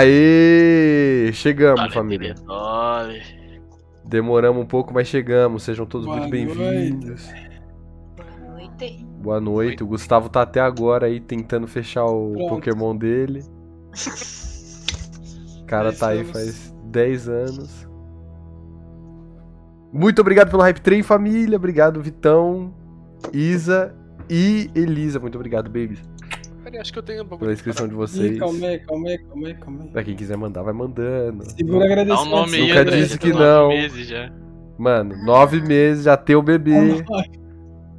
Aí, chegamos, Dale, família. dale, dale. Demoramos um pouco, mas chegamos. Sejam todos Boa muito bem-vindos. Noite. Boa noite. O Gustavo tá até agora aí tentando fechar o Pronto. Pokémon dele. O cara Dez tá aí anos. faz 10 anos. Muito obrigado pelo Hype Train, família. Obrigado, Vitão, Isa e Elisa. Muito obrigado, babies, Peraí, acho que eu tenho um pela bagulho. inscrição de Ih, vocês. calma aí, calma aí, calma aí, calma aí. Pra quem quiser mandar, vai mandando. Segura Dá um agradecimento. nome aí, Nunca André, já disse já tá que nove não. meses já. Mano, nove meses, já tem o bebê.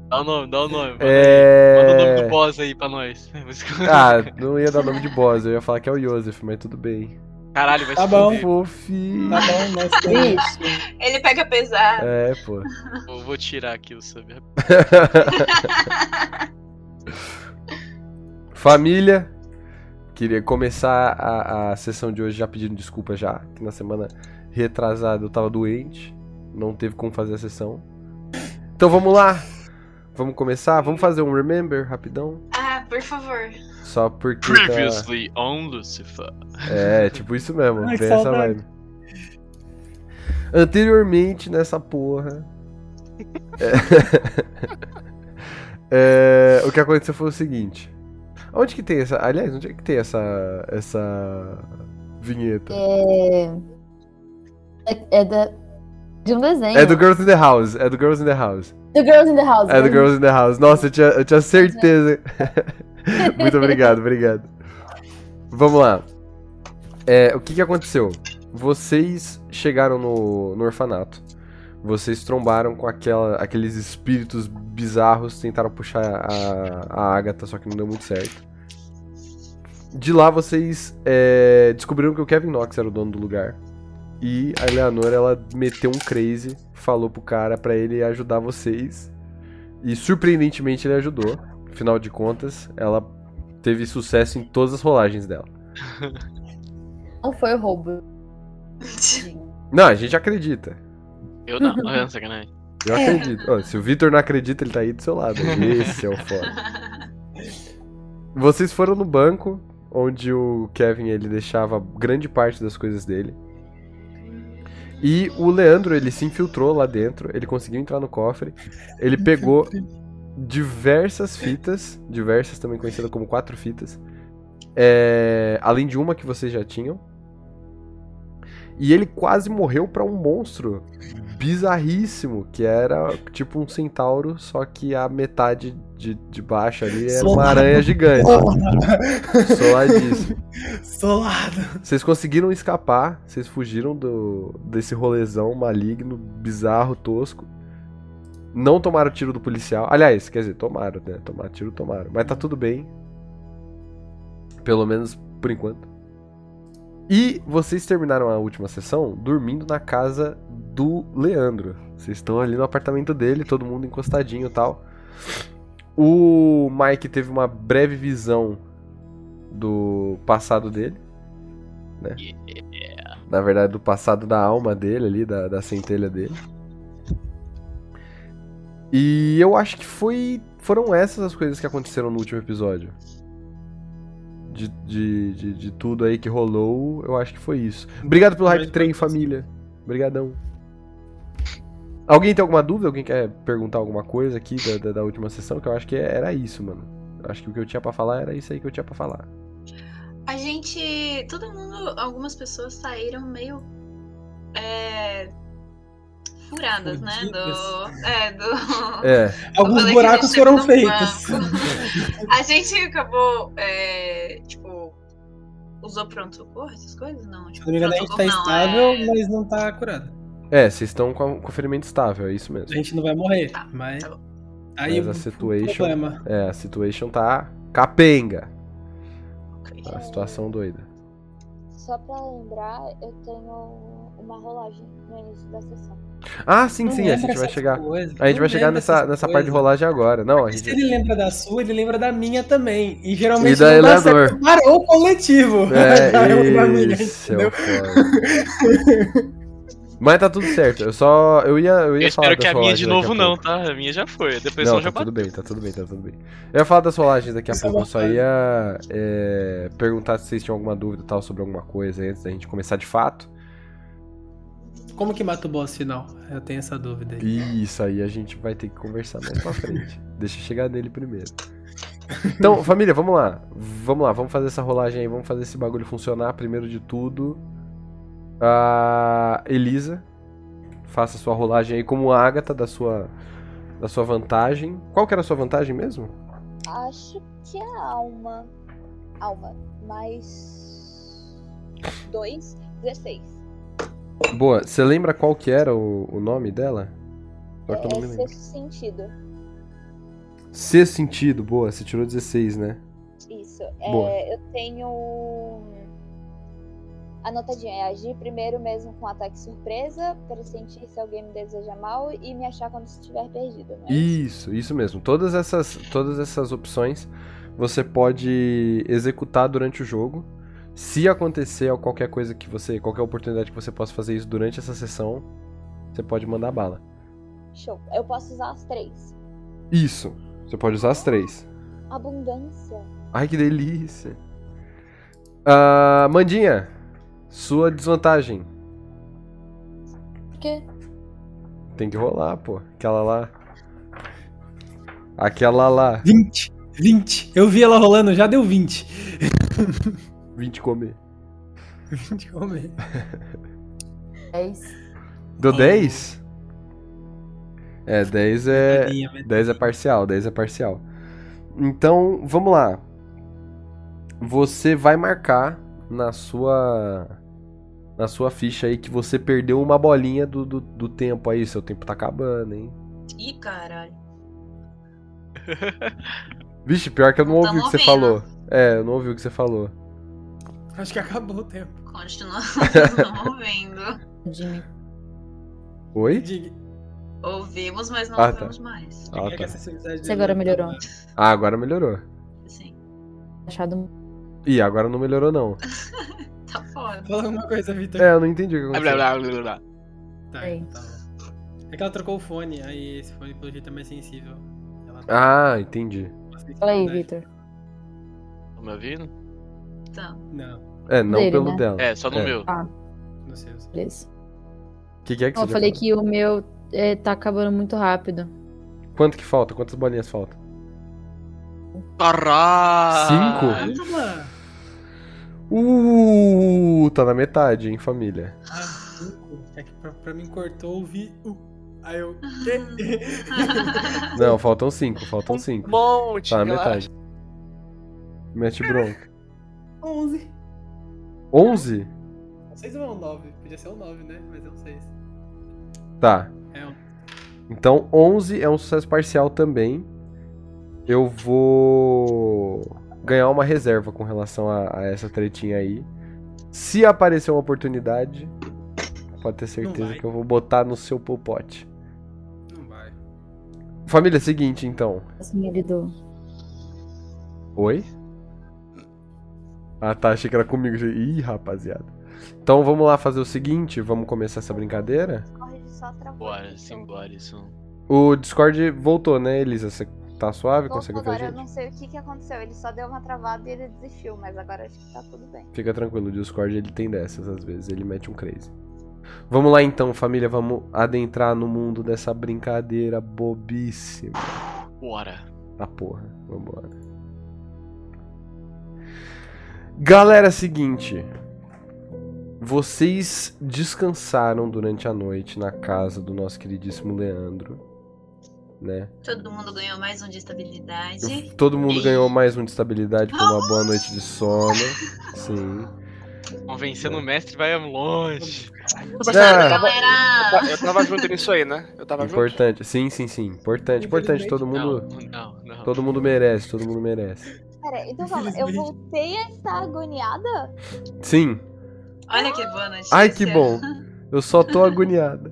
Dá o nome, dá o nome. Manda, manda o nome do É. boss aí pra nós. Ah, não ia dar nome de boss, eu ia falar que é o Joseph, mas tudo bem. Caralho, vai Tá se bom. fuder. Fofinho. Tá bom, nós temos. Ele pega pesado. É, pô. Eu vou tirar aqui o sub. Família, queria começar a, a sessão de hoje já pedindo desculpa já, que na semana retrasada eu tava doente, não teve como fazer a sessão. Então vamos lá, vamos começar, vamos fazer um remember rapidão, Ah, por favor. só porque... tá- Previously on Lucifer. É, tipo isso mesmo, Ai, que bem essa saudade. vibe. Anteriormente nessa porra. é, é, o que aconteceu foi o seguinte. Onde que tem essa. Aliás, onde é que tem essa. essa. vinheta? É. É, é da... de um desenho. É do Girls in the House, é do Girls in the House. Do Girls in the House. né? um- É do Girls in the House. Nossa, eu tinha, eu tinha certeza. Muito obrigado, obrigado. Vamos lá. É, o que, que aconteceu? Vocês chegaram no, no orfanato. Vocês trombaram com aquela, aqueles espíritos bizarros, tentaram puxar a, a Agatha, só que não deu muito certo. De lá vocês é, descobriram que o Kevin Knox era o dono do lugar. E a Eleanor, ela meteu um crazy, falou pro cara pra ele ajudar vocês. E surpreendentemente ele ajudou. Afinal de contas, ela teve sucesso em todas as rolagens dela. Não foi roubo. Não, a gente acredita. Eu não, não é sacanagem. Eu É. acredito. Ó, se o Victor não acredita, ele tá aí do seu lado. Esse é o foda. Vocês foram no banco, onde o Kevin ele deixava grande parte das coisas dele. E o Leandro, ele se infiltrou lá dentro, ele conseguiu entrar no cofre, ele pegou diversas fitas, diversas também conhecidas como quatro fitas, é, além de uma que vocês já tinham. E ele quase morreu pra um monstro bizarríssimo, que era tipo um centauro, só que a metade de, de baixo ali era uma Soldado. aranha gigante. Soladíssimo. Solado. Vocês conseguiram escapar, vocês fugiram do desse rolezão maligno, bizarro, tosco. Não tomaram tiro do policial. Aliás, quer dizer, tomaram, né? Tomaram tiro, tomaram. Mas tá tudo bem. Pelo menos por enquanto. E vocês terminaram a última sessão dormindo na casa do Leandro. Vocês estão ali no apartamento dele, todo mundo encostadinho e tal. O Mike teve uma breve visão do passado dele. Né? Na verdade, do passado da alma dele ali, da, da centelha dele. E eu acho que foi. Foram essas as coisas que aconteceram no último episódio. De, de, de, de tudo aí que rolou, eu acho que foi isso. Obrigado pelo hype Mas- train, família. Obrigadão. Alguém tem alguma dúvida? Alguém quer perguntar alguma coisa aqui da, da, da última sessão? Que eu acho que é, era isso, mano. Eu acho que o que eu tinha pra falar era isso aí que eu tinha pra falar. A gente. Todo mundo. Algumas pessoas saíram meio. É. Furadas, né? Do. É, do. É. Eu falei Alguns que buracos deixei foram no feitos. banco. A gente acabou. É, tipo. Usou pronto-socorro, essas coisas? Não. Se Tipo, não me engano, a gente tá pronto-socorro não, estável, é- mas não tá curado. É, vocês estão com, a- com ferimento estável, é isso A mesmo. gente não vai morrer, Tá, mas. tá bom. Aí Mas a o situation- problema. É, a situation tá capenga. Ok. Tá A situação doida. Só pra lembrar, eu tenho uma rolagem no início da sessão. Ah, sim, Não sim, a lembra gente vai essas chegar. coisas, A gente não vai chegar lembra nessa, essas nessa coisas. parte de rolagem agora. Não, a Se gente. ele lembra da sua, ele lembra da minha também. E geralmente é E da não dá Eleanor. certo para o coletivo. Para o É, família, isso é entendeu? o foda. Mas tá tudo certo. Eu só. Eu ia, eu ia Eu falar espero que das a minha rolagens de daqui a novo não, pouco. tá? A minha já foi. A Não, depressão já tá tudo bateu. bem, tá tudo bem, tá tudo bem. Eu ia falar das rolagens daqui a Isso é pouco. Eu só bacana. ia é, perguntar se vocês tinham alguma dúvida e tal sobre alguma coisa antes da gente começar de fato. Como que mata o boss final? Eu tenho essa dúvida aí. Isso aí a gente vai ter que conversar mais pra frente. Deixa eu chegar nele primeiro. Então, família, vamos lá. Vamos lá, vamos fazer essa rolagem aí, vamos fazer esse bagulho funcionar. Primeiro de tudo, a Elisa, faça sua rolagem aí como a Agatha da sua da sua vantagem. Qual que era a sua vantagem mesmo? Acho que é a alma. Alma. Mais. 2, 16. Boa, você lembra qual que era o, o nome dela? É, Só que eu não me é lembro. sexto sentido. Sexto sentido, boa, você tirou 16, né? Isso. Boa. É, eu tenho. Anotadinho, é agir primeiro mesmo com ataque surpresa, pressentir se alguém me deseja mal e me achar quando estiver perdido. Né? Isso, isso mesmo. Todas essas, todas essas opções você pode executar durante o jogo. Se acontecer qualquer coisa que você, qualquer oportunidade que você possa fazer isso durante essa sessão, você pode mandar bala. Show. Eu posso usar as três. Isso. Você pode usar as três. Abundância. Ai, que delícia. Ah, Mandinha, sua desvantagem. Por quê? Tem que rolar, pô. Aquela lá. Aquela lá. 20. 20. Eu vi ela rolando, já deu 20. 20 comer. 20 como é? é 10. Deu 10? É, 10 é. Tadinha, mas- 10 é parcial, 10 é parcial. Então, vamos lá. Você vai marcar na sua na sua ficha aí que você perdeu uma bolinha do, do, do tempo aí. Seu tempo tá acabando, hein? Ih, caralho. Vixe, pior que eu não Tamo ouvi o que você ouvindo. falou. É, eu não ouvi o que você falou. Acho que acabou o tempo. Continua não ouvindo. Jimmy. Oi? Diga, Ouvimos, mas não Ah, tá. ouvimos mais. Ah, diga que tá. essa sensibilidade Você agora melhorou. É Ah, agora melhorou. Sim, Achado. Ih, agora não melhorou não. tá foda. Fala alguma coisa, Vitor. É, eu não entendi o que Blá, aconteceu. blá, blá, blá. Tá, É. tá bom. É que ela trocou o fone, aí esse fone pelo jeito é mais sensível. Ela tá Ah, entendi. com uma Fala aí, sensibilidade. Vitor. Tá me ouvindo? Então, Não, É, não Dele, pelo né? dela. É, só no É. meu. não sei. eu sei. Beleza. O que, que é que Não, você eu já falei falou? que o meu é, tá acabando muito rápido. Quanto que falta? Quantas bolinhas faltam? Caralho! Cinco? Caramba! Uh, tá na metade, hein, família. Ah, cinco. É que pra, pra mim cortou o vi. Uh. Aí eu. Quê? Não, faltam cinco, faltam cinco. Um monte, Tá na relaxa. metade. Mete bronca. 11. 11? 6 ou é um 9? Podia ser um 9, né? Mas é um 6. Tá. É um. Então, 11 é um sucesso parcial também. Eu vou ganhar uma reserva com relação a, a essa tretinha aí. Se aparecer uma oportunidade, pode ter certeza vai. que eu vou botar no seu popote. Não vai. Família, seguinte, então. Assim ele do. Oi? Ah, tá, achei que era comigo. Ih, rapaziada. Então vamos lá fazer o seguinte, vamos começar essa brincadeira. Discord só travou. Bora, aqui, então. simbora, isso. O Discord voltou, né, Elisa? Você tá suave? Voltou Consegue ouvir a agora, eu gente? não sei o que, que aconteceu. Ele só deu uma travada e ele desistiu, mas agora acho que tá tudo bem. Fica tranquilo, o Discord ele tem dessas às vezes, ele mete um crazy. Vamos lá então, família, vamos adentrar no mundo dessa brincadeira bobíssima. Bora. Ah, porra. Vambora. Galera, é seguinte. Vocês descansaram durante a noite na casa do nosso queridíssimo Leandro, né? todo mundo ganhou mais um de estabilidade. Todo mundo Sim. ganhou mais um de estabilidade por uma boa noite de sono. Sim. Convencendo o mestre vai longe. É. Ah. Galera! Eu tava junto nisso aí, né? Eu tava junto. Importante. Sim, sim, sim. Importante, importante. Todo Não, mundo, não, não. todo mundo merece, todo mundo merece. Pera, então calma, eu Infelizmente. voltei a estar agoniada? Sim. Olha que boa notícia. Ai, que bom. Eu só tô agoniada.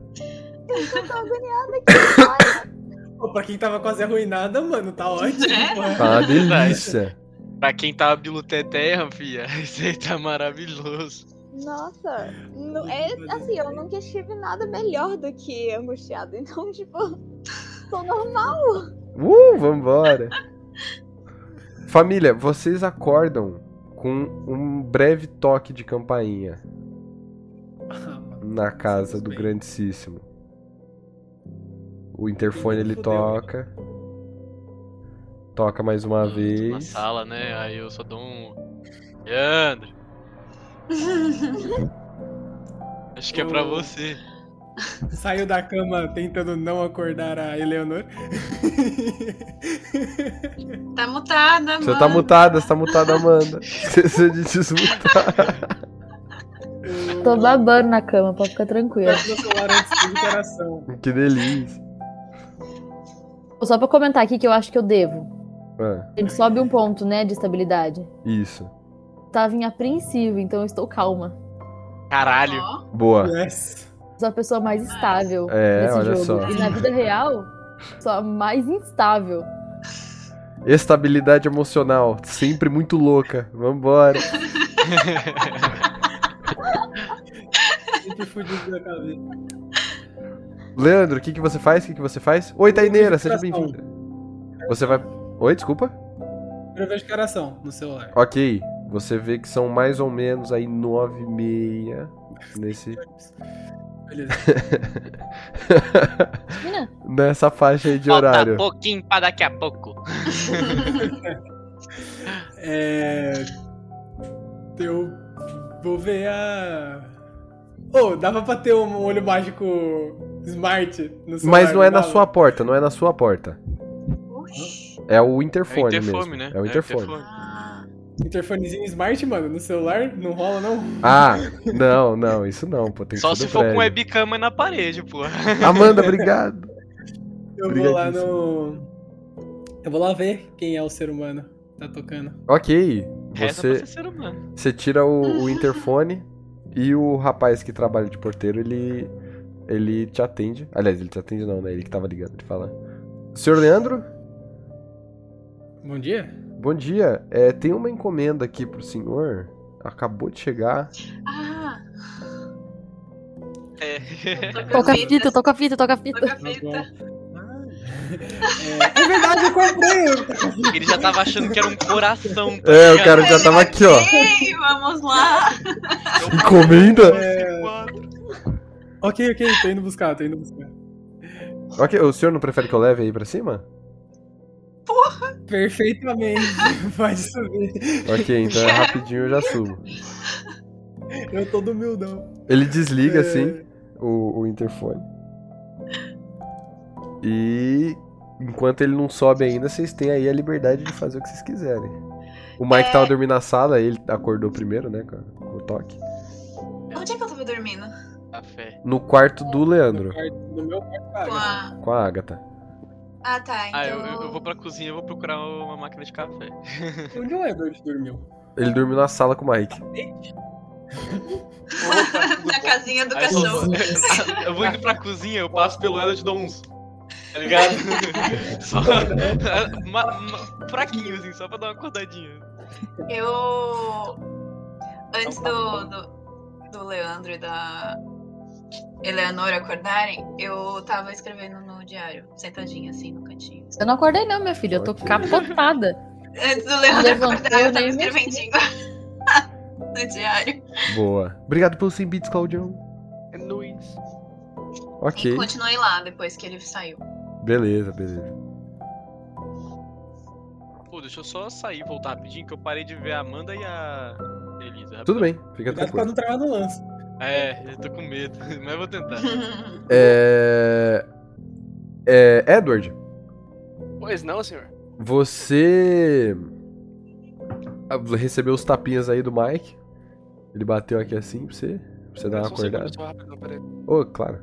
Eu tô agoniada aqui. Olha, Pô, pra quem tava quase arruinada, mano, tá ótimo. É? pô. Tá uma delícia. Pra quem tá biluteterra, fia, isso aí tá maravilhoso. Nossa, não, é assim, eu nunca estive nada melhor do que angustiada. Então, tipo, tô normal. Uh, vambora! Família, vocês acordam com um breve toque de campainha Ah, mano. na casa do Bem. Grandíssimo. O interfone ele Fudeu. toca. Toca mais uma Na vez. sala, né? Aí eu só dou um. Leandro! Acho que é pra Eu- você. Saiu da cama tentando não acordar a Eleonor. Tá mutada, Você mano. tá mutada, você tá mutada, Amanda. Você você de desmutar. Tô babando na cama, pode ficar tranquila. Perto do celular antes do coração. Que delícia. Só pra comentar aqui que eu acho que eu devo. Ah, A gente sobe um ponto, né, de estabilidade. isso. Tava em apreensivo, então eu estou calma. Caralho. Ó, Boa. Yes. Sou a pessoa mais estável É, nesse olha jogo. só. E na vida real, sou a mais instável. Estabilidade emocional, sempre muito louca. Vambora. Sempre fudido da cabeça. Leandro, o que, que você faz? O que, que você faz? Oi, Taineira, seja bem-vinda. Você vai. Oi, desculpa? Primeira vez de coração no celular. Ok. Você vê que são mais ou menos aí nove e meia nesse, Beleza. Menina, nessa faixa aí de Falta horário. Tá pouquinho pra daqui a pouco. É... Eu vou ver a. Ô, dava pra ter um olho mágico smart no celular. Mas não é na dava? sua porta, não é na sua porta. Oxi. É o interfone, é o interfone, mesmo. né? É o interfone. Ah, Interfonezinho smart, mano, no celular não rola, não. Ah, não, não, isso não, pô. Tem que Só ser se do for com prédio. webcam na parede, pô. Amanda, obrigado. Eu vou lá no. Eu vou lá ver quem é o ser humano que tá tocando. Ok. Reza pra Você, ser ser humano. você tira o, o interfone e o rapaz que trabalha de porteiro, ele. Ele te atende. Aliás, ele te atende não, né? Ele que tava ligando, ele fala. Senhor Leandro, Bom dia? bom dia. É, tem uma encomenda aqui pro senhor. Acabou de chegar. ah, É. toca toca fita, fita, toca fita, toca fita. toca Tá fita. É, é verdade, eu comprei! Ele já tava achando que era um coração. tá É, o ligado? cara já tava aqui, ó. Ei, vamos lá. Encomenda? ok, ok, tô indo buscar, tô indo buscar. Ok, o senhor não prefere que eu leve aí pra cima? Perfeitamente, pode subir. Ok, então é rapidinho eu já subo. Eu tô do humildão. Ele desliga assim. É, o, o interfone. E enquanto ele não sobe ainda, vocês têm aí a liberdade de fazer o que vocês quiserem. O Mike É. tava dormindo na sala, ele acordou primeiro, né, com com o toque. Onde é que eu tava dormindo? Café. No quarto do No Leandro, quarto- no meu quarto, Com cara. a... com a Agatha. Ah, tá. Então... Ah, eu, eu vou pra cozinha, eu vou procurar uma máquina de café. Onde o Edward dormiu? Ele dormiu na sala com o Mike. Opa, tudo Na bom? casinha do Aí eu, cachorro. sou- eu vou indo pra cozinha, eu passo pelo ela e te dou uns. Tá ligado? só. ma- ma- fraquinho, assim, só pra dar uma acordadinha. Eu. Antes do, do, do Leandro e da Eleanor acordarem, eu tava escrevendo no diário, sentadinha assim no cantinho. Eu não acordei não, minha filha, eu tô Ok. capotada. Antes do Leandro Levantou, acordar, eu tava nem mexi. escrevendo no diário. Boa. Obrigado pelos 100 bits, Claudião. É nóis. Ok. E continuei lá depois que ele saiu. Beleza, beleza. Pô, deixa eu só sair e voltar rapidinho, que eu parei de ver a Amanda e a Elisa. Tudo bem, fica Cuidado pra tranquilo. não travar no lance. É, eu tô com medo, mas eu vou tentar. É... é. Edward, Pois não, senhor. Você ah, recebeu os tapinhas aí do Mike. Ele bateu aqui assim pra você, pra você dar uma Só um segundo, acordada. só rápido, não, peraí. Ô, claro.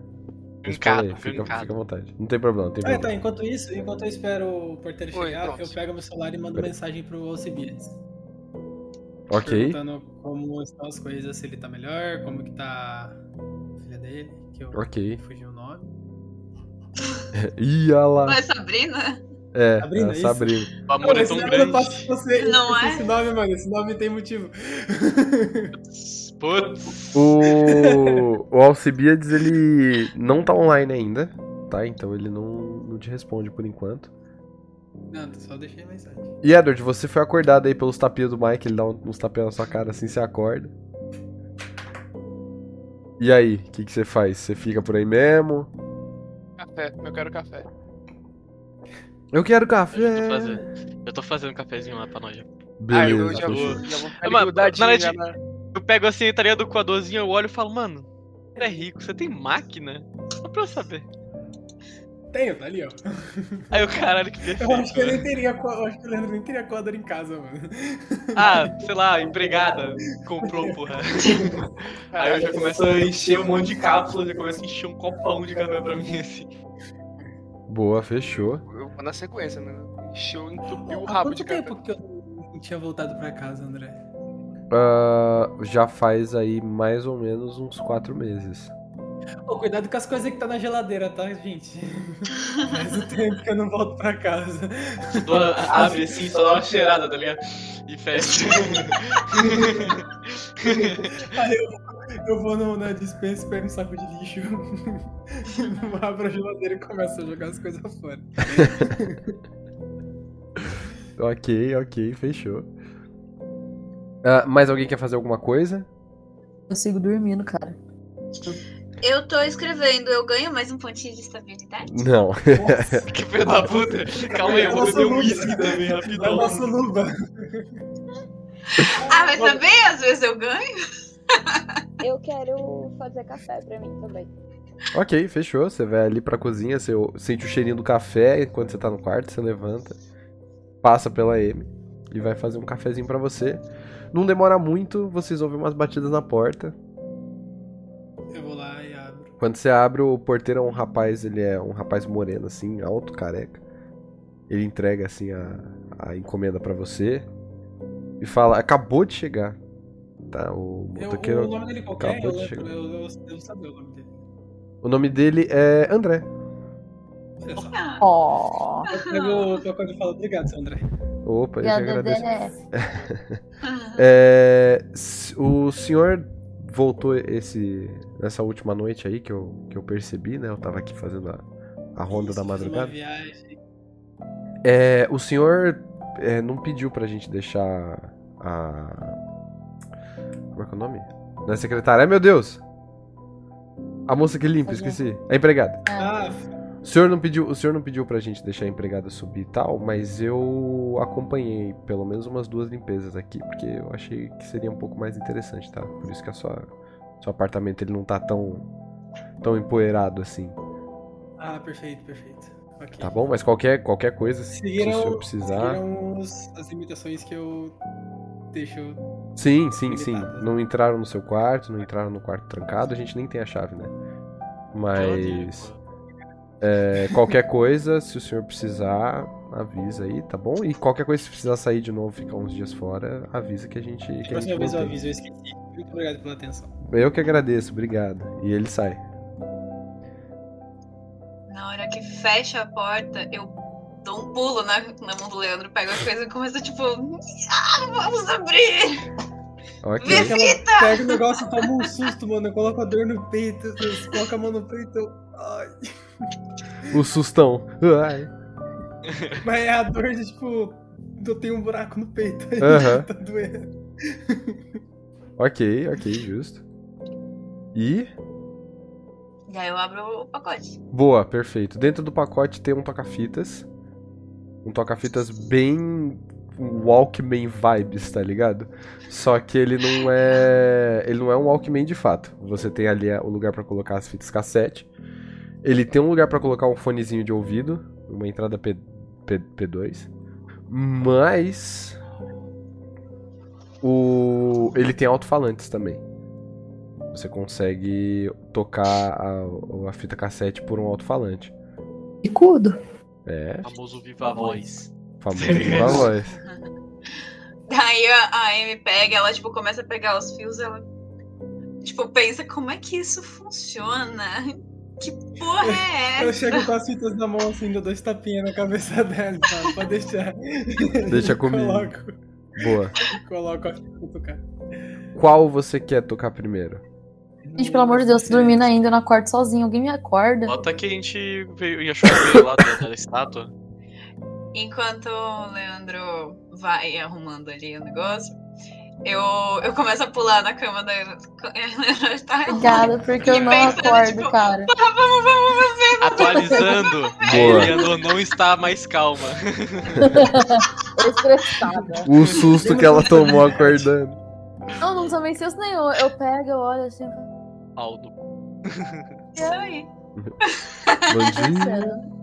Responda Brincado, aí, fica, brincado. fica à vontade. Não tem problema, não tem Ah, tá. problema. Enquanto isso, enquanto eu espero o porteiro Oi, chegar, pronto. eu pego meu celular e mando Peraí. mensagem pro Alcibiades. ok. Perguntando como estão as coisas, se ele tá melhor, como que tá a filha dele, que eu Ok. fugi o nome. Ih, olha Não lá. é Sabrina? É, Sabrina, Sabrina. é isso? Sabrina. O amor é esse tão nome eu grande. passo pra você. Não esse, é? esse nome, mano, esse nome tem motivo. Putz. O, o Alcibiades, ele não tá online ainda, tá? Então ele não, não te responde por enquanto. Não, só deixei mensagem. E Edward, você foi acordado aí pelos tapinhas do Mike, ele dá um- uns tapinhas na sua cara assim, você acorda. E aí, o que, que você faz? Você fica por aí mesmo? Café, eu quero café. Eu quero Eu tô café! fazendo, eu tô fazendo um cafezinho lá pra nós. já. Aí eu Beleza, já vou, fechou. já vou ficar É, Mano, grudadinho na hora de- já na- Eu pego assim, tá ligado, com a dorzinha, eu olho e falo, mano, você é rico, você tem máquina? Só pra eu saber. Tenho, tá ali, ó. Aí o caralho que perfeito. Eu acho que eu né? nem teria, co- eu acho que o Leandro nem teria coador em casa, mano. Ah, sei lá, empregada comprou, porra. Aí eu já começo a encher um monte de cápsulas, já começo a encher um copão de café pra mim, assim. Boa, fechou. Eu vou na sequência, mano. Encheu, entupiu o Há rabo quanto de tempo café. que eu não tinha voltado pra casa, André? Ah, já faz aí mais ou menos uns quatro meses. Ô, cuidado com as coisas que tá na geladeira, tá, gente? Faz o tempo que eu não volto pra casa. Só abre assim, só dá uma cheirada, tá ligado? E fecha. Eu vou no, na dispensa e pego um saco de lixo. Vou abro a geladeira e começo a jogar as coisas fora. Ok, ok, fechou. Ah, mais alguém quer fazer alguma coisa? Consigo dormindo, cara. Eu tô escrevendo, eu ganho mais um pontinho de estabilidade? Não. que filho da Ah, puta. Calma aí, eu vou Nossa, beber um Lucas. whisky também, É o rapidão. nosso Luba. Ah, mas também às vezes eu ganho? Eu quero fazer café pra mim também. Ok, fechou. Você vai ali pra cozinha, você sente o cheirinho do café enquanto você tá no quarto, você levanta, passa pela M e vai fazer um cafezinho pra você. Não demora muito, vocês ouvem umas batidas na porta. Eu vou lá e abro. Quando você abre, o porteiro é um rapaz, ele é um rapaz moreno assim, alto, careca. Ele entrega assim a, a encomenda pra você e fala: "Acabou de chegar". Tá, o Eu, motoqueiro. O nome dele é qualquer, acabou eu, né? de eu, chegar. eu, eu devo saber o nome dele. O nome dele é André. Olha só. Ah, Oh. Eu pego o tocando e falo, obrigado, seu André. Opa, eu que Obrigada, agradeço. André. ah. É, s- o senhor voltou esse nessa última noite aí que eu, que eu percebi, né? Eu tava aqui fazendo a, a ronda Isso, fiz da Uma madrugada. viagem. É, o senhor é, não pediu pra gente deixar a. Como é que é o nome? Não é secretária. Ai, meu Deus! A moça que limpa, esqueci. A empregada. Ah, O senhor não pediu, o senhor não pediu pra gente deixar a empregada subir e tal, mas eu acompanhei pelo menos umas duas limpezas aqui, porque eu achei que seria um pouco mais interessante, tá? Por isso que a sua seu apartamento ele não tá tão tão empoeirado assim, ah, perfeito, perfeito. Ok. tá bom? Mas qualquer qualquer coisa se, se o senhor Seguiram, precisar. seguiram os- as limitações que eu deixo. Sim, sim, sim. limitadas. né? Não entraram no seu quarto, não entraram no quarto trancado, a gente nem tem a chave, né? Mas né? É, qualquer coisa, se o senhor precisar, avisa aí, tá bom? E qualquer coisa, se precisar sair de novo, ficar uns dias fora, avisa que a gente. A Que a gente próxima vez Tipo assim, eu mantém. aviso, eu esqueci. Muito obrigado pela atenção. eu que agradeço, obrigado. E ele sai. Na hora que fecha a porta, eu dou um pulo na, na mão do Leandro, pego as coisas e começo tipo. "Ah, vamos abrir! Ok. Visita! Ela pega o negócio, toma um susto, mano. Eu coloco a dor no peito, eu coloco a mão no peito. eu- Ai. O sustão. Ai. Mas é a dor de tipo. Eu tenho um buraco no peito aí. Aham. Tá doendo. Ok, ok, justo. E. E aí eu abro o pacote. Boa, perfeito. Dentro do pacote tem um toca-fitas. Um toca-fitas bem Walkman vibes, tá ligado? Só que ele não é, ele não é um Walkman de fato. Você tem ali é, o lugar pra colocar as fitas cassete. Ele tem um lugar pra colocar um fonezinho de ouvido, uma entrada P, P, P2. Mas o ele tem alto-falantes também. Você consegue tocar a, a fita cassete por um alto-falante. Picudo. É, Famoso viva a voz. famoso Sim. viva voz. Daí a, a Amy pega, ela tipo começa a pegar os fios, ela tipo pensa como é que isso funciona? Que porra é Eu essa? chego com as fitas na mão assim, dou dois tapinhas na cabeça dela. Tá? Pode deixar. Deixa comigo. Coloco, Boa. coloco a fita pra tocar. qual você quer tocar primeiro? Gente, pelo amor de Deus, tô dormindo ainda, eu não acordo sozinho. Alguém me acorda. Bota que a gente veio e achou o meio lá da, da estátua. Enquanto o Leandro vai arrumando ali o negócio, eu, eu começo a pular na cama da Leandro. Tá Obrigada, porque eu não Pensando, acordo, tipo, cara. Vamos, vamos, vamos ver. Atualizando, Boa. Leandro não está mais calma. Tô estressada. O susto que ela tomou acordando. Não, não também senso nenhum. Eu pego, eu olho assim. Pau no cu. Isso aí. Bom dia. sério.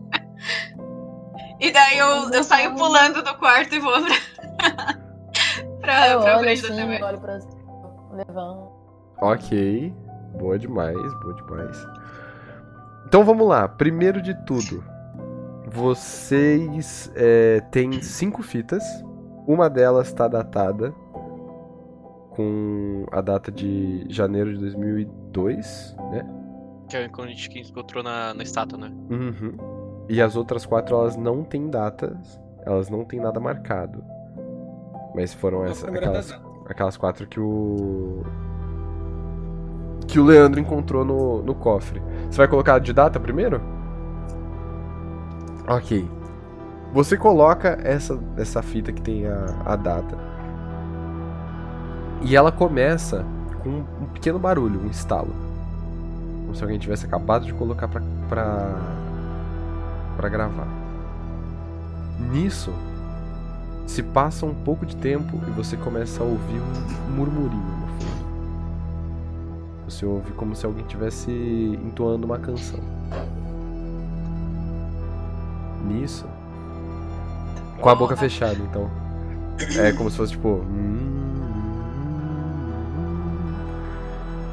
E daí eu, eu saio pulando do quarto e vou pra, pra, Eu pra olho frente da assim, TV. eu olho pra levanto. Ok. Boa demais, boa demais. Então vamos lá. Primeiro de tudo, vocês é, têm cinco fitas. Uma delas está datada com a data de janeiro de 2002, né? Que é quando a gente encontrou na, na estátua, né? Uhum. E as outras quatro, elas não têm datas. Elas não têm nada marcado. Mas foram Nossa, essa, agora aquelas, tá dando. aquelas quatro que o. Que o Leandro encontrou no, no cofre. Você vai colocar de data primeiro? Ok. Você coloca essa, essa fita que tem a, a data. E ela começa com um pequeno barulho, um estalo. Como se alguém tivesse acabado de colocar pra, pra, pra gravar. Nisso, se passa um pouco de tempo e você começa a ouvir um murmurinho no fundo. Você ouve como se alguém estivesse entoando uma canção. Nisso. Com a boca fechada, então. É como se fosse tipo.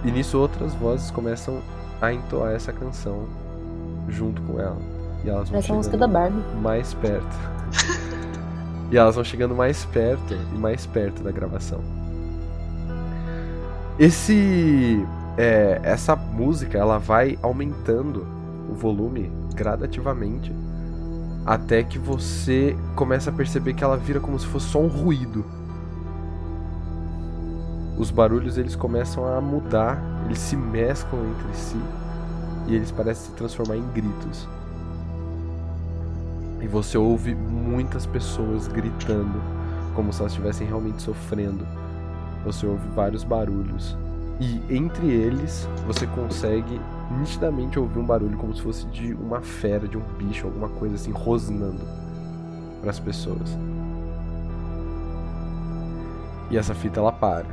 E nisso outras vozes começam a entoar essa canção junto com ela. E elas vão Parece a música é chegando da Barbie. mais perto. e elas vão chegando mais perto e mais perto da gravação. Esse é, essa música ela vai aumentando o volume gradativamente até que você começa a perceber que ela vira como se fosse só um ruído. Os barulhos eles começam a mudar, eles se mesclam entre si e eles parecem se transformar em gritos. E você ouve muitas pessoas gritando, como se elas estivessem realmente sofrendo. Você ouve vários barulhos. E entre eles, você consegue nitidamente ouvir um barulho como se fosse de uma fera, de um bicho, alguma coisa assim, rosnando para as pessoas. E essa fita ela para.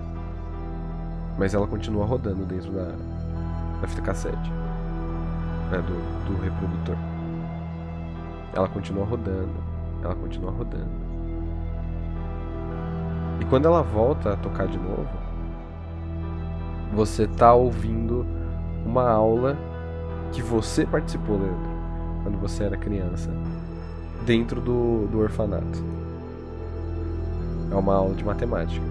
Mas ela continua rodando dentro da, da fita cassete. Né, do, do reprodutor. Ela continua rodando, ela continua rodando. E quando ela volta a tocar de novo, você tá ouvindo uma aula que você participou, Leandro, quando você era criança, dentro do, do orfanato. É uma aula de matemática.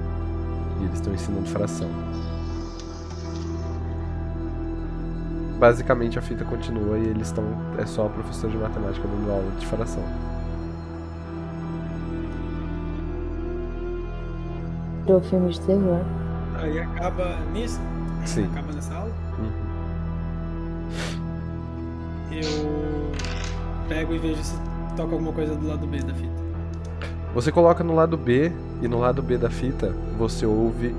E eles estão ensinando fração. basicamente a fita continua e eles estão. É só a professora de matemática dando aula de fração. Virou um filme de terror. Aí acaba nisso? Sim. Uhum. Acaba nessa aula? Eu pego e vejo se toca alguma coisa do lado B da fita. Você coloca no lado B e no lado B da fita você ouve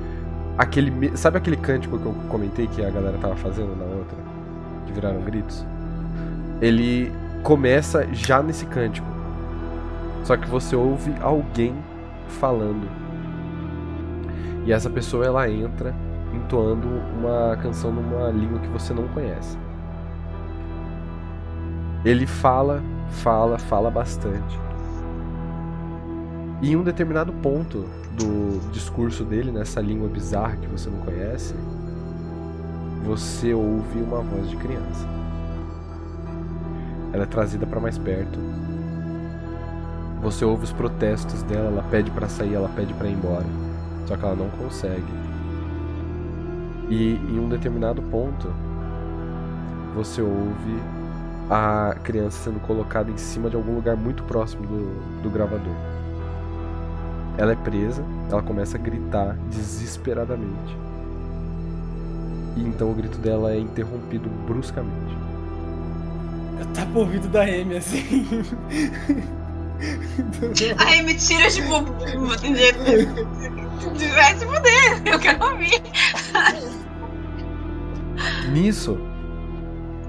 aquele. me- Sabe aquele cântico que eu comentei que a galera tava fazendo na outra? Que viraram gritos? Ele começa já nesse cântico. Só que você ouve alguém falando. E essa pessoa ela entra entoando uma canção numa língua que você não conhece. Ele fala, fala, fala bastante. E em um determinado ponto do discurso dele, nessa língua bizarra que você não conhece, você ouve uma voz de criança. Ela é trazida pra mais perto. Você ouve os protestos dela, ela pede pra sair, ela pede pra ir embora. Só que ela não consegue. E em um determinado ponto, você ouve a criança sendo colocada em cima de algum lugar muito próximo do, do gravador. Ela é presa, ela começa a gritar desesperadamente. E então o grito dela é interrompido bruscamente. Eu tapo o ouvido da Amy, assim. Ai, me tira, tipo. Vai se fuder, eu quero ouvir. Nisso,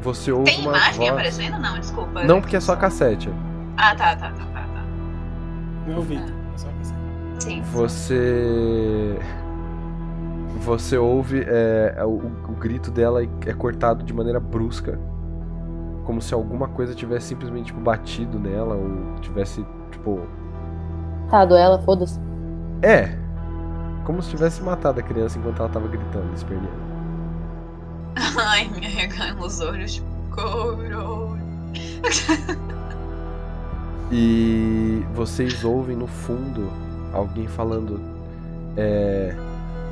você ouve Tem uma imagem voz... aparecendo? Não, desculpa. Não, porque é só cassete. Ah, tá, tá, tá, tá. tá. Meu ouvido. É só pra saber. Sim. Você. Você ouve é, o, o grito dela e é cortado de maneira brusca. Como se alguma coisa tivesse simplesmente tipo, batido nela ou tivesse, tipo. Tá, ela, foda-se. É! Como se tivesse matado a criança enquanto ela tava gritando, esperneando. Ai, me arreganho os olhos, tipo, couro. E vocês ouvem no fundo alguém falando. É.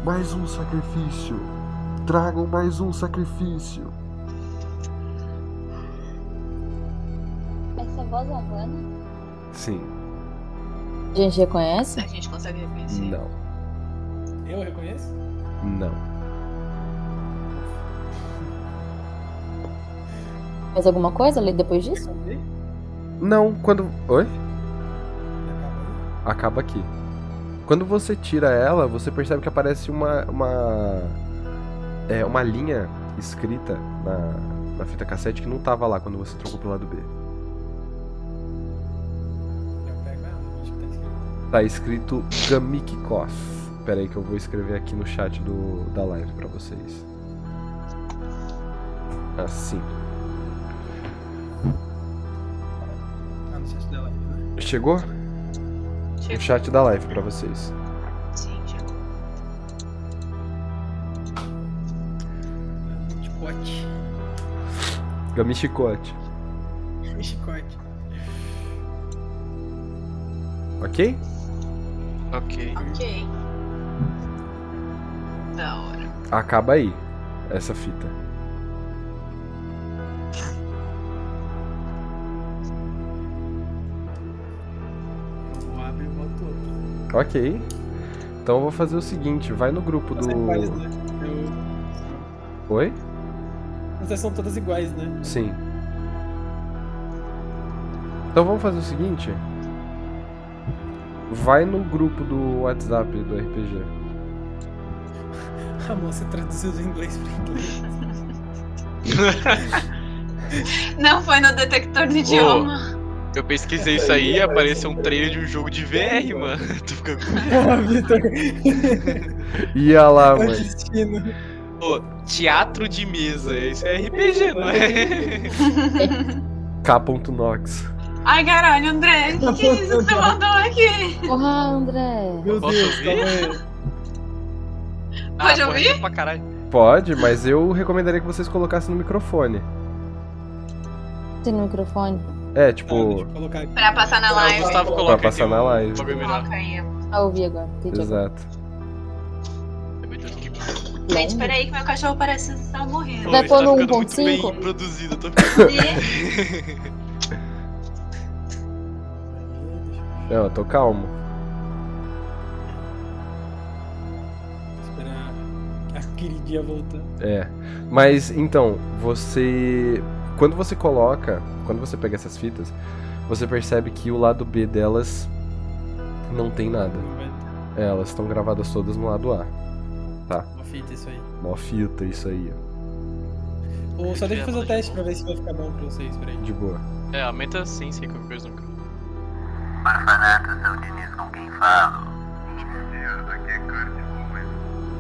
Mais um sacrifício! Tragam mais um sacrifício! Essa voz é humana? Sim, A gente reconhece? A gente consegue reconhecer. não, Eu reconheço? não. Faz alguma coisa ali depois disso? Acabei? Não, quando. Oi? Acabei. Acaba aqui. Quando você tira ela, você percebe que aparece uma. uma. É, uma linha escrita na, na fita cassete que não tava lá quando você trocou pro lado B. Eu pego ela, acho que tá escrito. Tá escrito Gamikikov. Pera aí que eu vou escrever aqui no chat do, da live pra vocês. Assim. Ah, no chat dela. né? Chegou? Chegou. No chat da live pra vocês. Sim, chegou. Chicote. Gamichicote. Chicote. Ok? Ok. Ok. Da hora. Acaba aí. Essa fita. Eu abro e boto outro. Ok. Então eu vou fazer o seguinte, vai no grupo do. São iguais, né? Eu... Oi? Mas são todas iguais, né? Sim. Então vamos fazer o seguinte. Vai no grupo do WhatsApp do RPG. A Ah, moça traduziu do inglês pra inglês. Não foi no detector de idioma. Eu pesquisei isso aí e apareceu um trailer de um jogo de VR, mano. Tô ficando. Porra, Ah, Vitor. Ia lá, Tô mano. assistindo. Teatro de mesa. Isso é RPG, não é? K.Nox. Ai, caralho, André, que que é isso que você mandou aqui? Porra, André. Meu Posso Deus, ouvir? calma aí. Pode Ah, ouvir? Pra caralho. Pode, mas eu recomendaria que vocês colocassem no microfone. Tem no microfone. É, Não, tipo, deixa eu colocar aqui. Pra passar na Ah, o tá- live. Gustavo coloca aí, passar tem na um live. bagulho melhor. Coloca aí. Ah, ouvi agora. entendi agora. exato. Meu Deus, que Gente, peraí que meu cachorro parece estar morrendo. Vai Pô, pôr tá no ficando muito 1.5? bem produzido. Tô... E- Não, eu tô calmo. Esperar a queridinha voltar. É. Mas então, você. Quando você coloca. Quando você pega essas fitas, você percebe que o lado B delas não tem nada. Não vai ter É, elas estão gravadas todas no lado A. Tá. uma fita isso aí. Mó fita, isso aí, ó. Ou só deixa eu fazer o teste pra ver se vai ficar bom pra vocês, peraí. De boa. É, aumenta a ciência que eu coisa no cara.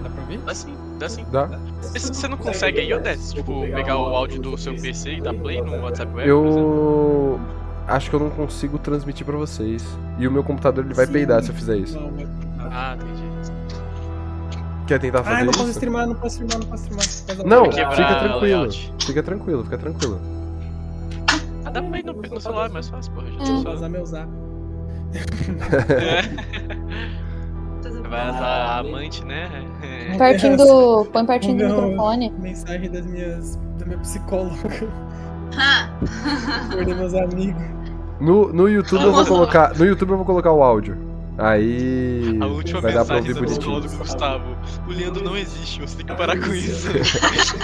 Dá pra ouvir? Dá sim, dá sim. Dá? Mas se você não consegue aí, Odessa, tipo, pegar o áudio do seu PC e dar play no WhatsApp Web? por exemplo? Eu. Acho que eu não consigo transmitir pra vocês. E o meu computador ele vai Sim. peidar se eu fizer isso. Não, mas... Ah, entendi. Quer tentar fazer Ah, não isso? posso streamar, não posso streamar, não posso streamar. Faz a- Não, Quebrar fica tranquilo. layout. Fica tranquilo, fica tranquilo. Ah, dá play no, no celular, é mais fácil, porra. Já Vou tá só- Vazar meu zap. É. Vai usar a amante, né? É. Pertinho do. Põe pertinho do Não. microfone. Mensagem das minhas. da minha psicóloga. Ah, Por meus amigos. No, no YouTube eu vou Nossa. colocar. No YouTube eu vou colocar o áudio. Aí. A última vai dar pra mensagem da ouvir bonitinho. psicóloga do Gustavo. O Leandro não existe, você tem que parar com isso. Esse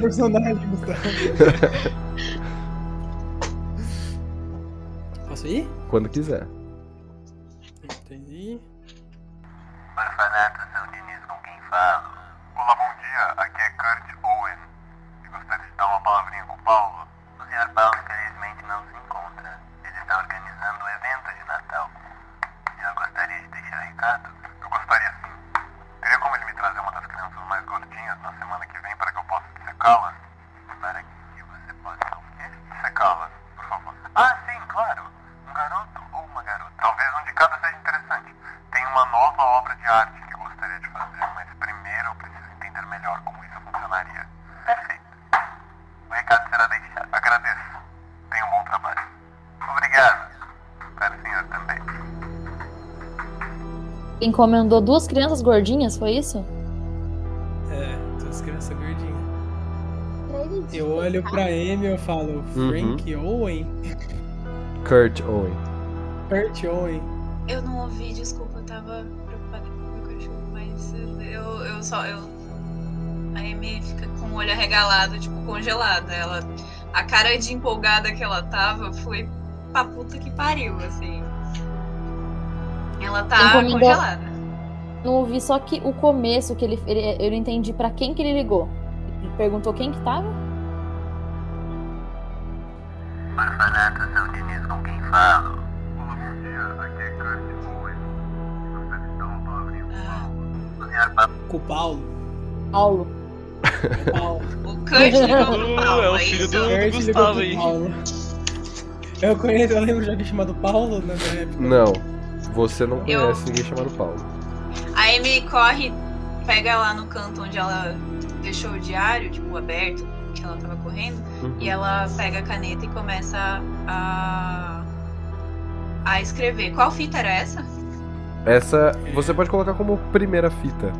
personagem, Gustavo. Posso ir? Quando quiser. Entendi. Orfanato São Diniz com quem falo. Ah, Olá, bom dia. Aqui é Kurt Owen. Eu gostaria de dar uma palavrinha com o Paulo. O senhor Paulo, infelizmente, não se encontra. Ele está organizando o evento de Natal. E eu gostaria de deixar recado. Eu gostaria sim. Teria como ele me trazer um uma das crianças mais gordinhas na semana que vem para que eu possa secá-las? Para que você possa o quê? Secá-las, por favor. Ah, sim, claro. Um garoto ou uma garota. Talvez um de cada seja interessante. Tem uma nova obra de arte que eu gostaria de fazer, mas primeiro eu preciso entender melhor como isso funcionaria. Perfeito. O recado será deixado. Agradeço. Tenha um bom trabalho. Obrigado. Para o senhor também. Encomendou duas crianças gordinhas, foi isso? É, duas crianças gordinhas. Acredito. Eu olho pra Amy e eu falo, Uhum. Frank Owen? Kurt Owen. Kurt Owen. Eu não ouvi, desculpa, eu tava preocupada com o meu cachorro, mas eu, eu só. Eu... A Amy fica com o olho arregalado, tipo, congelada. Ela, a cara de empolgada que ela É, tava foi pra puta que pariu, assim. Ela Então, tá Encomendou- congelada. Não ouvi só que o começo que ele, ele- eu não entendi pra quem que ele ligou. Ele perguntou quem que tava? Orfanato São Diniz com quem falo. Olá, bom dia. Aqui é Kurt Owen. Gostaria de dar uma palavrinha com o Paulo. O senhor Paulo. Com o Paulo. Paulo. Paulo. O Kurt ligou pro Paulo, é o isso? filho do- Kurt ligou Gustavo pro aí. Paulo. Eu conheço, eu lembro de alguém chamado Paulo né, na minha época. Não. Você não Eu- conhece ninguém chamado Paulo. A Amy corre, pega lá no canto onde ela deixou o diário, tipo, aberto, que ela tava correndo, Uhum. e ela pega a caneta e começa a. a escrever. Qual fita era essa? Essa você pode colocar como primeira fita.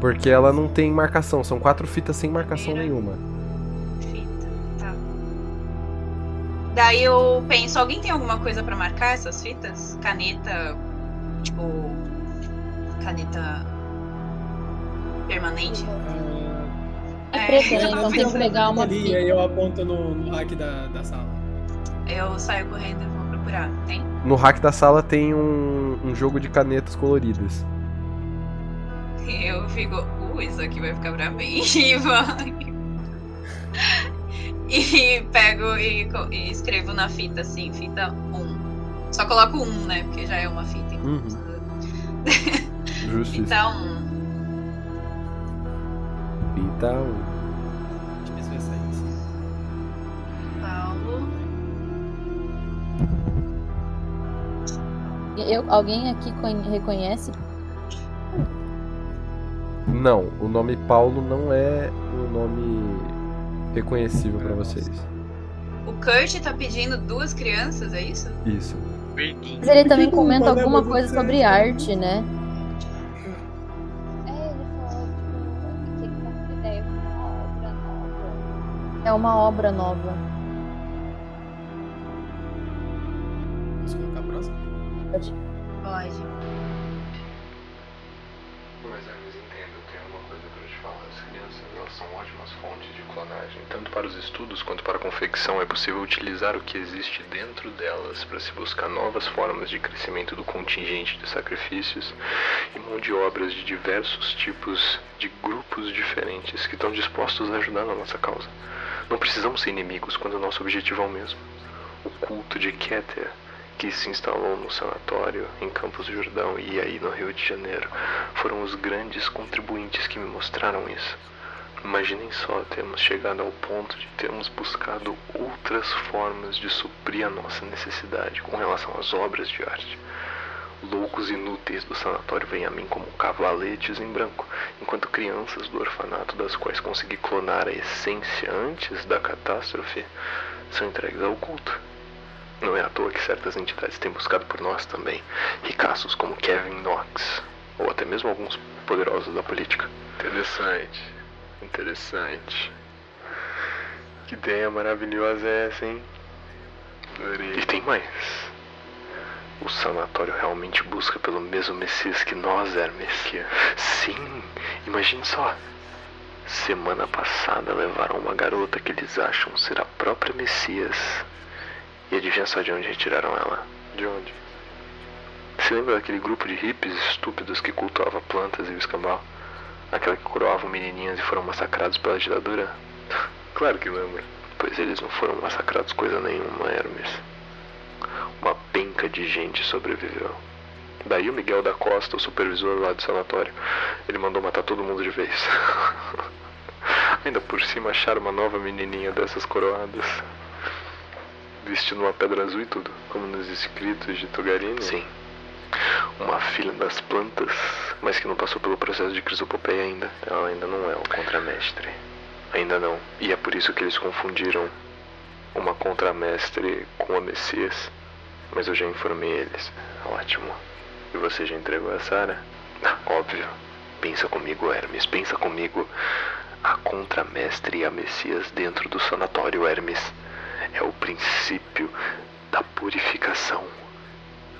Porque ela não tem marcação. São quatro fitas sem marcação Primeira. nenhuma. Fita, tá. Daí eu penso, alguém tem alguma coisa pra marcar essas fitas? Caneta, tipo. Caneta. permanente? É, É, preto, eu né? tava Então tem que pensando pegar uma ali, aí eu aponto no, no hack da, da sala. Eu saio correndo e vou procurar. Tem? No rack da sala tem um, um jogo de canetas coloridas. Eu fico, uh, isso aqui vai ficar pra mim. E vai. E pego e, co- e escrevo na fita, assim, fita 1. Só coloco um, né? Porque já é uma fita. então Uhum. precisa- Justiça. Então. Fita 1. Fita um. Deixa eu ver se vai sair isso. Paulo. Eu, alguém aqui conhe- reconhece? Não, o nome Paulo não é um nome reconhecível pra vocês. O Kurt tá pedindo duas crianças, é isso? Isso. Verdinho. Mas ele que também que comenta uma, né, alguma mas coisa você- sobre arte, né? É, ele falou, tipo, que ele tá com ideia pra uma obra nova. É uma obra nova. Posso colocar a próxima? Pode. Mas amigos, entendo, eu tenho uma coisa pra te falar. As crianças, elas são ótimas fontes de clonagem. Tanto para os estudos quanto para a confecção, é possível utilizar o que existe dentro delas para se buscar novas formas de crescimento do contingente de sacrifícios e mão de obras de diversos tipos de grupos diferentes que estão dispostos a ajudar na nossa causa. Não precisamos ser inimigos quando o nosso objetivo é o mesmo. O culto de Keter, que se instalou no sanatório em Campos do Jordão e aí no Rio de Janeiro, foram os grandes contribuintes que me mostraram isso. Imaginem só termos chegado ao ponto de termos buscado outras formas de suprir a nossa necessidade com relação às obras de arte. Loucos inúteis do sanatório vêm a mim como cavaletes em branco, enquanto crianças do orfanato, das quais consegui clonar a essência antes da catástrofe, são entregues ao culto. Não é à toa que certas entidades têm buscado por nós também, ricaços como Kevin Knox, ou até mesmo alguns poderosos da política. Interessante, interessante. Que ideia maravilhosa é essa, hein? E tem mais. O sanatório realmente busca pelo mesmo Messias que é? nós, Hermes. Sim, imagine só. Semana passada levaram uma garota que eles acham ser a própria Messias. E adivinha só de onde retiraram ela? De onde? Se lembra daquele grupo de hippies estúpidos que cultuava plantas e o escambau? Aquela que coroavam menininhas e foram massacrados pela ditadura? claro que lembra. Pois eles não foram massacrados coisa nenhuma, Hermes. Uma penca de gente sobreviveu. Daí o Miguel da Costa, o supervisor lá do sanatório, ele mandou matar todo mundo de vez. Ainda por cima acharam uma nova menininha dessas coroadas. Vestindo uma pedra azul e tudo, como nos escritos de Togarini. Sim. Uma filha das plantas, mas que não passou pelo processo de crisopopeia ainda. Ela ainda não é um contramestre. Ainda não. E é por isso que eles confundiram uma contramestre com a Messias. Mas eu já informei eles. Ótimo. E você já entregou a Sara? Ah, Óbvio. Pensa comigo, Hermes. Pensa comigo. A contramestre e a Messias dentro do sanatório, Hermes. É o princípio da purificação.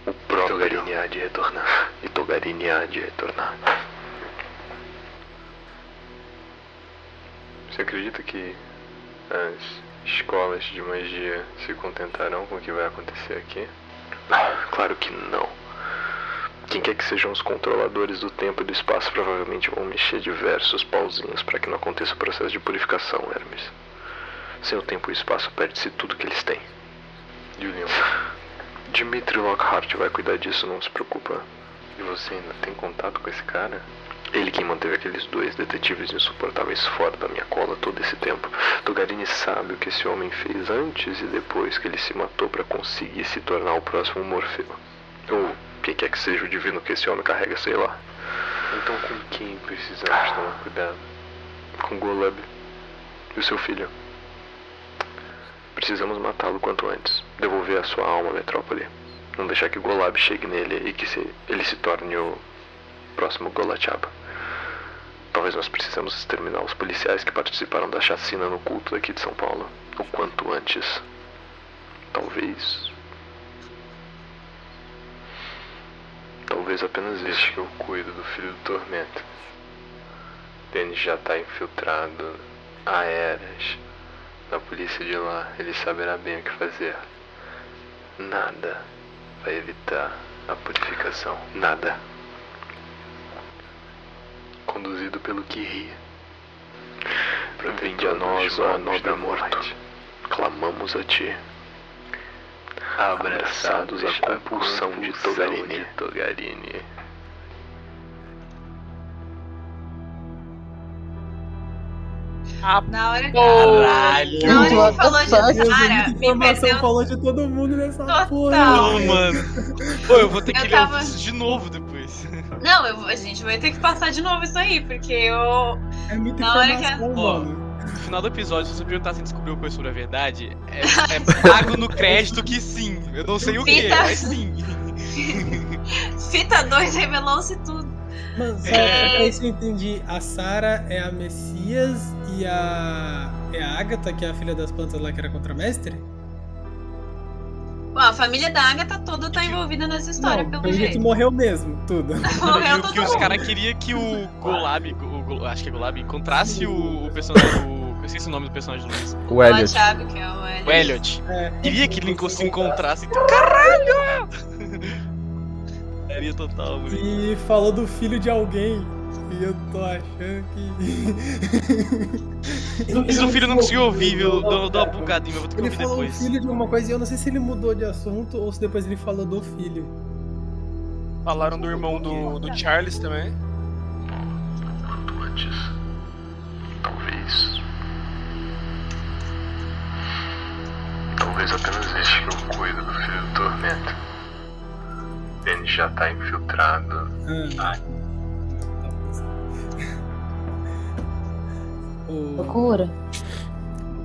O próprio Togarini há de retornar. E Togarini há de retornar. Você acredita que as escolas de magia se contentarão com o que vai acontecer aqui? Ah, Claro que não. Quem quer que sejam os controladores do tempo e do espaço provavelmente vão mexer diversos pauzinhos para que não aconteça o processo de purificação, Hermes. Sem o tempo e o espaço perde-se tudo que eles têm. Julian. Dimitri Lockhart vai cuidar disso, não se preocupa. E você ainda tem contato com esse cara? Ele quem manteve aqueles dois detetives insuportáveis fora da minha cola todo esse tempo. Togarini sabe o que esse homem fez antes e depois que ele se matou para conseguir se tornar o próximo Morfeu. Ou quem quer que seja o divino que esse homem carrega, sei lá. Então com quem precisamos tomar cuidado? Com Golub e o seu filho. Precisamos matá-lo quanto antes. Devolver a sua alma à metrópole. Não deixar que Golab chegue nele e que se- ele se torne o próximo Golachaba. Talvez nós precisamos exterminar os policiais que participaram da chacina no culto daqui de São Paulo. O quanto antes. Talvez. Talvez apenas este que eu cuido do filho do tormento. Denis já está infiltrado há eras na polícia de lá. Ele saberá bem o que fazer. Nada vai evitar a purificação. Nada conduzido pelo que ri. Vinde a nós, ó nobre morte, clamamos a ti. Abraçados à compulsão de Togarini. Togarini. Na hora que, Caralho! na hora que What the falou de fuck? Sara, me informação perdeu falou de todo mundo nessa Total. porra. Não, mano. Pô, eu vou ter que Eu ler tava- isso de novo depois. Não, eu- a gente vai ter que passar de novo isso aí, porque eu. É muita Na hora que informação, Ó, mano. No final do episódio, se você perguntar se descobriu alguma coisa sobre a verdade, é, é pago no crédito que sim. Eu não sei o que, Fita. mas sim. Fita 2 revelou-se tudo. Mano, só, É. só pra isso eu entendi. A Sarah é a Messias e a. É a Agatha, que é a filha das plantas lá que era contramestre? Bom, a família da Agatha toda tá envolvida nessa história, Não, pelo jeito. morreu mesmo, tudo. Mano, Morreu e o todo que os mundo. caras queriam que o Golab, o Gol- acho que é Golab, encontrasse o, o personagem. O, eu esqueci o nome do personagem do Luiz. O Elliot. O Thiago, que é o Elliot. O Elliot. É. Queria que ele enco- se encontrasse. Então, caralho! Seria total, moleque. E falou do filho de alguém. E eu tô achando que. E seu filho não conseguiu ouvir, viu? Dou, dou uma bugadinha, eu vou ter que Ele ouvir falou o Então, depois. filho de alguma coisa e eu não sei se ele mudou de assunto ou se depois ele falou do filho. Falaram do irmão do, do Charles também. Quanto antes. Talvez. Talvez apenas este que eu cuido do filho do tormento. Ele já está infiltrado. Ah. Ô, Loucura.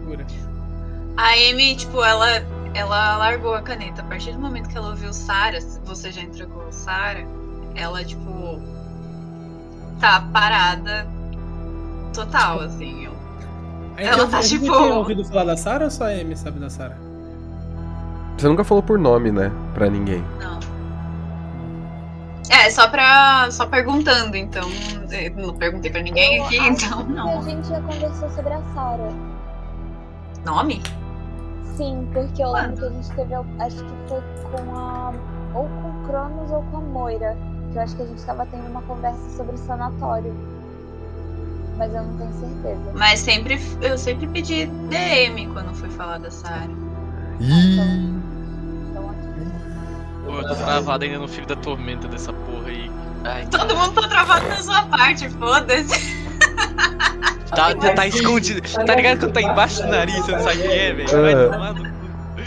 loucura. A Amy, tipo, ela, ela largou a caneta. A partir do momento que ela ouviu Sarah, se você já entregou Sarah, ela, tipo, tá parada total, assim. Eu- A Ela gente- tá a gente tipo- tinha ouvido falar da Sarah ou só a Amy sabe da Sarah? Você nunca falou por nome, né? Pra ninguém. Não. É, só pra. só perguntando, então. eu Não perguntei pra ninguém Eu aqui, acho então que A não. gente já conversou sobre a Saura. Nome? Sim, porque eu lembro Quando? que a gente teve. Acho que foi com a. Ou com o Cronos ou com a Moira. Que eu acho que a gente tava tendo uma conversa sobre o sanatório. Mas eu não tenho certeza. Mas sempre eu sempre pedi DM quando fui falar dessa área. Ih, Então, aqui. Pô, eu tô travado ainda no filho da tormenta dessa porra aí. Ai, Todo mundo tá travado na sua parte, foda-se. tá, tá, tá escondido. Tá ligado quando tá embaixo do nariz, você não sabe quem é, velho? Vai Ah. tomar no cu. Tem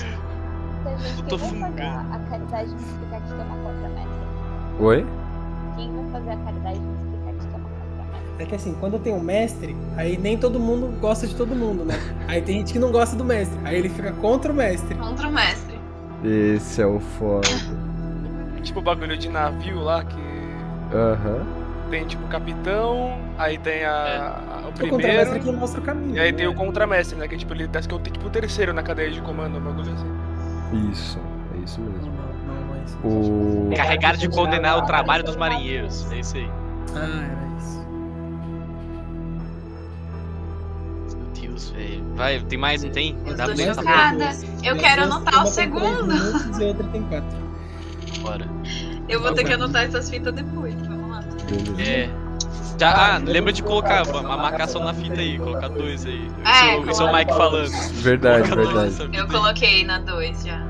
Então, gente Eu que tô vai fungando. pagar a caridade de explicar que toma contra mestre. Oi? Quem vai fazer a caridade de explicar que toma contra mestre? É que assim, quando tem um mestre, aí nem todo mundo gosta de todo mundo, né? Aí tem gente que não gosta do mestre, aí ele fica contra o mestre. Contra o mestre. Esse é o foda. Tipo o bagulho de navio lá, que Aham. tem tipo o capitão, aí tem a, o O contra-mestre é primeiro, que mostra o caminho. e aí né? tem o contramestre, né? Que tipo, ele parece que é o, tipo, o terceiro na cadeia de comando, um bagulho assim. Isso, é isso Não, mesmo. não, não, não é isso. O. Encarregado de condenar o trabalho dos marinheiros. É isso aí. Ah, era isso. Meu Deus, velho. Vai, tem mais, não tem? Eu Dá tô pra gente chocada. tá Eu Às quero vezes anotar uma o tem três segundo. minutos E a outra tem quatro. fora. Eu vou ter Tá que anotar essas fitas depois, vamos lá. Beleza. É. Já, ah, lembra de colocar a marcação na fita aí, colocar dois aí. Isso É, é, o- isso é o Mike falando. Verdade, Coloca dois verdade. nessa fita Eu aí. coloquei na 2 já.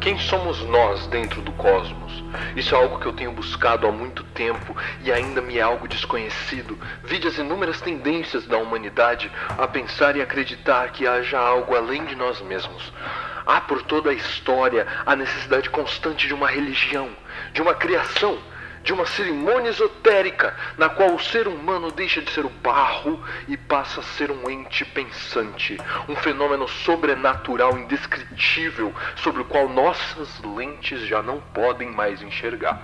Quem somos nós dentro do cosmos? Isso é algo que eu tenho buscado há muito tempo e ainda me é algo desconhecido. Vide as inúmeras tendências da humanidade a pensar e acreditar que haja algo além de nós mesmos. Há por toda a história a necessidade constante de uma religião, de uma criação, de uma cerimônia esotérica na qual o ser humano deixa de ser o barro e passa a ser um ente pensante, um fenômeno sobrenatural indescritível sobre o qual nossas lentes já não podem mais enxergar.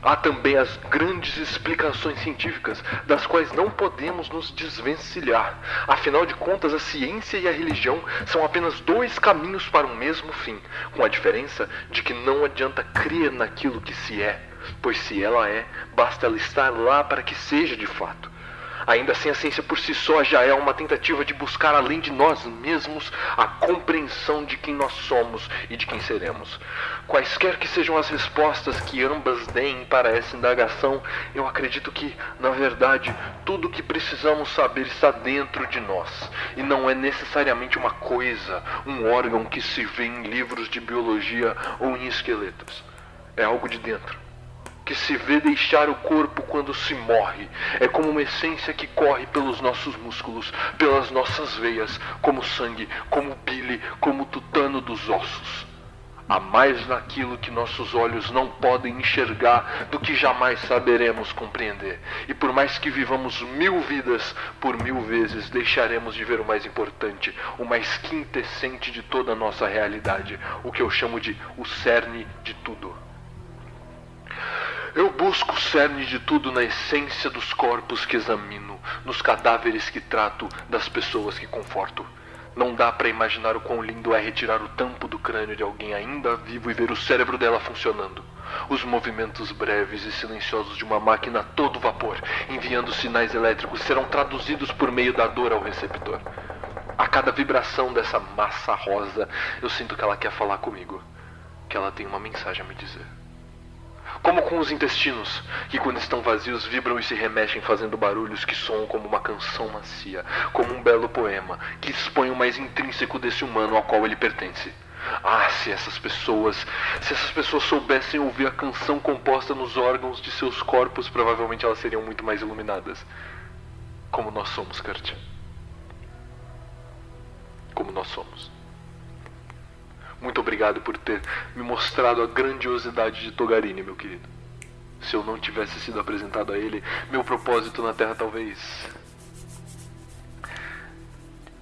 Há também as grandes explicações científicas, das quais não podemos nos desvencilhar. Afinal de contas, a ciência e a religião são apenas dois caminhos para um mesmo fim, com a diferença de que não adianta crer naquilo que se é, pois se ela é, basta ela estar lá para que seja de fato. Ainda assim, a ciência por si só já é uma tentativa de buscar além de nós mesmos a compreensão de quem nós somos e de quem seremos. Quaisquer que sejam as respostas que ambas deem para essa indagação, eu acredito que, na verdade, tudo o que precisamos saber está dentro de nós e não é necessariamente uma coisa, um órgão que se vê em livros de biologia ou em esqueletos. É algo de dentro que se vê deixar o corpo quando se morre. É como uma essência que corre pelos nossos músculos, pelas nossas veias, como sangue, como bile, como tutano dos ossos. Há mais naquilo que nossos olhos não podem enxergar do que jamais saberemos compreender. E por mais que vivamos mil vidas, por mil vezes deixaremos de ver o mais importante, o mais quintessente de toda a nossa realidade, o que eu chamo de o cerne de tudo. Eu busco o cerne de tudo na essência dos corpos que examino, nos cadáveres que trato, das pessoas que conforto. Não dá pra imaginar o quão lindo é retirar o tampo do crânio de alguém ainda vivo e ver o cérebro dela funcionando. Os movimentos breves e silenciosos de uma máquina a todo vapor, enviando sinais elétricos, serão traduzidos por meio da dor ao receptor. A cada vibração dessa massa rosa, eu sinto que ela quer falar comigo, que ela tem uma mensagem a me dizer. Como com os intestinos, que quando estão vazios vibram e se remexem fazendo barulhos que soam como uma canção macia, como um belo poema, que expõe o mais intrínseco desse humano ao qual ele pertence. Ah, se essas pessoas, se essas pessoas soubessem ouvir a canção composta nos órgãos de seus corpos, provavelmente elas seriam muito mais iluminadas. Como nós somos, Kurt. Como nós somos. Muito obrigado por ter me mostrado a grandiosidade de Togarini, meu querido. Se eu não tivesse sido apresentado a ele, meu propósito na Terra talvez.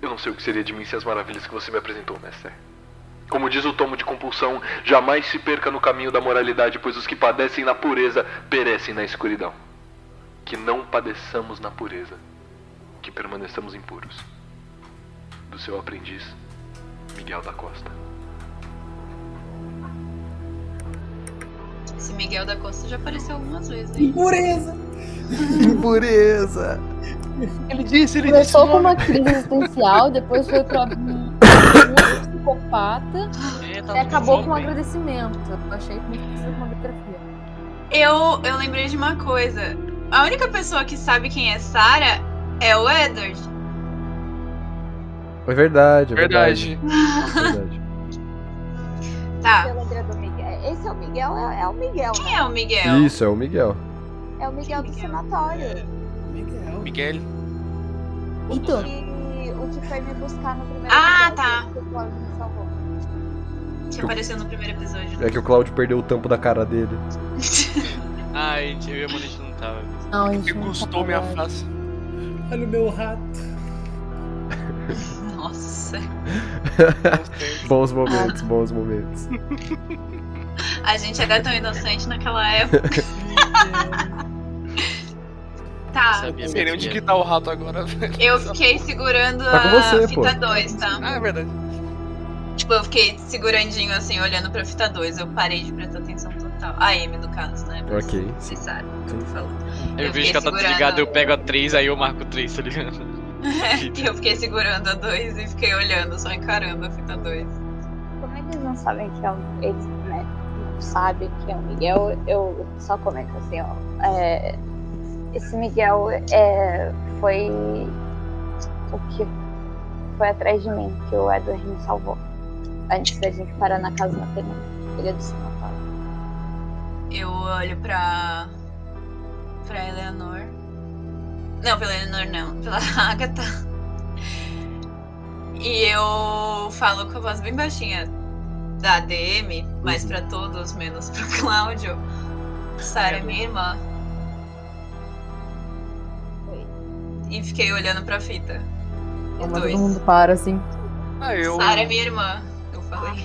Eu não sei o que seria de mim sem as maravilhas que você me apresentou, mestre. Como diz o tomo de compulsão, jamais se perca no caminho da moralidade, pois os que padecem na pureza perecem na escuridão. Que não padeçamos na pureza, que permaneçamos impuros. Do seu aprendiz, Miguel da Costa. Esse Miguel da Costa já apareceu algumas vezes. Que Hein? pureza! Impureza! é Ele disse, ele disse. Começou o com nome. uma crise existencial, depois foi pra um psicopata tá É, e acabou com um agradecimento. Eu achei muito preciso de uma biografia. Eu, eu lembrei de uma coisa. A única pessoa que sabe quem é Sarah é o Edward. É verdade, é verdade. É Verdade. verdade. Tá. Eu lembrei do Miguel. Esse é o Miguel, é, é o Miguel, Quem né? é o Miguel? É. Isso, é o Miguel. É o Miguel do sanatório. Miguel. Miguel. O que, o que foi me buscar no primeiro Ah, episódio, tá. que o Cláudio me salvou. Que apareceu no primeiro episódio. É que o Claudio perdeu o tampo da cara dele. Ah, Ai, gente, eu e a Monique não tava. Não, gente. Que não custou tá minha falando. face. Olha o meu rato. Nossa. Não sei. Bons momentos, bons momentos. A gente era tão inocente naquela época. Tá, Sabia Seria onde mentira. que tá o rato agora, velho. eu fiquei segurando Tá com a você, fita pô. 2, tá? Ah, é verdade. Tipo, eu fiquei segurandinho assim, olhando pra fita 2. Eu parei de prestar atenção total. A M, no caso, né? Mas Ok. Vocês sabem o que eu tô falando. Eu vejo fiquei que ela tá segurando. desligada, eu pego a 3, aí eu marco 3, tá ligado? eu fiquei segurando a 2 e fiquei olhando, só encarando a fita 2. Como eles não sabem que é o. Eles, né, não sabem que é o Miguel, eu só comento assim, ó. é, esse Miguel é, foi o que foi atrás de mim, que o Edward me salvou. Antes da gente parar na casa da Fernanda. Ele é do sanatório. Eu olho pra. pra Eleanor. Não, pela Eleanor não, pela Agatha. E eu falo com a voz bem baixinha da DM, mas pra todos, menos pro Cláudio. Sara é minha irmã. Oi. E fiquei olhando pra fita. É Mas dois. Todo mundo para, assim. Ah, eu, Sara é minha irmã, eu falei.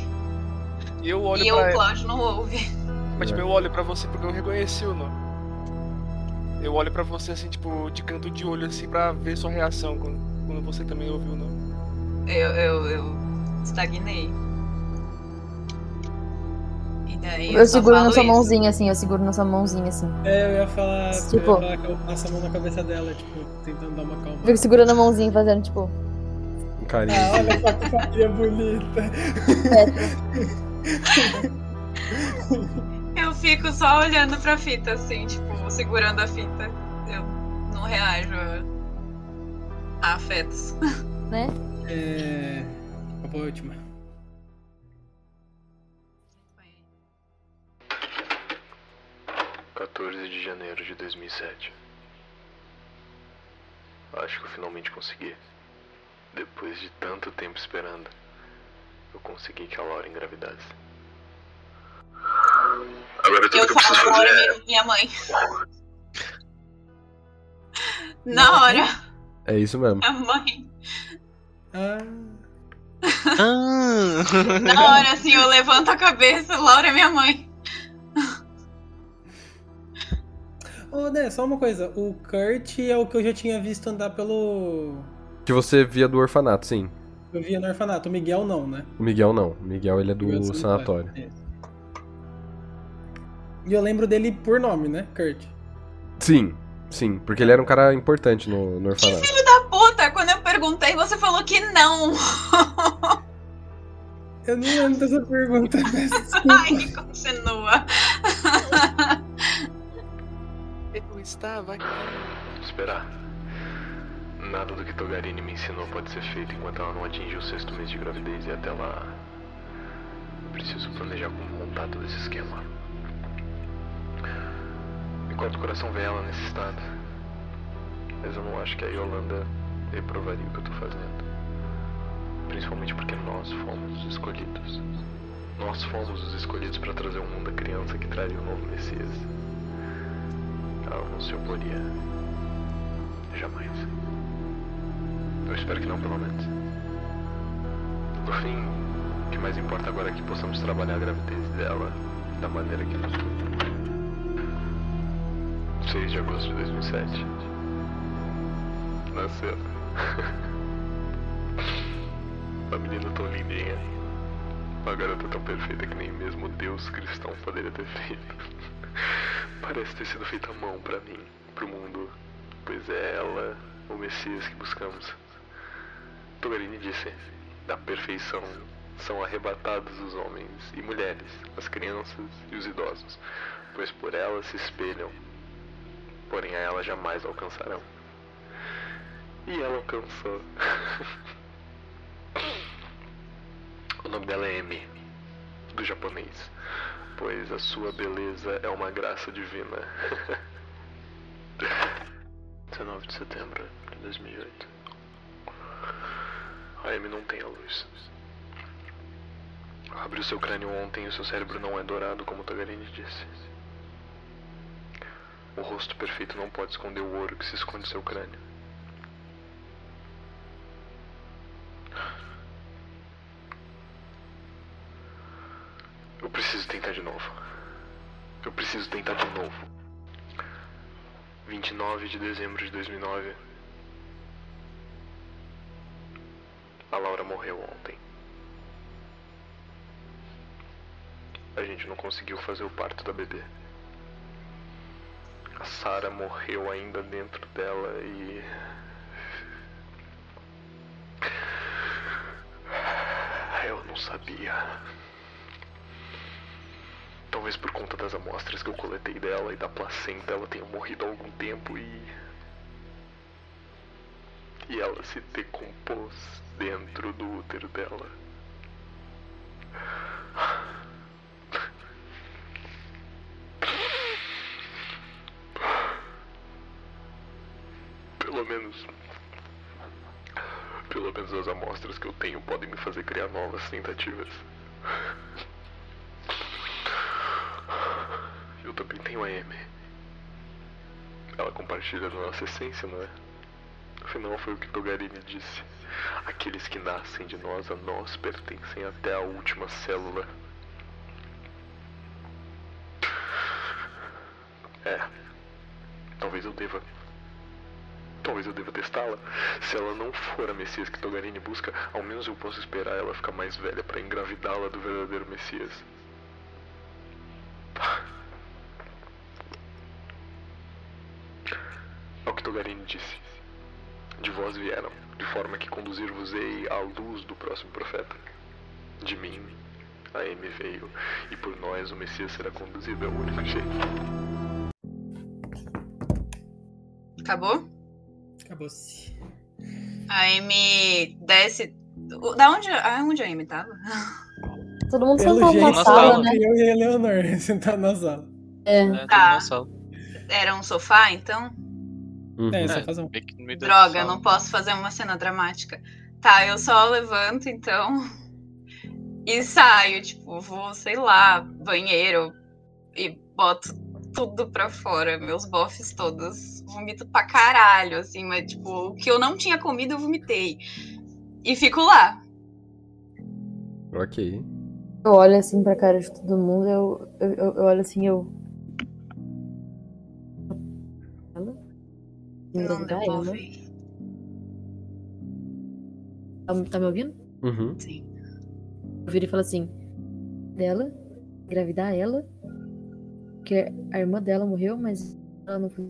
eu olho e eu, pra o Cláudio não ouve. Mas tipo, eu olho pra você porque eu reconheci o nome. Eu olho pra você assim, tipo, de canto de olho, assim, pra ver sua reação quando, quando você também ouviu o nome. Eu, eu, eu estagnei. E daí eu, Eu só seguro na falo sua isso. mãozinha, assim. Eu seguro na sua mãozinha, assim. É, eu ia falar. Tipo- Eu ia falar que eu passo a mão na cabeça dela, tipo, tentando dar uma calma. Fico segurando a mãozinha e fazendo, tipo... Um carinho. É, Ah, olha assim. só que família bonita. Eu fico só olhando pra fita, assim, tipo, segurando a fita. Eu não reajo a- a afetos. Né? É. Qual a última? Foi 14 de janeiro de 2007. Acho que eu finalmente consegui. Depois de tanto tempo esperando, eu consegui que a Laura engravidasse. Agora tudo Eu que eu preciso falo na fazer hora é minha- minha mãe. Na hora, É isso mesmo. a mãe. Ah. Ah. Na hora, assim, eu levanto a cabeça, Laura é minha mãe. Ô, né, só uma coisa. O Kurt é o que eu já tinha visto andar pelo. Que você via do orfanato, sim. Eu via no orfanato. O Miguel não, né? O Miguel não. O Miguel ele é Miguel do sanatório. É. E eu lembro dele por nome, né, Kurt? Sim, sim. Porque ele era um cara importante no, no orfanato. Da puta, quando eu perguntei, você falou que não. Eu não lembro dessa pergunta. Ai, continua. Eu estava aqui. esperar. Nada do que Togarini me ensinou pode ser feito enquanto ela não atinge o sexto mês de gravidez e até lá. eu Preciso planejar como montar todo esse esquema. Enquanto o coração vê ela nesse estado. Mas eu não acho que a Yolanda reprovaria o que eu tô fazendo. Principalmente porque nós fomos os escolhidos. Nós fomos os escolhidos para trazer ao mundo a criança que traria o novo Messias. Ela não se oporia. Jamais. Eu espero que não, pelo menos. No fim, o que mais importa agora é que possamos trabalhar a gravidez dela da maneira que nos conta. 6 de agosto de 2007. Nasceu. Uma menina tão lindinha. Uma garota tão perfeita que nem mesmo Deus cristão poderia ter feito. Parece ter sido feita à mão pra mim, pro mundo. Pois é ela, o Messias que buscamos. Togarini disse: da perfeição são arrebatados os homens e mulheres, as crianças e os idosos, pois por ela se espelham, porém a ela jamais alcançarão. E ela alcançou. o nome dela é M, do japonês, pois a sua beleza é uma graça divina. 19 de setembro de 2008. A M não tem a luz. Abriu seu crânio ontem e seu cérebro não é dourado, como Togarini disse. O rosto perfeito não pode esconder o ouro que se esconde em seu crânio. Eu preciso tentar de novo. Eu preciso tentar de novo. 29 de dezembro de 2009. A Laura morreu ontem. A gente não conseguiu fazer o parto da bebê. A Sara morreu ainda dentro dela e. Eu não sabia. Talvez por conta das amostras que eu coletei dela e da placenta, ela tenha morrido há algum tempo e. E ela se decompôs dentro do útero dela. Pelo menos. Pelo menos as amostras que eu tenho podem me fazer criar novas tentativas. Eu também tenho a M. Ela compartilha da nossa essência, não é? Afinal, foi o que Togarini disse. Aqueles que nascem de nós, a nós pertencem até a última célula. É. Talvez eu deva. Talvez eu deva testá-la. Se ela não for a Messias que Togarini busca, ao menos eu posso esperar ela ficar mais velha para engravidá-la do verdadeiro Messias. Ao que Togarini disse. De vós vieram, de forma que conduzir-vos-ei à luz do próximo profeta. De mim, a M veio, e por nós o Messias será conduzido, é o único jeito. Acabou? Acabou-se. A Amy desce. o- Da onde, aonde a Amy tava? Todo mundo Pelo sentado tá na jeito, tá. na sala, sala. né? eu e a Eleanor sentado na sala. É. É, Tá. tá. na sala. Era um sofá, então? É, só É. fazer um. Meio que no meio da Droga, sala. não posso fazer uma cena dramática. Tá, eu só levanto então e saio, tipo, vou, sei lá, banheiro e boto tudo pra fora, meus bofs todos. Vomito pra caralho, assim, mas tipo, o que eu não tinha comido eu vomitei. E fico lá. Ok. Eu olho assim pra cara de todo mundo, eu, eu, eu- eu olho assim, eu. Ela? Não Engravidar né? ela? devolve. Tá, tá me ouvindo? Uhum. Sim. Eu viro e falo assim: dela, engravidar ela, porque a irmã dela morreu, mas ela não Tá foi.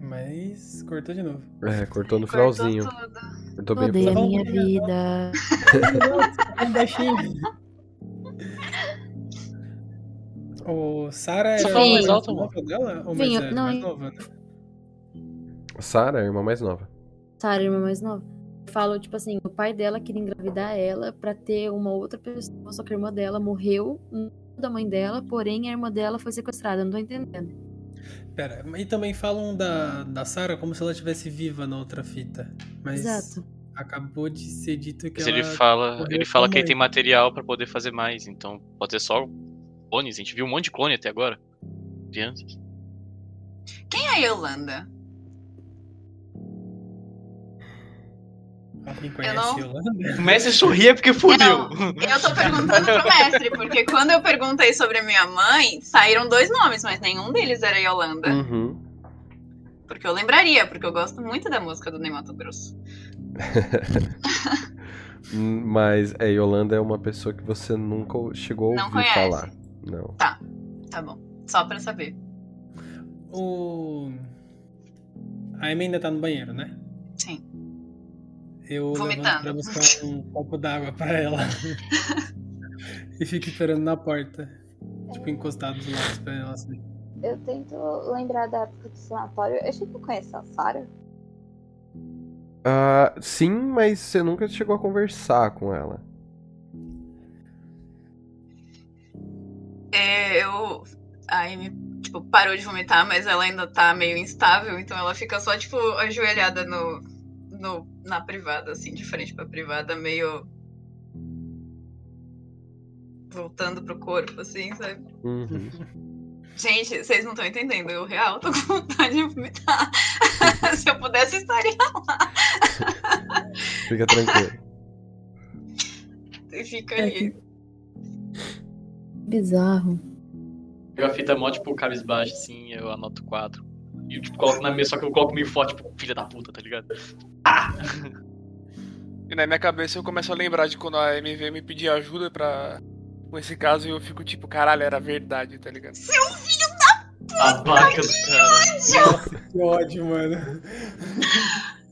Mas cortou de novo. É, cortou no Cortou finalzinho. tudo. Cortou bem no Odeio a finalzinho. falando. minha vida. O Sara é Só a fala mais irmã alto, amor. nova dela? Ou mais, Vinho, velha? não, mais hein? nova? né? Sara, a irmã mais nova. Sara, Tá, irmã mais nova. Falam, tipo assim, o pai dela queria engravidar ela pra ter uma outra pessoa, só que a irmã dela morreu não da mãe dela, porém a irmã dela foi sequestrada. Eu Não tô entendendo. Pera, e também falam da, da Sarah como se ela estivesse viva na outra fita. Mas Exato. acabou de ser dito que Mas ela... ele fala, morreu ele fala que também. ele tem material pra poder fazer mais, então pode ser só clones. A gente viu um monte de clone até agora. Crianças. Quem é a Yolanda? Alguém Eu conhece não- Yolanda? O mestre sorria é porque fudeu. Eu tô perguntando pro mestre, porque quando eu perguntei sobre a minha mãe, saíram dois nomes, mas nenhum deles era Yolanda. Uhum. Porque eu lembraria, porque eu gosto muito da música do Ney Mato Grosso. Mas é, Yolanda é uma pessoa que você nunca chegou a Não ouvir conhece. falar. Não. Tá bom. Só pra saber. O... A Emma ainda tá no banheiro, né? Sim. Eu levanto Vomitando. pra buscar um copo d'água pra ela. e fico esperando na porta. Tipo, encostado dos lados pra ela assim. Eu tento lembrar da época do sanatório. Eu achei que eu conheço a Sarah. Ah, sim, mas você nunca chegou a conversar com ela. É, eu. A Amy, tipo, parou de vomitar, mas ela ainda tá meio instável, então ela fica só, tipo, ajoelhada no. no na privada, assim, de frente pra privada, meio. Voltando pro corpo, assim, sabe? Uhum. Gente, vocês não estão entendendo. Eu real tô com vontade de vomitar. Se eu pudesse, estaria. Fica tranquilo. E fica aí. Bizarro. Pego a fita mó, tipo, cabisbaixo, assim, eu anoto quatro. E eu, tipo, coloco na mesa, só que eu coloco meio forte, tipo, filha da puta, tá ligado? E na minha cabeça eu começo a lembrar de quando a MV me pedia ajuda pra. com esse caso e eu fico tipo, caralho, era verdade, tá ligado? Babaca do cara. Que ódio, mano.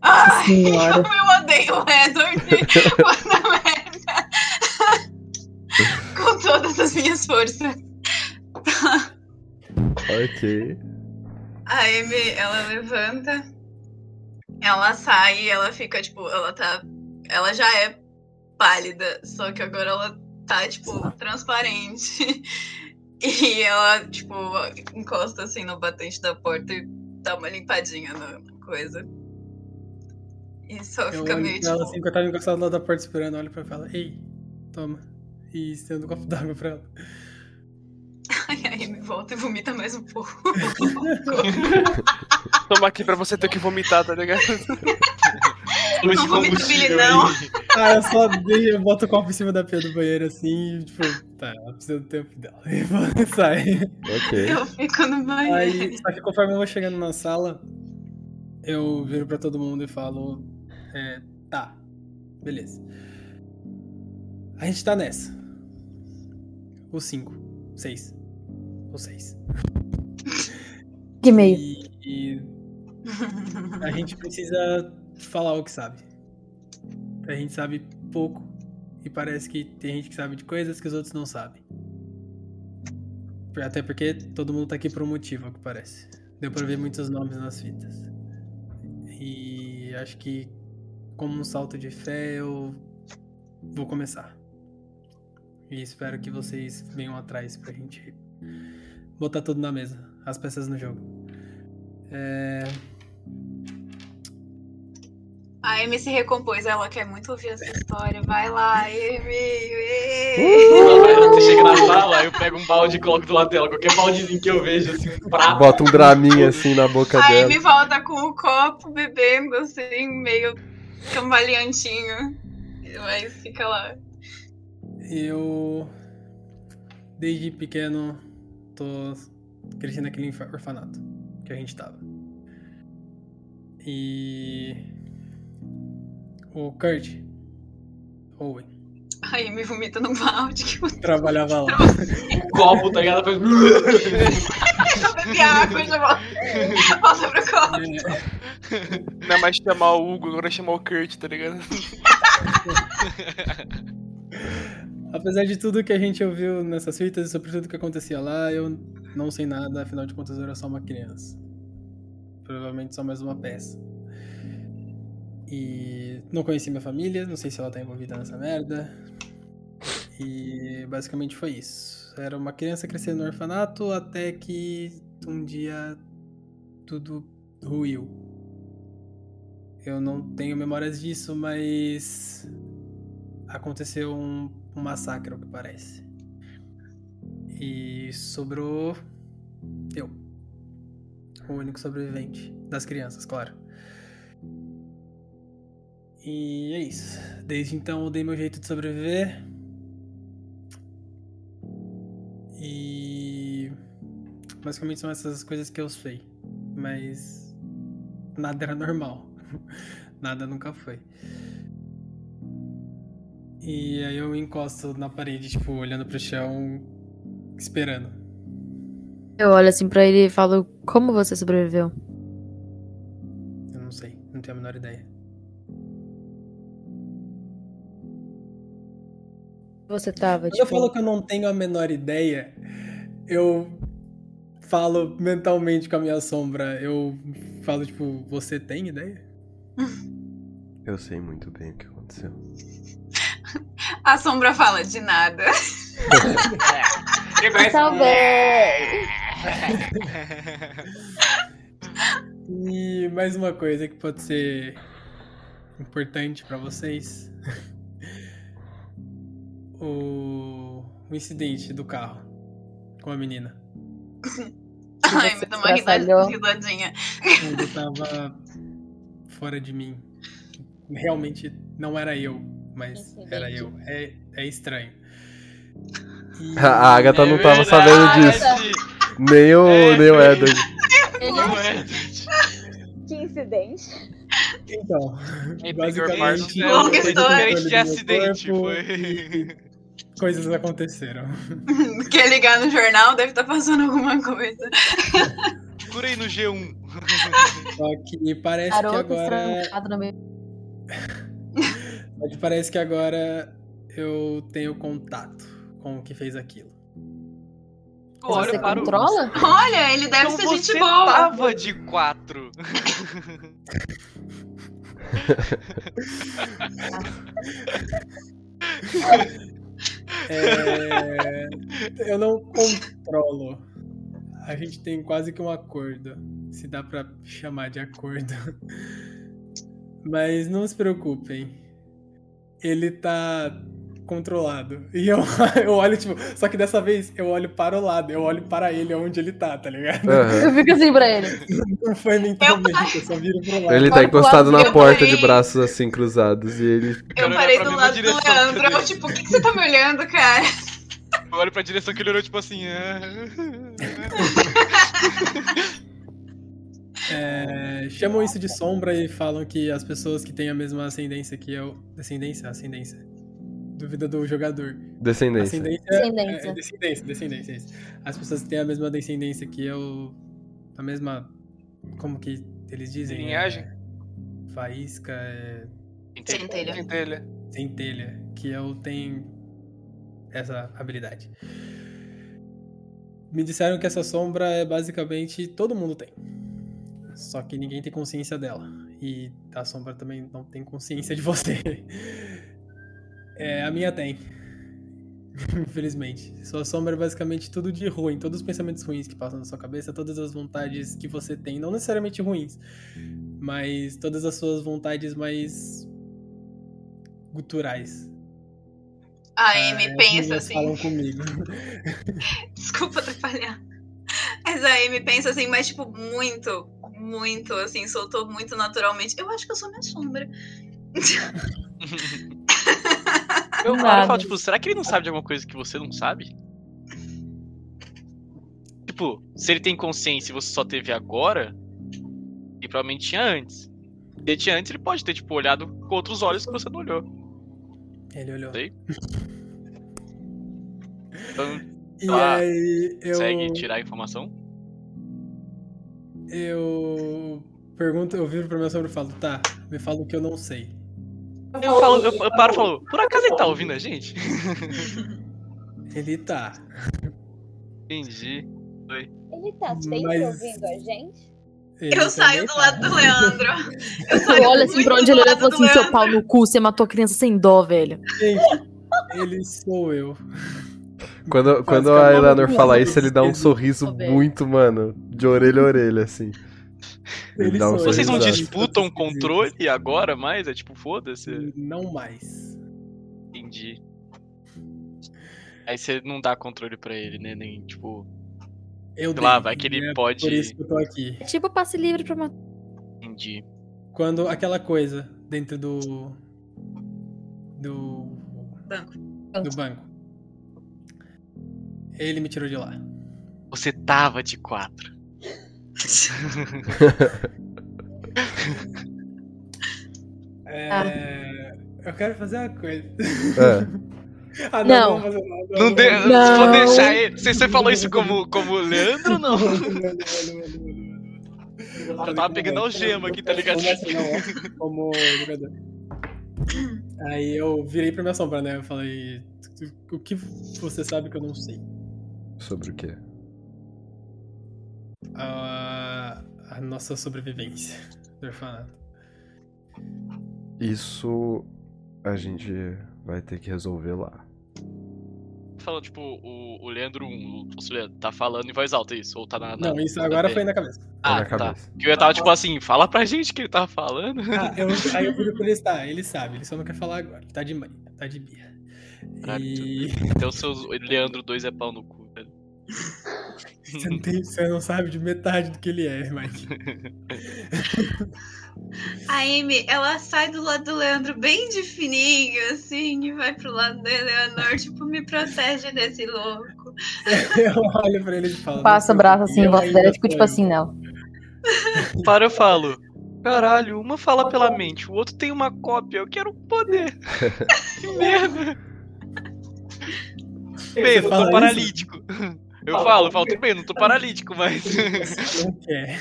Ai, Senhora. como eu odeio o Edward. Puta merda. Com todas as minhas forças. Tá. ok. A Amy, ela levanta, ela sai, ela fica, tipo, ela tá. Ela já é pálida, só que agora ela tá, tipo, transparente. E ela, tipo, encosta assim no batente da porta e dá uma limpadinha na coisa. E só Eu fica olho meio pra ela tipo. assim, que eu tava encostado lá da porta esperando, olho pra ela e falo, ei, toma. E estendo um copo d'água pra ela. assim. Ai, a Amy volta e vomita mais um pouco. Toma aqui pra você ter que vomitar, tá ligado? Luz Não de vomita, combustível Billy, não. aí. Ah, eu só dei, eu boto o copo em cima da pia do banheiro assim, e, tipo, tá, ela precisa do tempo dela. E vou- sai. Ok. Eu fico no banheiro. Aí, só que conforme eu vou chegando na sala, eu viro pra todo mundo e falo, é, tá, beleza. A gente tá nessa. Ou cinco, seis, ou seis. Que meio. E- e A gente precisa falar o que sabe. A gente sabe pouco e parece que tem gente que sabe de coisas que os outros não sabem. Até porque todo mundo tá aqui por um motivo, ao que parece. Deu pra ver muitos nomes nas fitas. E acho que, como um salto de fé, eu vou começar. E espero que vocês venham atrás pra gente botar tudo na mesa, as peças no jogo. É. A Amy se recompôs, ela quer muito ouvir essa história. Vai lá, Amy! ê! Não, aí Você chega na sala, eu pego um balde e coloco do lado dela. Qualquer baldezinho que eu vejo, assim, um prato. Bota um draminha assim na boca A dela. Amy volta com o copo, bebendo, assim, meio cambaleantinho. Mas fica lá. Eu, desde pequeno, tô crescendo naquele infa- orfanato que a gente tava. E. O Kurt Owen A Amy vomita no balde que eu trabalhava lá. um copo, tá ligado? Faz... bebi água e já volto. volta pro copo. Não é mais chamar o Hugo, agora é chamar o Kurt, tá ligado? Apesar de tudo que a gente ouviu nessas fitas e sobre tudo que acontecia lá, eu não sei nada, afinal de contas eu era só uma criança. Provavelmente só mais uma peça. E não conheci minha família, não sei se ela tá envolvida nessa merda. E basicamente foi isso. Era uma criança crescendo no orfanato até que um dia tudo ruiu. Eu não tenho memórias disso, mas aconteceu um, um massacre, ao que parece. E sobrou eu. O único sobrevivente das crianças, claro. E é isso. Desde então eu dei meu jeito de sobreviver. E basicamente são essas as coisas que eu sei. Mas nada era normal. Nada nunca foi. E aí eu encosto na parede, tipo, olhando pro chão, esperando. Eu olho assim pra ele e falo, como você sobreviveu? Eu não sei, não tenho a menor ideia. Você tava, Quando eu tipo... falo que eu não tenho a menor ideia, eu falo mentalmente com a minha sombra. Eu falo, tipo, você tem ideia? Eu sei muito bem o que aconteceu. A sombra fala de nada. É. Tá Talvez. E mais uma coisa que pode ser importante pra vocês. O... o incidente do carro com a menina. Ai, Você me dá uma rida- estraçalhou. risadinha. Quando tava fora de mim. Realmente não era eu, mas era Incidente. eu. É, é estranho. E- A Agatha não tava É sabendo verdade. disso. Nem o, nem o É. Edward. Não é. Que incidente. Então, Hey, basicamente, Bigger É uma Longa eu perdi história. o diferente controle de do meu acidente, corpo foi. e Coisas aconteceram. Quer ligar no jornal, deve estar passando alguma coisa. Procura aí no G1. Só que parece Garoto que agora. é estrangulado no meio. só que Parece que agora eu tenho contato com o que fez aquilo. Mas Olha, Você parou. controla? Olha, ele deve Então ser você gente boa. tava de quatro. É, eu não controlo. A gente tem quase que um acordo. Se dá pra chamar de acordo. Mas não se preocupem. Ele tá controlado. E eu, eu olho, tipo, só que dessa vez eu olho para o lado, eu olho para ele onde ele tá, tá ligado? Aham. Eu fico assim pra ele. Não foi mentalmente, eu só viro pro lado. Ele tá Agora, encostado quase na eu porta parei. de braços assim cruzados e ele. Eu Cara, parei olhar pra do mesma lado do direção, Leandro. cadê? Eu, tipo, por que, que você tá me olhando, cara? Eu olho pra direção que ele olhou, tipo assim. ah. É, chamam isso de sombra e falam que as pessoas que têm a mesma ascendência que eu. Descendência? Ascendência. Dúvida do jogador. Descendência. Ascendência. Descendência. É, é descendência, descendência, isso. As pessoas que têm a mesma descendência que eu. A mesma. Como que eles dizem? Linhagem? É, faísca, é, Centelha. Centelha. centelha, que eu tenho essa habilidade. Me disseram que essa sombra é basicamente todo mundo tem. Só que ninguém tem consciência dela. E a sombra também não tem consciência de você. É, a minha tem. Infelizmente. Sua sombra é basicamente tudo de ruim. Todos os pensamentos ruins que passam na sua cabeça, todas as vontades que você tem, não necessariamente ruins, mas todas as suas vontades mais guturais. A É, Amy as pensa meninas assim. Falam comigo. Desculpa atrapalhar. Mas a Amy pensa assim, mas tipo, muito, muito, assim, soltou muito naturalmente. Eu acho que eu sou minha sombra. Eu olho Nada. e falo, tipo, será que ele não sabe de alguma coisa que você não sabe? Tipo, se ele tem consciência e você só teve agora, e provavelmente tinha antes. Se ele tinha antes, ele pode ter, tipo, olhado com outros olhos que você não olhou. Ele olhou. Sei. Então, E lá. aí eu, consegue tirar a informação? eu pergunto, eu viro pra minha sombra e falo, tá, me fala o que eu não sei. Eu, falo, eu, eu paro e falo, por acaso ele tá ouvindo a gente? Ele tá. Entendi. Ele tá sempre Mas- ouvindo a gente? Ele Eu também saio do tá. lado do Leandro. Eu Tu saio olha assim muito pra onde do ele olha e lado fala do assim, seu Leandro. pau no cu, você matou a criança sem dó, velho. Gente, ele sou eu. Quando, quando que eu a não Eleanor vou fala fazer isso, ele dá um isso. sorriso Tô bem. muito, mano. De orelha a orelha, assim. Ele Ele dá um sou eu. Vocês não Exato. disputam controle agora mais? É tipo, foda-se. Não mais. Entendi. Aí você não dá controle pra ele, né? Nem, tipo, Eu Sei lá, dei, vai que ele e é pode- Por isso que eu tô aqui. É tipo passe livre pra matar. entendi. Quando aquela coisa dentro do. Do. Banco. Do banco. Ele me tirou de lá. Você tava de quatro. É... Eu quero fazer uma coisa. É. Ah, Não. não, vou fazer nada, Não, de... vou- Se for Não. deixar ele. Você, você falou isso como, como Leandro ou não? Eu Eu tava pegando algema aqui, tá ligado? Como jogador. Aí eu virei pra me assombrar, né? Eu falei: O que você sabe que eu não sei? Sobre o quê? A, a nossa sobrevivência do orfanato. Isso a gente vai ter que resolver lá. Falou, tipo, o, o Leandro 1, o Poço Leandro, tá falando em voz alta isso, ou tá na... na- Não, isso na agora TV? foi na cabeça. Tá Ah, na tá. cabeça. Que eu tava, tipo assim, fala pra gente o que ele tava falando. Ah, eu, aí eu viro pra ele: Tá, ele sabe, ele só não quer falar agora. Ele tá de mãe, tá de birra. E Então seus Leandro 2 é pau no cu, velho. você não, tem- você não sabe de metade do que ele é, Mike. A Amy, ela sai do lado do Leandro bem de fininho, assim, e vai pro lado do Eleanor, tipo, me protege desse louco. Eu olho pra ele e falo. Passa o "Não sei braço que assim, eu volta dela, ainda fico tipo sou assim nela. Para, eu falo. Caralho, uma fala pela mente, o outro tem uma cópia, eu quero poder. que merda. Bem, eu não tô fala isso? paralítico. Eu falo, eu falo, tudo bem, não tô paralítico, mas. eu. Não quer.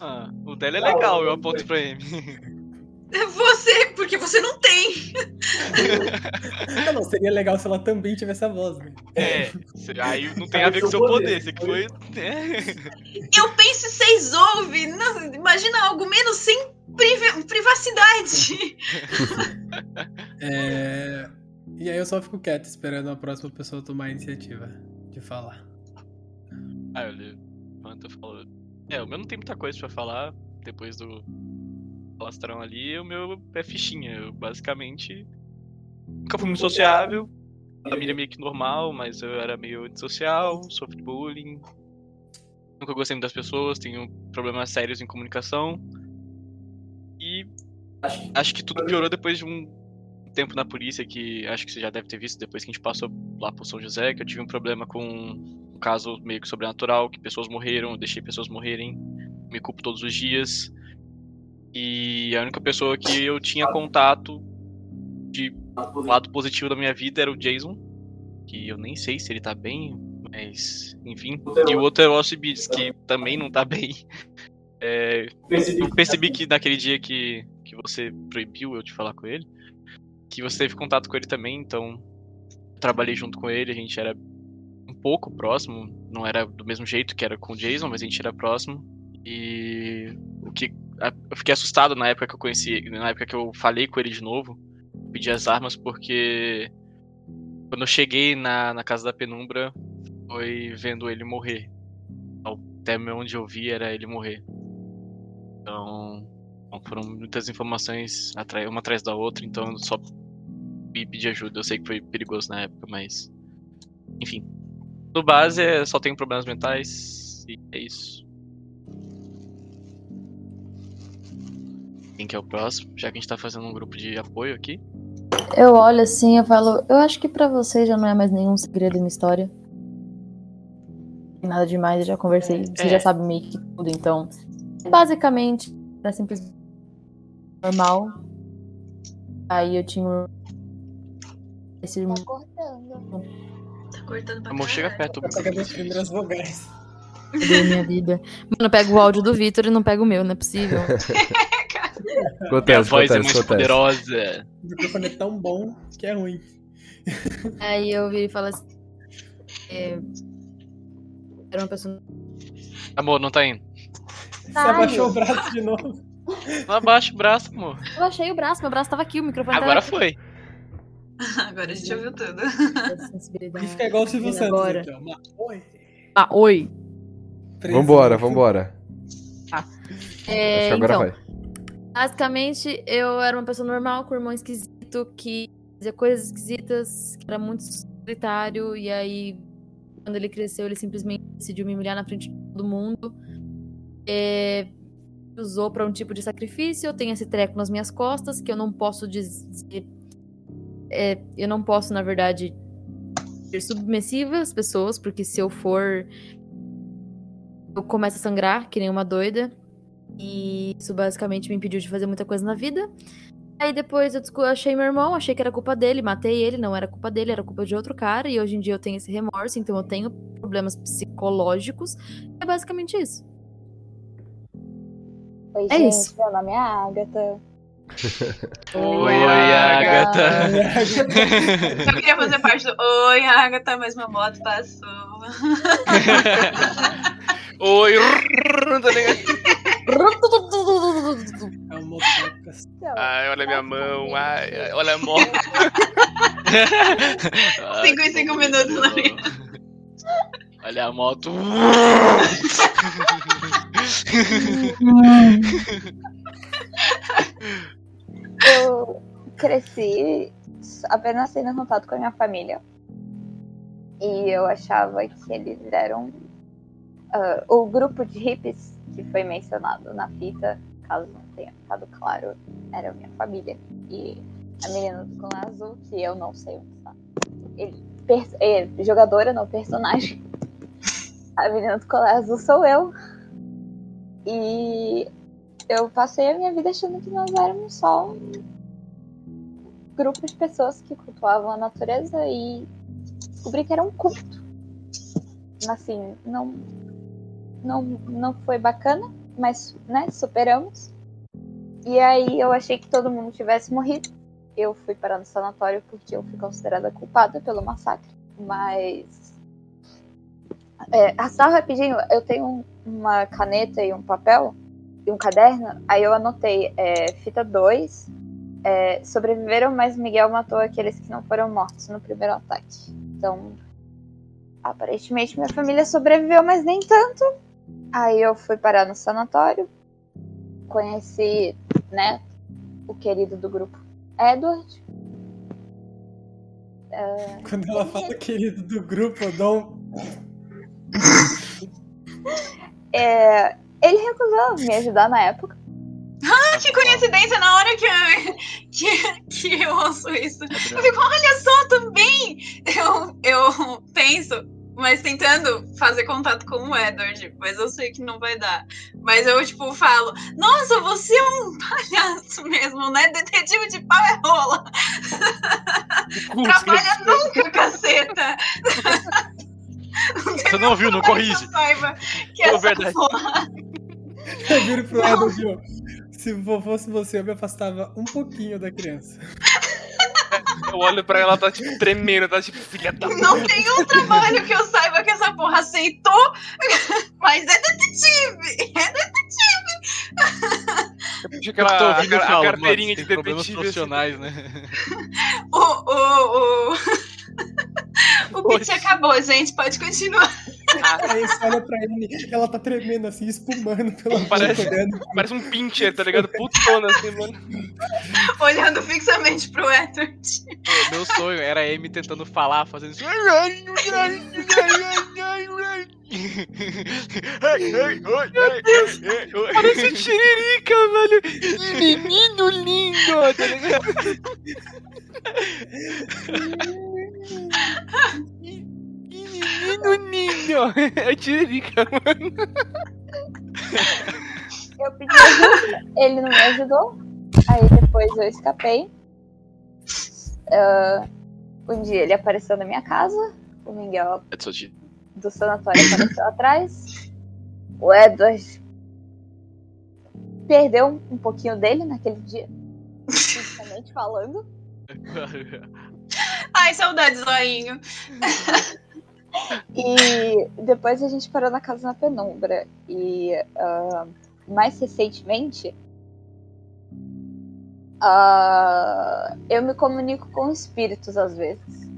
Ah, o dela é legal, eu aponto pra ele. É você, porque você não tem. Ah, não, seria legal se ela também tivesse a voz, né? É, cê- aí não tem a ver com o seu poder, você que foi. É. Eu penso e vocês ouvem. Não, imagina algo menos sem privi- privacidade. É, E aí eu só fico quieto esperando a próxima pessoa tomar a iniciativa de falar. Aí Ah, eu li, quanto eu falo. É, o meu não tem muita coisa pra falar depois do palastrão ali, o meu é fichinha. Eu basicamente nunca fui muito sociável. A família meio que normal, mas eu era meio antissocial, sofri bullying. Nunca gostei muito das pessoas, tenho problemas sérios em comunicação. E acho, que tudo piorou depois de um tempo na polícia, que acho que você já deve ter visto depois que a gente passou lá por São José, que eu tive um problema com um caso meio que sobrenatural, que pessoas morreram, eu deixei pessoas morrerem, me culpo todos os dias. E a única pessoa que eu tinha contato de lado positivo da minha vida era o Jason, que eu nem sei se ele tá bem, mas enfim. E o outro era o Alcibiades, que também não tá bem. É, eu percebi que naquele dia que, que você proibiu eu de falar com ele, que você teve contato com ele também, então eu trabalhei junto com ele, a gente era um pouco próximo, não era do mesmo jeito que era com o Jason, mas a gente era próximo. E o que a- eu fiquei assustado na época que eu conheci, na época que eu falei com ele de novo, pedi as armas porque quando eu cheguei na, na casa da penumbra, foi vendo ele morrer. Até onde eu vi era ele morrer. Então, bom, foram muitas informações atra- uma atrás da outra, então eu só pe- pedi ajuda. Eu sei que foi perigoso na época, mas enfim. No base, é, só tenho problemas mentais e é isso. Quem que é o próximo? Já que a gente tá fazendo um grupo de apoio aqui. Eu olho assim, eu falo, eu acho que pra você já não é mais nenhum segredo e uma história. Nada demais, eu já conversei. Você É. já sabe meio que tudo, então. Basicamente, era simplesmente normal. Aí eu tinha um. Esse Tá cortando. Tá cortando pra Amor, chega caralho. perto. Eu só quero as primeiras vogais. da minha vida. Mano, pega o áudio do Vitor e não pega o meu, não é possível. Minha Acontece, voz é acontece, mais acontece. poderosa. O microfone é tão bom que é ruim. Aí eu vi e falo assim. é, era uma pessoa. Amor, não tá indo. Você Caralho. abaixou o braço de novo. Não abaixa o braço, amor. Eu achei o braço, meu braço tava aqui, o microfone Agora tava foi. Agora a gente ouviu tudo. aqui. Porque fica igual o Silvio Vem Santos agora. aqui, ó. Uma- Oi. Ah, oi. Preso. Vambora, vambora. Acho É, que agora então, vai. basicamente, eu era uma pessoa normal, com um irmão esquisito, que fazia coisas esquisitas, que era muito solitário, e aí, quando ele cresceu, ele simplesmente decidiu me humilhar na frente de todo mundo. É, me usou pra um tipo de sacrifício, eu tenho esse treco nas minhas costas, que eu não posso dizer... é, eu não posso, na verdade, ser submissiva às pessoas, porque se eu for... Eu começo a sangrar, que nem uma doida. E isso basicamente me impediu de fazer muita coisa na vida. Aí depois eu descu- achei meu irmão, achei que era culpa dele, matei ele, não era culpa dele, era culpa de outro cara. E hoje em dia eu tenho esse remorso, então eu tenho problemas psicológicos. É basicamente isso. Oi, É gente, isso. meu nome é Agatha. Oi, Agatha. Eu queria fazer parte do Oi, Agatha, mas meu moto passou. Oi, tá ligado? É um motocas. Ai, olha minha mão, ai, ai, olha a mão. Cinco em cinco minutos né? na minha. Olha a moto. Eu cresci apenas tendo contato com a minha família. E eu achava que eles eram. ah, o grupo de hippies que foi mencionado na fita, caso não tenha ficado claro, era minha família. E a menina do clã azul, que eu não sei onde está. Ele, pers- é, jogadora, não personagem. A menina do colar azul sou eu. E eu passei a minha vida achando que nós éramos só um grupo de pessoas que cultuavam a natureza e descobri que era um culto. Assim, não, não, não foi bacana, mas né, superamos. E aí eu achei que todo mundo tivesse morrido. Eu fui parar no sanatório porque eu fui considerada culpada pelo massacre. Mas. É, ah, só rapidinho, eu tenho um- uma caneta e um papel e um caderno, aí eu anotei é, fita 2. é, sobreviveram, mas Miguel matou aqueles que não foram mortos no primeiro ataque. Então, aparentemente minha família sobreviveu, mas nem tanto. Aí eu fui parar no sanatório, conheci, né, o querido do grupo, Edward. É, Quando ela fala querido do grupo, eu dou um. é, ele recusou me ajudar na época. Tá Ah, que coincidência, na hora que eu, que, que eu ouço É isso. Eu fico, olha só, também! Eu, eu penso, mas tentando fazer contato com o Edward, mas eu sei que não vai dar. Mas eu, tipo, falo, nossa, você é um palhaço mesmo, né? Detetive de pau é rola. Trabalha é nunca, caceta! Você não ouviu, não corrige. Saiba que É essa verdade. porra- Eu viro pro lado, viu? Se eu fosse você, eu me afastava um pouquinho da criança. Eu olho pra ela, tá tipo tremendo, tá tipo filha da Não tem um trabalho que eu saiba que essa porra aceitou, mas é detetive! É detetive! Puxa Eu tô aquela ouvindo e Ah, a, a falo, carteirinha mano, de tem problemas detetive. assim. profissionais, né? O, o, o... o pitch acabou, gente, pode continuar. é Aí você olha pra ele, ela tá tremendo assim, espumando pela boca, Parece- olhando. Parece um pincher, tá ligado? Putona assim, mano. Olhando fixamente pro Edward. Pô, Meu sonho era a Amy tentando falar, fazendo isso. Parece um tiririca, velho. Que Menino lindo, tá ligado? Que Menino lindo. É tiririca, mano. Eu pedi ajuda, ele não me ajudou. Aí depois eu escapei. Ah, um dia ele apareceu na minha casa, o Miguel É de sorte. do sanatório apareceu atrás. O Edward perdeu um pouquinho dele naquele dia, fisicamente falando. Ai, saudades, zoinho. E depois a gente parou na casa na penumbra. E ah, mais recentemente, ah, eu me comunico com espíritos às vezes.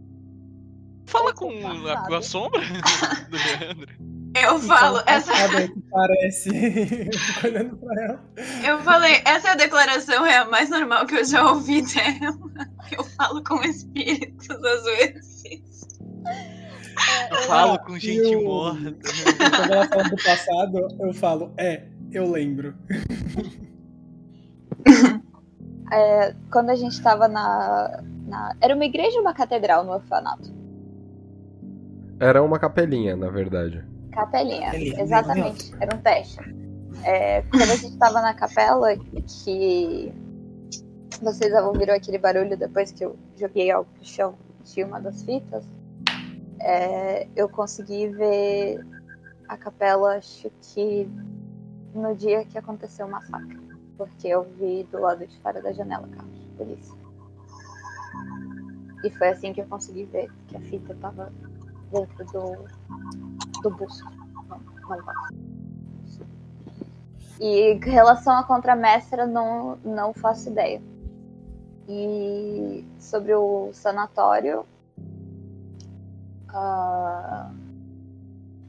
Fala com a, com a sombra do Leandro. Então, Eu falo, tá essa, Então, Sabe aí que parece. Eu fico olhando pra ela. eu falei, essa declaração é a mais normal que eu já ouvi dela. Eu falo com espíritos às vezes. Eu falo Ah, com e gente o- morta. Quando ela fala do passado, eu falo, é, eu lembro. É, quando a gente tava na, na- Era uma igreja ou uma catedral no orfanato? Era uma capelinha, na verdade. Capelinha, Capelinha, exatamente. Era um teste. É, quando a gente tava na capela, que vocês ouviram aquele barulho depois que eu joguei algo pro chão de uma das fitas, é, eu consegui ver a capela, acho que no dia que aconteceu o massacre. Porque eu vi do lado de fora da janela carros de polícia. E foi assim que eu consegui ver que a fita tava dentro do, do busto. Não, não posso. E em relação à contramestra, não, não faço ideia. E sobre o sanatório. ah,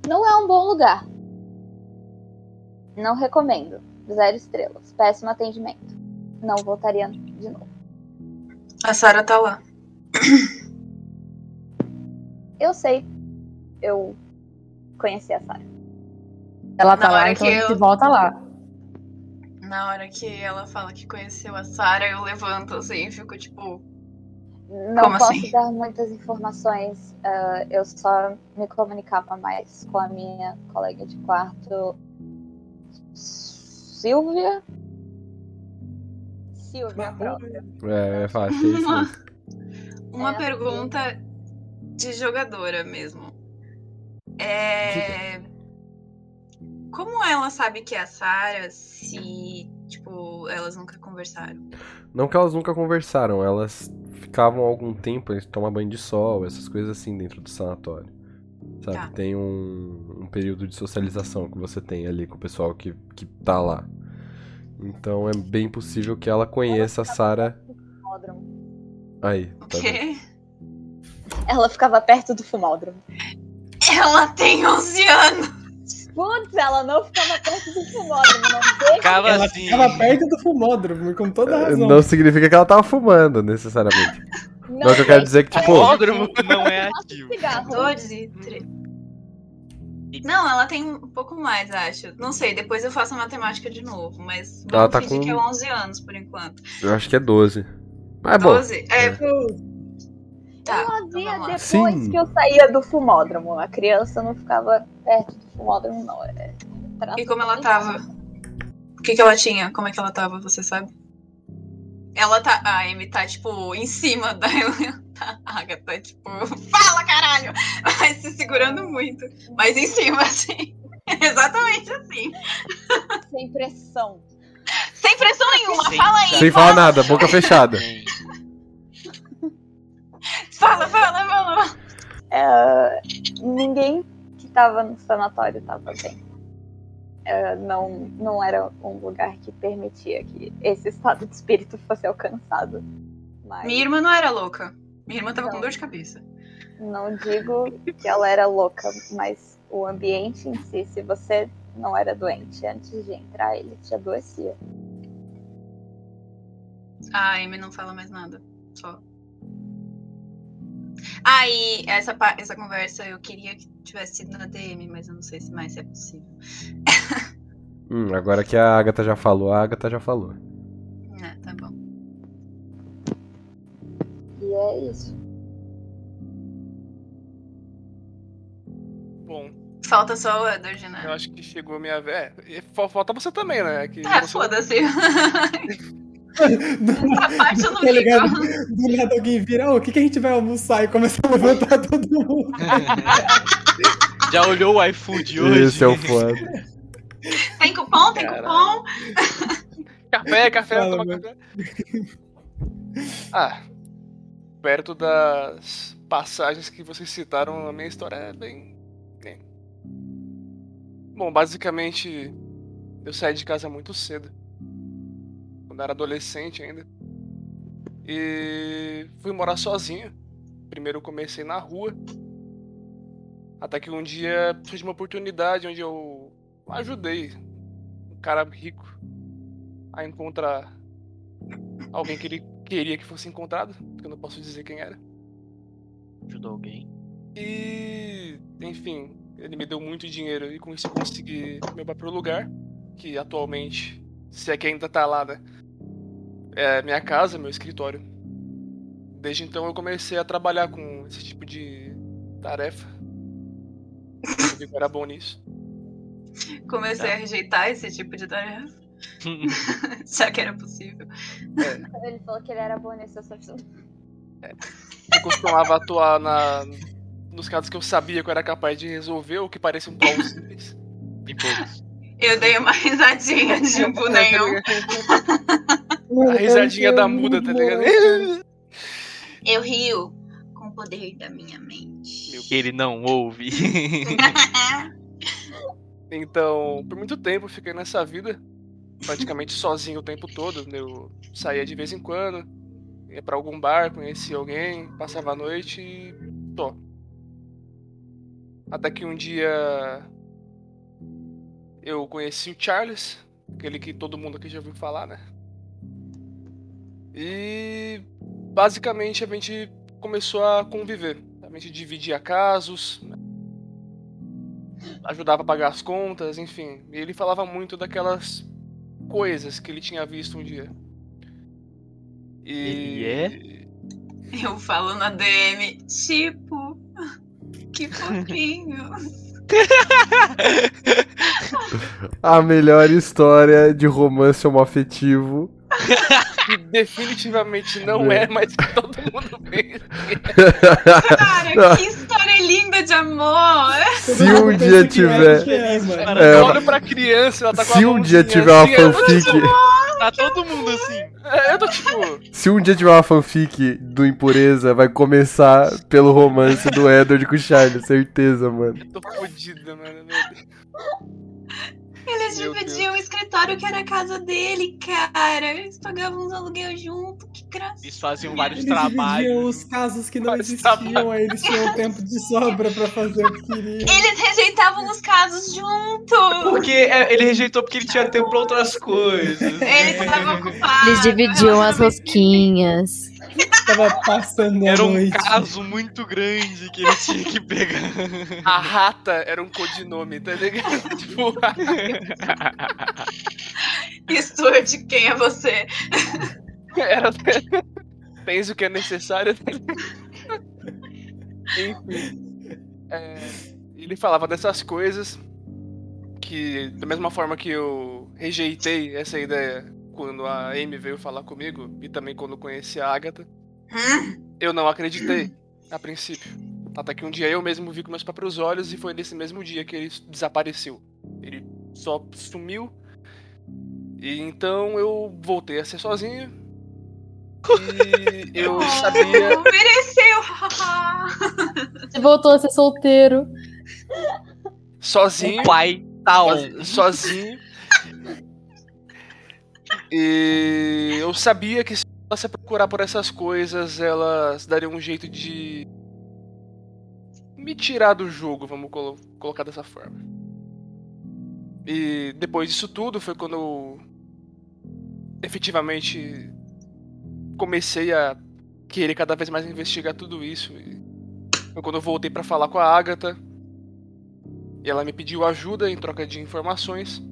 não é um bom lugar. Não recomendo. Zero estrelas. Péssimo atendimento. Não voltaria de novo. A Sara tá lá. Eu sei. Eu conheci a Sarah. Ela Na tá lá, hora então que a gente eu- volta lá. Na hora que ela fala que conheceu a Sarah, eu levanto assim e fico tipo. Não Como posso assim? dar muitas informações. ah, eu só me comunicava mais com a minha colega de quarto, Silvia. Silvia, pronto. É, é fácil. É isso mesmo. Uma pergunta de jogadora mesmo. É. Como ela sabe que é a Sarah se, tipo, elas nunca conversaram? Não que elas nunca conversaram, elas ficavam algum tempo, eles tomar banho de sol, essas coisas assim dentro do sanatório. Sabe? Tá. Tem um, um período de socialização que você tem ali com o pessoal que, que tá lá. Então é bem possível que ela conheça a Sarah. Fumódromo. Aí, tá vendo? Ela ficava perto do fumódromo. Ela tem 11 anos! Putz, ela não ficava perto do fumódromo, não deixa. ela ficava perto do fumódromo, com toda É, a razão. Não significa que ela tava fumando, necessariamente. Não, Mas o que eu quero dizer é que, tipo. Fumódromo não é ativo. 14 e tre- Hum. Não, ela tem um pouco mais, acho. Não sei, depois eu faço a matemática de novo, mas vamos Ela tá fingir com- que é 11 anos por enquanto. Eu acho que é 12. Mas é bom. 12? É, Tá, eu havia depois assim? Sim. que eu saía do fumódromo. A criança não ficava perto do fumódromo, não. É- E como ela tava? O que, que ela tinha? Como é que ela tava? Você sabe? Ela tá. A Amy tá, tipo, em cima da Helena. A Agatha, tipo, fala caralho! Mas se segurando muito. Mas em cima, assim. Exatamente assim. Sem pressão. Sem pressão nenhuma, fala aí. Sem falar nada, boca fechada. Fala, fala, fala. É, ninguém que tava no sanatório tava bem. É, não, não era um lugar que permitia que esse estado de espírito fosse alcançado. Mas Minha irmã não era louca. Minha irmã tava com dor de cabeça. não digo que ela era louca, mas o ambiente em si, se você não era doente antes de entrar, ele te adoecia. A Amy não fala mais nada. Só. Ah, e essa, pa- essa conversa eu queria que tivesse sido na DM, mas eu não sei se mais é possível. Hum, agora que a Agatha já falou, a Agatha já falou. Ah, tá bom. E é isso. Bom. Falta só o Edward, né? Eu acho que chegou a minha vez. É, e fa- falta você também, né? Que Ah, você- foda-se. Essa parte eu não tá ligado? Do nada alguém vira, "Ô, o que, que a gente vai almoçar? E começa a levantar todo mundo. Já olhou o iFood hoje? Esse é o foda. Tem cupom? Tem cupom? Café, café, Fala, toma mano. café. Ah, perto das passagens que vocês citaram, a minha história é bem. bem. Bom, basicamente, eu saí de casa muito cedo. Quando era adolescente ainda. E fui morar sozinho. Primeiro eu comecei na rua. Até que um dia surgiu uma oportunidade onde eu ajudei um cara rico a encontrar alguém que ele queria que fosse encontrado, porque eu não posso dizer quem era. Ajudou alguém. E, enfim, ele me deu muito dinheiro e com isso eu consegui meu próprio lugar, que atualmente, se é que ainda tá lá, né? É minha casa, meu escritório. Desde então eu comecei a trabalhar com esse tipo de tarefa. Eu vi que eu era bom nisso. Tá. Comecei a rejeitar esse tipo de tarefa. Já que era possível. É, Ele falou que ele era bom nesse assunto. Eu costumava atuar na, nos casos que eu sabia que eu era capaz de resolver ou que um pareciam plausíveis. Em poucos. Eu dei uma risadinha, tipo, nenhum. A risadinha da muda, tá ligado? Eu rio com o poder da minha mente. Ele não ouve. Então, por muito tempo eu fiquei nessa vida, praticamente sozinho o tempo todo. Eu saía de vez em quando, ia pra algum bar, conhecia alguém, passava a noite e só. Até que um dia eu conheci o Charles, aquele que todo mundo aqui já ouviu falar, né? E basicamente a gente começou a conviver. A gente dividia casos, ajudava a pagar as contas, enfim. E ele falava muito daquelas coisas que ele tinha visto um dia. E... Ele é? Eu falo na DM, tipo, que fofinho. A melhor história de romance homoafetivo. Que definitivamente não Né? é, mas que todo mundo pensa. Cara, que história linda de amor! Se um dia é, tiver. Cara, É, eu olho pra criança, ela tá com a Se um dia mãozinha tiver uma assim, eu- fanfic. Tá todo mundo assim. É, Eu tô tipo. Se um dia tiver uma fanfic do Impureza, vai começar pelo romance do Edward com o Charles, certeza, mano. Tô fodida, mano. meu Deus. Eles Meu dividiam o escritório que era a casa dele, cara. Eles pagavam uns aluguel junto, que graça. Eles faziam vários Eles trabalhos. dividiam os casos que não Vários existiam, aí eles tinham um tempo de sobra pra fazer o que queriam. Eles rejeitavam os casos junto. Porque é, ele rejeitou porque ele tinha tempo pra outras coisas. Eles estavam ocupados. Eles dividiam as rosquinhas. Tava passando a Era um noite. caso muito grande que ele tinha que pegar. A rata era um codinome, tá ligado? Tipo, Stuart, quem é você? era. Tens o que é necessário. tá ligado? Enfim. É, ele falava dessas coisas que, da mesma forma que eu rejeitei essa ideia quando a Amy veio falar comigo e também quando conheci a Agatha. Hum, Eu não acreditei, a princípio. Até que um dia eu mesmo vi com meus próprios olhos e foi nesse mesmo dia que ele desapareceu. Ele só sumiu. E então eu voltei a ser sozinho. E eu sabia. Ofereceu. Você voltou a ser solteiro. Sozinho. O pai tá on. Soz- sozinho. E eu sabia que se ela se procurar por essas coisas, elas dariam um jeito de me tirar do jogo, vamos colo- colocar dessa forma. E depois disso tudo foi quando eu efetivamente comecei a querer cada vez mais investigar tudo isso. E foi quando eu voltei pra falar com a Agatha, e ela me pediu ajuda em troca de informações.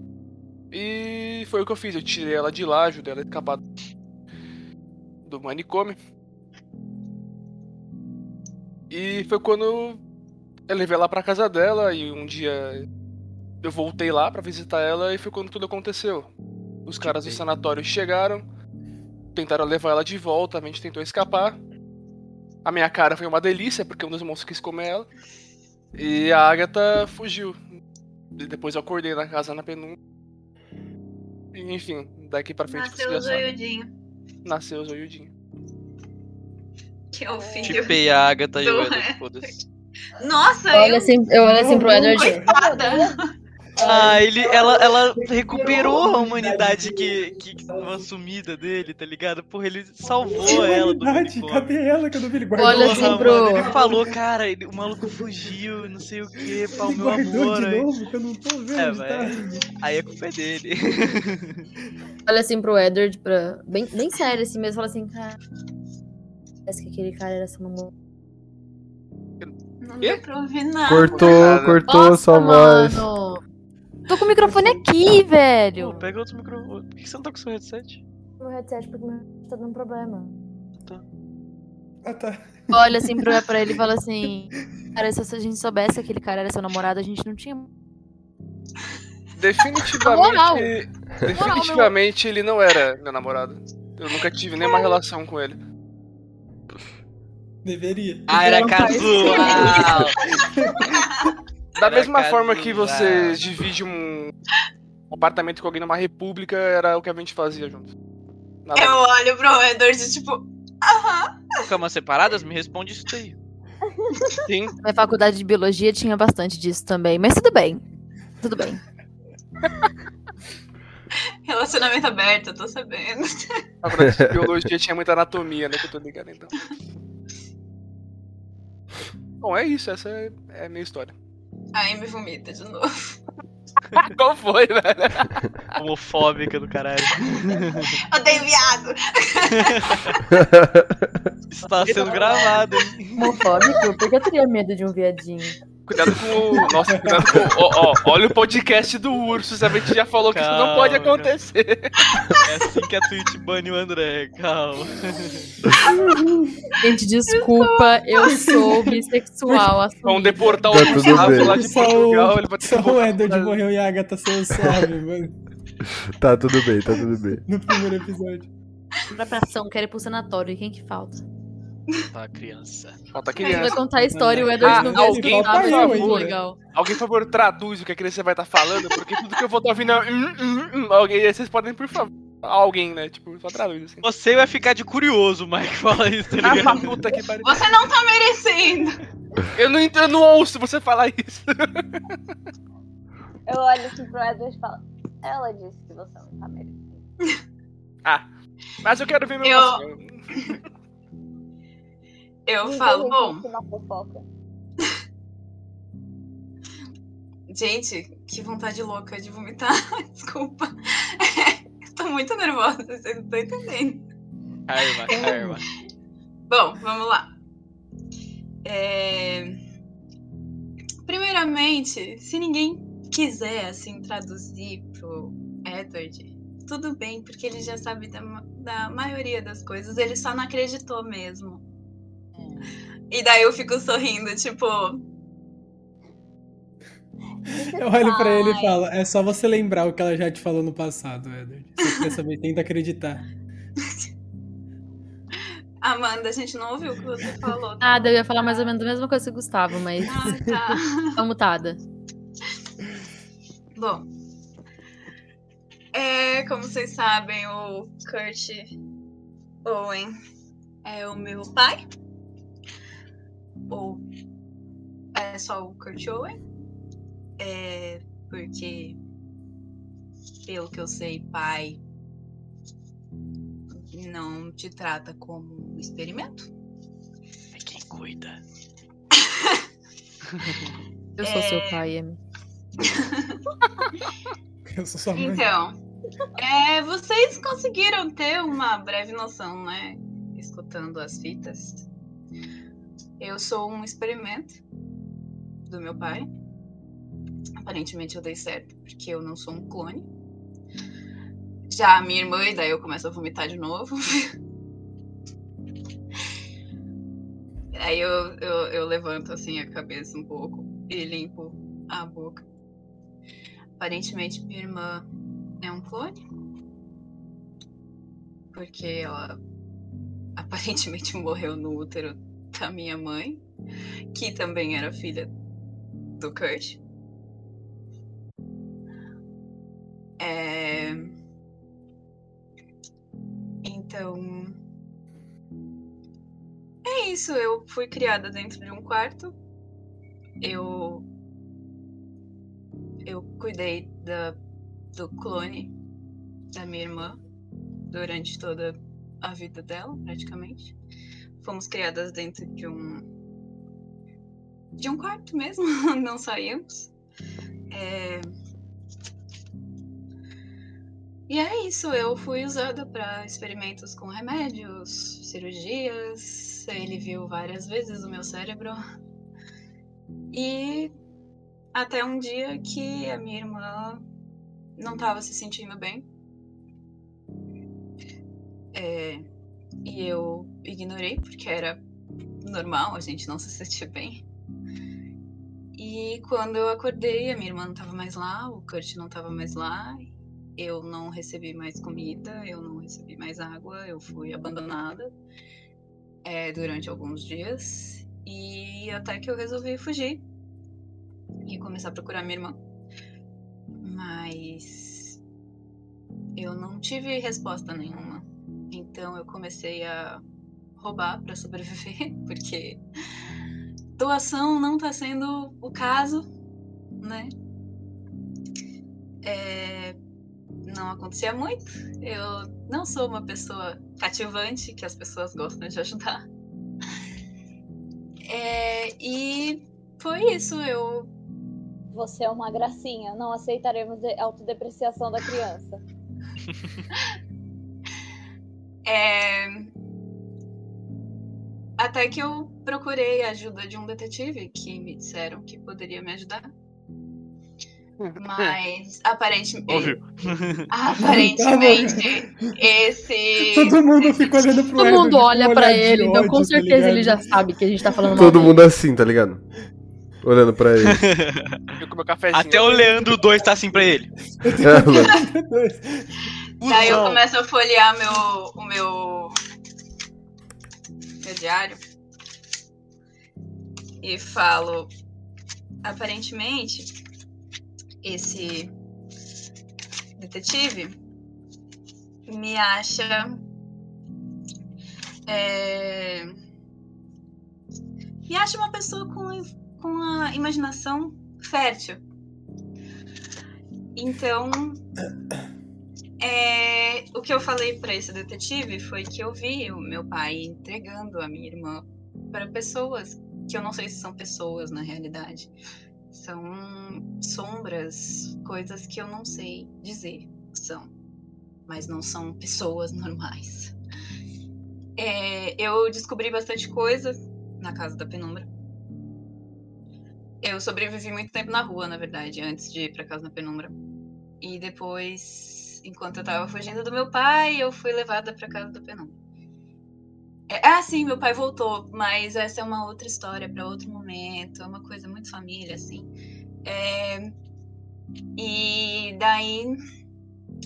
E foi o que eu fiz. Eu tirei ela de lá, ajudei ela a escapar do manicômio. E foi quando eu levei ela pra casa dela e um dia eu voltei lá pra visitar ela e foi quando tudo aconteceu. Os caras do sanatório chegaram, tentaram levar ela de volta, a gente tentou escapar. A minha cara foi uma delícia, porque um dos monstros quis comer ela. E a Agatha fugiu. E depois eu acordei na casa na penumbra. E, Enfim, daqui pra frente Nasceu vocês o já sabem. zoiudinho, Nasceu o Zoiudinho. que é o Tipo filho. Tipei a Agatha e o Não Edward, é. foda-se. Nossa, Eu olho eu assim, eu olho assim pro Edward. coitada. Ah, ele, ela, ela recuperou a humanidade que, que, que um tava sumida dele, tá ligado? Porra, ele salvou ela do Verdade, manicômio. cadê ela que eu não vi? Ele guardou Olha Porra, assim mano, pro- Ele falou, cara, ele- o maluco fugiu, não sei o que, pau Ele meu guardou amor. de Aí, novo, que eu não tô É, vendo. tá? velho. aí a culpa é dele. Olha assim pro Edward, pra... bem, bem sério assim mesmo. Fala assim, cara. Parece que aquele cara era só uma mo- Não Quê? deu pra ouvir nada. Cortou, cortou Nossa, sua voz. mano. Tô com o microfone aqui, Pô, velho. pega outro microfone. Por que você não tá com seu headset? Meu headset, porque meu headset tá dando problema. Ah, tá. Olha assim pro, pra ele e fala assim: Cara, se a gente soubesse que aquele cara era seu namorado, a gente não tinha. Moral. Definitivamente. Definitivamente ele não era meu namorado. Eu nunca tive nenhuma relação com ele. Deveria. Ah, era Não faz casual. Da Era mesma forma casual. que vocês dividem um apartamento com alguém numa república, era o que a gente fazia junto. Nada Eu olho pro roedor de tipo. Aham. Camas separadas? Me responde isso daí. Sim, Na faculdade de biologia tinha bastante disso também, mas tudo bem. Tudo bem. Relacionamento aberto, eu tô sabendo. na faculdade de biologia tinha muita anatomia, né? Que eu tô ligado então. Bom, é isso, essa é, é a minha história. Aí me vomita de novo. Qual foi, velho? Homofóbica do caralho. Odeio viado. Está sendo gravado, hein? Homofóbico? Por que eu teria medo de um viadinho? Cuidado com o. Nossa, cuidado com. o- Ó, ó, olha o podcast do urso, a gente já falou que isso não Calma. pode acontecer. É assim que a Twitch bane o André, calma. Gente, desculpa, eu sou bissexual. Vão assumi. deportar o Tá tudo Gustavo bem. lá de Só o- Portugal, ele vai ter que Só o voltar Edward pra- morreu e a Agatha saiu suave, mano, Tá tudo bem, tá tudo bem. no primeiro episódio. Pra pração, quero ir pro sanatório. e Quem que falta? Tá, criança. Falta Ele vai criança. contar a história e o Edward Ah, não alguém, vai por escutar, mas é muito favor. legal. Alguém, por favor, traduz o que a criança vai estar falando, porque tudo que eu vou estar ouvindo é. Hum, hum, hum. Alguém, vocês podem, por favor. Alguém, né? Tipo, só traduz assim. Você vai ficar de curioso, Mike, fala isso, tá Ah, pra ligado? puta que pariu. Você não tá merecendo. Eu não, entro- eu não ouço você falar isso. Eu olho assim pro Edward e falo, ela disse que você não tá merecendo. Ah, Mas eu quero ver assim, meu. Eu- vacilo. Eu Ninguém falo, bom, resiste uma fofoca. gente, que vontade louca de vomitar. Desculpa. Eu tô muito nervosa, vocês não estão entendendo. Karma, karma. Bom, vamos lá. É, Primeiramente, se ninguém quiser assim traduzir pro Edward, tudo bem, porque ele já sabe da, ma- da maioria das coisas, ele só não acreditou mesmo. E daí eu fico sorrindo, tipo, Eu olho pra ele e falo, é só você lembrar o que ela já te falou no passado, Edward. Se você quer saber, tenta acreditar. Amanda, a gente não ouviu o que você falou. tá? Nada, eu ia falar mais ou menos a mesma coisa que o Gustavo, mas Ah, tá. tá mutada. Bom. É, como vocês sabem, o Kurt Owen é o meu pai. Ou é só o Kurt Owen. É, porque, pelo que eu sei, pai não te trata como um experimento. É quem cuida. Eu sou seu pai, Amy. Eu sou sua mãe. Então, é, vocês conseguiram ter uma breve noção, né? Escutando as fitas. Eu sou um experimento do meu pai. Aparentemente eu dei certo, porque eu não sou um clone. Já a minha irmã, e daí eu começo a vomitar de novo. Aí eu, eu, eu levanto assim a cabeça um pouco e limpo a boca. Aparentemente minha irmã é um clone. Porque ela aparentemente morreu no útero da minha mãe, que também era filha do Kurt. É... Então. É isso, eu fui criada dentro de um quarto. Eu. Eu cuidei da do clone da minha irmã durante toda a vida dela, praticamente. Fomos criadas dentro de um de um quarto mesmo, não saímos. É... E é isso, eu fui usada para experimentos com remédios, cirurgias. Ele viu várias vezes o meu cérebro. E até um dia que a minha irmã não estava se sentindo bem. É, e eu ignorei, porque era normal a gente não se sentir bem. E E quando eu acordei, a minha irmã não tava mais lá, o Kurt não tava mais lá, eu não recebi mais comida, eu não recebi mais água, eu fui abandonada é, durante alguns dias. E até que eu resolvi fugir e começar a procurar minha irmã. Mas eu não tive resposta nenhuma. Então eu comecei a roubar para sobreviver, porque doação não tá sendo o caso, né? É, não acontecia muito. Eu não sou uma pessoa cativante que as pessoas gostam de ajudar. É, e foi isso. Eu Você é uma gracinha. Não aceitaremos de- autodepreciação da criança. É, Até que eu procurei a ajuda de um detetive que me disseram que poderia me ajudar. Mas aparentemente. Óbvio. Aparentemente, esse. Todo mundo fica olhando pro Todo Edward mundo com olha um pra olhar de ele, então ódio, com tá certeza ele já ligado? sabe que a gente tá falando mal. Todo mundo assim, tá ligado? Olhando pra ele. Eu comi o cafezinho. Até o Leandro 2 tá assim pra ele. É, Ela. Daí eu Cusão. começo a folhear meu, o meu, meu diário e falo. Aparentemente, esse detetive me acha. é, me acha uma pessoa com, com a imaginação fértil. Então, é, o que eu falei pra esse detetive foi que eu vi o meu pai entregando a minha irmã para pessoas que eu não sei se são pessoas na realidade. São sombras, coisas que eu não sei dizer o que são, mas não são pessoas normais. É, eu descobri bastante coisa na casa da penumbra. Eu sobrevivi muito tempo na rua, na verdade, antes de ir pra casa da penumbra. E depois, enquanto eu tava fugindo do meu pai, eu fui levada pra casa do Penon. É, ah, sim, meu pai voltou, mas essa é uma outra história pra outro momento, é uma coisa muito família, assim. É, e daí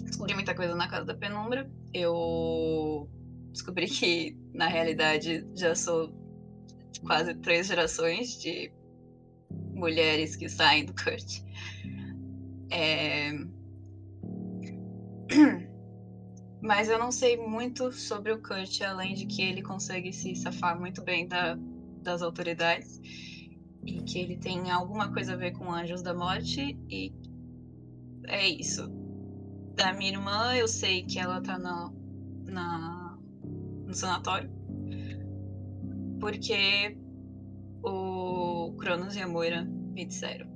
descobri muita coisa na casa da penumbra. Eu descobri que, na realidade, já sou quase três gerações de mulheres que saem do Kurt. É, Mas eu não sei muito sobre o Kurt, além de que ele consegue se safar muito bem da- das autoridades. E que ele tem alguma coisa a ver com Anjos da Morte. E é isso. Da minha irmã, eu sei que ela tá na, na- no sanatório. Porque o Cronos e a Moira me disseram.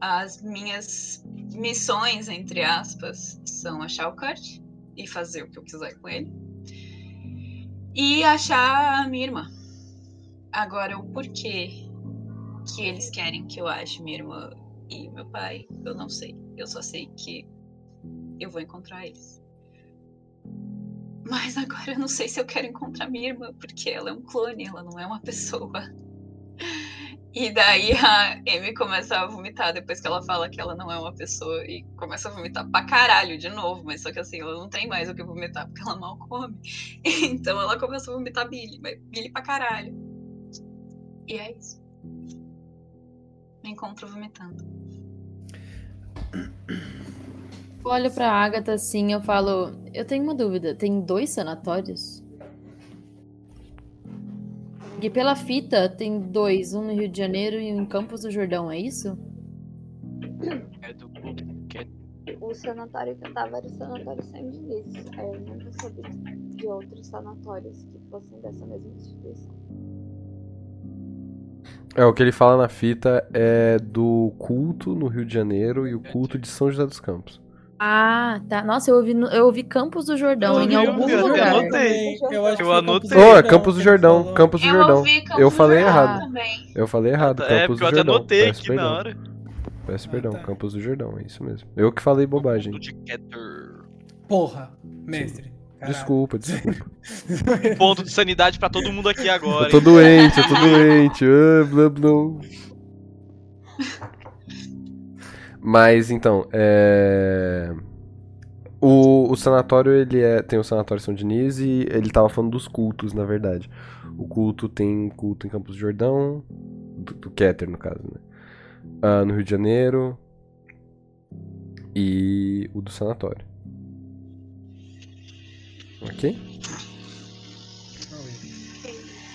As minhas missões, entre aspas, são achar o Kurt e fazer o que eu quiser com ele. E achar a minha irmã. Agora, o porquê que eles querem que eu ache minha irmã e meu pai, eu não sei. Eu só sei que eu vou encontrar eles. Mas agora eu não sei se eu quero encontrar minha irmã, porque ela é um clone, ela não é uma pessoa. E daí a Amy começa a vomitar depois que ela fala que ela não é uma pessoa e começa a vomitar pra caralho de novo, mas só que assim, ela não tem mais o que vomitar porque ela mal come. Então ela começa a vomitar Billy, mas Billy pra caralho. E é isso. Me encontro vomitando. Eu olho pra Agatha assim, eu falo, eu tenho uma dúvida, tem dois sanatórios? E pela fita tem dois, um no Rio de Janeiro e um em Campos do Jordão, é isso? É do... O sanatório que eu tava era o sanatório São Diniz. Aí Eu nunca soube de outros sanatórios que fossem dessa mesma instituição. É, o que ele fala na fita é do culto no Rio de Janeiro e o culto de São José dos Campos. Ah, tá. Nossa, eu ouvi, no- eu ouvi Campos do Jordão Eu em vi, algum eu lugar. anotei, Eu, acho que Eu foi anotei. Campos do Oh, é né? Jordão Campos que do ele Jordão, falou. Campos do Jordão. ouvi Campos Eu falei do Jordão errado. Também. Eu falei errado, é, Campos porque eu do até Jordão. anotei Peço aqui na perdão, hora. peço Ah, perdão, tá. Campos do Jordão, é isso mesmo. Eu que falei bobagem. Ponto de Keter. Porra, mestre. caralho. Desculpa, desculpa. Um Ponto de sanidade pra todo mundo aqui agora. Eu tô doente, eu tô doente. Ah, blá, blá. Mas então, é... o, o sanatório ele é, tem o sanatório São Diniz e ele tava falando dos cultos, na verdade. O culto tem culto em Campos do Jordão, do, do Keter no caso, né? Ah, no Rio de Janeiro e o do sanatório. Ok?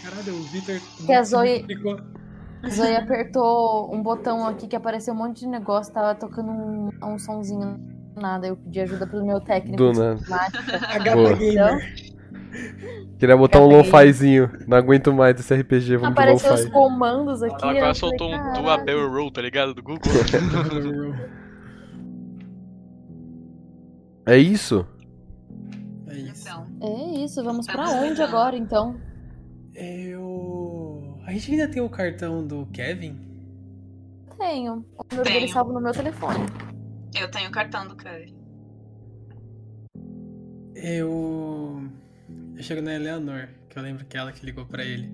Caralho, o Vitor Que a Zoe- multiplicou. Zoe apertou um botão aqui que apareceu um monte de negócio, tava tocando um, um sonzinho nada. Eu pedi ajuda pro meu técnico. Do de nada. informática. A Gata Boa. Então, Gamer. Queria botar um Cara, lo-fizinho. Não aguento mais esse RPG, vamos de apareceu os lo-fi. comandos aqui. Ela eu quase falei, soltou um "Cara, do Abel Roll, tá ligado? Do Google. É isso? É isso. Então, É isso, vamos pra onde agora então? Eu. A gente ainda tem o cartão do Kevin? Tenho. O Tenho. número dele salvo no meu telefone. eu tenho o cartão do Kevin. Eu. Eu chego na Eleanor, que eu lembro que é ela que ligou pra ele.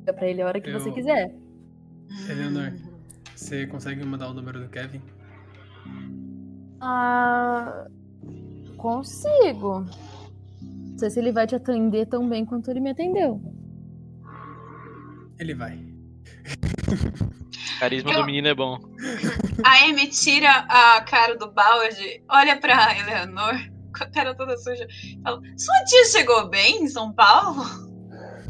Liga pra ele a hora que você Eu- quiser. Eleanor, você consegue me mandar o número do Kevin? Ah. Consigo. Não sei se ele vai te atender tão bem quanto ele me atendeu. Ele vai. Carisma Eu- do menino é bom. A Amy tira a cara do balde, olha pra Eleanor, com a cara toda suja, e fala: Sua tia chegou bem em São Paulo? Ah,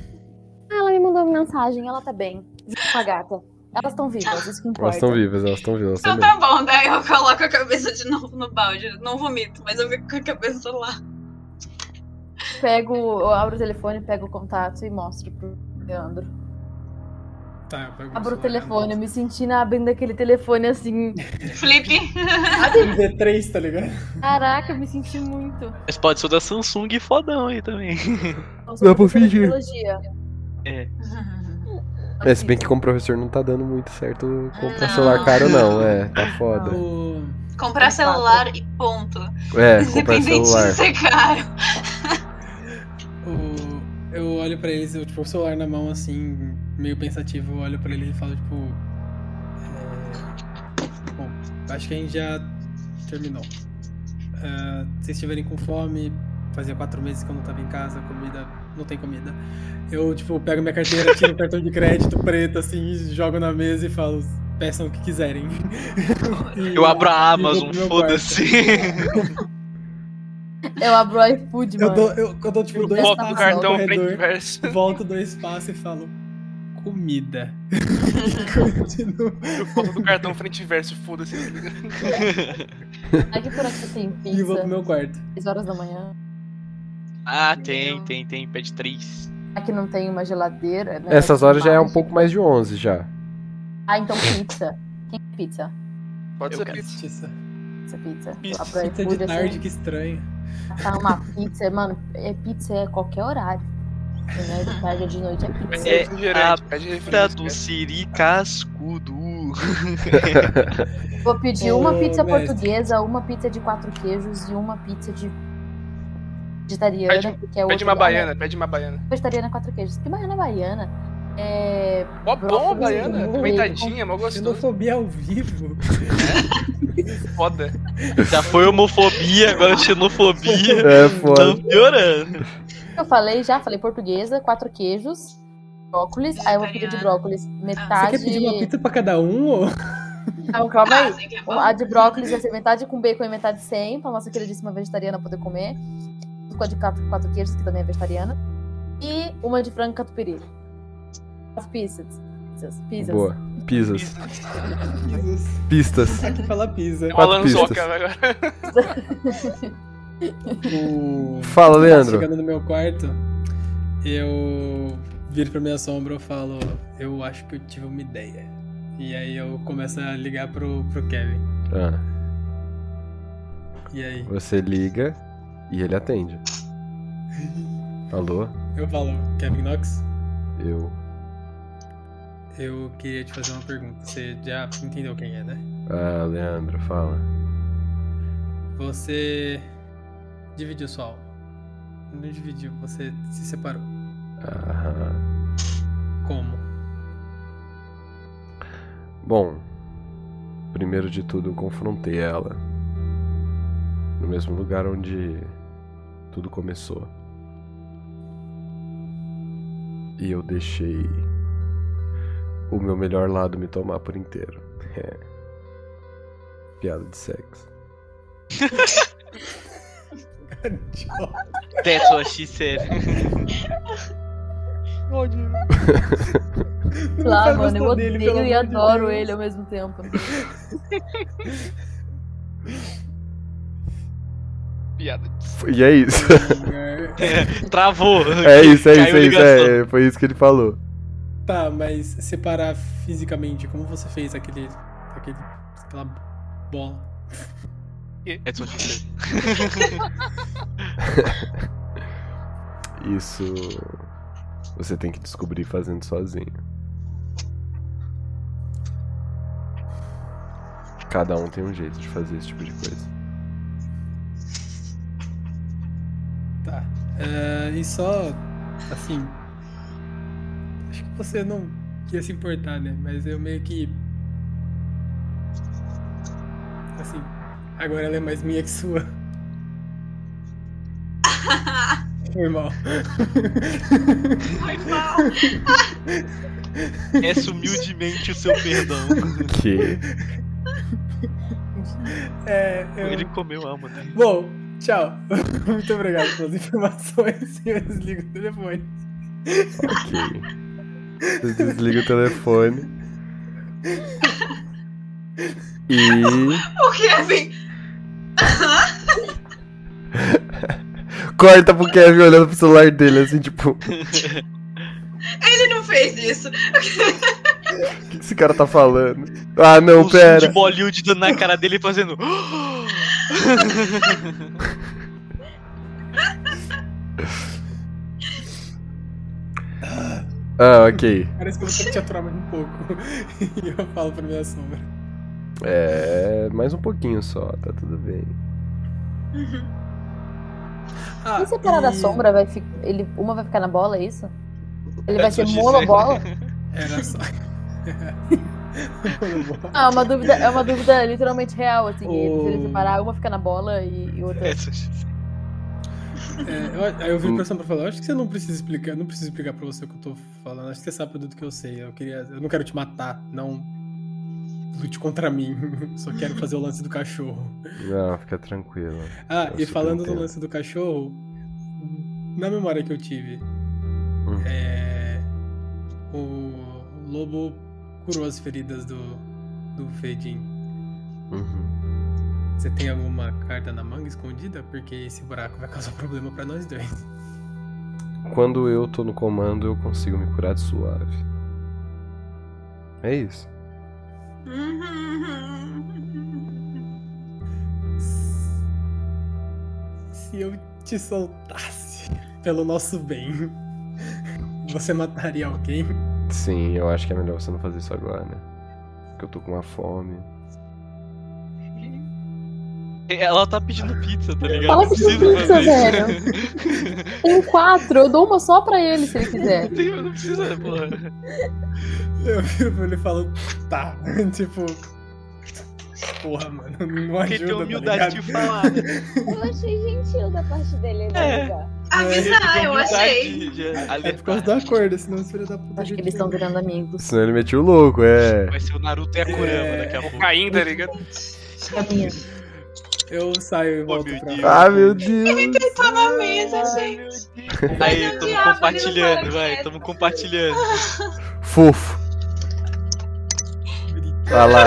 Ela me mandou uma mensagem, ela tá bem. Junto com a gata. Elas estão vivas, isso que Elas importa. estão vivas, elas estão vivas. Elas tão Então vivas. tá bom, daí eu coloco a cabeça de novo no balde. Não vomito, mas eu fico com a cabeça lá. Pego, eu abro o telefone, pego o contato e mostro pro Leandro. Tá, eu pego Abro o celular. é telefone, eu me senti na abrindo aquele telefone assim. Flip. D3, tá ligado? Caraca, eu me senti muito. Mas pode ser o da Samsung e fodão aí também. Nossa, Dá pra professora de fingir. biologia. Uhum. É, se bem que como professor não tá dando muito certo comprar Não. celular caro, não. É, tá foda. O... Comprar celular e ponto. É, comprar Independente celular. de ser caro. o- Eu olho pra eles, eu, tipo, o celular na mão, assim, meio pensativo, eu olho pra eles e falo, tipo. é, Bom, acho que a gente já terminou. Ah, se vocês estiverem com fome, fazia quatro meses que eu não tava em casa, comida. Não tem comida. Eu, tipo, pego minha carteira, tiro o cartão de crédito preto, assim, e jogo na mesa e falo, peçam o que quiserem. E- Eu abro a e vou Amazon, pro meu foda-se. Eu abro o iFood, quarto. Eu mano. dou, eu, eu dou, tipo, dois do Foto do passos no cartão frente e corredor. verso. volto dois passos e falo comida. E continuo. Foto do cartão frente e verso, foda-se. Aqui por aqui tem E vou pro pizza, meu quarto. 6 horas da manhã. Ah, tem, tem, tem. Pede três. Aqui não tem uma geladeira. né? Essas horas já é um Mas- pouco mais de 11 já. Ah, então pizza. Quem é pizza? Pode Eu ser quero. pizza. Justiça. Essa pizza. Pizza. Abro o Pizza iFood, de assim, tarde, que estranho. Tá uma pizza, mano. É pizza é qualquer horário. Não é de tarde ou de noite, é pizza. É refrigerante, a pede Tá refrigerante. do Siri Cascudo. Vou pedir Ô, uma pizza mestre. portuguesa, uma pizza de quatro queijos e uma pizza de vegetariana, Pede- porque é Pede outra- uma baiana, pede uma baiana. Ah, Vegetariana quatro queijos. Que baiana baiana? É. Ó, bom a Brócolis, um baiana, brócolis. apimentadinha, mó gostoso. Xenofobia ao vivo. Foda. Já foi homofobia, agora xenofobia. É Tá foda. piorando. Eu falei já, falei portuguesa, quatro queijos, brócolis. Aí eu vou pedir de brócolis Você metade. quer pedir uma pizza pra cada um? Ou... Não, calma aí. Assim que é bom. A de brócolis vai ser metade com bacon e metade sem, pra nossa queridíssima vegetariana poder comer. Com a de quatro, quatro queijos, que também é vegetariana. E uma de frango catupiry. As pizzas. Pizzas. pizzas. Boa. Pisas. Jesus. Pistas. Aqui fala pizza. É Uma Quatro lanzoca pistas. agora. O... tá Fala, Leandro. Chegando no meu quarto, eu viro pra minha sombra e falo, eu acho que eu tive uma ideia. E aí eu começo a ligar pro, pro Kevin. Ah, E aí você liga e ele atende. Alô? eu falo, Kevin Knox? Eu. Eu queria te fazer uma pergunta. Você já entendeu quem é, né? Ah, Leandro, fala. Você dividiu sua alma. Não dividiu, você se separou. Aham. Como? Bom, Primeiro de tudo, eu confrontei ela. No mesmo lugar onde tudo começou. E eu deixei o meu melhor lado me tomar por inteiro. É. Piada de sexo. That's what she said. Lá, mano, eu gostou dele, pelo odeio e amor de adoro Deus. ele ao mesmo tempo. Piada. E é isso. Travou. É isso, é Caiu a isso, é isso. ligação. é, foi isso que ele falou. Tá, mas separar fisicamente, como você fez aquele. aquele aquela bola? That's what she said. Isso você tem que descobrir fazendo sozinho. Cada um tem um jeito de fazer esse tipo de coisa. Tá. É, e só. assim. Acho que você não ia se importar, né? Mas eu meio que. Assim. Agora ela é mais minha que sua. Foi mal. Foi mal. Peço humildemente o seu perdão. Que? É, eu- Ele comeu tá? a alma dele. Bom, tchau. Muito obrigado pelas informações. Eu desligo o telefone. Ok. Você desliga o telefone. E. O Kevin. Corta pro Kevin olhando pro celular dele, assim, tipo, o Ele não fez isso. que esse cara tá falando? Ah, não, O Um som de pera. Bollywood dando na cara dele e fazendo. Ah, ok. Parece que eu vou ter que te aturar mais um pouco. E eu falo pra minha sombra. É. Mais um pouquinho só, tá tudo bem. Ah, E separar é da e- sombra, vai fi- ele... uma vai ficar na bola, é isso? É Ele vai That's ser what she né? monobola? né? Era só. Ah, é uma dúvida, é uma dúvida literalmente real, assim. O- Se ele separar, uma fica na bola e, e outra. That's what she said. É, eu, aí eu vi pra sombra e falei, acho que você não precisa explicar, não preciso explicar pra você o que eu tô falando. Acho que você sabe tudo que eu sei. Eu queria. Eu não quero te matar, não lute contra mim. Só quero fazer o lance do cachorro. Não, fica tranquilo. Ah, Eu e super falando do entendo. lance do cachorro, na memória que eu tive, Hum. é, o lobo curou as feridas do, do Fedim. Uhum. Você tem alguma carta na manga escondida? Porque esse buraco vai causar problema pra nós dois. Quando eu tô no comando, eu consigo me curar de suave. É isso. Se eu te soltasse pelo nosso bem, você mataria alguém? Sim, eu acho que é melhor você não fazer isso agora, né? Porque eu tô com uma fome. Ela tá pedindo pizza, tá ligado? Fala Não pedindo preciso pizza, fazer isso. Tem Um quatro, eu dou uma só pra ele se ele quiser. Não tem- Não precisa, porra. Eu viro pra ele e falo, tá. tipo. Porra, mano, não Porque tem ajuda, tá humildade ligado? de falar, né? Eu achei gentil da parte dele, né? É. amiga? Avisar, eu achei. De, de É por causa alertar. da corda, senão os filhos da puta. Acho que eles estão virando amigos. Senão ele meteu o louco, é. Vai ser o Naruto e a Kurama daqui a pouco. Ainda, tá ligado? Caminha. Eu saio e Pô, volto meu pra Deus. Ah, meu Deus. Tá na mesa, gente. Aí, tamo diabo, tá ele compartilhando, não vai, fala tamo compartilhando. Fofo. Olha lá.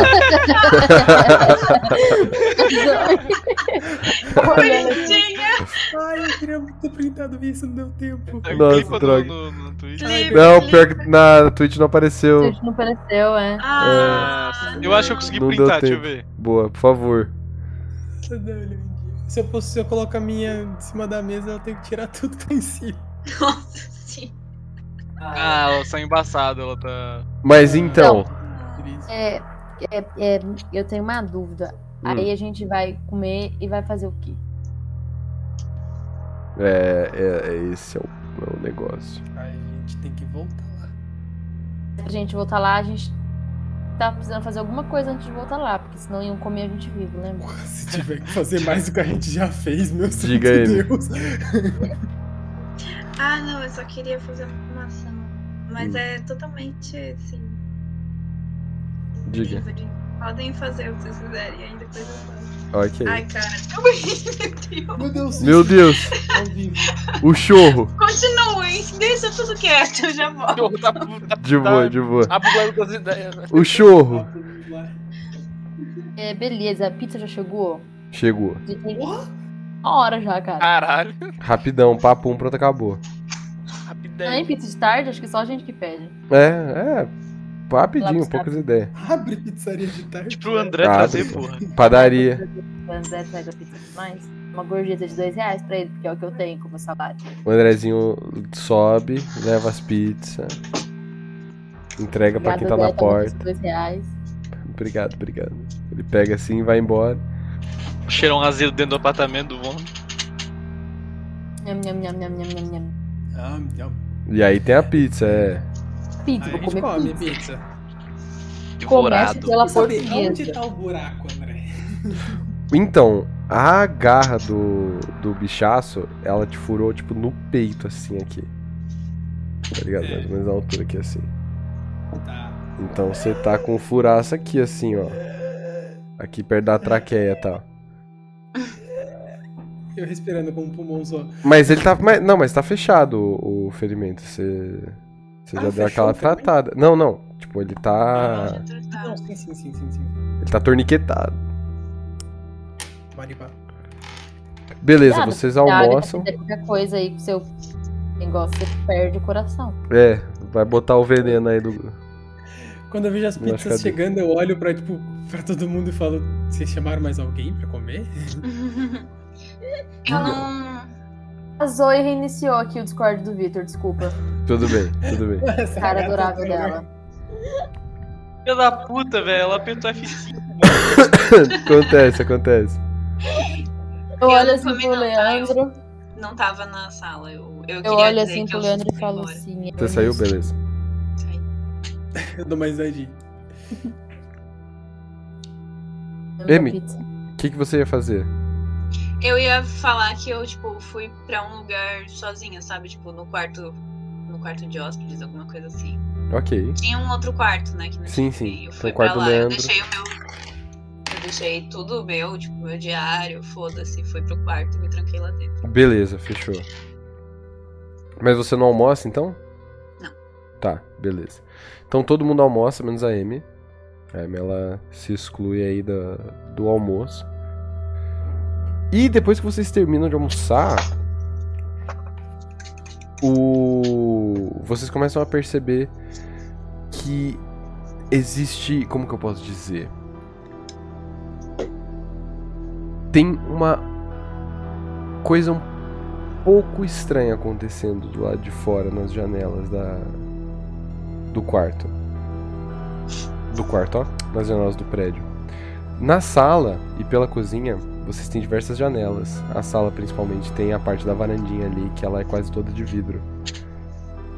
Bonitinha. Ai, eu queria muito ter printado isso, não deu tempo. Aí, Nossa, clipa no- droga. No, no Twitch. Livre, Não, livre. pior que na Twitch não apareceu. Não apareceu, é. Ah, Eu acho que eu consegui É. Não deu printar, deixa eu tempo. ver. Boa, por favor. Não, ele mentiu. Se eu, posso, se eu coloco a minha em cima da mesa, eu tenho que tirar tudo que tá em cima. nossa, sim. Ah, ela saiu embaçada, ela tá. Mas então. Triste. É, é, é, eu tenho uma dúvida. Aí hum, a gente vai comer e vai fazer o quê? é, é, é, esse é o, é o negócio. Ai, a gente tem que voltar lá. Se a gente voltar lá, a gente tava precisando fazer alguma coisa antes de voltar lá, porque senão iam comer a gente né, vivo, lembra? Se tiver que fazer mais do que a gente já fez, meu santo Diga ele. Deus. Ah, não, eu só queria fazer uma ação. Hum. Mas é totalmente assim. Diga. livre. Podem fazer o que vocês quiserem, aí depois eu faço. Ok. Ai, cara, calma aí, meu Deus. Meu Deus. Meu Deus, Ao vivo. o chorro. Continuem, deixa tudo quieto, eu já volto. Porra, tá, tá, De boa, de boa. tá bugando com as ideias. né? O chorro. É, beleza, a pizza já chegou. Chegou. Já tem Uma hora já, cara. Caralho, Rapidão, papo um, pronto, acabou. Não é rapidez. nem pizza de tarde, acho que só a gente que pede. É, é. Rapidinho, Lápis poucas ideias. Abre pizzaria de tarde. Tipo, Pro André Ah, trazer, tá. porra. Padaria. O André traz a pizza demais. Uma gorjeta de dois reais pra ele, porque é o que eu tenho como salário. O Andrezinho sobe, leva as pizzas. Entrega pra quem tá na André, toma porta. esses Dois reais. Obrigado, obrigado. Ele pega assim e vai embora. Cheirão azedo dentro do apartamento do Von. Nham, nham, nham, nham, nham, nham, nham. Ah, então. E aí tem a pizza, é. Pizza, Aí a vou gente comer come pizza. pizza. Comece Devorado. é pela Saber onde portuguesa. tá o buraco, André. Então, a garra do, do bichaço, ela te furou, tipo, no peito, assim, aqui. Tá ligado? Mais ou menos na altura aqui, assim. Tá. Então você tá com um furaço aqui, assim, ó. Aqui perto da traqueia, tá? Eu respirando com um pulmão só. Mas ele tá. mas- não, mas tá fechado o, o ferimento. Você. Você Ah, já deu fechou aquela o ferimento? tratada. Não, não. Tipo, ele Já tá. tudo tá. Não, sim, sim, sim, sim, sim. Ele tá torniquetado. Maribá. Beleza, Ah, vocês Dá, ele vai almoçam. fazer Qualquer coisa aí que seu negócio você perde o coração. É, vai botar o veneno aí do. Quando eu vejo as Eu acho que é pizzas chegando, eu olho pra, tipo, pra todo mundo e falo: Vocês chamaram mais alguém pra comer? Eu não. Casou e reiniciou aqui o Discord do Victor, desculpa. Tudo bem, tudo bem. Essa Cara é gata adorável tá- dela. Filha da puta, velho. Ela apertou F5. acontece, acontece. Eu olho não assim comi pro não, tá? Leandro, Não tava na sala. Eu, eu eu queria olho dizer assim que pro eu Leandro e fui falo embora. assim. Você saiu, beleza. Eu dou uma risadinha. Emi. O que, que você ia fazer? Eu ia falar que eu, tipo, fui pra um lugar sozinha, sabe? Tipo, no quarto. No quarto de hóspedes, alguma coisa assim. Ok. Tinha um outro quarto, né? Que não Sim, tinha, sim. Eu Tem fui o quarto pra lá, do eu Leandro. deixei o meu. Eu deixei tudo meu, tipo, meu diário, foda-se, fui pro quarto e me tranquei lá dentro. Beleza, fechou. Mas você não almoça então? Não. Tá, beleza. Então todo mundo almoça, menos a Amy. A Amy ela se exclui aí da, do almoço. E depois que vocês terminam de almoçar, o vocês começam a perceber que existe, como que eu posso dizer? Tem uma coisa um pouco estranha acontecendo do lado de fora nas janelas da do quarto. Do quarto, ó, nas janelas do prédio. Na sala e pela cozinha, vocês têm diversas janelas. A sala principalmente tem a parte da varandinha ali, que ela é quase toda de vidro.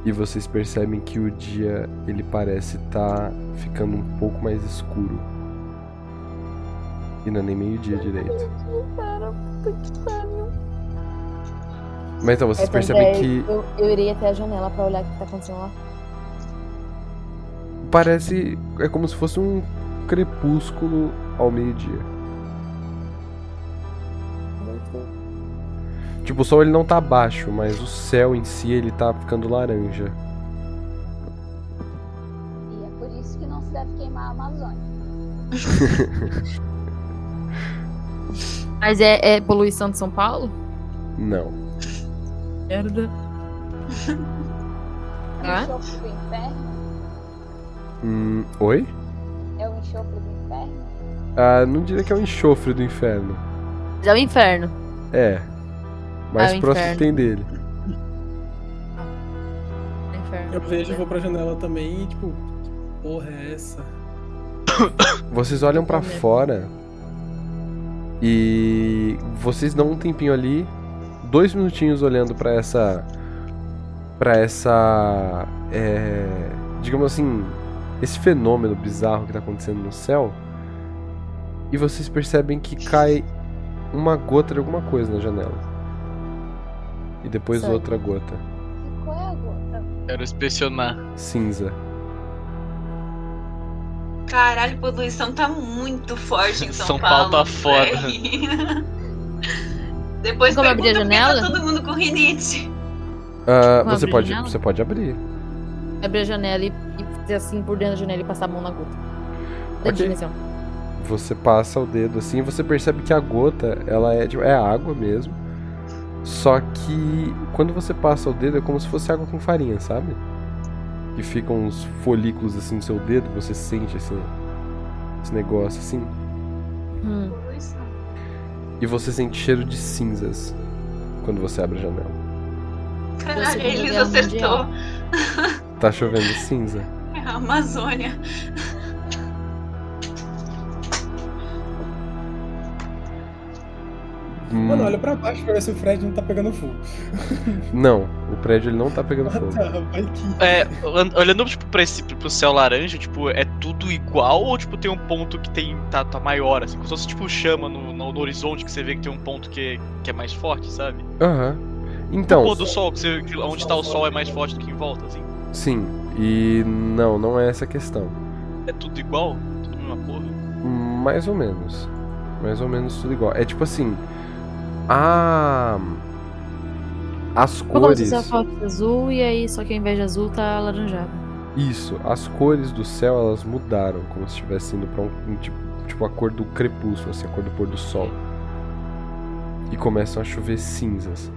E vocês percebem que o dia ele parece estar ficando um pouco mais escuro. E não é nem meio-dia direito. Mas então, vocês percebem que É, Eu, eu irei até a janela pra olhar o que tá acontecendo lá. parece. É como se fosse um crepúsculo ao meio-dia. Tipo, o sol ele não tá baixo, mas o céu em si ele tá ficando laranja. E é por isso que não se deve queimar a Amazônia. Mas é, é poluição de São Paulo? Não. Merda. É Ah? o enxofre do inferno? Hum, oi? É o enxofre do inferno? Ah, não diria que é o enxofre do inferno. Mas é o inferno. É. Mais É o próximo que inferno. tem dele. É inferno. Eu vejo, vou pra janela também e, tipo, porra, é essa? Vocês olham pra Tô com medo. fora e vocês dão um tempinho ali, dois minutinhos olhando pra essa, Pra essa, é, digamos assim, esse fenômeno bizarro que tá acontecendo no céu. E vocês percebem que cai uma gota de alguma coisa na janela. E depois Certo. outra gota. Qual é a gota? Quero inspecionar. Cinza. Caralho, poluição tá muito forte em São, São Paulo. Paulo tá foda. velho. Depois Como abrir pergunta por a que tá janela? todo mundo com rinite. Ah, Vamos você abrir a pode, janela? você pode abrir. Abrir a janela e, e fazer assim por dentro da janela e passar a mão na gota. Ok. Dedinho, assim, ó. Você passa o dedo assim, e você percebe que a gota, ela é tipo, é água mesmo. Só que quando você passa o dedo é como se fosse água com farinha, sabe? Que ficam uns folículos assim no seu dedo, você sente esse, esse negócio assim. Hum. Poluição. E você sente cheiro de cinzas quando você abre a janela. Caralho, Segunda eles Guerra acertou. Tá chovendo cinza. É a Amazônia. Hum, Mano, olha pra baixo pra ver se o Fred não tá pegando fogo. Não, o prédio ele não tá pegando Ah, fogo. tá, vai que. É, olhan- olhando tipo, pra esse, pro céu laranja, tipo, é tudo igual ou tipo tem um ponto que tem tá, tá maior, assim, como se fosse tipo chama no, no, no horizonte que você vê que tem um ponto que, que é mais forte, sabe? Aham. o Então, pôr do sol, que você, que onde tá o sol é mais forte do que em volta, assim. sim. E não, não é essa a questão. É tudo igual, tudo a mesma porra. Mais ou menos. Mais ou menos tudo igual. É tipo assim. A. As Eu vou cores. se a foto azul e aí só que ao invés de azul tá alaranjado. Isso, as cores do céu elas mudaram, como se estivesse indo pra um. um tipo, tipo a cor do crepúsculo, assim, a cor do pôr do sol. E começam a chover cinzas.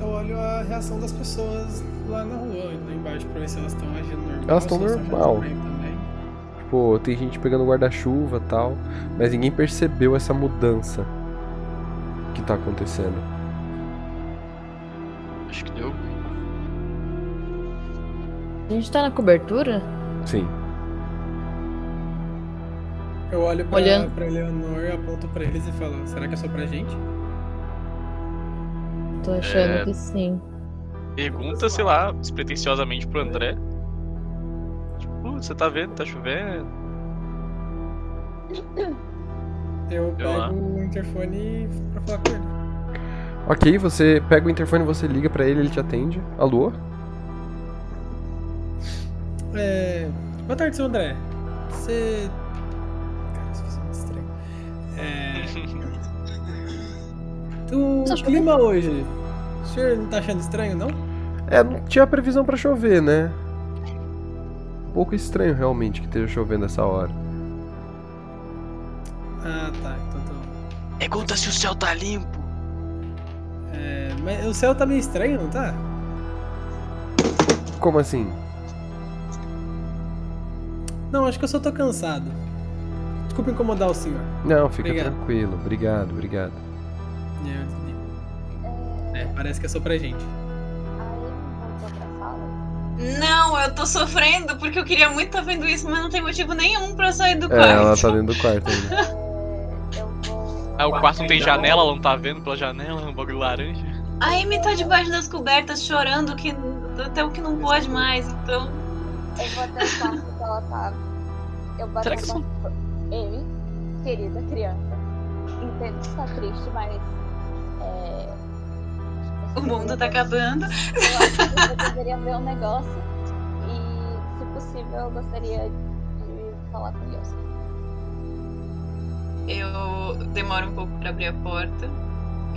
Eu olho a reação das pessoas lá na rua, lá embaixo, pra ver se elas estão agindo normal. Elas tão se achando normal. estranho também. Tipo, tem gente pegando guarda-chuva tal, mas ninguém percebeu essa mudança que tá acontecendo. Acho que deu. A gente tá na cobertura? Sim. Eu olho pra, Olhando. pra Eleanor, aponto pra eles e falo: será que é só pra gente? Tô achando É. que sim. Pergunta, sei lá, despretensiosamente pro André. Tipo, você tá vendo, tá chovendo. É. Eu Sei lá. pego o interfone pra falar com ele. Ok, você pega o interfone, você liga pra ele, ele te atende. Alô? É... Boa tarde, seu André. Você. Cara, isso foi muito estranho. É. O Você achou clima hoje. O senhor não tá achando estranho, não? É, não tinha previsão pra chover, né? Um pouco estranho realmente que esteja chovendo essa hora. Ah, tá. Então tá. bom. Pergunta se o céu tá limpo. É, mas o céu tá meio estranho, não tá? Como assim? Não, acho que eu só tô cansado. Desculpa incomodar o senhor. Não, fica Obrigado. tranquilo. Obrigado, obrigado. E aí eu desligo. É, parece que é só pra gente. Aí voltou pra sala. Não, eu tô sofrendo porque eu queria muito estar vendo isso, mas não tem motivo nenhum pra eu sair do É, ela quarto. tá dentro do quarto ainda. É, eu vou. Ah, o quarto não tem janela, ela não tá vendo pela janela, um bagulho laranja. A Amy tá debaixo das cobertas chorando que até o que não pode mais, então. Eu vou até o quarto que ela tá. Eu bato Será que na porta. Amy, querida criança, entendo que está triste, mas. É... O mundo tá acabando. acabando. Eu acho que você deveria ver um negócio e, se possível, eu gostaria de falar com Deus. Eu demoro um pouco pra abrir a porta.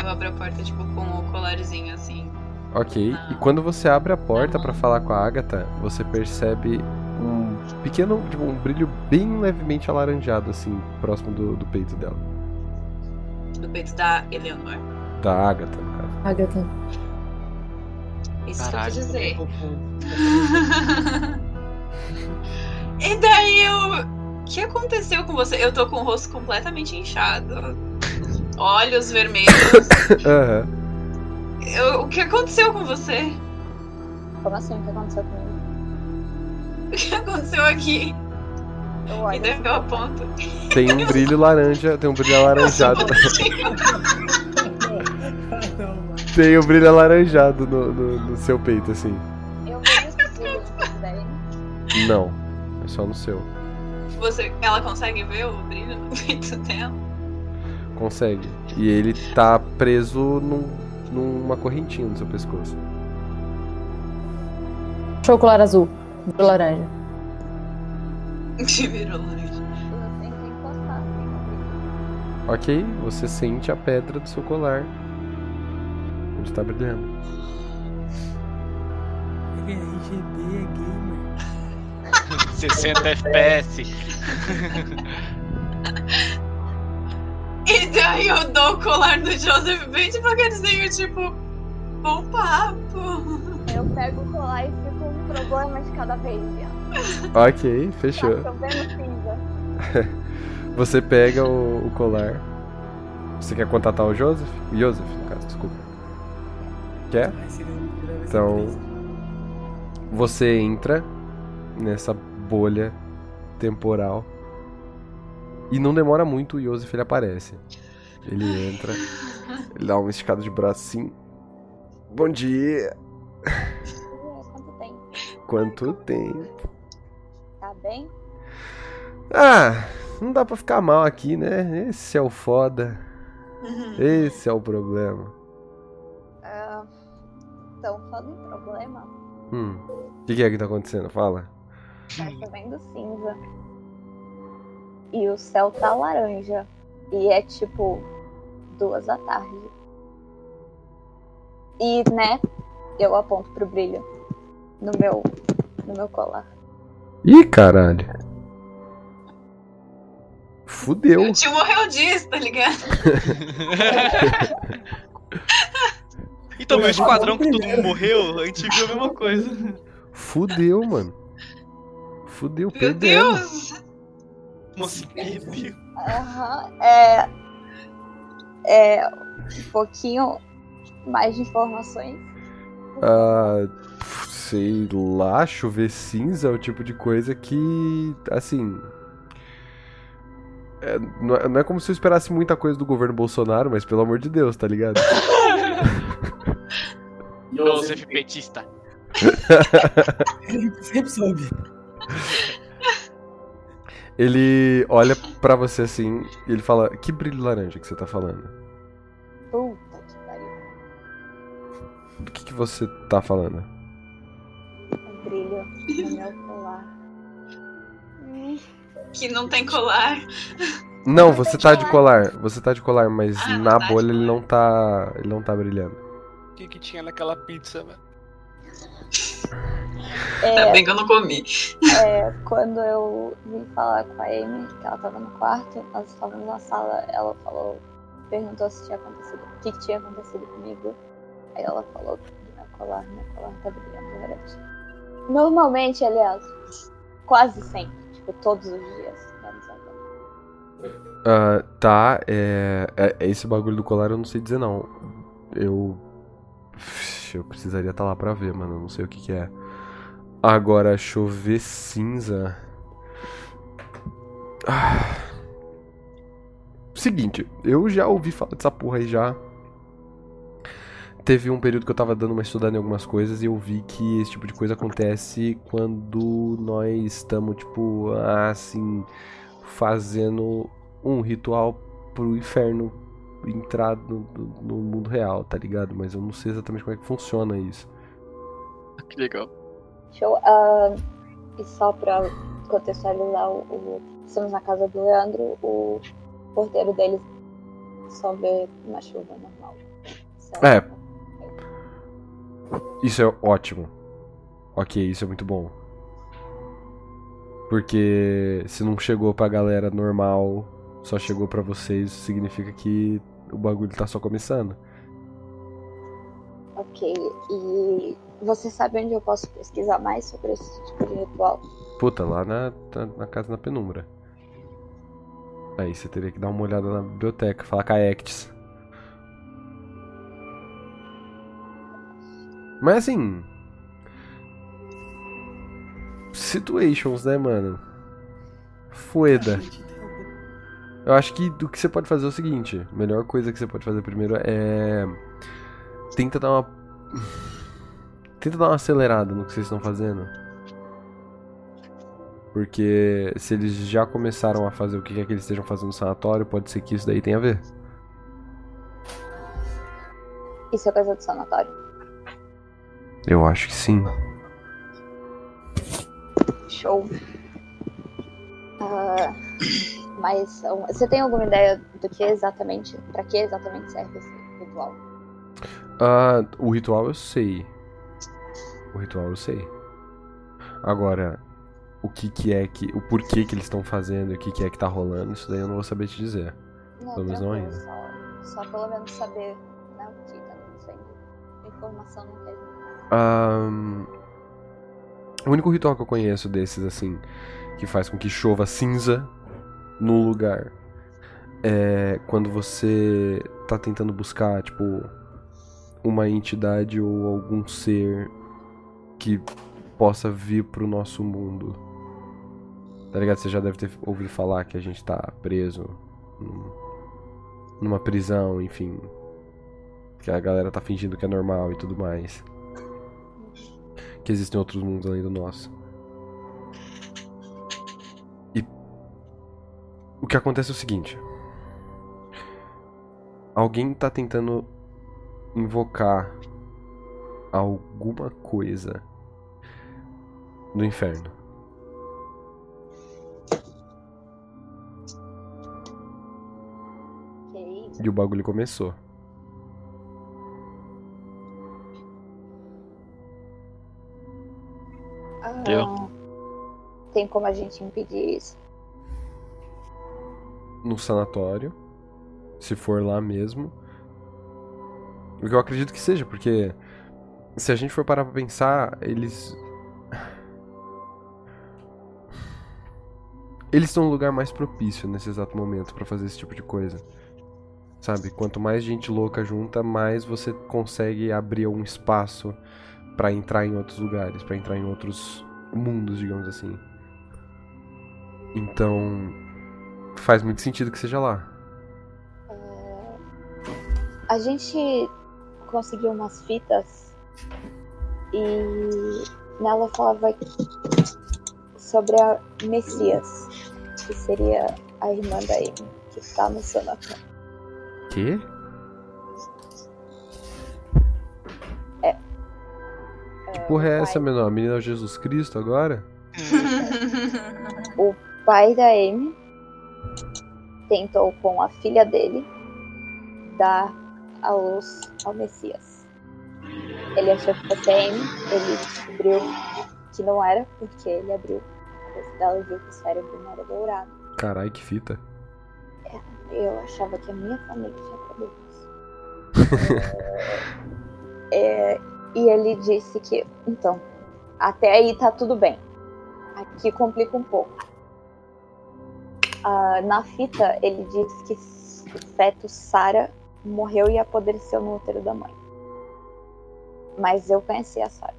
Eu abro a porta, tipo, com o colarzinho assim. Ok, Ah. e quando você abre a porta pra falar com a Agatha, você percebe um pequeno, tipo, um brilho bem levemente alaranjado, assim, próximo do, do peito dela. do peito da Eleanor. Da Agatha, no caso. Agatha. Isso Caralho. que eu quis dizer. Eu vou- e daí eu. O que aconteceu com você? Eu tô com o rosto completamente inchado. Olhos vermelhos. Aham. Eu- o que aconteceu com você? Como assim? O que aconteceu comigo? O que aconteceu aqui? Eu E olho. assim. daí eu aponto. Tem um brilho laranja, tem um brilho alaranjado. Ah, não, mano. tem um brilho alaranjado no- no, no seu peito, assim. Eu vejo os filhos daí. Não, é só no seu. Você, ela consegue ver o brilho no peito dela? Consegue. E ele tá preso num, numa correntinha no seu pescoço. Chocolate azul. De laranja. Que virou laranja. Ok, você sente a pedra do seu colar. Onde tá brilhando. Ele é RGB, é gamer. 60 FPS. E daí eu dou o colar do Joseph bem devagarzinho, tipo, bom papo. Eu pego o colar e fico um problema de cada vez, Ian. Ok, Tá fechou. chovendo cinza. Você pega o, o colar. Você quer contatar o Joseph? Joseph, no caso, desculpa. Quer? Ai, se ele não virar, vai ser Então- triste. Você entra nessa bolha temporal. E não demora muito, o Joseph ele aparece. Ele entra, ele dá uma esticada de braço assim. Bom dia! Quanto tempo? Quanto tempo? Tá bem? Ah, não dá pra ficar mal aqui, né? Esse é o foda. Esse é o problema. Estão Então, falando em problema? Hum. O que, que é que tá acontecendo? Fala. Tá chovendo cinza. E o céu tá laranja. E é tipo duas da tarde. E, né, eu aponto pro brilho no meu, no meu colar. Ih, caralho. Fudeu. O tio morreu disso, tá ligado? Então, meu esquadrão um que todo mundo morreu, a gente viu a mesma coisa. Fudeu, mano. Fudeu, Meu perdeu. Deus! Nossa, perdeu. Aham, é, é um pouquinho mais de informações. Ah, pf, sei lá, chover cinza é o tipo de coisa que, assim. é, não, é, não é como se eu esperasse muita coisa do governo Bolsonaro, mas pelo amor de Deus, tá ligado? é Joseph Petista. Ele sempre soube. Ele olha pra você assim e ele fala: Que brilho laranja que você tá falando? Puta que pariu. Do que, que você tá falando? Um brilho no meu colar. Hum, Que não tem colar. Não, Mas você tem tá de colar, você tá de colar, mas Ah, na tá de bolha ele colar. não tá, ele não tá brilhando. O que, que tinha naquela pizza, velho? É, Ainda bem que eu não comi. É, quando eu vim falar com a Amy, que ela tava no quarto, nós estávamos na sala, ela falou, perguntou se tinha acontecido, o que, que tinha acontecido comigo. Aí ela falou que meu colar, meu colar tá brilhando laranja. Normalmente, aliás, quase sempre, tipo, todos os dias, menos um. agora. Ah, tá, é, é- é esse bagulho do colar eu não sei dizer não. Eu eu precisaria estar lá pra ver, mano, eu não sei o que que é. Agora chover cinza. Ah. Seguinte, eu já ouvi falar dessa porra aí já. Teve um período que eu tava dando uma estudada em algumas coisas e eu vi que esse tipo de coisa acontece quando nós estamos, tipo, assim, fazendo um ritual pro inferno entrar no, no- no mundo real, tá ligado? Mas eu não sei exatamente como é que funciona isso. Que legal. Show. ah, e só pra contextualizar, o, o- estamos na casa do Leandro, o porteiro deles só vê uma chuva né? normal. Céu. É. Isso é ótimo. Ok, isso é muito bom. Porque se não chegou pra galera normal, só chegou pra vocês, significa que o bagulho tá só começando. Ok, e você sabe onde eu posso pesquisar mais sobre esse tipo de ritual? Puta, lá na, na, na casa na penumbra. Aí você teria que dar uma olhada na biblioteca, falar com a Acts. Mas assim. Situations, né, mano? Fueda. Eu acho que o que você pode fazer é o seguinte: a melhor coisa que você pode fazer primeiro é. Tenta dar uma. Tenta dar uma acelerada no que vocês estão fazendo. Porque se eles já começaram a fazer o que é que eles estejam fazendo no sanatório, pode ser que isso daí tenha a ver. Isso é coisa do sanatório. Eu acho que sim. Show. Ah, mas um, você tem alguma ideia do que exatamente, pra que exatamente serve esse ritual? Ah, o ritual eu sei. O ritual eu sei. Agora, o que que é que. O porquê que eles estão fazendo e o que que é que tá rolando, isso daí eu não vou saber te dizer. Pelo menos não tranquilo, Só, só pelo menos saber né, o que tá acontecendo. Informação não tem. Ahn, o único ritual que eu conheço desses, assim, que faz com que chova cinza num lugar é quando você tá tentando buscar, tipo, uma entidade ou algum ser que possa vir pro nosso mundo. Tá ligado? Você já deve ter ouvido falar que a gente tá preso num- numa prisão, enfim. Que a galera tá fingindo que é normal e tudo mais. Que existem outros mundos além do nosso. E o que acontece é o seguinte. Alguém tá tentando invocar alguma coisa do inferno. Ok. E o bagulho começou. Ah, Eu. Tem como a gente impedir isso? no sanatório, se for lá mesmo. O que eu acredito que seja, porque se a gente for parar pra pensar, eles. Eles estão no lugar mais propício nesse exato momento pra fazer esse tipo de coisa. Sabe? Quanto mais gente louca junta, mais você consegue abrir um espaço pra entrar em outros lugares, pra entrar em outros mundos, digamos assim. Então, faz muito sentido que seja lá. A gente conseguiu umas fitas e nela falava sobre a Messias, que seria a irmã da Amy, que está no sanatório. Quê? É, Que porra é o essa, pai- menor? A menina é o Jesus Cristo agora? pai da Amy tentou com a filha dele dar a luz ao Messias. Ele achou que fosse a Amy, ele descobriu que não era, porque ele abriu a cabeça dela e viu que o cérebro não era dourado. Carai, que fita. Eu achava que a minha família tinha problemas. É, e ele disse que, então, até aí tá tudo bem. Aqui complica um pouco. Ah, na fita, ele disse que s- o feto Sara morreu e apodreceu no útero da mãe. Mas eu conheci a Sara.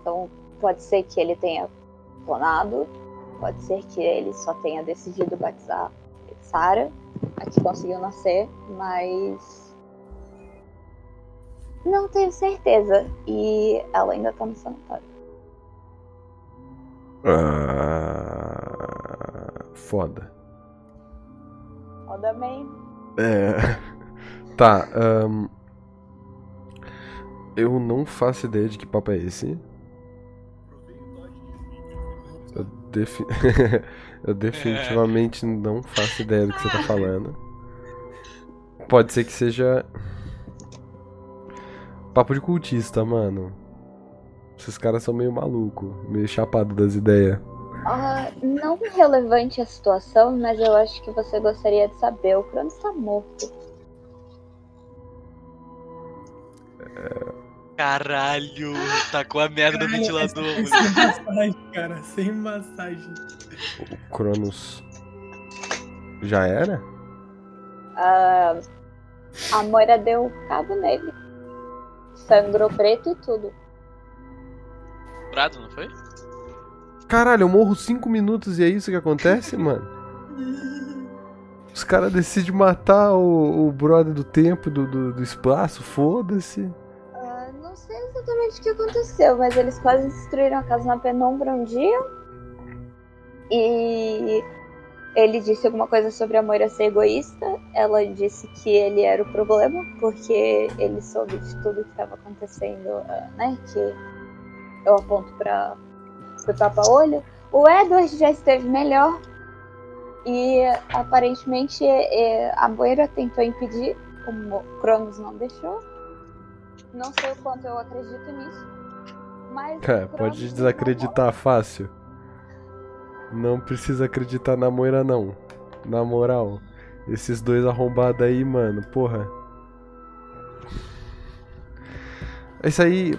Então, pode ser que ele tenha clonado, Pode ser que ele só tenha decidido batizar Sarah, a que conseguiu nascer, mas. Não tenho certeza. E ela ainda tá no sanatório. Ah, foda. Roda bem. É. Tá, ahn, eu não faço ideia de que papo é esse. Eu, defi- eu definitivamente não faço ideia do que você tá falando. Pode ser que seja. Papo de cultista, mano. Esses caras são meio maluco, meio chapado das ideias. Ah, não relevante a situação, mas eu acho que você gostaria de saber. O Cronos tá morto. Caralho, tacou a merda do ventilador, Sem moleque. massagem, cara, sem massagem. O Cronos. Já era? Ah, a Moira deu um cabo nele. Sangrou preto e tudo. é Prado, não foi? Caralho, eu morro 5 minutos e é isso que acontece, mano? Os caras decidem matar o, o brother do tempo, do, do, do espaço, foda-se. Ah, não sei se exatamente o que aconteceu, mas eles quase destruíram a casa na penumbra um dia. E ele disse alguma coisa sobre a Moira ser egoísta. Ela disse que ele era o problema, porque ele soube de tudo que estava acontecendo, né? Que eu aponto para o tapa-olho. O Edward já esteve melhor. E aparentemente é, a Moira tentou impedir, o Cronos não deixou. Não sei o quanto eu acredito nisso. Mas. Cara, o Cronos pode não desacreditar fácil. Não precisa acreditar na Moira, não. Na moral. Esses dois arrombados aí, mano, porra. É Isso aí.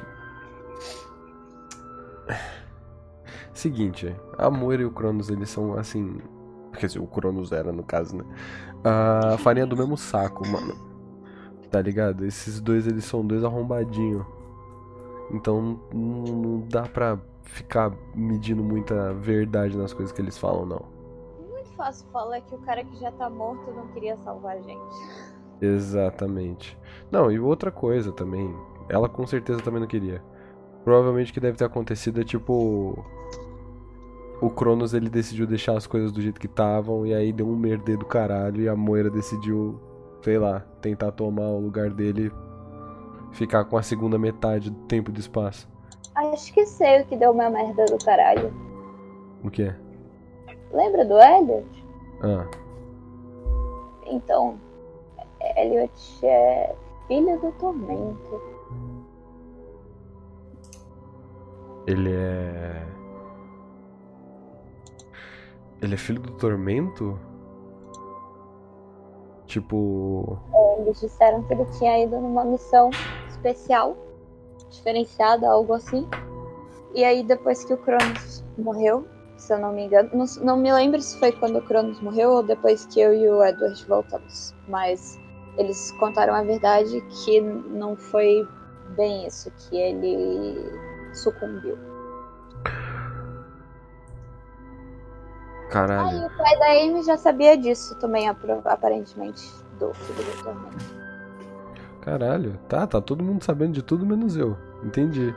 Seguinte, a Moira e o Cronos, eles são assim. Quer dizer, o Cronos era no caso, né? A farinha do mesmo saco, mano. Tá ligado? Esses dois, eles são dois arrombadinhos. Então não, não dá pra ficar medindo muita verdade nas coisas que eles falam, não. É muito fácil falar que o cara que já tá morto não queria salvar a gente. Exatamente. Não, e outra coisa também. Ela com certeza também não queria. Provavelmente o que deve ter acontecido é tipo. O Cronos ele decidiu deixar as coisas do jeito que estavam e aí deu um merdê do caralho e a Moira decidiu, sei lá, tentar tomar o lugar dele ficar com a segunda metade do tempo e do espaço. Acho que sei o que deu uma merda do caralho. O que é? Lembra do Elliot? Ah, Então, Elliot é filho do Tormento. ele é. Ele é filho do Tormento? Tipo. Eles disseram que ele tinha ido numa missão especial, diferenciada, algo assim. E aí, depois que o Cronos morreu, se eu não me engano, não, não me lembro se foi quando o Cronos morreu ou depois que eu e o Edward voltamos, mas eles contaram a verdade que não foi bem isso, que ele sucumbiu. Ah, Caralho. e o pai da Amy já sabia disso também, apro- aparentemente, do filho do Tormento. Caralho, tá, tá todo mundo sabendo de tudo menos eu. Entendi.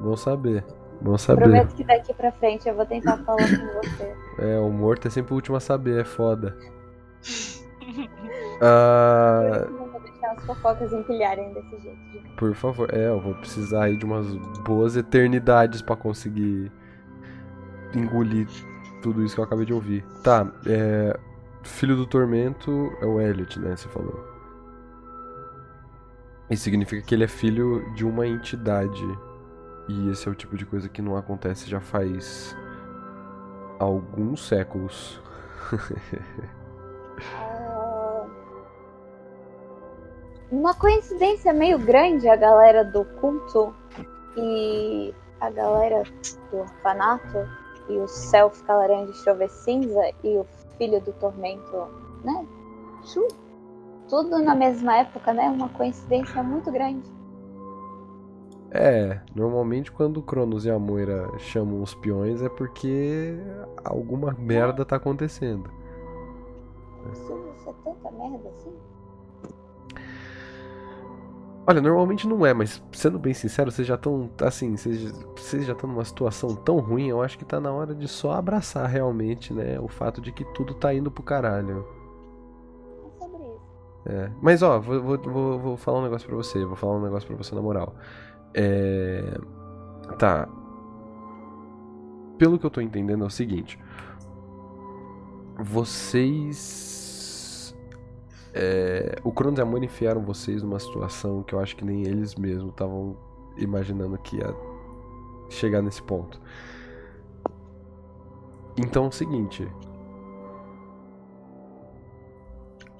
Bom saber. Bom saber. Prometo que daqui pra frente eu vou tentar falar com você. É, o morto é sempre o último a saber, é foda. Ah, Não vou deixar as fofocas empilharem desse jeito. por favor, é, eu vou precisar aí de umas boas eternidades pra conseguir engolir tudo isso que eu acabei de ouvir. Tá, é. Filho do Tormento é o Elliot, né? Você falou. Isso significa que ele é filho de uma entidade. E esse é o tipo de coisa que não acontece já faz. alguns séculos. Ah, Uma coincidência meio grande a galera do culto e a galera do orfanato e o céu fica laranja e chover cinza e o filho do tormento, né? Tchum. Tudo na mesma época, né? Uma coincidência muito grande. É, normalmente quando o Cronos e a Moira chamam os peões é porque alguma merda tá acontecendo. Precisa ser É tanta merda assim? Olha, normalmente não é, mas sendo bem sincero, vocês já estão assim, vocês, vocês já estão numa situação tão ruim, eu acho que tá na hora de só abraçar realmente, né, o fato de que tudo tá indo pro caralho. É sobre isso. É. Mas ó, vou, vou, vou, vou falar um negócio pra você, vou falar um negócio pra você na moral. É. Tá. Pelo que eu tô entendendo é o seguinte. Vocês. é, o Cronos e a Moira enfiaram vocês numa situação que eu acho que nem eles mesmos estavam imaginando que ia chegar nesse ponto. Então é o seguinte.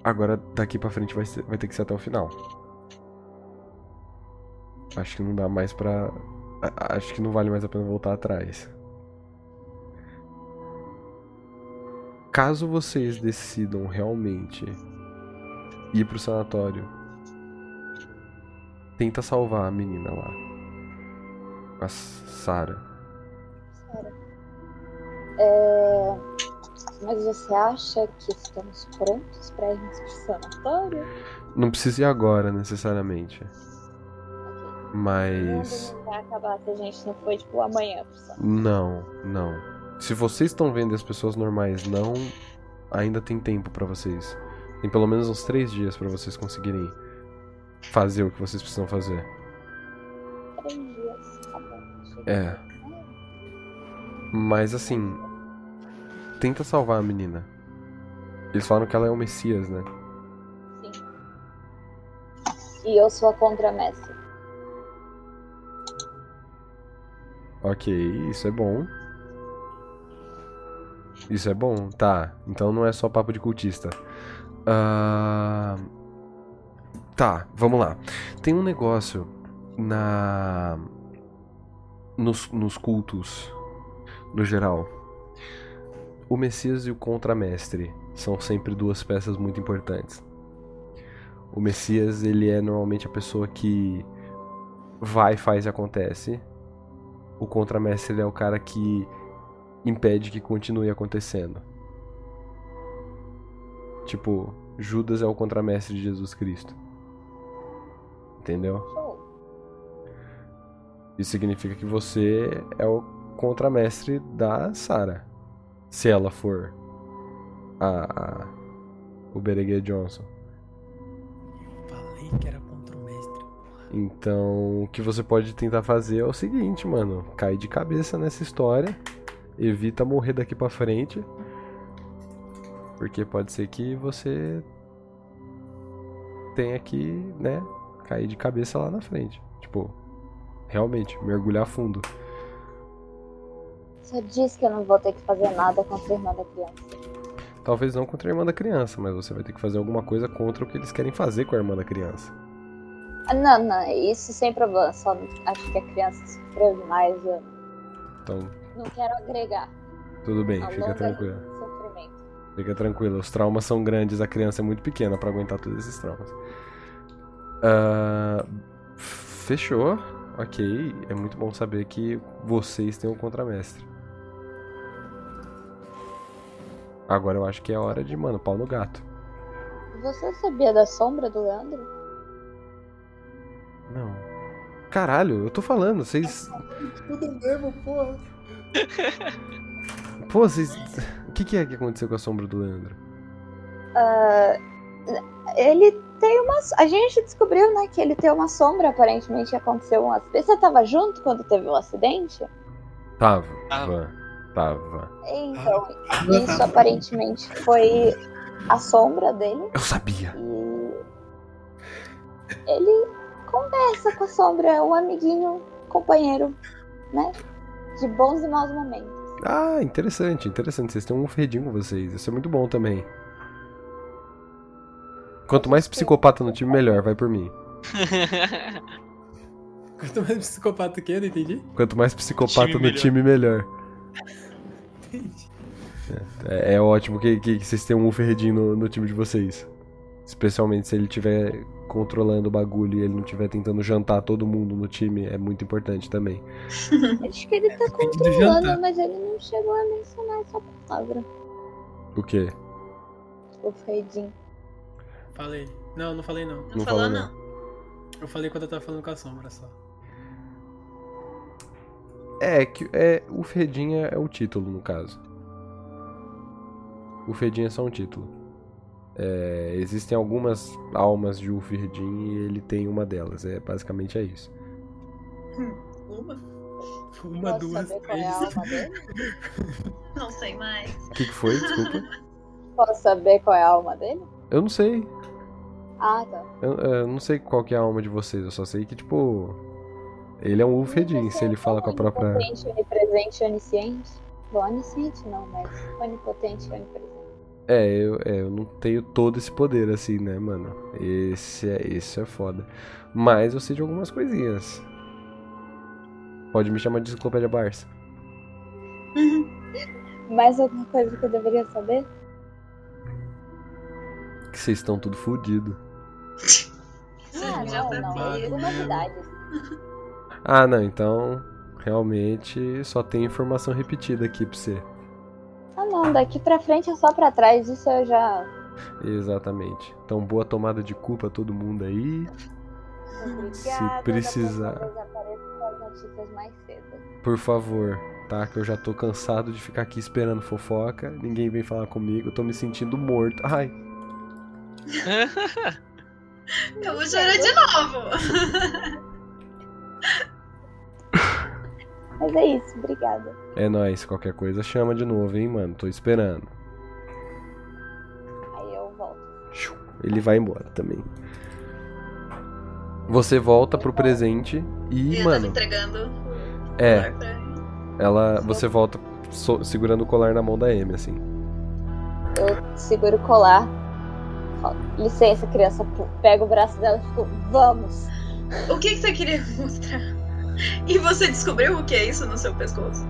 Agora daqui pra frente vai, ser- vai ter que ser até o final. Acho que não dá mais pra. a- Acho que não vale mais a pena voltar atrás. Caso vocês decidam realmente ir pro sanatório, tenta salvar a menina lá. A Sara. É, Mas você acha que estamos prontos pra irmos pro sanatório? Não precisa ir agora, necessariamente. Ok. O mundo Mas. não vai acabar se a gente não for, tipo, amanhã. pessoal. Não, não. Se vocês estão vendo e as pessoas normais não, ainda tem tempo pra vocês. Tem pelo menos uns três dias pra vocês conseguirem fazer o que vocês precisam fazer. Três dias, tá bom. chega. É. Mas assim. Tenta salvar a menina. Eles falaram que ela é o Messias, né? Sim. E eu sou a contramestre. Ok, isso é bom. Isso é bom, tá. Então não é só papo de cultista. Ah, Tá, vamos lá. Tem um negócio na. Nos, nos cultos, no geral. O Messias e o Contramestre são sempre duas peças muito importantes. O Messias, ele é normalmente a pessoa que vai, faz e acontece o contramestre ele é o cara que impede que continue acontecendo. Tipo, Judas é o contramestre de Jesus Cristo. Entendeu? Show. Isso significa que você é o contramestre da Sarah. Se ela for a, a o Bereguer Johnson. Falei que era contra o mestre. Então, o que você pode tentar fazer é o seguinte, mano. Cair de cabeça nessa história. Evita morrer daqui pra frente. Porque pode ser que você tenha que, né, cair de cabeça lá na frente. Tipo, realmente, mergulhar fundo. Só diz que eu não vou ter que fazer nada com a irmã da criança. Talvez não contra a irmã da criança, mas você vai ter que fazer alguma coisa contra o que eles querem fazer com a irmã da criança. Ah, Não, não, isso sem problema. Só acho que a criança sofreu demais. e Eu Então, não quero agregar tudo bem, ao fica longo tranquilo. sofrimento. Fica tranquilo, os traumas são grandes, a criança é muito pequena pra aguentar todos esses traumas. Ah, fechou, ok. É muito bom saber que vocês têm um contramestre. Agora eu acho que é hora de, mano, pau no gato. Você sabia da sombra do Leandro? Não. Caralho, eu tô falando, vocês. Tudo mesmo, porra. Pô, vocês. O que, que é que aconteceu com a sombra do Leandro? Ah, ele tem uma. A gente descobriu, né, que ele tem uma sombra, aparentemente aconteceu um acidente. Você tava junto quando teve o acidente? Tava. Tava. Tava. Então, isso aparentemente foi a sombra dele Eu sabia. e ele conversa com a sombra, é um amiguinho, companheiro, né? De bons e maus momentos. Ah, interessante, interessante. Vocês têm um redinho com vocês. Isso é muito bom também. Quanto mais psicopata no time, melhor. Vai por mim. Quanto mais psicopata que eu, não entendi. Quanto mais psicopata Time no melhor. time, melhor. É, é ótimo que, que- que vocês tenham um ferredinho no, no time de vocês. Especialmente se ele estiver controlando o bagulho e ele não estiver tentando jantar todo mundo no time. É muito importante também. Acho que ele tá do jantar. controlando, mas ele não chegou a mencionar essa palavra. O quê? O Feidin. Falei. Não, não falei não. Não falou, não. Eu falei quando eu tava falando com a sombra só. É, que é, o Fedinha é o título, no caso. O Fedinha é só um título. É, existem algumas almas de Ulferdin e ele tem uma delas. É basicamente é isso. Uma? Uma, Posso duas, saber qual três. é a alma dele? Não sei mais. O que, que foi? Desculpa. Posso saber qual é a alma dele? Eu não sei. Ah, tá. Eu, eu não sei qual que é a alma de vocês. Eu só sei que, tipo. Ele é um Ulferdin, se ele fala com a própria. Onipotente, onipresente, e onisciente. Bom, onisciente não, mas onipotente e onipresente. É eu, é, eu não tenho todo esse poder assim, né, mano? Esse é, esse é foda. Mas eu sei de algumas coisinhas. Pode me chamar de enciclopédia Barça. Uhum. Mais alguma coisa que eu deveria saber? Que vocês estão tudo fudido. Ah, já não, não. sabia. Algumas idades. Ah, não, então. Realmente só tem informação repetida aqui pra você. Ah, não. Daqui pra frente é só pra trás. Isso eu já... Exatamente. Então, boa tomada de cu pra todo mundo aí. Obrigada. precisar. Da próxima vez apareço com as notícias mais cedo. Por favor, tá? Que eu já tô cansado de ficar aqui esperando fofoca. Ninguém vem falar comigo. Eu tô me sentindo morto. Ai, Eu vou chorar de novo. Mas é isso, obrigada. é nóis. Qualquer coisa chama de novo, hein, mano. Tô esperando. Aí eu volto. Ele vai embora também. Você volta pro presente e, E eu tava mano, tá entregando. é. o colar pra ele. Ela. Você volta so- segurando o colar na mão da Amy, assim. Eu seguro o colar. Falo, Licença, criança. pu-". Pego o braço dela e fico, vamos. O que, que você queria mostrar? E você descobriu o que é isso no seu pescoço?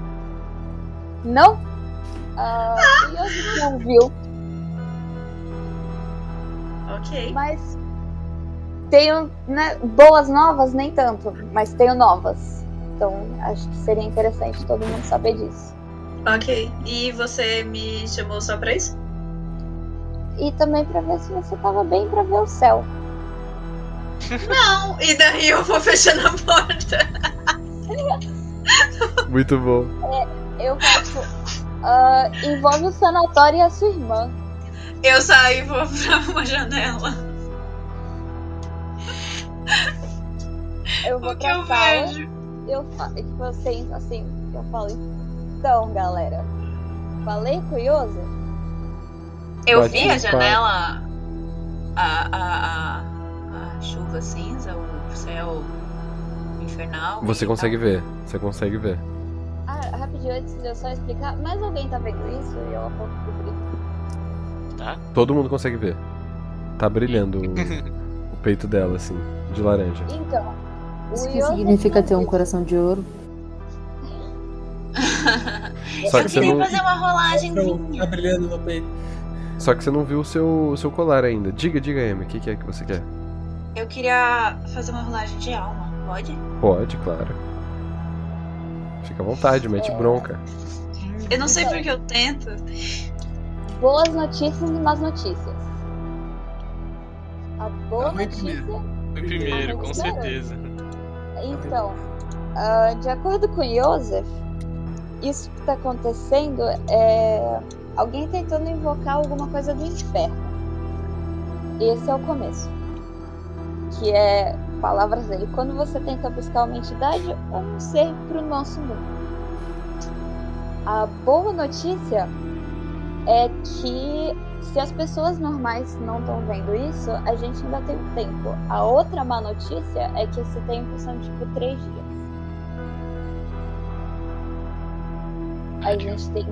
Não? Ah, e hoje não viu, Ok. mas tenho né, boas novas, nem tanto, mas tenho novas. Então acho que seria interessante todo mundo saber disso. Ok. E você me chamou só pra isso? E também pra ver se você tava bem pra ver o céu. Não. E daí eu vou fechando a porta. Muito bom. É, Eu faço. ah, envolve o sanatório e a sua irmã. Eu saio e vou pra uma janela. Eu vou O que pra eu sala. vejo? Eu falo, tipo, eu sento assim, eu falo, então, galera, falei com o Yosef? Eu Bati vi um a papo. janela, a, a, a, a chuva cinza, o céu infernal. Você e consegue tal. ver. Você consegue ver. Ah, rapidinho, antes de eu só explicar, mas alguém tá vendo isso? E eu aponto pro Brito. Tá. Todo mundo consegue ver. Tá brilhando o, o peito dela, assim, de laranja. Então, o Isso que Yosef significa não ter um disse- coração de ouro. Só eu que você queria não, fazer uma Então, Tá rolagenzinha. brilhando no peito. só que você não viu o seu, o seu colar ainda. Diga, diga, Amy, o que, que é que você quer? Eu queria fazer uma rolagem de alma, pode? Pode, claro. Fica à vontade, mete bronca. Eu não sei porque eu tento. Boas notícias e más notícias. A boa Calma aí notícia. Foi primeiro, com certeza. Então, ah, de acordo com Yosef, isso que tá acontecendo é. Alguém tentando invocar alguma coisa do inferno. Esse é o começo. Que é, palavras dele, quando você tenta buscar uma entidade ou um ser pro nosso mundo. A boa notícia é que se as pessoas normais não estão vendo isso, a gente ainda tem um tempo. A outra má notícia é que esse tempo são tipo três dias. A gente tem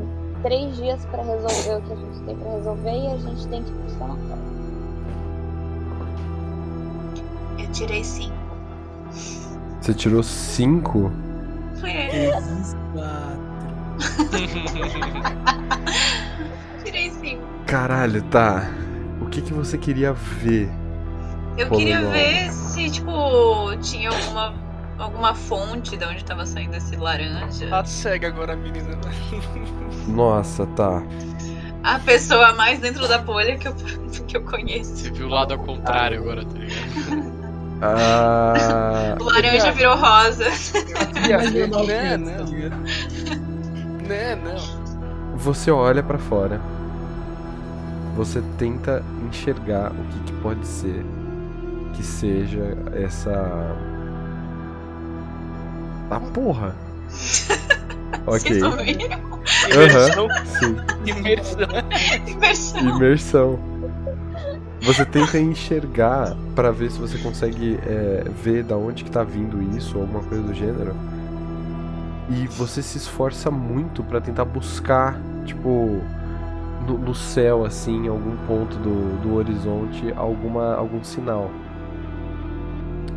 três dias pra resolver o que a gente tem pra resolver e a gente tem que ir pro sanatório. Eu tirei sim. Você tirou cinco? Foi, Exato. eu tirei sim. Caralho, tá. O que, que você queria ver? Eu Como queria não? ver se, tipo, tinha alguma, alguma fonte de onde tava saindo esse laranja. Tá cega agora a menina. Nossa, tá. A pessoa mais dentro da bolha que eu, que eu conheço. Você viu o lado ao contrário agora, tá ligado? Ah. O laranja virou rosa. E a Mas eu não né, acredito, tá não, ligado? né, não. Você olha pra fora. Você tenta enxergar o que, que pode ser que seja essa. Ah, porra! ok. Vocês ouviram? Aham. Sim. Imersão. Inversão. Imersão. Você tenta enxergar pra ver se você consegue é, ver da onde que tá vindo isso ou alguma coisa do gênero. E você se esforça muito pra tentar buscar, tipo, no, no céu, assim, em algum ponto do, do horizonte, alguma, algum sinal.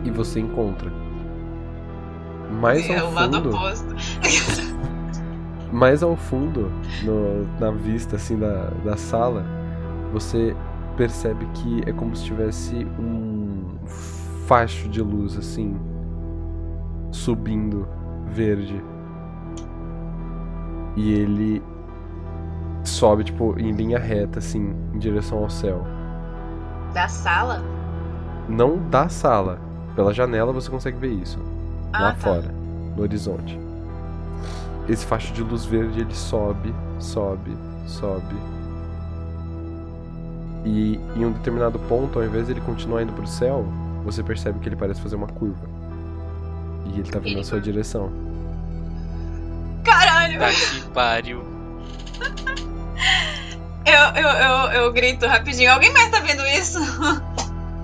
E você encontra. Mais é ao o lado fundo- oposto. mais ao fundo, no- na vista assim da, da sala, você percebe que é como se tivesse um facho de luz assim subindo verde. E ele sobe tipo em linha reta assim, em direção ao céu. Da sala? Não da sala, Pela janela você consegue ver isso. lá Ah, tá. fora, no horizonte. Esse facho de luz verde ele sobe, sobe, sobe. E em um determinado ponto, ao invés dele continuar indo pro céu, você percebe que ele parece fazer uma curva. E ele tá vindo na sua direção. Caralho! Tá que pariu. Eu, eu, eu, eu grito rapidinho. Alguém mais tá vendo isso?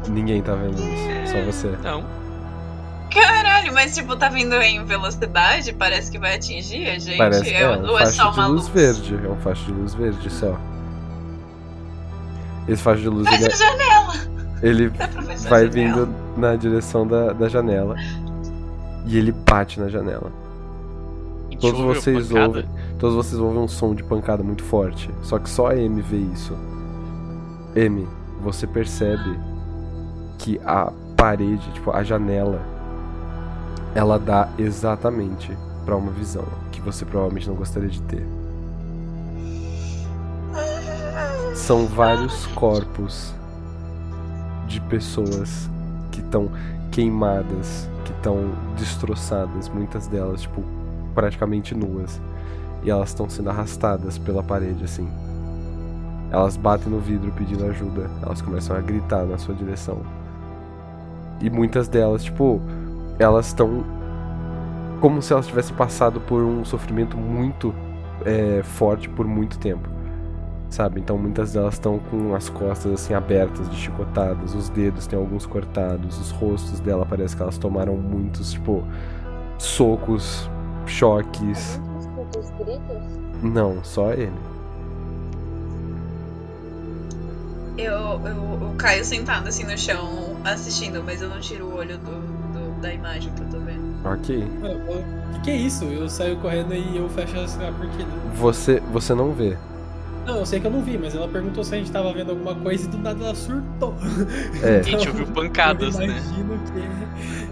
Ninguém tá vendo isso, só você. Não. Caralho, mas tipo, tá vindo em velocidade? Parece que vai atingir a gente. Parece é, Eu- um ou é só facho de uma luz luz? verde. É um facho de luz verde só. Esse facho de luz Mas ele, é a janela! ele Dá pra fechar a vai janela? vindo na direção da, da janela. E ele bate na janela. Gente, Todos ouve a vocês, pancada? ouvem, todos vocês ouvem um som de pancada muito forte. Só que só a M vê isso. M, você percebe que a parede, tipo, a janela, ela dá exatamente pra uma visão que você provavelmente não gostaria de ter. São vários corpos de pessoas que estão queimadas, que estão destroçadas, muitas delas, tipo, praticamente nuas. E elas estão sendo arrastadas pela parede, assim. Elas batem no vidro pedindo ajuda. Elas começam a gritar na sua direção. E muitas delas, tipo, elas estão. Como se elas tivessem passado por um sofrimento muito é, forte por muito tempo. Sabe? Então muitas delas estão com as costas assim abertas, de chicotadas, os dedos têm alguns cortados, os rostos dela parece que elas tomaram muitos, tipo, socos, choques. Escuta os gritos. Não, só ele. Eu, eu, eu caio sentada assim no chão assistindo, mas eu não tiro o olho do, do- da imagem que eu tô vendo. Ok. O que, que é isso? Eu saio correndo e eu fecho a a cortina. Você, você não vê. Não, eu sei que eu não vi, mas ela perguntou se a gente tava vendo alguma coisa e do nada ela surtou. É. Gente, ouviu pancadas, eu né? imagino que. é.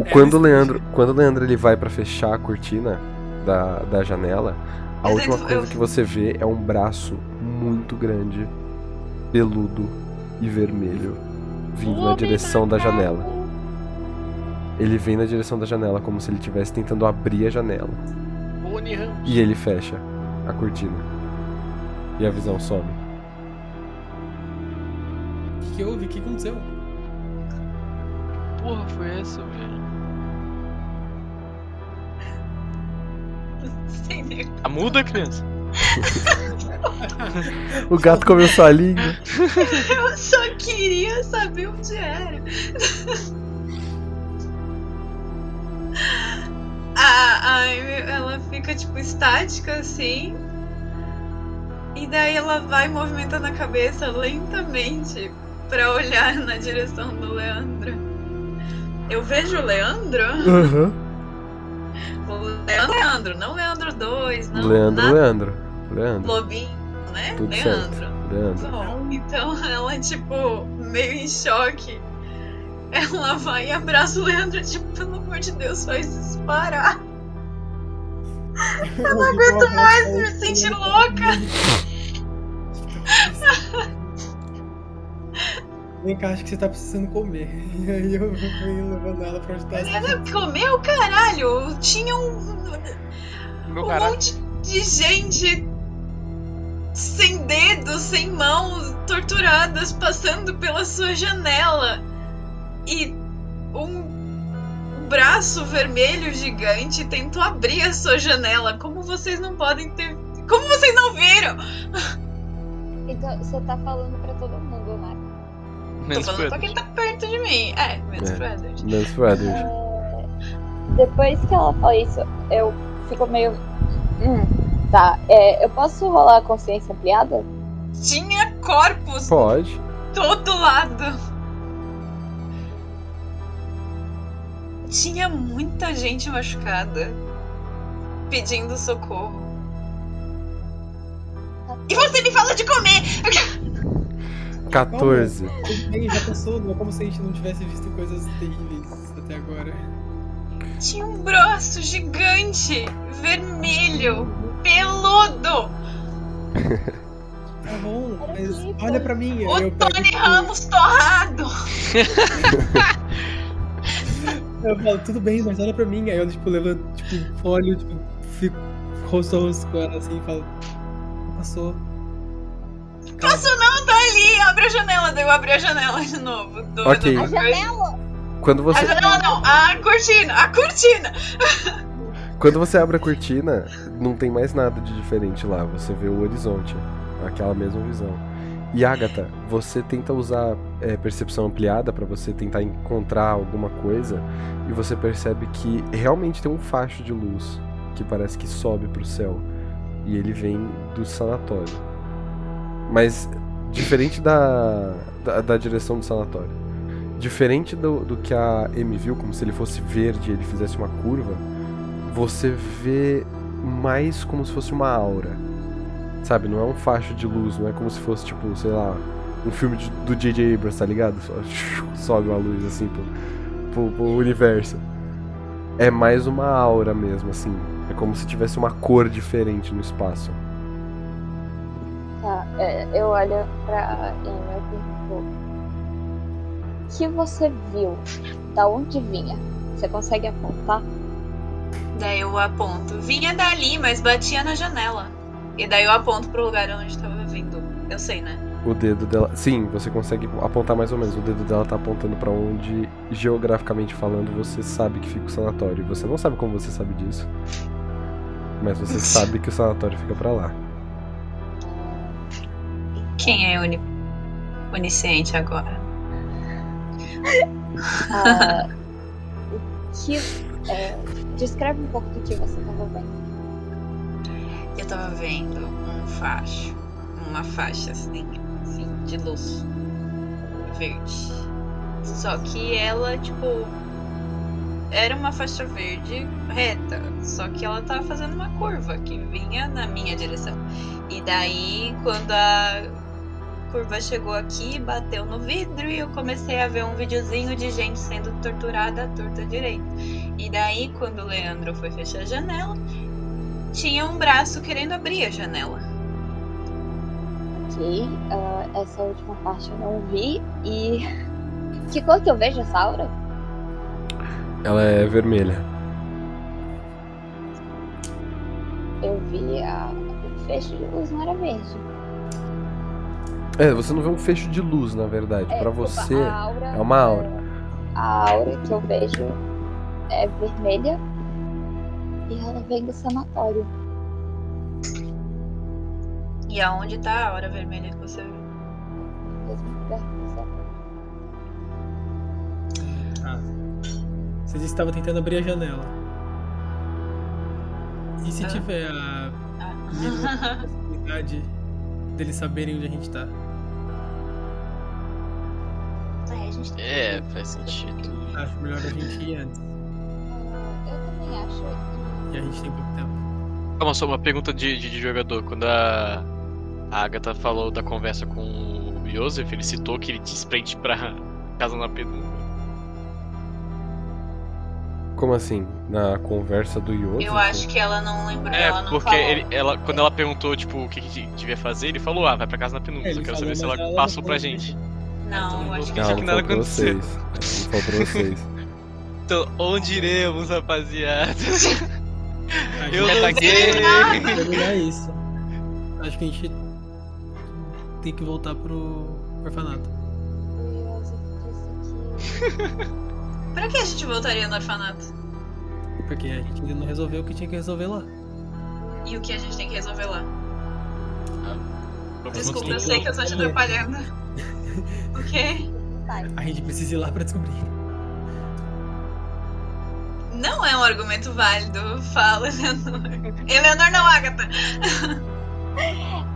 O, quando o Leandro, quando o Leandro ele vai pra fechar a cortina da, da janela, a Mas última eu- coisa eu- que você vê é um braço muito grande, peludo e vermelho vindo na direção da janela. Ele vem na direção da janela como se ele estivesse tentando abrir a janela Bonnie Ram. e ele fecha a cortina. E a visão some. O que, que houve? O que aconteceu? Porra, foi essa, velho. Sem nem- Tá muda, criança? O gato começou a língua. Eu só queria saber onde era. a, a Amy, ela fica tipo estática assim. E daí ela vai movimentando a cabeça lentamente pra olhar na direção do Leandro. Eu vejo o Leandro? O Leandro, é Leandro, não Leandro 2, não Leandro, nada. Leandro. Leandro. Lobinho, né? Tudo Leandro. certo. Leandro. Bom, então ela, tipo, meio em choque. Ela vai e abraça o Leandro, tipo, pelo amor de Deus, faz isso parar. Eu não aguento mais Eu me senti louca. Vem cá, acho que você tá precisando comer. E aí eu venho levando ela pra onde tá Ela comeu, caralho. Tinha um, Meu um caralho. monte de gente sem dedos, sem mãos, torturadas, passando pela sua janela. E um braço vermelho gigante tentou abrir a sua janela. Como vocês não podem ter. Como vocês não viram? Então, você tá falando pra todo mundo, né? Tô Menos falando foi. pra quem tá perto de mim. É, menos É. pro Edward. Menos pro Edward. É, Depois que ela fala isso, eu fico meio. Hum, tá, é, eu posso rolar a consciência ampliada? Tinha corpos Pode. todo lado. Tinha muita gente machucada pedindo socorro. E você me fala de comer! 14. Tá Bem, já passou, não é como se a gente não tivesse visto coisas terríveis até agora. Tinha um braço gigante, vermelho, peludo. Tá bom, mas olha pra mim. aí O eu pego, Tony tipo, Ramos torrado. Eu falo, tudo bem, mas olha pra mim. Aí eu, tipo, levanto, tipo, olho, tipo, fico rosto a rosto com ela assim e falo. Passou. Passou não, tá ali. Abre a janela. Daí eu abri a janela de novo. Do, Ok. do- A janela! Quando A você, janela não, a cortina, a cortina. quando você abre a cortina, não tem mais nada de diferente lá. Você vê o horizonte, aquela mesma visão. E Agatha, você tenta usar é, percepção ampliada pra você tentar encontrar alguma coisa e você percebe que realmente tem um facho de luz que parece que sobe pro céu e ele vem do sanatório. Mas diferente da, da, da direção do sanatório, diferente do, do que a M viu, como se ele fosse verde e ele fizesse uma curva, você vê mais como se fosse uma aura. Sabe, não é um facho de luz, não é como se fosse, tipo, sei lá, um filme de- do J.J. Abrams, tá ligado? Só sobe uma luz assim pro, pro- pro universo. É mais uma aura mesmo, assim. É como se tivesse uma cor diferente no espaço. Tá, é, eu olho pra Amy e pergunto: O que você viu? Da onde vinha? Você consegue apontar? Daí eu aponto. Vinha dali, mas batia na janela. E daí eu aponto pro lugar onde tava vindo. Eu sei, né? O dedo dela. Sim, você consegue apontar mais ou menos. O dedo dela tá apontando pra onde, geograficamente falando, você sabe que fica o sanatório. E Você não sabe como você sabe disso. Mas você sabe que o sanatório fica pra lá. Quem é uni... onisciente agora? Ah, o que. é, descreve um pouco do que você estava vendo. Eu tava vendo um facho. Uma faixa assim, assim de luz. Verde. Só que ela, tipo. Era uma faixa verde reta. Só que ela tava fazendo uma curva que vinha na minha direção. E daí, quando a curva chegou aqui, bateu no vidro e eu comecei a ver um videozinho de gente sendo torturada à torta direita. E daí, quando o Leandro foi fechar a janela, tinha um braço querendo abrir a janela. Ok, ah, essa última parte eu não vi. E. Que cor que eu vejo essa aura? Ela é vermelha. Eu vi a. O fecho de luz não era verde. É, você não vê um fecho de luz, na verdade. É, Pra desculpa, você. a aura, é uma aura. A aura que eu vejo é vermelha e ela vem do sanatório. E aonde tá a hora vermelha que você viu? mesmo perto do sanatório. Ah. Você disse que tava tentando abrir a janela. E se Ah. tiver a mínima possibilidade deles saberem onde a gente tá? É, a gente tem É, faz sentido. Acho melhor a gente ir antes. Ah, Eu também acho. E a gente tem pouco tempo. Calma, só uma pergunta de, de, de jogador. Quando a, a Agatha falou da conversa com o Joseph, ele citou que ele disse pra gente ir pra casa na penumbra. é. Como assim? Na conversa do Yoda? Eu acho que ela não lembrou, É, ela não porque falou. ele, ela, quando ela perguntou, tipo, o que, que devia fazer, ele falou, ah, vai pra casa na penumbra. É, Só ele quero falou, saber se mas ela ela não passou pra falou. gente. Não, eu acho que Não, ela que não nada faltou aconteceu. vocês. Não faltou vocês. Então, onde iremos, rapaziada? A Eu gente- não sei! Pra terminar isso. Acho que a gente tem que voltar pro orfanato. Curioso disse Pra que a gente voltaria no orfanato? Porque a gente ainda não resolveu o que tinha que resolver lá. E o que a gente tem que resolver lá? Vamos Desculpa, lá. eu sei que eu tô te atrapalhando. ok? que tá, A gente precisa ir lá pra descobrir. Não é um argumento válido, fala, Eleanor. Eleanor não, Agatha.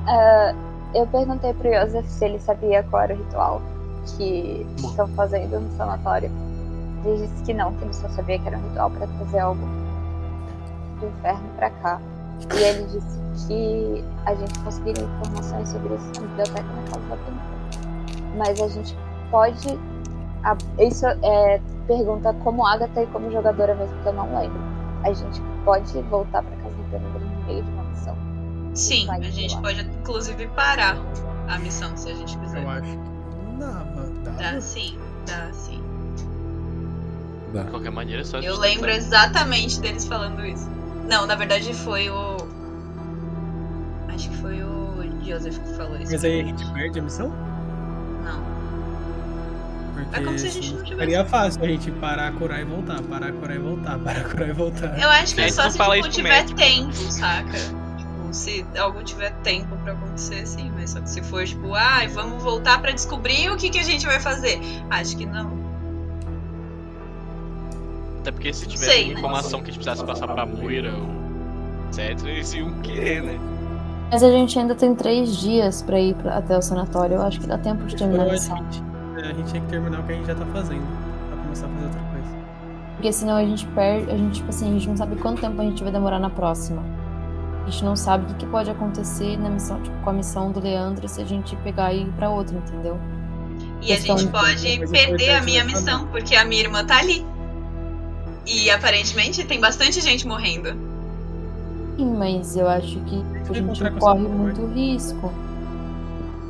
Ah, eu perguntei pro Joseph se ele sabia qual era o ritual que estão fazendo no sanatório. Ele disse que não, que ele só sabia que era um ritual pra trazer algo do inferno pra cá. E ele disse que a gente conseguiria informações sobre isso na biblioteca na casa da Pinta. Mas a gente pode. a- isso é pergunta como Agatha e como jogadora mesmo, que eu não lembro. A gente pode voltar pra casa da Pinta no meio de uma missão. Sim, a gente pode inclusive parar a missão se a gente quiser. acho que. Não, dá. Dá sim, dá sim. Dá. De qualquer maneira, é só Eu justiça. lembro exatamente deles falando isso. Não, na verdade foi o. Acho que foi o Joseph que falou isso. Mas aí a gente perde a missão? Não. Porque É como se a gente senão não tivesse. Ficaria fácil a gente parar, curar e voltar, parar, curar e voltar, parar, curar e voltar. Eu acho que A é gente só não se fala tipo, isso né? pro tiver tempo, saca? Tipo, se algo tiver tempo pra acontecer, sim, mas só que se for, tipo, ai, vamos voltar pra descobrir o que, que a gente vai fazer. Acho que não. Até porque se Não tiver sei, alguma né? informação que a gente precisasse passar pra Moira ou etc, eles iam querer, né? Mas a gente ainda tem três dias pra ir pra- até o sanatório. Eu acho que dá tempo de terminar a Eu acho missão. que Tipo, a gente- é, a gente tem que terminar o que a gente já tá fazendo. Pra começar a fazer outra coisa. Porque senão a gente perde. A gente, tipo assim, a gente não sabe quanto tempo a gente vai demorar na próxima. A gente não sabe o que, que pode acontecer na missão, tipo, com a missão do Leandro se a gente pegar e ir pra outra, entendeu? E a Questão gente de é pode coisa perder a importante minha vai missão, porque a minha irmã tá ali. E aparentemente tem bastante gente morrendo. Sim, mas eu acho que a vai gente encontrar com corre essa mulher. muito risco.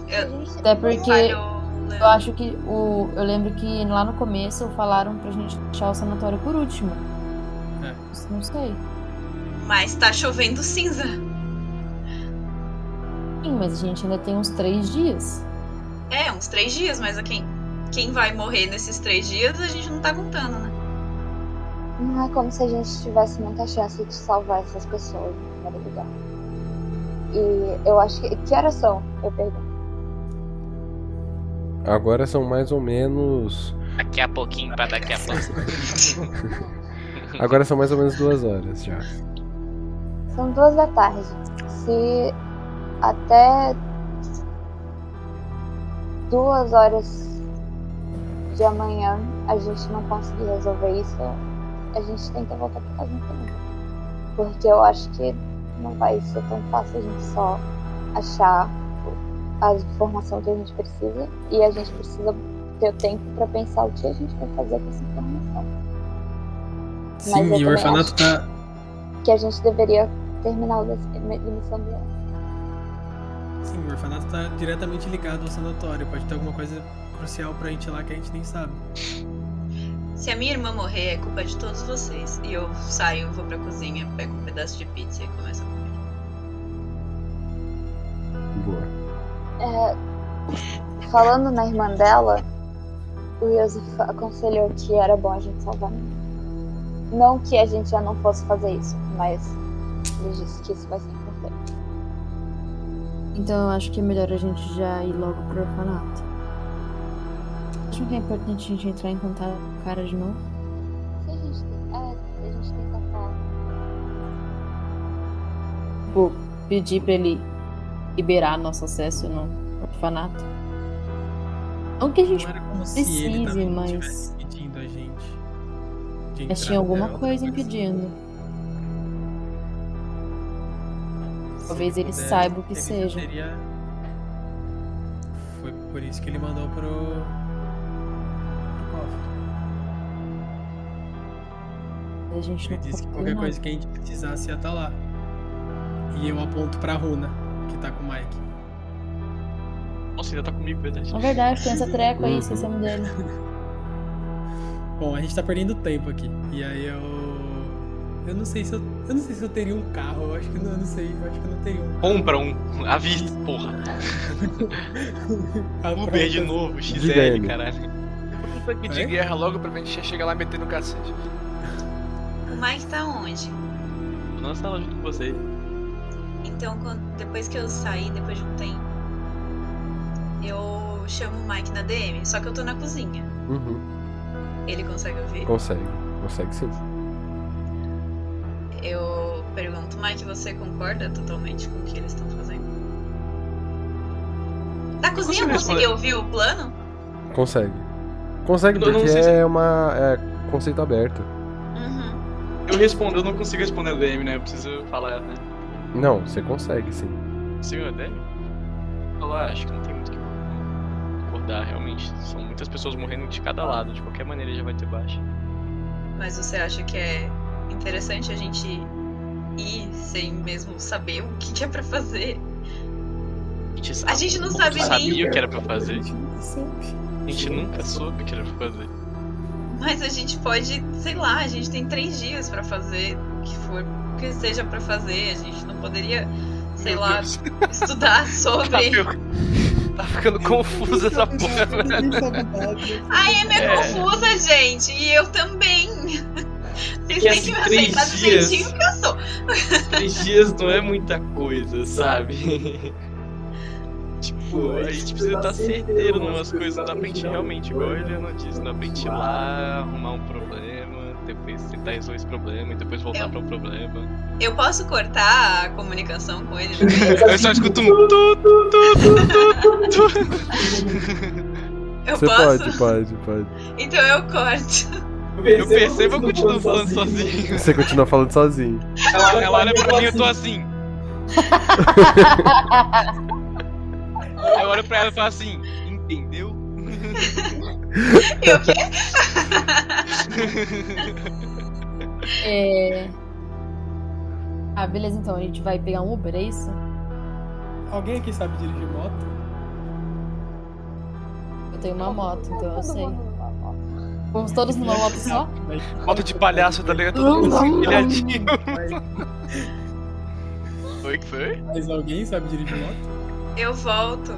Eu- Até porque Falhou, eu Léo. acho que o. Eu lembro que lá no começo falaram pra gente deixar o sanatório por último. É. Isso Não sei. Mas tá chovendo cinza. Sim, mas a gente ainda tem uns três dias. É, uns três dias, mas a quem, quem vai morrer nesses três dias a gente não tá contando, né? Não é como se a gente tivesse muita chance de salvar essas pessoas em primeiro lugar. E eu acho que. Que horas são? Eu pergunto. Agora são mais ou menos. Daqui a pouquinho pra daqui a pouco. Agora são mais ou menos duas horas já. São duas da tarde. Se até duas horas de amanhã a gente não conseguir resolver isso, a gente tenta voltar pra casa entendeu? Porque eu acho que não vai ser tão fácil a gente só achar a informação que a gente precisa e a gente precisa ter tempo pra pensar o que a gente vai fazer com essa informação. eu Sim, e também o orfanato tá. Que a gente deveria terminar o da da missão dela. Sim, o orfanato tá diretamente ligado ao sanatório. Pode ter alguma coisa crucial pra gente lá que a gente nem sabe. Se a minha irmã morrer, é culpa de todos vocês. E eu saio, vou pra cozinha, pego um pedaço de pizza e começo a comer. Boa. É, Falando na irmã dela, o Yosef aconselhou que era bom a gente salvar a menina. Não que a gente já não fosse fazer isso, mas ele disse que isso vai ser importante. Então eu acho que é melhor a gente já ir logo pro orfanato. Acho que é importante a gente entrar em contato com o cara de novo. Se a gente, é, se a gente tentar falar. Tipo, pedir pra ele liberar nosso acesso no orfanato. Não que a gente Não era como se ele precise, também mas. estivesse pedindo a gente. de Mas entrar, tinha alguma né? coisa impedindo. Talvez ele saiba o que é, ele já seja. teria- Foi por isso que ele mandou pro. pro cofre. A gente Ele não disse que pode qualquer nada. coisa que a gente precisasse ia estar lá. E eu aponto pra Runa, que tá com o Mike. Nossa, ainda tá comigo, verdade. Na É verdade, tem essa treco aí, Uhum. esquecemos dele. Bom, a gente tá perdendo tempo aqui. E aí eu. Eu não sei se eu. Eu não sei se eu teria um carro. Eu acho que não, eu não sei. Eu acho que eu não teria um Compra um. Avisa, porra. carro. pra Uber de outras- novo, Dilema. XL, caralho. Um tanque de É? guerra logo pra gente chegar lá e meter no cacete. O Mike tá onde? Nossa, tá tava junto com você. Então, quando- depois que eu sair, depois de um tempo, eu chamo o Mike na DM. Só que eu tô na cozinha. Uhum. Ele consegue ouvir? Consegue. Consegue sim. Eu pergunto, Mike, você concorda totalmente com o que eles estão fazendo? Da cozinha eu consigo consegui responder. ouvir o plano? Consegue. Consegue Não- não porque sei se- é uma. É conceito aberto. Uhum. Eu respondo, eu não consigo responder a DM, né? Eu preciso falar, né? Não, você consegue sim. Senhor DM? Falar, acho que não tem muito o que concordar, realmente. São muitas pessoas morrendo de cada lado, de qualquer maneira já vai ter baixa. Mas você acha que é interessante a gente ir sem mesmo saber o que que é pra fazer? A gente, A gente não não sabe nem. sabia o que era pra fazer. Sim. A gente nunca soube o que era pra fazer. Mas a gente pode, sei lá, a gente tem três dias pra fazer o que for, o que seja pra fazer. A gente não poderia, sei Meu lá, Deus. estudar Tá, sobre. fic- tá ficando confusa essa porra, velho. A Amy é, É. confusa, gente. E eu também. Vocês Que têm assim, que me três aceitar do dias. jeitinho que eu sou. Três dias não é muita coisa, sabe? tipo, a gente precisa estar certeiro em umas coisas. Dá pra gente um realmente, igual a Helena disse, dá pra gente ir tá lá, arrumar um problema, depois tentar resolver esse problema e depois voltar para o problema. Eu posso cortar a comunicação com ele? né? Eu só escuto um. Tu, tu, tu, tu, tu, tu. Eu Você posso? pode, pode, pode. Então eu corto. Eu percebo, eu continuo falando sozinho. Você continua falando sozinho. Ela, ela olha pra mim e eu tô assim. Aí eu olho pra ela e falo assim: entendeu? Eu quê? É... Ah, beleza, então a gente vai pegar um Uber, é isso? Alguém aqui sabe dirigir moto? Eu tenho uma moto, então eu Todo sei. mundo numa moto. Vamos todos numa moto só? Moto de palhaço, tá é ligado? Todo mundo assim, pilhadinho. Foi que foi? Mas alguém sabe dirigir moto? Eu volto.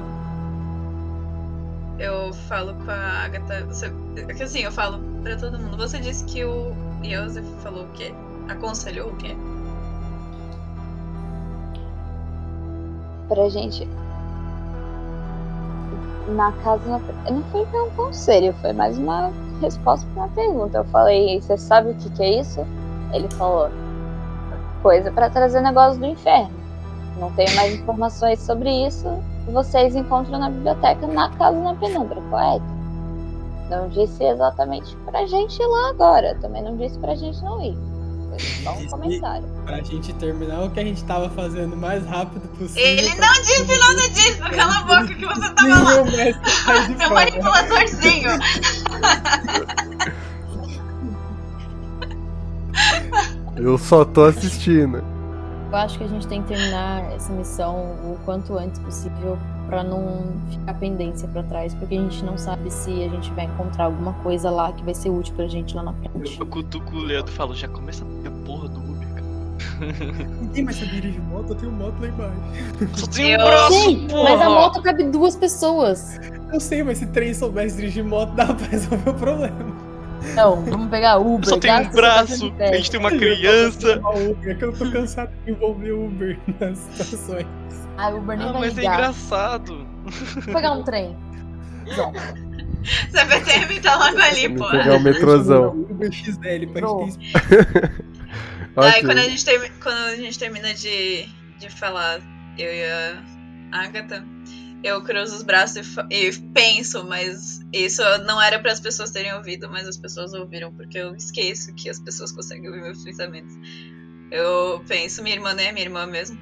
Eu falo com a Agatha. Você, é que assim, eu falo pra todo mundo. Você disse que o Yosef falou o quê? Aconselhou o quê? Pra gente. Na casa. Não, não foi nem um conselho, foi mais uma resposta pra uma pergunta. Eu falei, você sabe o que, que é isso? Ele falou, coisa pra trazer negócio do inferno. Não tenho mais informações sobre isso. Vocês encontram na biblioteca na casa na penumbra, correto? Não disse exatamente pra gente ir lá agora. Também não disse pra gente não ir. Foi só um Disse- comentário. Pra gente terminar o que a gente tava fazendo o mais rápido possível. Ele não disse nada disso! Cala a boca que você tava lá! Nenhum é mestre sai de Seu fora. manipuladorzinho! Eu só tô assistindo. Eu acho que a gente tem que terminar essa missão o quanto antes possível pra não ficar pendência pra trás, porque a gente não sabe se a gente vai encontrar alguma coisa lá que vai ser útil pra gente lá na frente. Eu cutuco o Leandro e falo, já começa a porra do Uber, cara. Ninguém mais sabe dirigir moto, eu tenho moto lá embaixo. Só tem um Eu- braço, Sim, mas a porra! moto cabe duas pessoas. Eu sei, mas se três soubesse dirigir moto, dava pra resolver o problema. Não, vamos pegar Uber. Eu só tenho um gasta essa braço, a ideia. gente tem uma criança. Ó, Uber, É que eu tô cansado de envolver Uber nas situações. Ah, o Uber nem Ah, vai mas é ligar. engraçado. Vou pegar um trem. Não, Seu é BTM tá logo ali, Me pô. pegar o metrozão. Uber XL, pra Bro. gente ter Aí Ok. quando a gente, termi- quando a gente termina de, de falar, eu e a Agatha, eu cruzo os braços e, fa- e penso, mas isso não era para as pessoas terem ouvido, mas as pessoas ouviram, porque eu esqueço que as pessoas conseguem ouvir meus pensamentos. Eu penso, minha irmã não é minha irmã mesmo.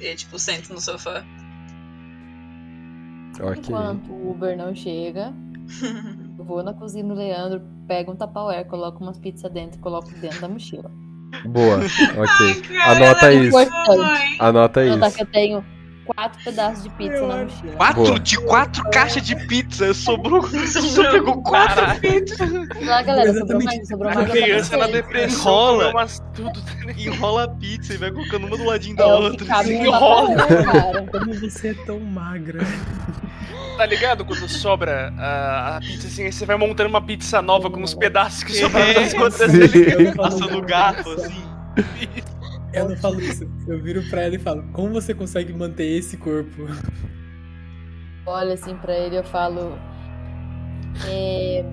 E tipo, sento no sofá. Ok. enquanto o Uber não chega, eu vou na cozinha do Leandro, pego um tapaué, coloco umas pizzas dentro e coloco dentro da mochila. Boa. Ok. cara, Anota ela é isso. muito boa, hein? Anota Vou notar que isso. eu tenho quatro pedaços de pizza Eu na acho. mochila. Boa. Quatro de quatro caixas de pizza, sobrou. Só pegou quatro pizzas. Ah, galera, sobrou Exatamente. mais, sobrou A mais. criança na sobrou mais. depressão Rola. comeu umas tudo, tá ligado? Enrola a pizza e vai colocando uma do ladinho da É o que outra. cabe assim, no enrola. tapaué, cara. Como você é tão magra. Tá ligado quando sobra a, a pizza assim, aí você vai montando uma pizza nova com uns pedaços que sobraram das outras. tá Sim. É, Eu falo Passa no pra gato, você. assim. Eu não falo isso. Eu viro pra ela e falo, como você consegue manter esse corpo? olho assim pra ele eu falo. É.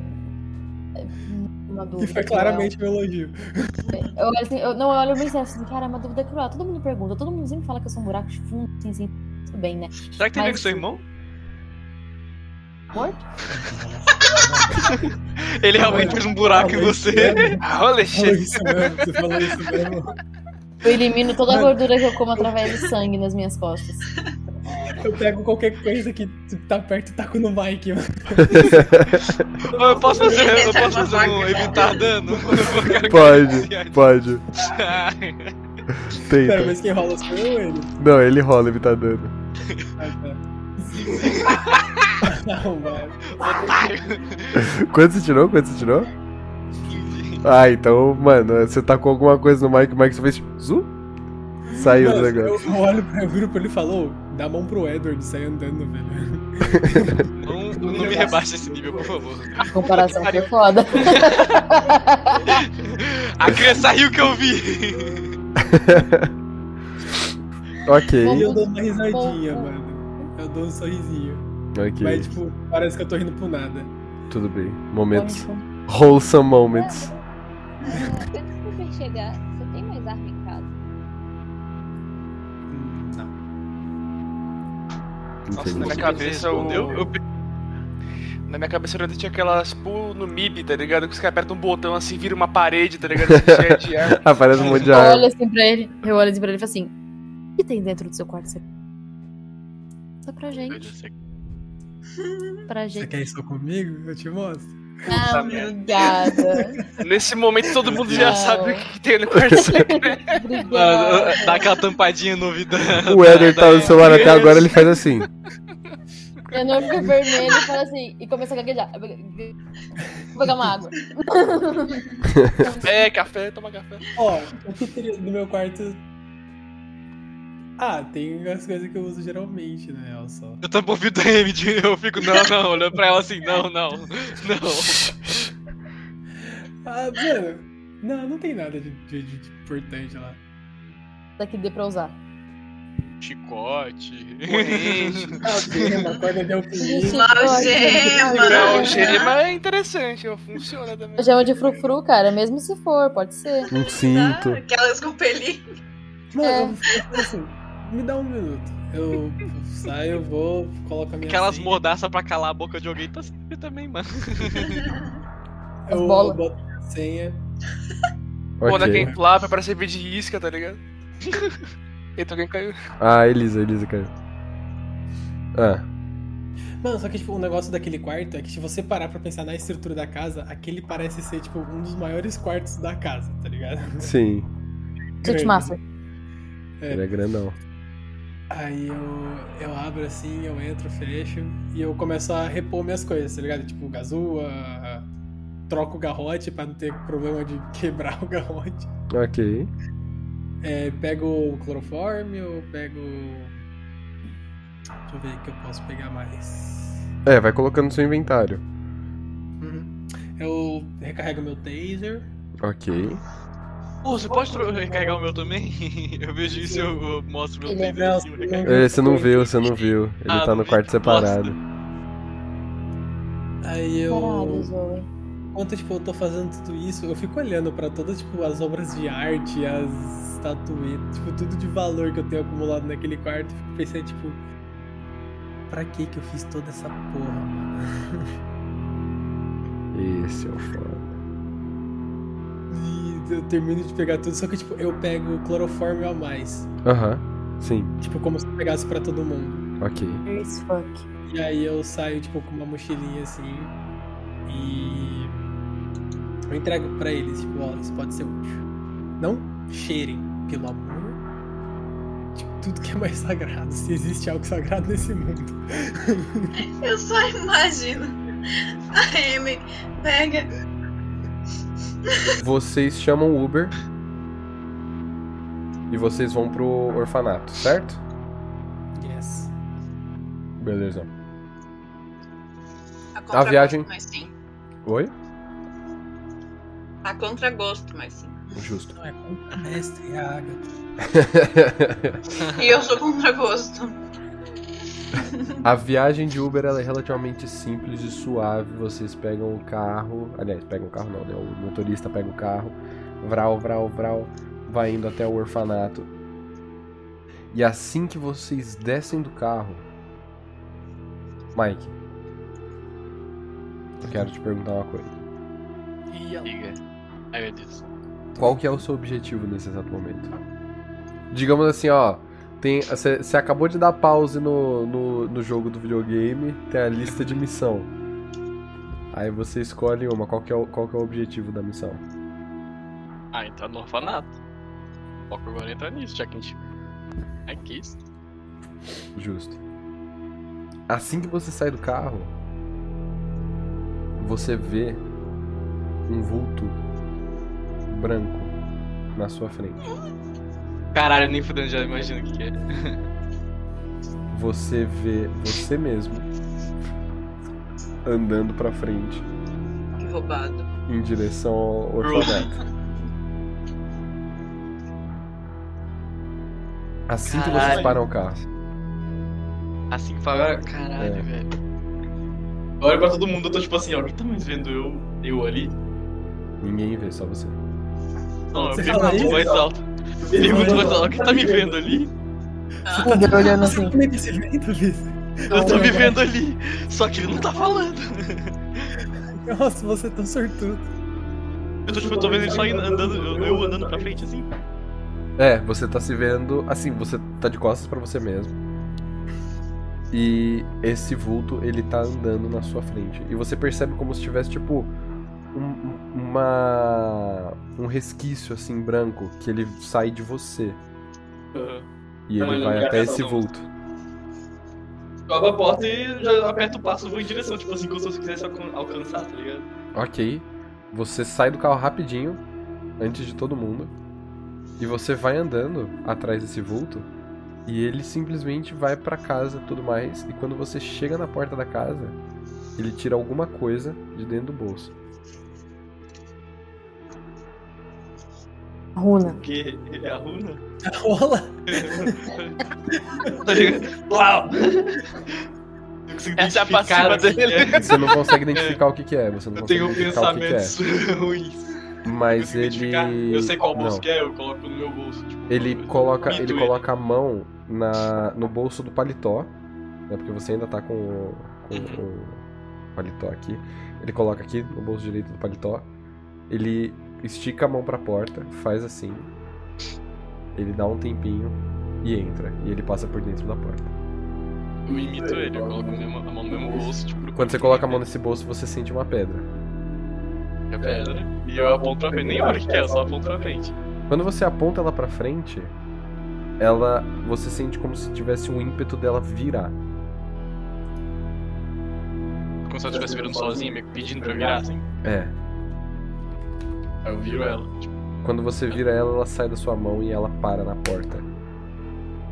Uma dúvida. Que foi cruel. é claramente meu elogio. Eu olho assim, eu, não, eu olho bem sério assim, cara, é uma dúvida cruel. Todo mundo pergunta, todo mundo sempre fala que eu sou um buraco de fundo, assim, assim. Tudo bem, né? Será que tem a ver com Mas- seu irmão? Morto? Ele realmente fez um buraco em Falou isso você. mesmo, Olha, Falou gente. isso mesmo, você falou isso mesmo. Eu elimino toda a Mano. gordura que eu como através do sangue nas minhas costas. Eu pego qualquer coisa que tá perto e taco no Mike. Mas Eu posso fazer, eu Essa é posso uma fazer um vaca. evitar dano? Eu quero que Pode, eu- pode. Ah, Pera, Tenta. mas quem rola sou eu ou ele? Não, ele rola, ele tá dando. Ah, tá. Não, vai. otário. Quanto você tirou? Quanto você tirou? Ah, então, mano, você tacou alguma coisa no Mike, o Mike só fez zu? Saiu do Mano, negócio. Eu, eu olho pro eu viro pra ele e falo, "Ô, dá a mão pro Edward e sai andando, velho. Não, não me rebaixa esse nível, por favor. A comparação foi foda. A criança riu que eu vi! Ok, E eu ok. dou uma risadinha, mano. Eu dou um sorrisinho. Mas, tipo, parece que eu tô rindo pro nada. Tudo bem. Momentos. Wholesome moments. Antes de você chegar, você tem mais arma em casa? Não. Nossa, na minha Entendi. cabeça eu... Respondeu? Eu Na minha cabeça eu ainda tinha aquelas pulo no MIB, tá ligado? Que os caras apertam um botão assim, vira uma parede, tá ligado? Assim, cheia de ar. Aparece um monte de Eu ar. olho assim pra ele, eu olho assim pra ele e falo assim: O que tem dentro do seu quarto? Você... Só pra gente, pra Você gente. quer isso comigo? Eu te mostro. Ah, merda. obrigada. Nesse momento todo mundo já Não. sabe o que, que tem no quarto secreto. Obrigada. Ah, Dá aquela tampadinha no vidro. O Eder tá no celular até agora, ele faz assim. Eu não fico vermelho e falo assim, e começa a gaguejar. Vou pegar uma água. É, café, toma café. Ó, o que teria no meu quarto. Ah, tem as coisas que eu uso geralmente, na real, só. Eu tampo o vidro da Emily, eu fico, não, não, olhando pra ela assim, não, não, não. Ah, mano. Não, não tem nada de, de- de- de importante lá. Daqui dê pra usar. Chicote. Corrente. Ah, Algema, corda de alpinismo. Não, Algema. o gema é interessante, ó, funciona também. Chama de frufru, cara, mesmo se for, pode ser. Um cinto. Aquelas com pelinho. É. Mano, eu- eu- assim, me dá um minuto. Eu saio, eu vou, coloco a minha. Aquelas senha, mordaças pra calar a boca de alguém tá sempre também, mano. Eu as bolas. boto a minha senha. Pô, na Ok. quem flapa pra servir de isca, tá ligado? Eita, alguém caiu. Ah, Elisa, Elisa, cara. Ah, Mano, só que tipo, o negócio daquele quarto é que se você parar pra pensar na estrutura da casa, aquele parece ser, tipo, um dos maiores quartos da casa, tá ligado? sim. Gente Grande. massa. Ele é grandão. Aí eu, eu abro assim, eu entro, fecho e eu começo a repor minhas coisas, tá ligado? Tipo, gazua, troco o garrote pra não ter problema de quebrar o garrote. Ok. É, pego o clorofórmio, pego. Deixa eu ver o que eu posso pegar mais. É, vai colocando no seu inventário. Uhum. Eu recarrego meu taser. Ok. Pô, você pode tro- recarregar o meu também? Eu vejo isso e eu, eu mostro meu Ele é taser assim, eu velho, recarrego. É, você não viu, você não viu. Ele Ah, tá não no vi. quarto separado. Aí eu. Caralho, Zoe. Enquanto tipo, eu tô fazendo tudo isso, eu fico olhando pra todas tipo, as obras de arte, as estatuetas, tipo, tudo de valor que eu tenho acumulado naquele quarto. Fico pensando, tipo, pra que que eu fiz toda essa porra, mano? Esse é o foda. E eu termino de pegar tudo, só que tipo, eu pego o clorofórmio a mais. Aham. Sim, Tipo, como se eu pegasse pra todo mundo. ok. Nice É fuck. E aí eu saio, tipo, com uma mochilinha assim. E. Eu entrego pra eles, tipo, ó, isso pode ser útil. Não cheirem, pelo amor de tudo que é mais sagrado, se existe algo sagrado nesse mundo. Eu só imagino. A Amy pega. Tipo, Vocês chamam o Uber. E vocês vão pro orfanato, certo? Yes. Beleza. A, contragosto, viagem- Mas sim. Oi? A contragosto, tá mas sim. Justo. Não é contra o mestre, é a Agatha. E eu sou contragosto. A viagem de Uber ela é relativamente simples e suave. Vocês pegam o carro. Aliás, pegam o carro não, né? O motorista pega o carro. Vral, vral, vral. Vai indo até o orfanato. E assim que vocês descem do carro. Mike. Eu quero te perguntar uma coisa. Diga. Ai, meu Deus. Qual que é o seu objetivo nesse exato momento? Digamos assim, ó. Você acabou de dar pause no, no, no jogo do videogame, tem a lista de missão. Aí você escolhe uma, qual que é o, qual que é o objetivo da missão? Ah, entrar no orfanato. O foco agora é entrar nisso, já que a gente. Ai, que isso? Justo. Assim que você sai do carro, você vê um vulto branco na sua frente. Caralho, nem fudendo, já imagino o que, que é. Você vê você mesmo andando pra frente Que roubado. em direção ao orfanato. Assim que vocês Caralho. param o carro. Assim que fala, caralho, É. velho. Eu olho pra todo mundo, eu tô tipo assim, alguém tá mais vendo eu, eu ali? Ninguém vê, só você. Não, eu Você pergunto fala em isso? voz alta. Eu pergunto em voz alta, alguém tá me vendo ali? Você Tá olhando Você assim. também tá se vendo, Vitor? Eu tô me vendo ali, só que ele não tá falando. Nossa, você é tão sortudo. Eu tô tipo, eu tô vendo ele só indo- andando, eu, eu andando pra frente assim. É, você tá se vendo. Assim, você tá de costas pra você mesmo. E esse vulto, ele tá andando na sua frente. E você percebe como se tivesse, tipo, um, uma. um resquício assim branco que ele sai de você. E Mas ele não vai quero até essa esse não. vulto. Eu abro a porta e já aperto o passo, vou em direção, tipo assim, como se eu quisesse alcan- alcançar, tá ligado? Ok. Você sai do carro rapidinho, antes de todo mundo. E você vai andando atrás desse vulto. E ele simplesmente vai pra casa e tudo mais. E quando você chega na porta da casa, ele tira alguma coisa de dentro do bolso. Runa. Porque ele é a runa. Rola. Tá ligado? Uau! Eu consigo Essa é a identificar passiva o que dele. é. Você não consegue identificar o que, que é. Você não Eu consegue tenho identificar o que, que é. pensamentos ruins. Eu Mas consigo ele. identificar. Eu sei qual bolso não. que é, eu coloco no meu bolso. Tipo, Ele eu coloca, minto ele coloca a mão na, no bolso do paletó, né? Porque você ainda tá com, o- com Uhum. o paletó aqui. Ele coloca aqui no bolso direito do paletó. Ele estica a mão pra porta, faz assim. Ele dá um tempinho e entra. E ele passa por dentro da porta. Eu imito ele, eu coloco a mesma- a mão no mesmo bolso, tipo, Quando você coloca a mão nesse bolso, você sente uma pedra. a É. pedra. E eu aponto pra frente. Nem olho o que que é, eu só aponto pra frente. Quando você aponta ela pra frente, ela, você sente como se tivesse um ímpeto dela virar. Como se ela estivesse virando sozinha, meio que pedindo pra eu virar, assim. É, Aí eu viro ela. Tipo, Quando você vira ela, ela sai da sua mão e ela para na porta.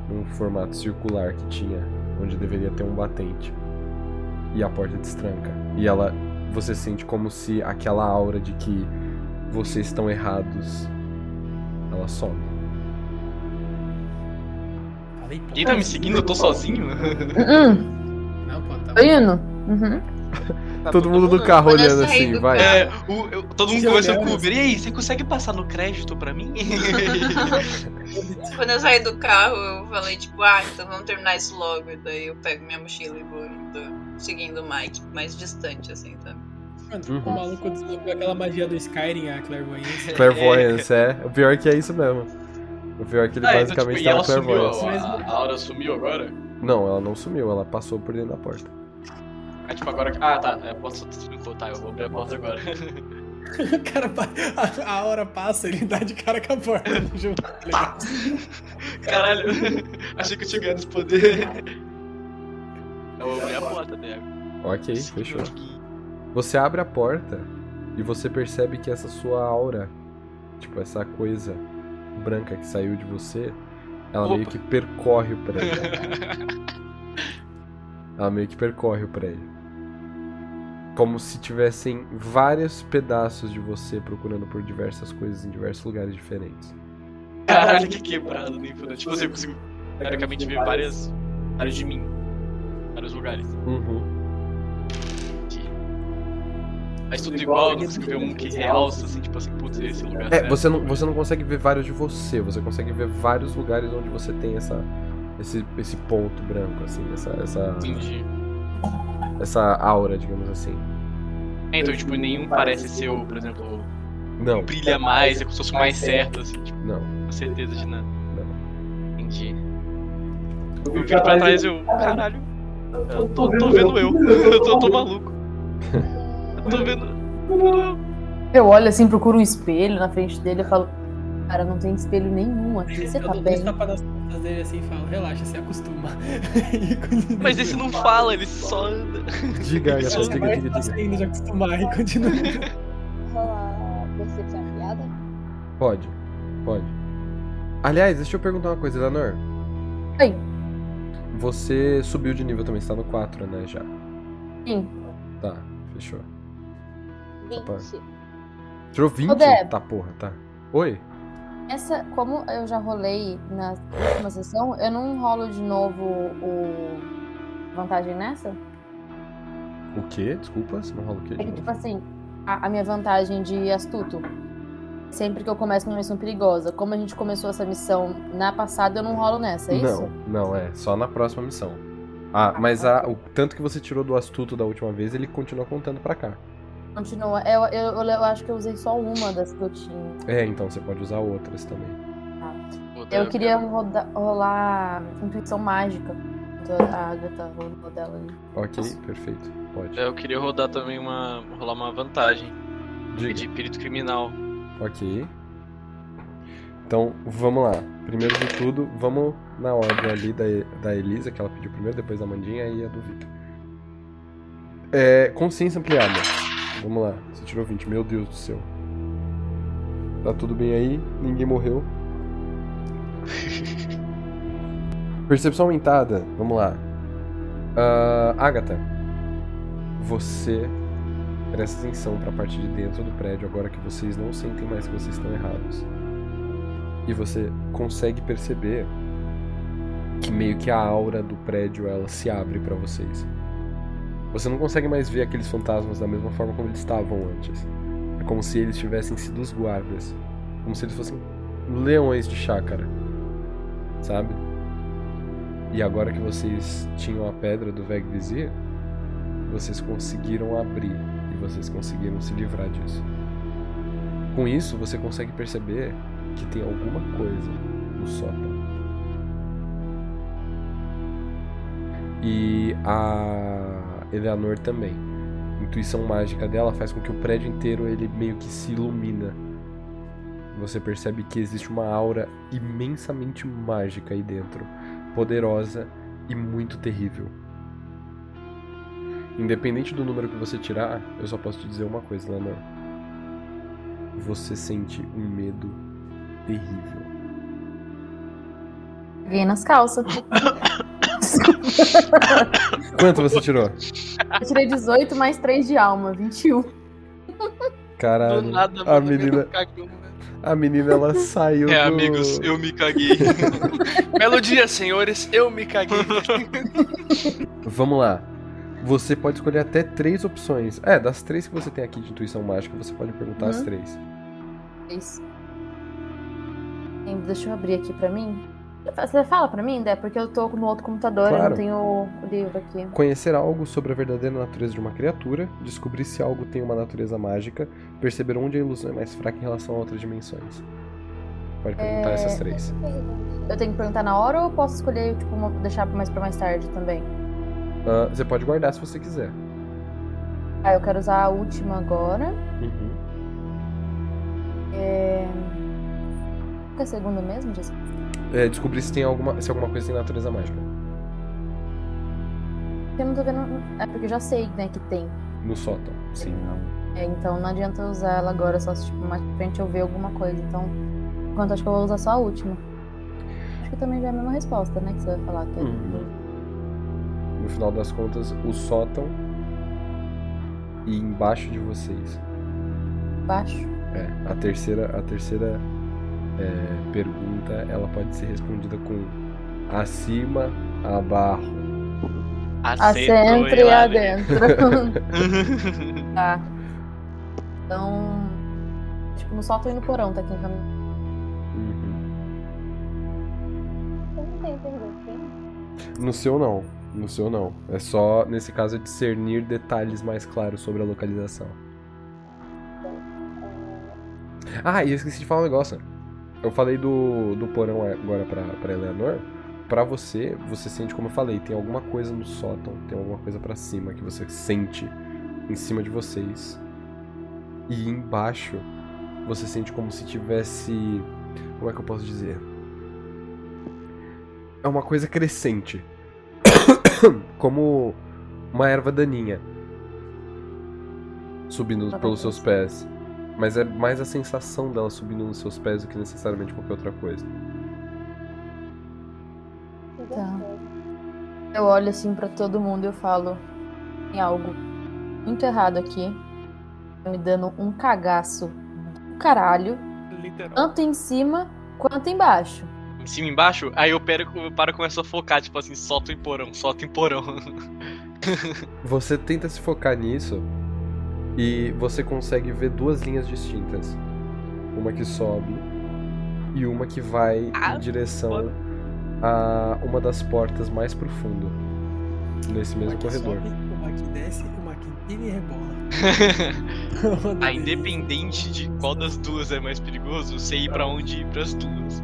Num formato circular que tinha, onde deveria ter um batente. E a porta destranca. E ela. Você sente como se aquela aura de que vocês estão errados. Ela some. Falei, pô. Quem tá me seguindo? Eu tô sozinho? Hum, Não, pô, tá tô bom. indo. Uhum. Tá Todo mundo no carro Quando eu olhando saí assim, do vai. É, o- eu- todo mundo Se conversando olhando, com o Uber. E aí, você consegue passar no crédito pra mim? É. Quando eu saí do carro, eu falei, tipo, ah, então vamos terminar isso logo. E daí eu pego minha mochila e vou indo, seguindo o Mike, mais distante, assim, sabe? Mano, Uhum. o maluco desenvolveu aquela magia do Skyrim, a clairvoyância. Clairvoyance, é. O pior é que é isso mesmo. O pior é que ele Ah, então, basicamente tipo, e ela tava sumiu, clairvoyance. a, a Aura sumiu agora? Não, ela não sumiu, ela passou por dentro da porta. Ah, tipo, agora. Ah, tá. A porta só trancou, tá. Eu vou abrir a porta agora. O cara, pa- a, a hora passa, ele dá de cara com a porta junto. tá ligado? Caralho, achei que eu tinha ganhado esse poder. Eu vou abrir a porta, Diego. Ok, fechou. Você abre a porta e você percebe que essa sua aura, tipo, essa coisa branca que saiu de você, ela meio Opa. que percorre o prédio. ela meio que percorre o prédio. Como se tivessem vários pedaços de você procurando por diversas coisas em diversos lugares diferentes. Caralho, que quebrado, nem fudeu. Tipo, assim, eu consigo teoricamente ver várias áreas de mim. Vários lugares. Uhum. Mas tudo igual, eu não consigo ver um que realça, assim, tipo assim, putz, esse lugar. É, né? você não, você não consegue ver vários de você, você consegue ver vários lugares onde você tem essa, esse, esse ponto branco, assim, essa, essa, Entendi. essa aura, digamos assim. É, então, tipo, nenhum parece ser o, por exemplo, Não, brilha mais, é como se fosse o mais certo, assim, tipo, não. com certeza de nada. Entendi. Eu viro pra trás e eu. Caralho. Eu tô, tô vendo eu. Eu tô, tô maluco. Eu tô vendo. Eu olho assim, procuro um espelho na frente dele e falo: Cara, não tem espelho nenhum aqui. Você Eu tá dou dois bem? tapas nas costas dele assim e falo, relaxa, se acostuma. E continua. Mas esse não fala, ele só anda. Diga, Isso Você Gabriel, diga, vai diga, diga. conseguindo se acostumar e continua. é Rolar percepção ampliada? Pode, pode. Aliás, deixa eu perguntar uma coisa, Eleanor. Oi. Você subiu de nível também, você tá no 4, né, já? Sim. Tá, fechou. Opa. 20. Tirou 20? Ô, Deb. Tá, porra, tá. Oi? Essa, como eu já rolei na última sessão, eu não rolo de novo o vantagem nessa? O quê? Desculpa, você não rola o quê? É de que, novo? tipo assim, a, a minha vantagem de astuto. Sempre que eu começo numa missão perigosa. Como a gente começou essa missão na passada, eu não rolo nessa, é isso? Não, não, é. Só na próxima missão. Ah, mas tá. a- o tanto que você tirou do astuto da última vez, ele continua contando pra cá. Continua. É, Eu, eu, eu, eu acho que eu usei só uma das que eu tinha. tá? É, então você pode usar outras também. um Eu queria roda- rolar intuição mágica. quando A Agatha rolou dela ali. Ok, perfeito. Pode. É, Eu queria rodar também uma. rolar uma vantagem. Diga. De espírito criminal. Ok. Então, vamos lá. Primeiro de tudo, vamos na ordem ali da, da Elisa, que ela pediu primeiro, depois da Mandinha e a do Vitor. É, consciência ampliada. Vamos lá. Você tirou 20. Meu Deus do céu. Tá tudo bem aí? Ninguém morreu. Percepção aumentada. Vamos lá. Ah, Agatha. Você presta atenção pra parte de dentro do prédio agora que vocês não sentem mais que vocês estão errados. E você consegue perceber que meio que a aura do prédio ela se abre pra vocês. Você não consegue mais ver aqueles fantasmas da mesma forma como eles estavam antes. É como se eles tivessem sido os guardas, como se eles fossem leões de chácara. Sabe? E agora que vocês tinham a pedra do Veg Vizir, vocês conseguiram abrir e vocês conseguiram se livrar disso. Com isso, você consegue perceber que tem alguma coisa no sótão. E a Eleanor também. A intuição mágica dela faz com que o prédio inteiro ele meio que se ilumina. Você percebe que existe uma aura imensamente mágica aí dentro, poderosa e muito terrível. Independente do número que você tirar, eu só posso te dizer uma coisa, Lenor. Você sente um medo terrível. Peguei nas calças. Quanto você tirou? Eu tirei 18 mais 3 de alma, 21. Caralho. Do nada, a mano, eu menina, me caguei. um a menina ela saiu É, do... amigos, eu me caguei. Belo dia, senhores, eu me caguei. Vamos lá. Você pode escolher até três opções. É, das três que você tem aqui de intuição mágica, você pode perguntar as Uhum. três. É Isso. Tem- Deixa eu abrir aqui pra mim. Você fala pra mim, Dé? Porque eu tô no outro computador e Claro. não tenho o livro aqui. Conhecer algo sobre a verdadeira natureza de uma criatura, descobrir se algo tem uma natureza mágica, perceber onde a ilusão é mais fraca em relação a outras dimensões. Pode perguntar É, essas três. Eu tenho que perguntar na hora ou eu posso escolher, tipo, uma- deixar mais pra mais tarde também? Ah, você pode guardar se você quiser. Ah, eu quero usar a última agora. Uhum. É... Qual que é a segunda mesmo, Jéssica? É, descobrir se tem alguma, se alguma coisa tem natureza mágica. Eu não tô vendo. É porque eu já sei, né, que tem. No sótão, sim. É, então não adianta eu usar ela agora, só se tipo, mais pra frente eu ver alguma coisa. Então, por enquanto acho que eu vou usar só a última. Acho que também já é a mesma resposta, né? Que você vai falar que é. Uhum. No final das contas, o sótão e embaixo de vocês. baixo. É, a terceira, a terceira é, pergunta, ela pode ser respondida com acima, abaixo. Acentro e adentro. tá. Então. Tipo, no sótão e no porão, tá aqui em caminho. Uhum. Eu não tenho pergunta. No seu não, no seu não. É só nesse caso é discernir detalhes mais claros sobre a localização. Ah, e eu esqueci de falar um negócio. Eu falei do, do porão agora pra, pra Eleanor. Pra você, você sente, como eu falei, tem alguma coisa no sótão, tem alguma coisa pra cima que você sente em cima de vocês. E embaixo, você sente como se tivesse. Como é que eu posso dizer? É uma coisa crescente. como uma erva daninha. Subindo Tá bom. pelos seus pés. Mas é mais a sensação dela subindo nos seus pés do que necessariamente qualquer outra coisa. Tá. Eu olho assim pra todo mundo e eu falo: tem algo muito errado aqui. Tá me dando um cagaço do caralho. Literal. Tanto em cima quanto embaixo. Em cima e embaixo, aí eu paro, eu paro e começo a focar, tipo assim, solta em porão, solta em porão. Você tenta se focar nisso e você consegue ver duas linhas distintas. Uma que sobe e uma que vai Ah, em direção a uma das portas mais pro fundo. Nesse mesmo Uma que corredor. sobe, uma que desce, uma que empina e rebola. Ah, independente de qual das duas é mais perigoso, você ir pra onde ir pras duas.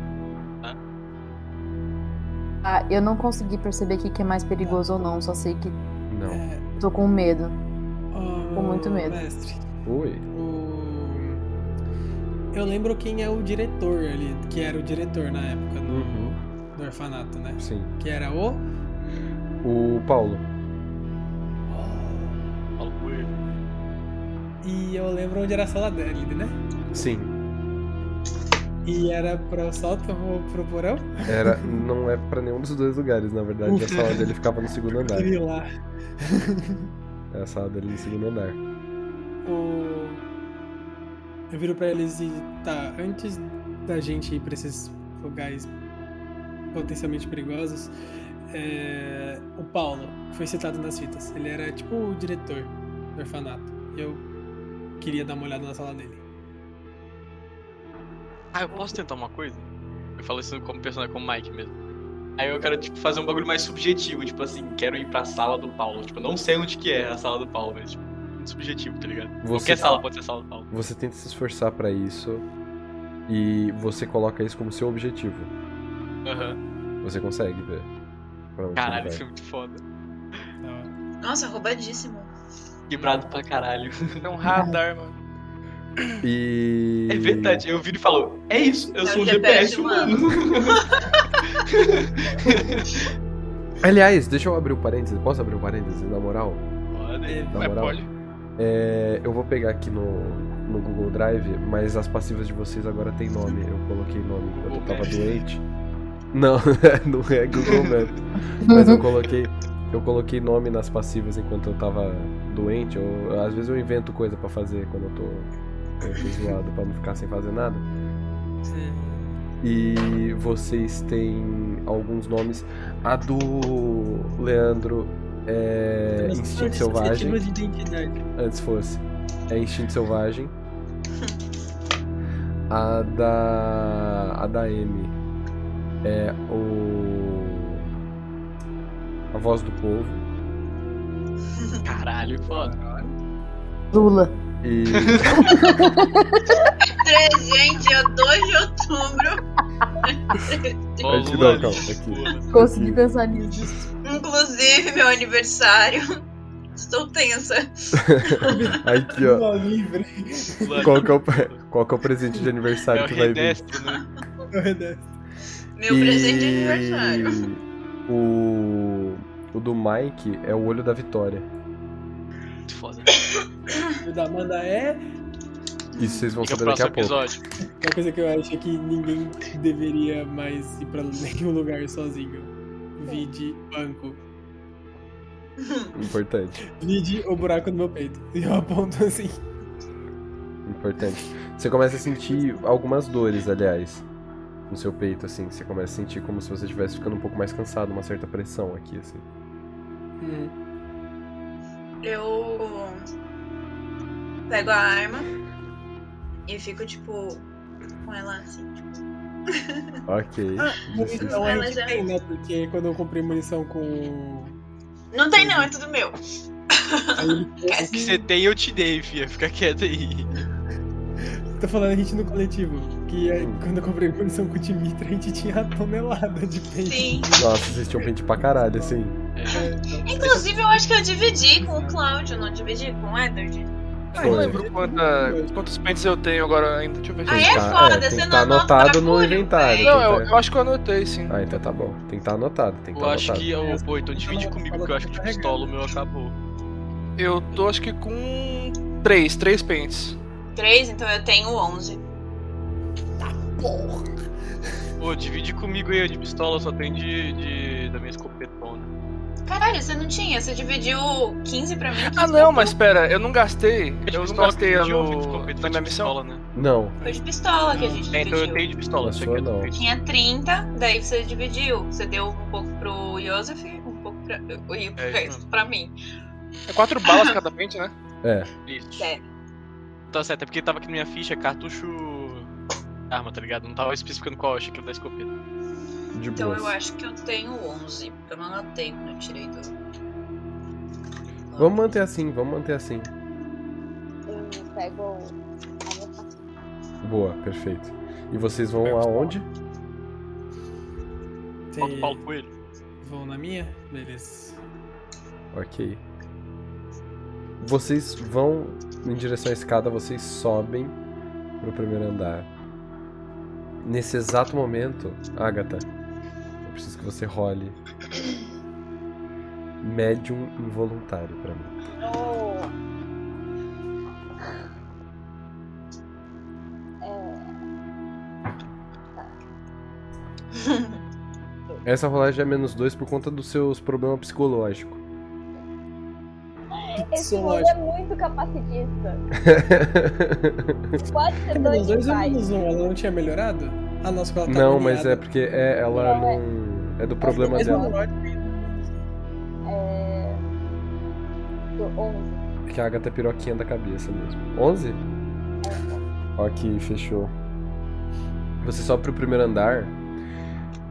Ah, eu não consegui perceber o que, que é mais perigoso ou não, só sei que Não. tô com medo. Ah, Ô, É, Com muito medo. Mestre, Oi. o- eu lembro quem é o diretor ali, que era o diretor na época do, Uhum. do orfanato, né? Sim. Que era o. O Paulo. E eu lembro onde era a sala dele, né? Sim. E era pro salto pro, pro porão? Era, não é pra nenhum dos dois lugares, na verdade. A sala dele ficava no segundo andar. Ele lá. É a sala dele no segundo andar. O... Eu viro pra eles e tá, antes da gente ir pra esses lugares potencialmente perigosos, é, o Paulo, que foi citado nas fitas, ele era tipo o diretor do orfanato. Eu queria dar uma olhada na sala dele. Ah, eu posso tentar uma coisa? Eu falo isso como personagem, como Mike mesmo. Aí eu quero, tipo, fazer um bagulho mais subjetivo, tipo assim, quero ir pra sala do Paulo. Tipo, eu não sei onde que é a sala do Paulo, mas, tipo, muito subjetivo, tá ligado? Você- Qualquer sala pode ser a sala do Paulo. Você tenta se esforçar pra isso e você coloca isso como seu objetivo. Aham. Você consegue ver. pra onde Caralho, ele isso vai. é muito foda. Nossa, roubadíssimo. Quebrado pra caralho. É um radar, mano. E. É verdade, eu viro e falo, é isso, eu É o sou um GPS humano. Aliás, deixa eu abrir um parênteses. Posso abrir um parênteses, na moral? Olha, Na É, moral. pode. É, eu vou pegar aqui no, no Google Drive, mas as passivas de vocês agora tem nome. Eu coloquei nome quando eu Google tava Maps. doente. Não, não é Google Maps. mas eu coloquei, eu coloquei nome nas passivas enquanto eu tava doente. Eu, às vezes eu invento coisa pra fazer quando eu tô, eu tô zoado pra não ficar sem fazer nada. E vocês têm alguns nomes. A do Leandro é Mas Instinto todas as Selvagem. tentativas de identidade. Antes fosse. É Instinto Selvagem. A da. A da M. É o. A Voz do Povo. Caralho, foda. Lula. E. 3, gente, dia 2 de outubro. Ó, Aqui Lula, não, calma, aqui. Consegui pensar nisso. Inclusive, meu aniversário. Estou tensa. Aqui, ó. Lula livre. Lula. Qual que é o, pre- qual que é o presente de É aniversário o que vai vir? redestro, né? É Meu presente de aniversário. O. O do Mike é o olho da vitória. Muito foda. O da Amanda é Isso vocês vão Fica pro saber daqui é próximo a pouco. episódio. uma coisa que eu acho é que ninguém deveria mais ir pra nenhum lugar sozinho. Vide banco. Importante. Vide o buraco no meu peito. E eu aponto assim. Importante. Você começa a sentir algumas dores, aliás. No seu peito, assim. Você começa a sentir como se você estivesse ficando um pouco mais cansado, uma certa pressão aqui, assim. Hum. Eu pego a arma e fico, tipo, com ela assim, tipo, Ok. Ah, Vocês- Munição é Mas que é- tem, né? Porque quando eu comprei munição com. Não tem não, é tudo meu. Aí ele O que você tem eu te dei, fia. Fica quieto aí. Tô falando a gente no coletivo. Que é- Hum. quando eu comprei munição com o Dimitra, a gente tinha uma tonelada de pente. Sim. Nossa, vocês tinham pente pra caralho, assim. Inclusive, eu acho que eu dividi com o Cláudio, não dividi com o Edward. Ah, eu Foi. lembro quanta- quantos pentes eu tenho agora ainda. Deixa eu ver. Ah, é Tem que tá- foda, é, tem você que não tá anota anotado bagulho, no inventário. Não, tem eu, que tá- eu acho que é eu anotei, sim. Ah, então tá bom. Tem que estar anotado, tem que Eu estar acho anotado. que. ô, pô, então divide comigo, porque eu acho que de pistola o meu acabou. Eu tô, acho que com três, três pentes. 3, então eu tenho 11. Tá Porra! Pô, divide comigo aí, de pistola só tem de, de- da minha escopetona. Caralho, você não tinha. Você dividiu 15 pra mim. 15 Ah, pra não, tu. mas pera, eu não gastei. Eu não pistola gastei que pediu, no, na minha missão. Não. Foi de pistola que a gente É, então eu dividiu. tenho de pistola, isso aqui é do Tinha 30, daí você dividiu. Você deu um pouco pro Joseph, um pouco pra, e É, pra, pra mim. É quatro balas cada mente, né? É. Isso. É. Tá certo, é porque tava aqui na minha ficha cartucho. arma, tá ligado? Não tava especificando qual, eu achei que era da escopeta. De Então boa. eu acho que eu tenho 11. porque Eu não anotei quando eu tirei do. Vamos manter assim, vamos manter assim. Eu pego. Boa, perfeito. E vocês vão aonde? Você Pau com ele. vão na minha? Beleza. Ok. Vocês vão em direção à escada, vocês sobem pro primeiro andar. Nesse exato momento, Agatha, eu preciso que você role médium involuntário pra mim. No. É, Essa rolagem é menos dois por conta dos seus problemas psicológicos. Esse Isso, mundo é lógico. muito capacitista. Pode ser Menos dois dois ou iguais. menos um? Ela não tinha melhorado? Ah, nossa, ela tá não, mas é agoniada. tá porque é, ela não. É do problema Mesmo dela. lógico. É. Do 11. Que a Agatha é piroquinha da cabeça mesmo. 11? Ok, fechou. Você sobe pro primeiro andar.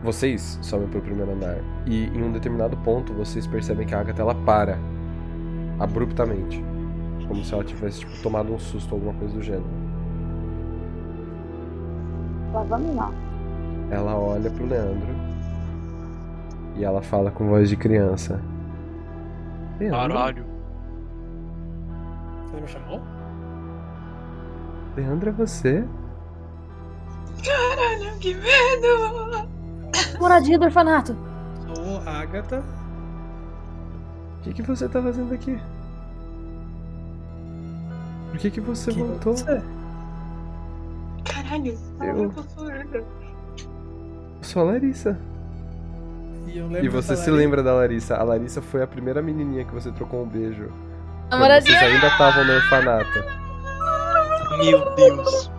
Vocês sobem pro primeiro andar. E em um determinado ponto vocês percebem que a Agatha ela para. Abruptamente. Como se ela tivesse tipo, tomado um susto ou alguma coisa do gênero. Lá vamos lá. Ela olha pro Leandro. E ela fala com voz de criança. Leandro, Caralho. Você me chamou? Leandro é você? Caralho, que medo! Moradinha do orfanato. Sou Agatha. O que, que você tá fazendo aqui? Por que, que você Que voltou? você? Caralho, Eu- tô falando. Eu sou a Larissa. E, eu E lembro você dessa se Larissa. lembra da Larissa? A Larissa foi a primeira menininha que você trocou um beijo. A Quando moradinha. vocês ainda estavam no orfanato. Meu Deus.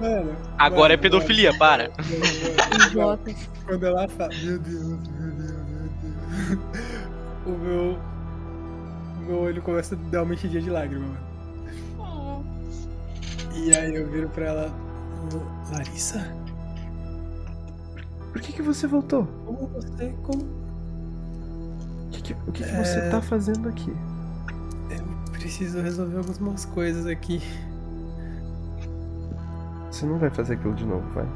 Mano, Agora é mano, pedofilia, para. é, mano, mano, mano. Quando ela fala. Meu Deus, meu Deus, meu Deus. O meu. O meu olho começa a dar uma enchidinha de lágrima, mano. Hum. E aí eu viro pra ela. "Ô, Larissa? Por que, que você voltou? Como Hum. você. Como. O que, que- o que, que você tá fazendo aqui? Eu preciso resolver algumas coisas aqui. Você não vai fazer aquilo de novo, vai.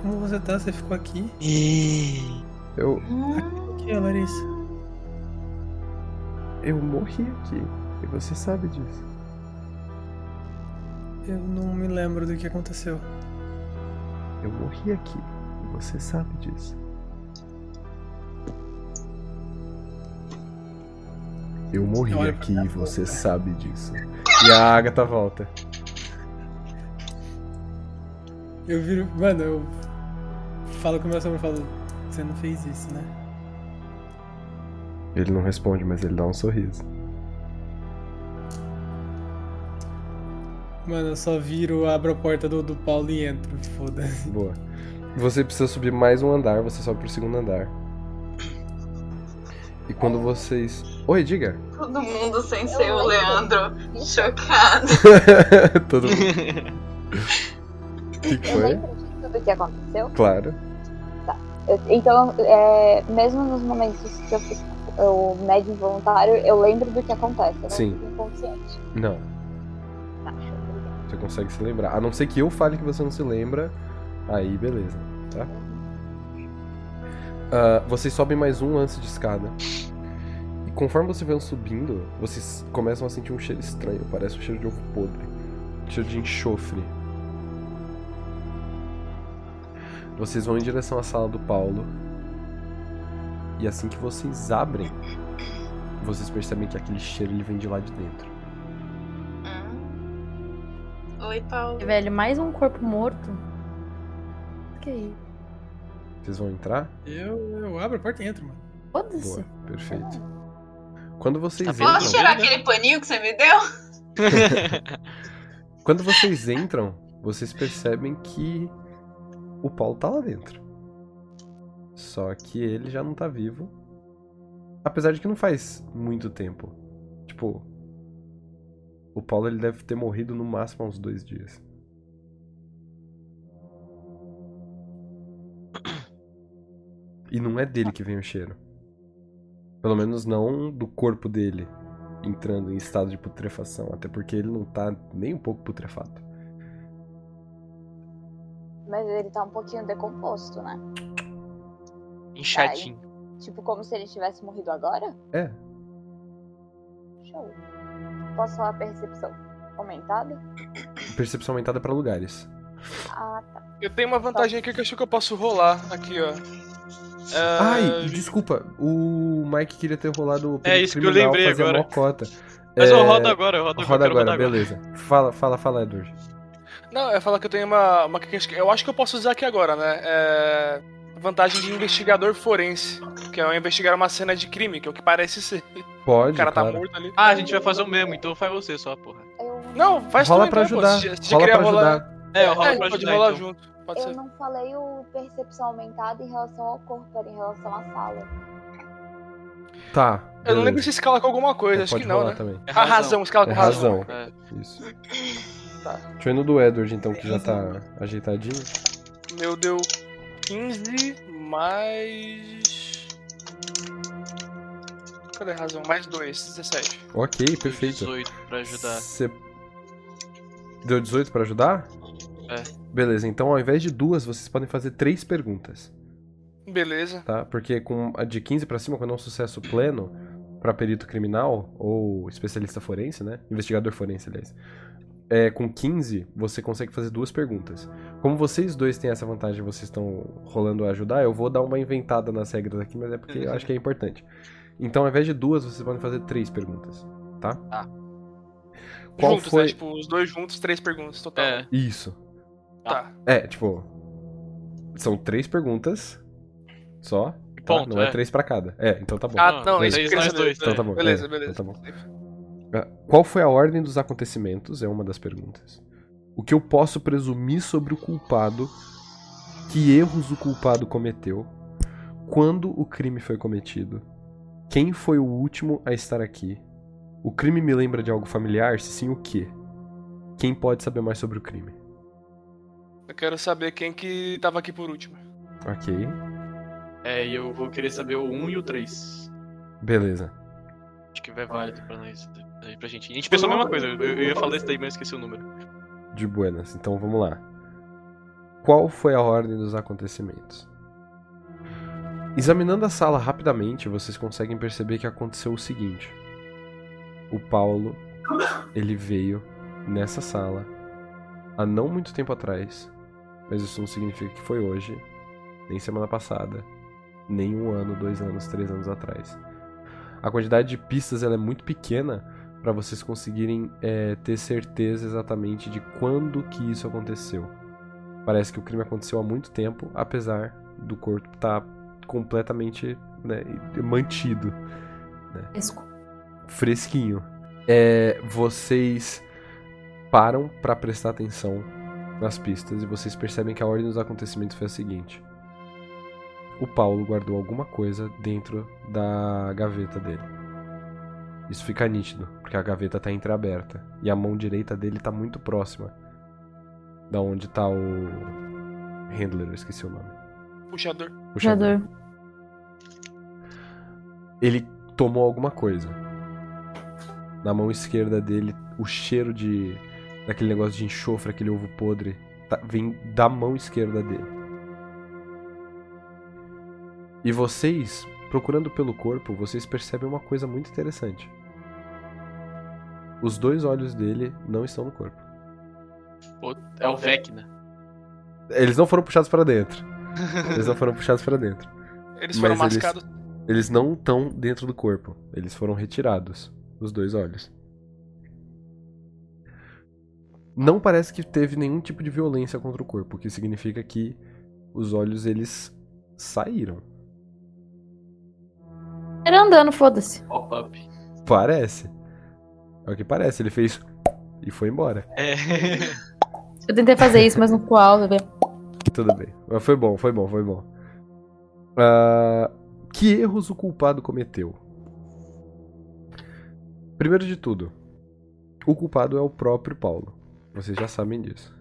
Como você tá? Você ficou aqui? Eu, O que é, Larissa? eu morri aqui. E você sabe disso. Eu não me lembro do que aconteceu. Eu morri aqui. E você sabe disso. Eu morri Olha pra aqui e você sabe disso. E a Agatha volta. Eu viro. Mano, eu. Falo com meu sombra e falo. Você não fez isso, né? Ele não responde, mas ele dá um sorriso. Mano, eu só viro, abro a porta do, do Paulo e entro, foda-se. Boa. Você precisa subir mais um andar, você sobe pro segundo andar. E quando vocês. Oi, diga! Todo mundo sem ser o Leandro. Chocado. Todo mundo. O que que Eu foi? lembro de tudo o que aconteceu. Claro. Eu- Então, é, mesmo nos momentos que eu fico eu, médio involuntário, eu lembro do que acontece. Eu não Sim. fico inconsciente. Não, Tá, show, obrigada. você consegue se lembrar. A não ser que eu fale que você não se lembra. Aí, beleza, tá? Ah, vocês sobem mais um lance de escada. E conforme vocês vão subindo, vocês começam a sentir um cheiro estranho. Parece um cheiro de ovo podre. Um Cheiro de enxofre. Vocês vão em direção à sala do Paulo. E assim que vocês abrem, vocês percebem que aquele cheiro ele vem de lá de dentro. Oi, Paulo. Velho, mais um corpo morto. Que isso? Vocês vão entrar? Eu, eu abro a porta e entro, mano. Boa, Foda-se. perfeito. Quando vocês entram. Posso tirar aquele paninho que você me deu? Quando vocês entram, vocês percebem que o Paulo tá lá dentro. Só que ele já não tá vivo. Apesar de que não faz muito tempo. Tipo, o Paulo ele deve ter morrido no máximo há uns dois dias. E não é dele que vem o cheiro. Pelo menos não do corpo dele entrando em estado de putrefação. Até porque ele não tá nem um pouco putrefado. Mas ele tá um pouquinho decomposto, né? Inchadinho. Tipo, como se ele tivesse morrido agora? É. Show. Posso falar percepção aumentada? Percepção aumentada pra lugares. Ah, tá. Eu tenho uma vantagem aqui que eu acho que eu posso rolar. Aqui, ó. Ah, Ai, desculpa. O Mike queria ter rolado o É isso que eu criminal, lembrei fazer agora. mó cota. Mas É, eu rodo agora, eu rodo agora. Roda eu quero agora, rodar beleza. Fala, fala, fala, Edward. Não, eu ia falar que eu tenho uma, uma. que- que- Eu acho que eu posso usar aqui agora, né? É, Vantagem de investigador forense. Que é eu investigar uma cena de crime, que é o que parece ser. Pode, O cara tá claro. morto ali. Ah, a gente vai fazer o mesmo, então faz você só, porra. Não, faz Rola também, pra né, pô? Se- ajudar. se você Rola queria pra rolar- ajudar. É, eu rolo É, pra pode ajudar, rolar então. junto. Pode Eu ser. não falei o percepção aumentada em relação ao corpo, era em relação à sala. Tá. Eu não beleza. lembro se escala com alguma coisa, acho que Então Pode não, rolar né? também. É Ah, razão, escala É com razão. razão. É. Isso. Tá. Deixa eu ir no do Edward, então, que já tá né? ajeitadinho. Meu deu 15 mais. Cadê a razão? Mais 2, 17. Ok, perfeito. 18 pra ajudar. Cê- Deu 18 pra ajudar? É. Beleza, então ao invés de duas, vocês podem fazer três perguntas. Beleza. tá? Porque com a de 15 pra cima, quando é um sucesso pleno pra perito criminal ou especialista forense, né? Investigador forense, aliás. É, com 15, você consegue fazer duas perguntas. Como vocês dois têm essa vantagem, vocês estão rolando a ajudar, eu vou dar uma inventada nas regras aqui, mas é porque eu acho que é importante. Então, ao invés de duas, vocês podem fazer três perguntas, tá? Tá. Qual juntos, foi... né? Tipo, os dois juntos, três perguntas total. É. Isso. Tá. É, tipo... São três perguntas só, tá? Ponto, Não é, é. três pra cada. É, então tá bom. Ah, Não, não, é beleza. isso que eu Nós queria saber. dois, Então tá bom. Beleza, é, beleza. então tá bom. Ah, Qual foi a ordem dos acontecimentos? É uma das perguntas. O que eu posso presumir sobre o culpado? Que erros o culpado cometeu? Quando o crime foi cometido? Quem foi o último a estar aqui? O crime me lembra de algo familiar? Se sim, o quê? Quem pode saber mais sobre o crime? Eu quero saber quem que tava aqui por último. Ok, É, e eu vou querer saber o 1 e o 3. beleza. Acho que vai válido pra nós. aí Pra gente. A gente pensou a mesma coisa, eu, eu ia falar isso daí, mas eu esqueci o número. De buenas. Então vamos lá. Qual foi a ordem dos acontecimentos? Examinando a sala rapidamente, vocês conseguem perceber que aconteceu o seguinte. O Paulo, ele veio nessa sala há não muito tempo atrás, mas isso não significa que foi hoje, nem semana passada, nem um ano, dois anos, três anos atrás. A quantidade de pistas ela é muito pequena para vocês conseguirem é, ter certeza exatamente de quando que isso aconteceu. Parece que o crime aconteceu há muito tempo, apesar do corpo estar completamente né, mantido né. Esco- fresquinho. É, vocês param pra prestar atenção nas pistas e vocês percebem que a ordem dos acontecimentos foi a seguinte: o Paulo guardou alguma coisa dentro da gaveta dele. Isso fica nítido, porque a gaveta tá entreaberta e a mão direita dele tá muito próxima da onde tá o handler, eu esqueci o nome. Puxador. Puxador Jogador. ele tomou alguma coisa. Na mão esquerda dele, o cheiro de daquele negócio de enxofre, aquele ovo podre, tá- vem da mão esquerda dele. E vocês, procurando pelo corpo, vocês percebem uma coisa muito interessante. Os dois olhos dele não estão no corpo. Pô, É o Vecna. Eles não foram puxados para dentro. Eles não foram puxados para dentro. Eles foram Mas eles- mascados. Eles não estão dentro do corpo. Eles foram retirados. Os dois olhos. Não parece que teve nenhum tipo de violência contra o corpo, o que significa que os olhos eles saíram. Era andando, foda-se. Pop-up. Parece. É o que parece, ele fez e foi embora. É. Eu tentei fazer isso, mas não ficou alto, velho. Tudo bem. Mas foi bom, foi bom, foi bom. Ah, que erros o culpado cometeu? Primeiro de tudo, o culpado é o próprio Paulo. Vocês já sabem disso.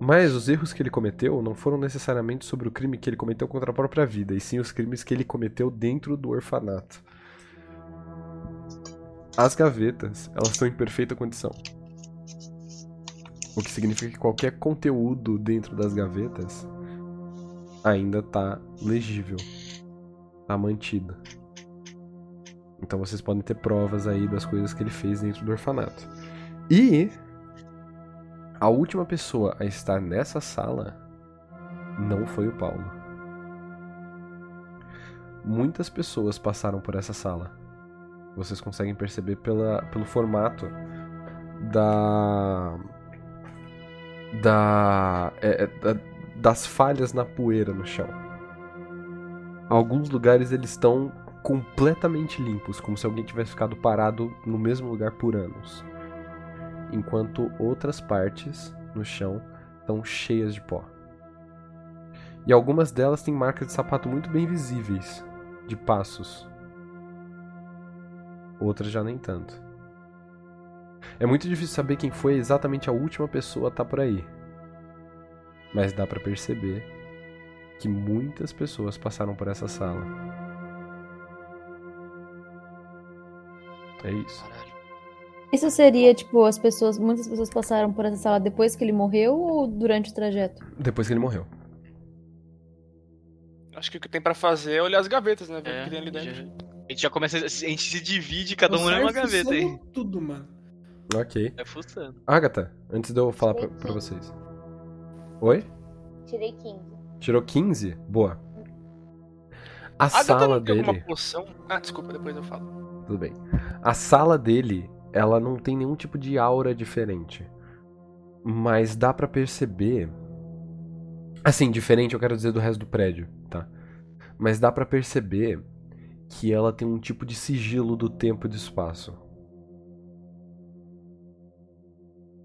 Mas os erros que ele cometeu não foram necessariamente sobre o crime que ele cometeu contra a própria vida, e sim os crimes que ele cometeu dentro do orfanato. As gavetas, elas estão em perfeita condição. O que significa que qualquer conteúdo dentro das gavetas ainda tá legível. Tá mantida. Então vocês podem ter provas aí das coisas que ele fez dentro do orfanato. E a última pessoa a estar nessa sala não foi o Paulo. Muitas pessoas passaram por essa sala. Vocês conseguem perceber pela, pelo formato da. Da, é, é, da- das falhas na poeira no chão. Alguns lugares eles estão completamente limpos, como se alguém tivesse ficado parado no mesmo lugar por anos. Enquanto outras partes no chão estão cheias de pó. E algumas delas têm marcas de sapato muito bem visíveis, de passos. Outras já nem tanto. É muito difícil saber quem foi exatamente a última pessoa a estar por aí. Mas dá pra perceber que muitas pessoas passaram por essa sala. É isso. Isso seria, tipo, as pessoas. Muitas pessoas passaram por essa sala depois que ele morreu ou durante o trajeto? Depois que ele morreu. Acho que o que tem pra fazer é olhar as gavetas, né? Ver o que tem ali dentro. A gente já começa. A gente se divide, cada um Sai é uma gaveta aí. fuçando tudo, mano. Ok. Tá É fuçando. Agatha, antes de eu falar pra, pra vocês. Oi? Tirei 15. Tirou 15? Boa. A Agatha sala não tem dele. alguma poção? Ah, desculpa, depois eu falo. Tudo bem. A sala dele, ela não tem nenhum tipo de aura diferente. Mas dá pra perceber. Assim, diferente eu quero dizer do resto do prédio, tá? Mas dá pra perceber que ela tem um tipo de sigilo do tempo e do espaço.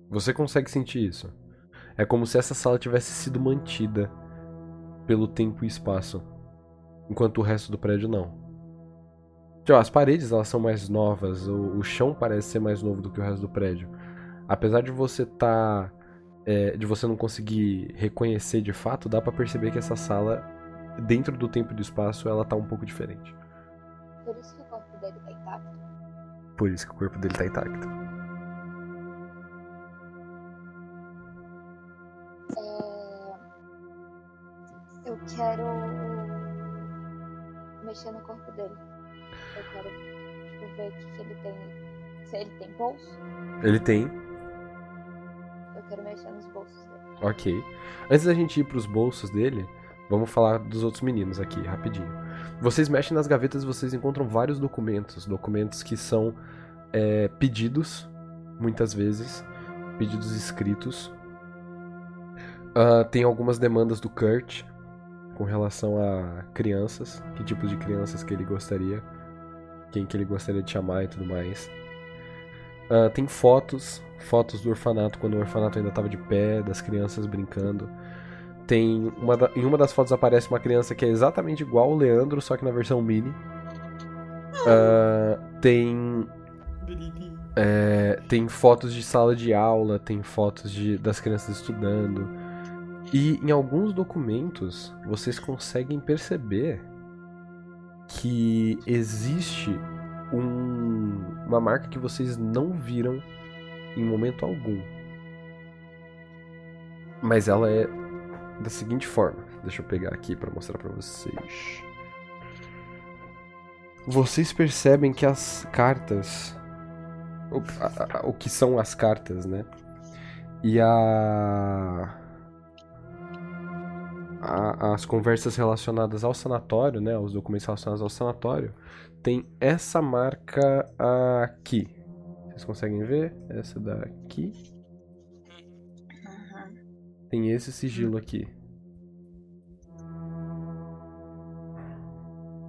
Você consegue sentir isso? É como se essa sala tivesse sido mantida pelo tempo e espaço, enquanto o resto do prédio não. Tipo, as paredes elas são mais novas, o, o chão parece ser mais novo do que o resto do prédio. Apesar de você tá, é, de você não conseguir reconhecer de fato, dá pra perceber que essa sala, dentro do tempo e do espaço, ela tá um pouco diferente. Por isso que o corpo dele tá intacto. Por isso que o corpo dele tá intacto. É, Eu quero mexer no corpo dele. Eu quero tipo, ver o que, que ele tem. Se ele tem bolso, Ele tem, eu quero mexer nos bolsos dele. ok. Antes da gente ir pros bolsos dele, vamos falar dos outros meninos aqui, rapidinho. Vocês mexem nas gavetas e vocês encontram vários documentos. Documentos que são é, pedidos, muitas vezes. Pedidos escritos. Ah, tem algumas demandas do Kurt com relação a crianças. Que tipos de crianças que ele gostaria. Quem que ele gostaria de chamar e tudo mais. Ah, tem fotos. Fotos do orfanato, quando o orfanato ainda estava de pé, das crianças brincando. Tem uma da- em uma das fotos aparece uma criança que é exatamente igual o Leandro, só que na versão mini. Ah, tem é, tem fotos de sala de aula, tem fotos de, das crianças estudando. E em alguns documentos vocês conseguem perceber que existe um- uma marca que vocês não viram em momento algum. Mas ela é da seguinte forma. Deixa eu pegar aqui pra mostrar pra vocês. Vocês percebem que as cartas o, a- a- o que são as cartas, né? E a, a- as conversas relacionadas ao sanatório, né? Os documentos relacionados ao sanatório tem essa marca aqui. Vocês conseguem ver? Essa daqui. Tem esse sigilo aqui.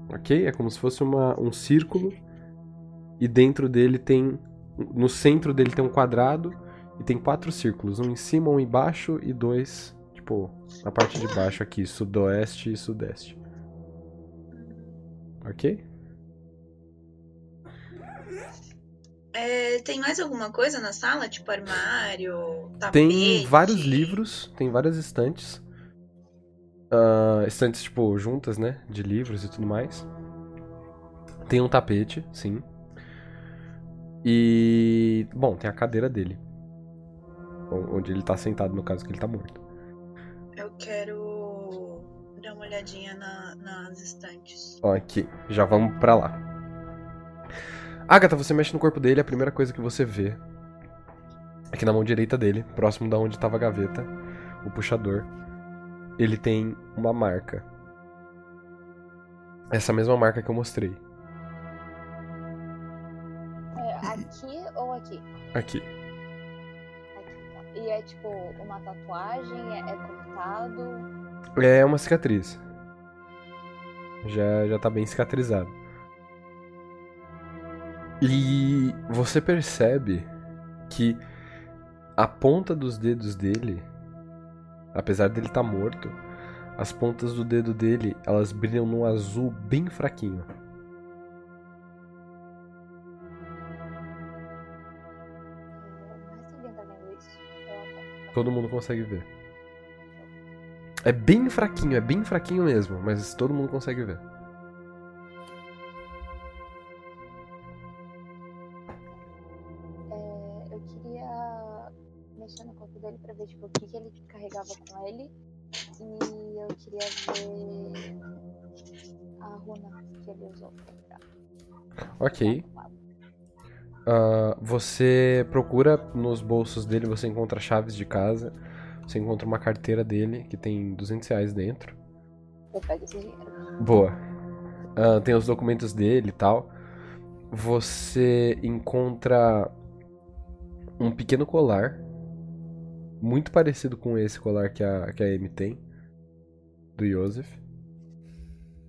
Ok? É como se fosse uma, um círculo. E dentro dele tem. No centro dele tem um quadrado. E tem quatro círculos. Um em cima, um embaixo e dois, tipo, na parte de baixo aqui. Sudoeste e sudeste. Ok? É, tem mais alguma coisa na sala? Tipo armário, Tá tapete? Tem vários livros, tem várias estantes. Ah, estantes, tipo, juntas, né? De livros e tudo mais. Tem um tapete, sim. E. Bom, tem a cadeira dele. O- Onde ele tá sentado, no caso, que ele tá morto. Eu quero dar uma olhadinha na- nas estantes. Ok, já vamos pra lá. Agatha, você mexe no corpo dele, é a primeira coisa que você vê é que na mão direita dele, próximo da onde tava a gaveta, o puxador, ele tem uma marca. Essa mesma marca que eu mostrei. É, aqui ou aqui? Aqui. E é tipo uma tatuagem, é, é cortado. É uma cicatriz. Já, já tá bem cicatrizado. E você percebe que a ponta dos dedos dele, apesar dele estar morto, as pontas do dedo dele, elas brilham num azul bem fraquinho. Mas alguém tá vendo isso? Todo mundo consegue ver. É bem fraquinho, é bem fraquinho mesmo, mas todo mundo consegue ver. É, eu queria mexer no corpo dele pra ver tipo, o que, que ele carregava com ele. E eu queria ver a runa que ele usou. Ok. Ah, você procura nos bolsos dele, você encontra chaves de casa, você encontra uma carteira dele que tem 200 reais dentro. Eu pego esse dinheiro. Boa. Ah, tem os documentos dele e tal. Você encontra um pequeno colar, muito parecido com esse colar que a, que a Amy tem, do Joseph.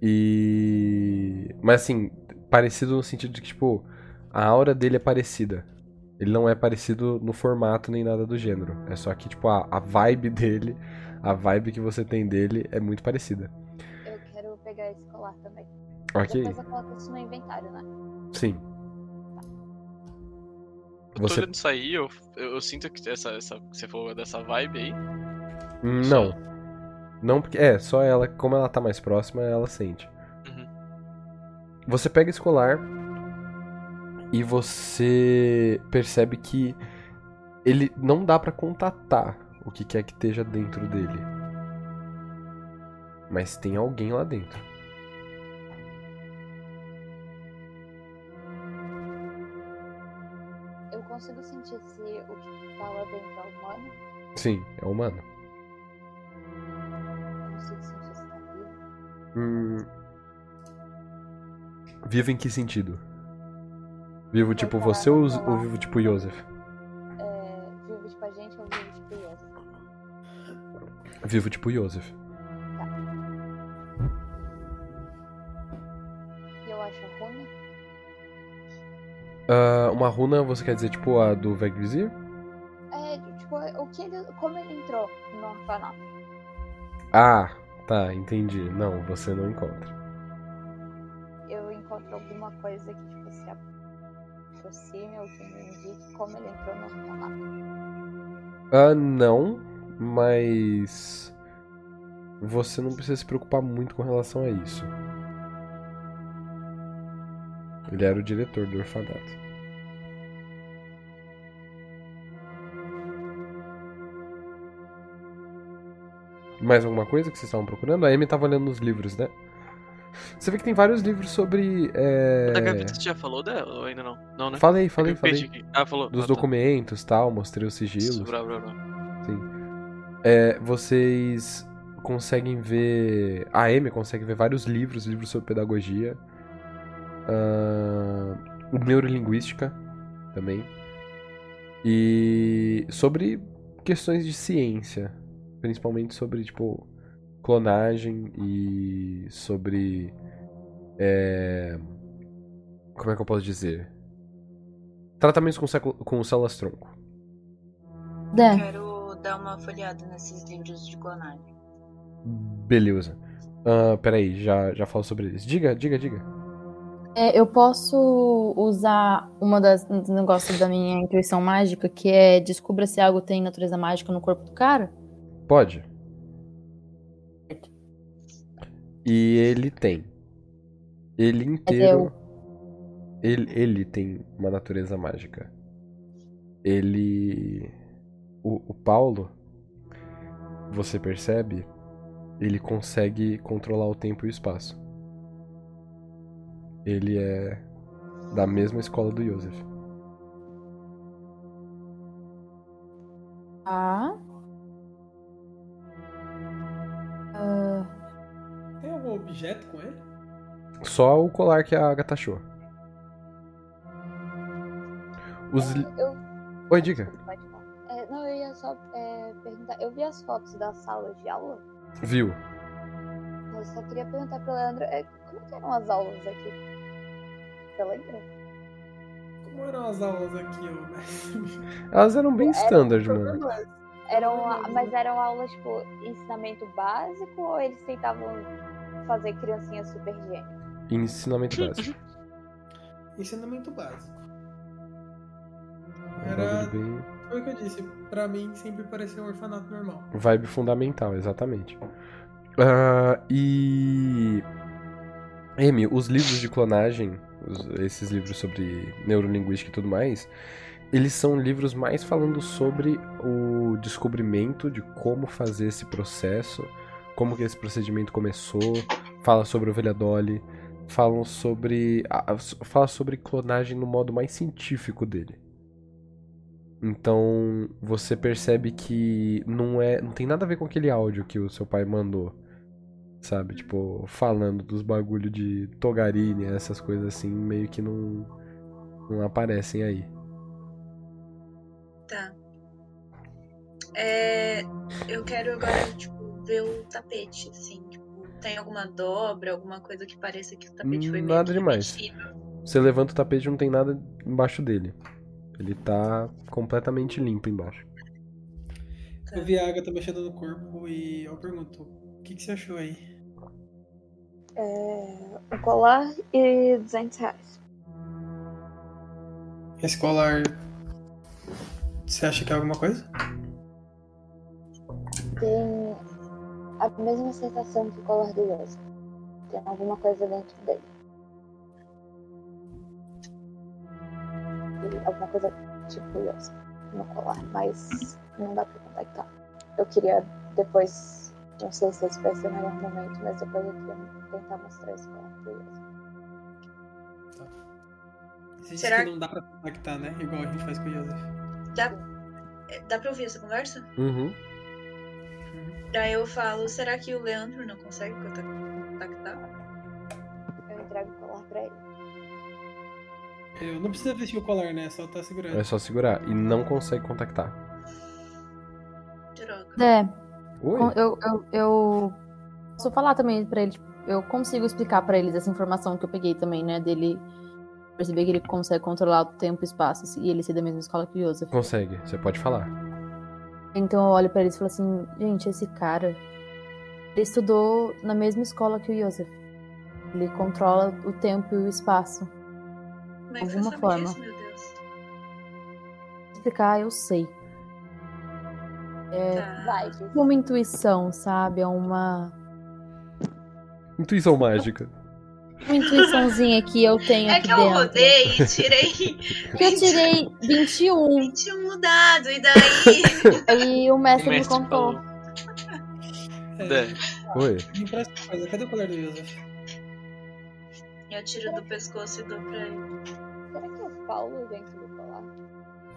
E. Mas assim, parecido no sentido de que, tipo, a aura dele é parecida. Ele não é parecido no formato nem nada do gênero. É só que, tipo, a, a vibe dele, a vibe que você tem dele é muito parecida. Eu quero pegar esse colar também. Ok? Depois eu coloco isso no inventário, né? Sim. Eu tô Você- olhando isso aí, eu, eu, eu sinto que essa, essa, que você falou dessa vibe aí. Não. Não, porque. É, só ela, como ela tá mais próxima, ela sente. Uhum. Você pega esse colar e você percebe que ele não dá pra contatar o que quer que esteja dentro dele. Mas tem alguém lá dentro. Eu consigo sentir se o que tá lá dentro é humano. Sim, é humano. Eu consigo sentir se tá vivo. Hum... Vivo em que sentido? Vivo tipo você ou, ou vivo tipo Joseph? É, vivo tipo a gente ou vivo tipo Yossi? Vivo tipo Joseph. E eu acho a runa. Ah, uma runa, você quer dizer tipo a do Vegvizir? É, tipo, o que ele, como ele entrou no orfanato. Ah, tá, entendi. Não, você não encontra. Eu encontro alguma coisa que, tipo, se aproxime ou que me indique como ele entrou no orfanato. Ah, não, mas. Você não precisa se preocupar muito com relação a isso. Ele era o diretor do orfanato. Mais alguma coisa que vocês estavam procurando? A Amy tava olhando nos livros, né? Você vê que tem vários livros sobre. É... Da gaveta você já falou dela ou ainda não? Não, né? Falei, É falei, que eu perdi falei. aqui. Ah, falou. Dos Ah, tá. documentos tal, mostrei os sigilos. Brá, brá, brá. Sim. É, vocês conseguem ver. A Amy consegue ver vários livros, livros sobre pedagogia. ah, neurolinguística também. E sobre questões de ciência. principalmente sobre, tipo, clonagem e sobre. É... Como é que eu posso dizer? Tratamentos com, século, com células tronco. Eu quero dar uma folhada nesses livros de clonagem. Beleza. Ah, peraí, já, já falo sobre eles. Diga, diga, diga. É, eu posso usar uma das um dos negócios da minha intuição mágica, que é descubra se algo tem natureza mágica no corpo do cara? Pode. E ele tem. Ele inteiro. Ele, ele tem uma natureza mágica. Ele. O, o Paulo, você percebe, ele consegue controlar o tempo e o espaço. Ele é da mesma escola do Joseph. Ah. Ah, Tem algum objeto com ele? Só o colar que a Agatha achou. Os... li- Eu- Oi, diga. Desculpa, pode falar. É, não, eu ia só é, perguntar. Eu vi as fotos da sala de aula. Viu? Eu só queria perguntar pro Leandro é, como que eram as aulas aqui? Você lembra? Como eram as aulas aqui, né? ô mestre? Elas eram bem Era- um standard, mano. Eram, a- mas eram aulas tipo ensinamento básico ou eles tentavam fazer criancinha super gênio? Ensinamento básico. Ensinamento básico. Um Era- bagulho bem. Foi o que eu disse, pra mim sempre pareceu um orfanato normal. Vibe fundamental, exatamente. Ah, e. Amy, os livros de clonagem, os- esses livros sobre neurolinguística e tudo mais, eles são livros mais falando sobre o descobrimento de como fazer esse processo, como que esse procedimento começou, fala sobre ovelha Dolly, falam sobre a- a- fala sobre clonagem no modo mais científico dele. Então você percebe que não é, não tem nada a ver com aquele áudio que o seu pai mandou, sabe? Tipo falando dos bagulho de Togarini, essas coisas assim, meio que não não aparecem aí. Tá. É, eu quero agora, tipo, ver o tapete, assim. Tipo, tem alguma dobra, alguma coisa que pareça que tá, o tapete foi meio Nada que demais. mexido. Você levanta o tapete e não tem nada embaixo dele. Ele tá completamente limpo embaixo. É. Eu vi a Agatha mexendo no corpo e eu pergunto, o que, que você achou aí? É, um colar e 200 reais. Esse colar. Você acha que é alguma coisa? Tem a mesma sensação que o colar do Joseph. Tem alguma coisa dentro dele. E Alguma coisa tipo Joseph no colar, mas não dá pra contactar. Eu queria depois, não sei se esse vai ser o melhor momento, mas depois eu queria tentar mostrar esse colar pro Joseph. Você disse Será- que não dá pra contactar, né? Igual a gente faz com o Joseph. Dá, é, dá pra ouvir essa conversa? Uhum. Daí eu falo, será que o Leandro não consegue contactar? Eu entrego o colar pra ele. Eu não precisa vestir o colar, né? Só tá segurando. É só segurar e não consegue contactar. Droga. é. Oi. Com- Eu, eu, eu posso falar também pra eles. Eu consigo explicar pra eles essa informação que eu peguei também, né? Dele perceber que ele consegue controlar o tempo e espaço assim, e ele ser da mesma escola que o Joseph. Consegue, você pode falar. Então eu olho pra eles e falo assim: gente, esse cara, ele estudou na mesma escola que o Joseph. Ele controla o tempo e o espaço. Como é que você Alguma sabe forma. disso, meu Deus? Explicar, eu sei. É Tá. Vai, uma intuição, sabe? É uma, Intuição mágica. uma intuiçãozinha que eu tenho É aqui que eu dentro. rodei e tirei Porque eu tirei 21 tinha mudado, um e daí. e o mestre, O mestre me contou. falou. É. Oi. Me empresta uma coisa, cadê o colar do Joseph? Eu tiro do pescoço e dou pra ele. Será que é o Paulo dentro do colar?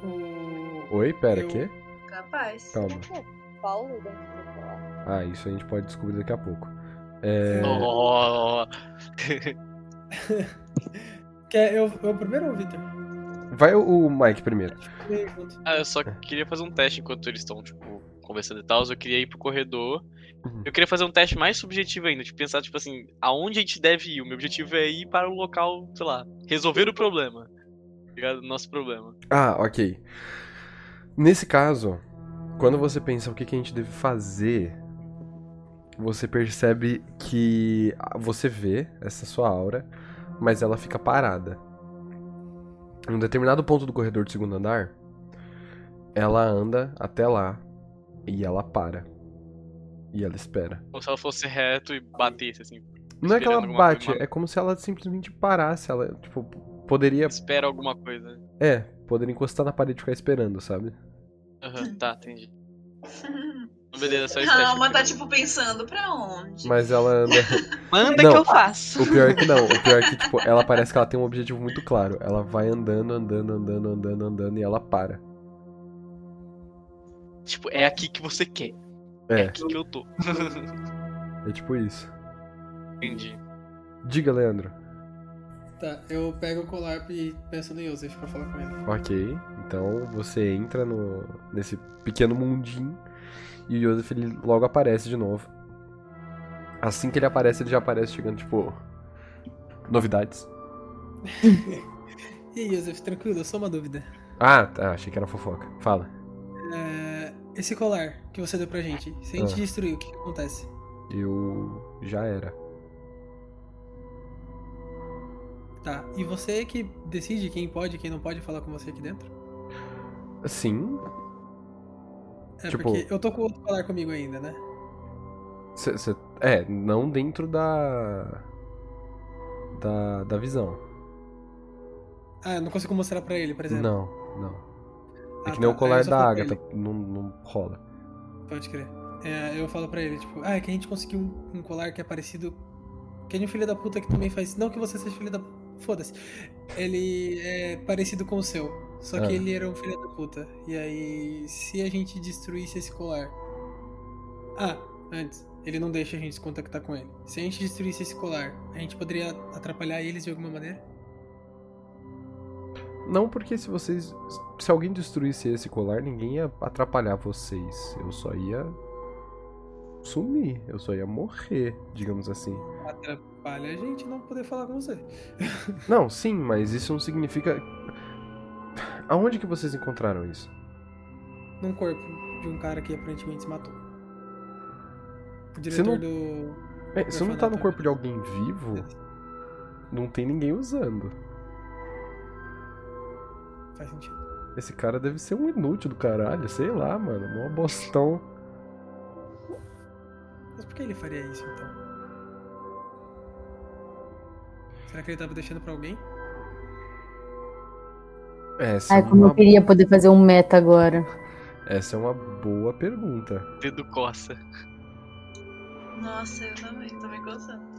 O... Oi, pera, Eu- quê? Capaz. Calma. Será que é o Paulo dentro do colar? Ah, isso a gente pode descobrir daqui a pouco. É, Oh, Quer é, eu, eu primeiro tá? ou o Victor? Vai o o Mike primeiro. Primeiro, junto. Ah, eu só queria fazer um teste enquanto eles estão, tipo, conversando e tal, eu queria ir pro corredor. Uhum. Eu queria fazer um teste mais subjetivo ainda, de pensar, tipo assim, aonde a gente deve ir. O meu objetivo é ir para o local, sei lá, resolver o problema. Tá Ligado? Nosso problema. Ah, ok. Nesse caso, quando você pensa o que, que a gente deve fazer, você percebe que você vê essa sua aura, mas ela fica parada. Em um determinado ponto do corredor do segundo andar, ela anda até lá e ela para. E ela espera. Como se ela fosse reto e batesse, assim. Não é que ela esperando alguma bate, coisa, é como se ela simplesmente parasse. Ela, tipo, poderia. mas Espera alguma coisa. É, poderia encostar na parede e ficar esperando, sabe? Aham, tá, entendi. Beleza, só isso. A alma tá tipo pensando pra onde? Mas ela anda. Manda que eu faço. O pior é que não. O pior é que, tipo, ela parece que ela tem um objetivo muito claro. Ela vai andando, andando, andando, andando, andando e ela para. Tipo, é aqui que você quer. É É, aqui que eu tô. é tipo isso. entendi. Diga, Leandro. Tá, eu pego o colar e penso no Yosef pra falar com ele. Ok, então você entra no nesse pequeno mundinho e o Joseph ele logo aparece de novo. Assim que ele aparece, ele já aparece chegando, tipo. Novidades. E aí, Yosef, tranquilo? Só uma dúvida. Ah, tá, achei que era fofoca. Fala. É, Esse colar que você deu pra gente, se a gente Ah. destruir, o que, que acontece? Eu. já era. Tá, e você que decide quem pode e quem não pode falar com você aqui dentro? Sim, É Tipo- porque eu tô com outro colar comigo ainda, né? Cê- cê- é, não dentro da. Da, da visão. Ah, eu não consigo mostrar pra ele, por exemplo. Não, não. É Ah, que nem tá. o Aí colar eu só da falo pra Agatha. Não, não rola. Pode crer. É, eu falo pra ele, tipo, ah, é que a gente conseguiu um, um colar que é parecido. Que é de um filho da puta que também faz. Não que você seja filho da. Foda-se. Ele é parecido com o seu. Só Ah. que ele era um filho da puta. E aí, se a gente destruísse esse colar. Ah, antes. Ele não deixa a gente se contactar com ele. Se a gente destruísse esse colar, a gente poderia atrapalhar eles de alguma maneira? Não porque se vocês. Se alguém destruísse esse colar, ninguém ia atrapalhar vocês. Eu só ia. sumir. Eu só ia morrer, digamos assim. Atrapalha a gente não poder falar com você. Não, sim, mas isso não significa. Aonde que vocês encontraram isso? num corpo de um cara que aparentemente se matou. O Você diretor não- do. É, se não tá no orfanato. corpo de alguém vivo, não tem ninguém usando. Faz sentido. Esse cara deve ser um inútil do caralho, sei lá, mano. Mó bostão. Mas por que ele faria isso então? Será que ele tava deixando pra alguém? Essa, Ai, é Ah, como eu uma, queria poder fazer um meta agora. essa é uma boa pergunta. Dedo coça. Nossa, eu também, tô me coçando.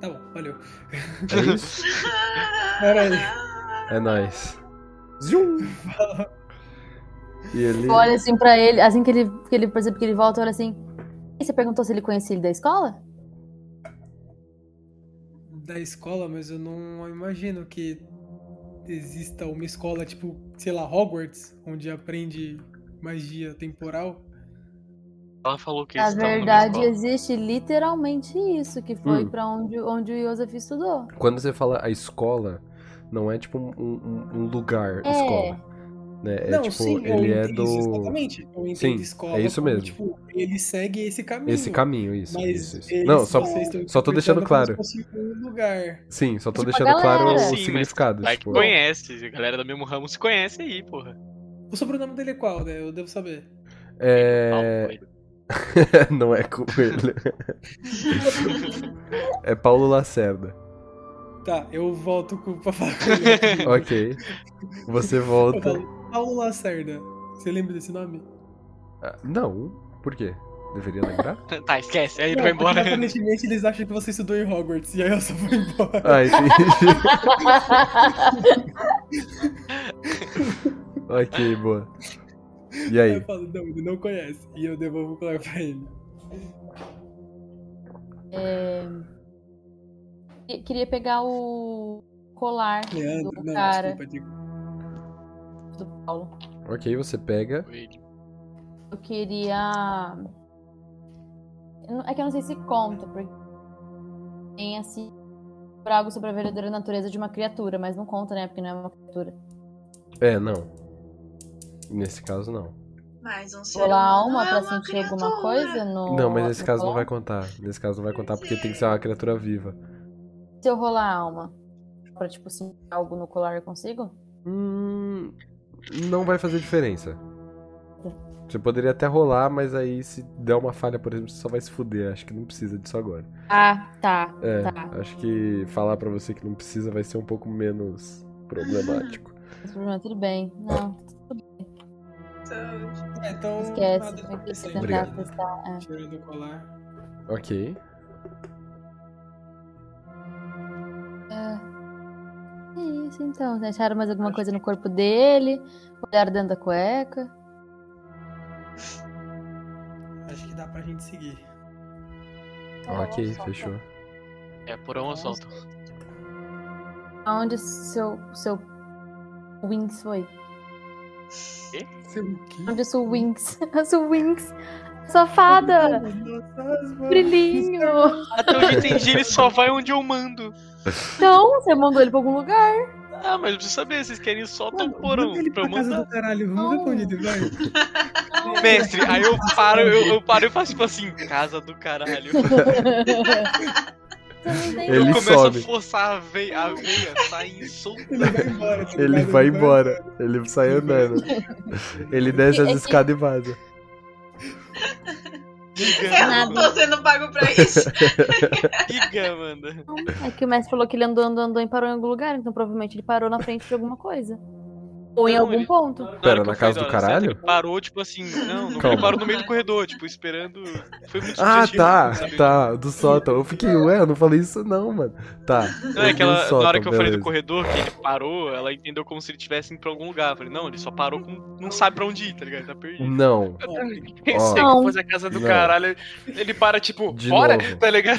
Tá bom, valeu. É isso? Caralho. É nóis. Zium! E ele. Eu olho assim pra ele, assim que ele, que ele percebe que ele volta, eu olho assim. E você perguntou se ele conhecia ele da escola? Da escola, mas eu não imagino que exista uma escola tipo, sei lá, Hogwarts, onde aprende magia temporal. Ela falou que Na eles estavam na verdade, escola. existe literalmente isso, que foi Hum. pra onde, onde o Joseph estudou. Quando você fala a escola, não é tipo um, um- um lugar É. escola. Né? É não, tipo, sim, eu ele é entendo do. isso, exatamente. Eu entendo Sim, escola é isso como, mesmo. tipo, ele segue esse caminho. Esse caminho, isso. Mas isso, isso. eles- Não, só, vocês estão só tô deixando claro. interpretando como se fosse um lugar. Sim, só tô Tipo, a deixando claro galera. o Sim, mas significado. Vai que tipo, conhece, a galera do mesmo ramo se conhece aí, porra. O sobrenome dele é qual, né? Eu devo saber. é. Paulo não é Coelho. é Paulo Lacerda. Tá, eu volto com, pra falar com ele. Ok. Você Eu volta. falo, Paulo Lacerda. Você lembra desse nome? Ah, Não. Por quê? Deveria lembrar? Tá, esquece, aí ele Não, vai porque embora. Aparentemente eles acham que você estudou em Hogwarts, e aí eu só vou embora. Ah, entendi. ok, boa. E Eu aí? falo, não, ele não conhece. E eu devolvo o colar pra ele. É, que- Queria pegar o colar Leandro, do não, cara. desculpa, digo. do Paulo. Ok, você pega. Eu queria. Eu não- É que eu não sei se conta, porque tem assim. Por algo sobre a verdadeira natureza de uma criatura, mas não conta, né? Porque não é uma criatura. É, não. Nesse caso, não. Mais um ser Rolar humano alma é pra uma sentir criatura. alguma coisa no. Não, mas nesse no caso não vai colar? contar. Nesse caso não vai contar porque tem que ser uma criatura viva. Se eu rolar alma pra, tipo, sentir algo no colar, eu consigo? Hum. Não vai fazer diferença. Você poderia até rolar, mas aí se der uma falha, por exemplo, você só vai se fuder. Acho que não precisa disso agora. Ah, tá. É, Tá. acho que falar pra você que não precisa vai ser um pouco menos é problemático. Esse problema, tudo bem. Não, tudo bem. É, então. Esquece. nada Vai ter que aconteceu. tentar Obrigado. testar. É. Tirando o colar. Ah. Ok. É. É isso então. Vocês acharam mais alguma coisa no corpo dele? Olharam dentro da cueca? Acho que dá pra gente seguir. Ok, fechou. É por um assalto. Aonde seu. seu. Winx foi? Onde seu Winx? A sua Winx! Safada! Brilhinho! Até onde eu entendi, ele só vai onde eu mando. Então, você mandou ele pra algum lugar? Ah, mas eu preciso saber, vocês querem só tão porão Manda ele pra eu pra casa mandar. do caralho, vamos ver pra onde ele vai. Mestre, aí eu paro, eu, eu paro e faço tipo assim, casa do caralho. eu Ele começo sobe. a forçar a veia, a veia tá sai em solta. Ele vai embora. tá Ele ligado? vai embora. Ele sai andando. Ele desce as É que- escadas e vaza. Giga, Eu não tô sendo pago pra isso. giga, Amanda. É que o mestre falou que ele andou, andou, andou e parou em algum lugar, então provavelmente ele parou na frente de alguma coisa. Ou em Não, algum ele- ponto. hora Pera, que na eu falei casa da do hora certa, caralho? ele parou, tipo assim, não, não Calma. ele parou no meio do corredor, tipo, esperando. Foi muito Ah, subjetivo, tá, não sabia. tá, do sótão. Eu fiquei, ué, eu não falei isso não, mano. Tá. Não, é eu vi aquela. o na hora que eu falei sótão, do beleza. corredor, que ele parou, ela entendeu como se ele estivesse indo pra algum lugar. Eu falei, não, ele só parou com. Não sabe pra onde ir, tá ligado? Ele Tá perdido. Não, Pensei Não. que fosse a casa do Não. caralho. Ele para, tipo, De fora, novo. tá ligado?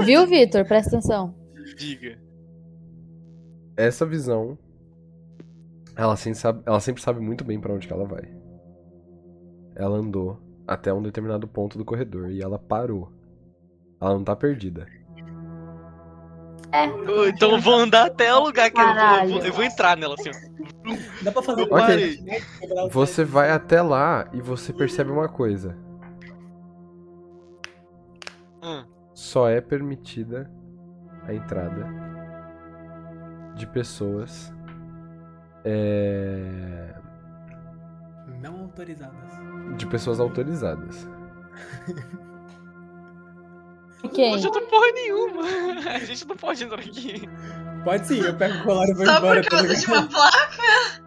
Viu, Vitor? Presta atenção. Diga. essa visão. Ela sempre sabe, ela sempre sabe muito bem pra onde que ela vai. Ela andou até um determinado ponto do corredor e ela parou. Ela não tá perdida. Eu- Então eu vou andar até o lugar que eu vou- eu vou. Caralho. Eu vou entrar nela assim, ó. Dá pra fazer Eu uma parei. né? Quebrar o Você pé. vai até lá e você percebe uma coisa. Hum. Só é permitida a entrada de pessoas é, Não autorizadas. de pessoas autorizadas. Quem? Hoje eu tô porra nenhuma. A gente não pode entrar aqui. Pode sim, eu pego o colar e vou Só embora. por tá causa de ligado? uma placa.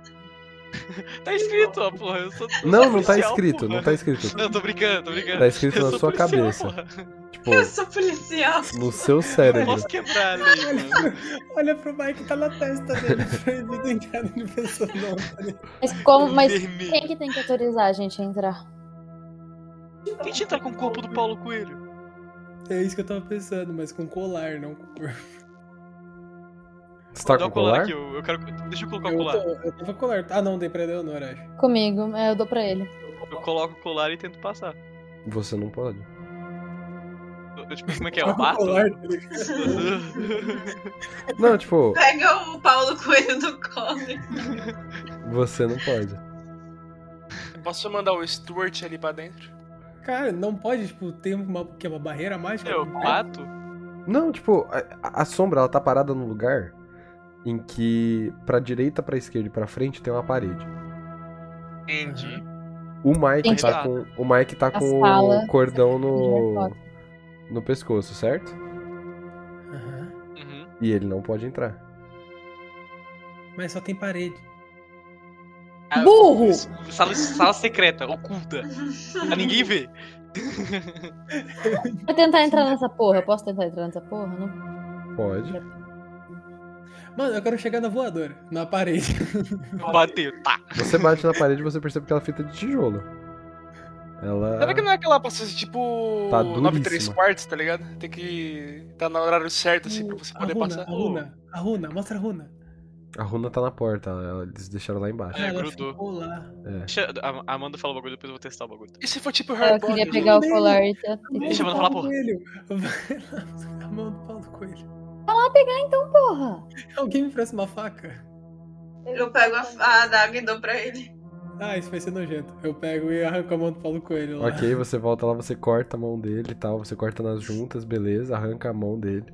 Tá escrito, ó, porra. Eu sou. eu sou Não, não tá policial, escrito, porra. não tá escrito. Não, tô brincando, tô brincando. Tá escrito Eu na sou sua policial, cabeça. porra. Tipo, Eu sou policial. no seu Eu cérebro. posso quebrar né? a lei, mano. Olha pro Mike, tá na testa dele. Proibido entrar em pessoa não. Mas, como, mas Vermelho. quem que tem que autorizar a gente a entrar? Quem te entrar com o corpo do Paulo Coelho? É isso que eu tava pensando, mas com colar, não com cor. Você tá Dá com o colar colar? aqui, eu, eu quero. Deixa eu colocar o Eu, colar. tô, eu tava com colar. Ah, não, dei pra Eleonora, acho. Comigo, é, eu dou pra ele. Eu coloco o colar e tento passar. Você não pode. Eu, eu, tipo, como é que é? Eu Com bato? colar, tá ligado? Não, tipo, Pega o Paulo Coelho do colo. você não pode. Posso mandar o Stuart ali pra dentro? Cara, não pode, tipo, ter uma, que é uma barreira mágica? Eu bato? Não, tipo, a- a, a sombra ela tá parada num lugar em que pra direita, pra esquerda e pra frente tem uma parede. Entendi. O Mike Gente, tá com o Mike tá a com sala- é o cordão Harry no Potter. no pescoço, certo? Aham. Uhum. E ele não pode entrar. Mas só tem parede. Ah, Burro! Sala, sala secreta, oculta. Pra ninguém ver. Vou tentar entrar nessa porra. Eu posso tentar entrar nessa porra? Não. Pode. Mano, eu quero chegar na voadora, na parede. Bateu, tá. Você bate na parede e você percebe que ela é feita de tijolo. Ela Será que não é aquela passagem tipo. Tá 9 3 duríssima. quartos, tá ligado? Tem que. tá no horário certo, assim, pra você A poder runa, passar. a runa, a runa, mostra a runa. A runa tá na porta, ela- eles deixaram lá embaixo. É, grudou. É. Deixa a a Amanda falar o bagulho, depois eu vou testar o bagulho. E se for tipo Eu queria pegar o colar e tá. Deixa eu falar, porra. Coelho. Vai lá, a mão do pau do coelho. Vai lá pegar então, porra. Alguém me presta uma faca? Eu pego a, a adaga e dou pra ele. Ah, isso vai ser nojento. Eu pego e arranco a mão do pau do coelho lá. Ok, você volta lá, você corta a mão dele e tal, você corta nas juntas, beleza, arranca a mão dele.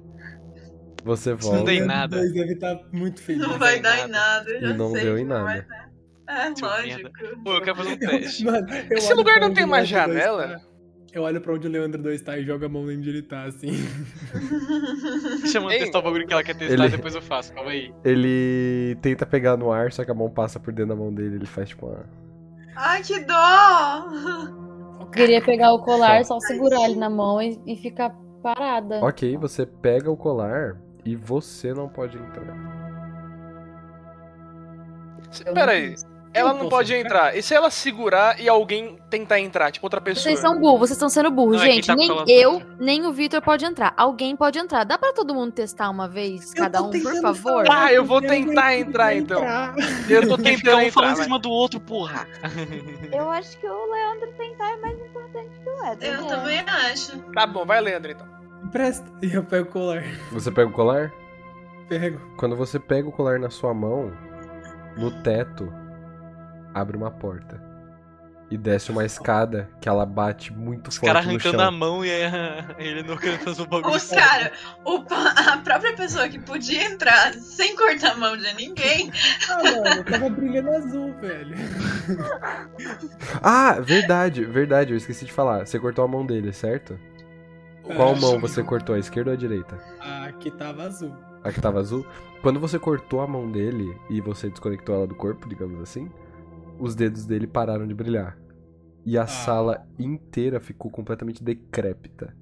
Você volta. não deu em nada. Mas deve estar muito feliz. Não vai dar em nada, eu já E não sei. deu que em não vai nada. dar. É Seu lógico. Tipo, Pô, eu quero fazer um teste. Mano, eu Esse olho lugar pra não onde tem o mais Leandro dois janela? tá, Eu olho pra onde o Leandro 2 tá e jogo a mão onde ele tá, assim. Deixa a Amanda Ei. testar o bagulho que ela quer testar, Ele- depois eu faço. Calma aí. Ele tenta pegar no ar, só que a mão passa por dentro da mão dele, ele faz tipo uma. Ai, que dó! Eu queria pegar o colar, só segurar ele na mão e, e ficar parada. Ok, você pega o colar e você não pode entrar. Se- Eu Pera não aí. fiz. Ela Eu não posso pode entrar? entrar. E se ela segurar e alguém tentar entrar? Tipo, outra pessoa. Vocês são burros, vocês estão sendo burros, Não, é quem gente. tá nem falando. eu, nem o Vitor pode entrar. Alguém pode entrar. Dá pra todo mundo testar uma vez, cada um, por favor? falar. Ah, eu vou tentar entrar, então. Eu tô Tem que ficar tentando um falando entrar. em vai. cima do outro, porra. Eu acho que o Leandro tentar é mais importante que o Edwin. Eu também acho. Tá bom, vai Leandro então. Presta. E eu pego o colar. Você pega o colar? Pego. Quando você pega o colar na sua mão, no teto abre uma porta. E desce uma escada que ela bate muito Os forte caras no arrancando chão. a mão e é- ele não quer fazer o bagulho. Os caras, a própria pessoa que podia entrar sem cortar a mão de ninguém, Ah, mano, tava brilhando azul, velho. Ah, verdade, verdade, eu esqueci de falar. Você cortou a mão dele, certo? Qual É, mão você cortou? A esquerda ou a direita? Aqui Ah, tava azul. A que tava azul? Quando você cortou a mão dele e você desconectou ela do corpo, digamos assim, os dedos dele pararam de brilhar. E a Ah. sala inteira ficou completamente decrépita.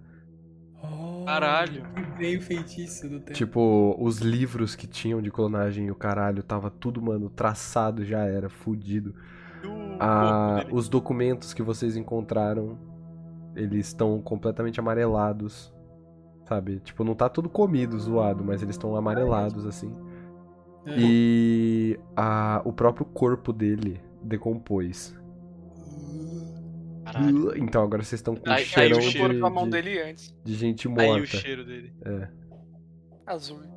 Oh, Caralho. Bem o feitiço do tempo. Tipo, os livros que tinham de clonagem e o caralho, tava tudo, mano, traçado, já era, fudido. Ah, os documentos que vocês encontraram, eles estão completamente amarelados. Sabe? Tipo, não tá tudo comido, zoado, mas eles estão amarelados, assim. É. E a- o próprio corpo dele decompôs. Caralho. Então agora vocês estão com Aí- aí cheirão o de, cheiro Foram com a mão de- dele antes. de gente Aí o morta. É. cheiro dele. Azul. né?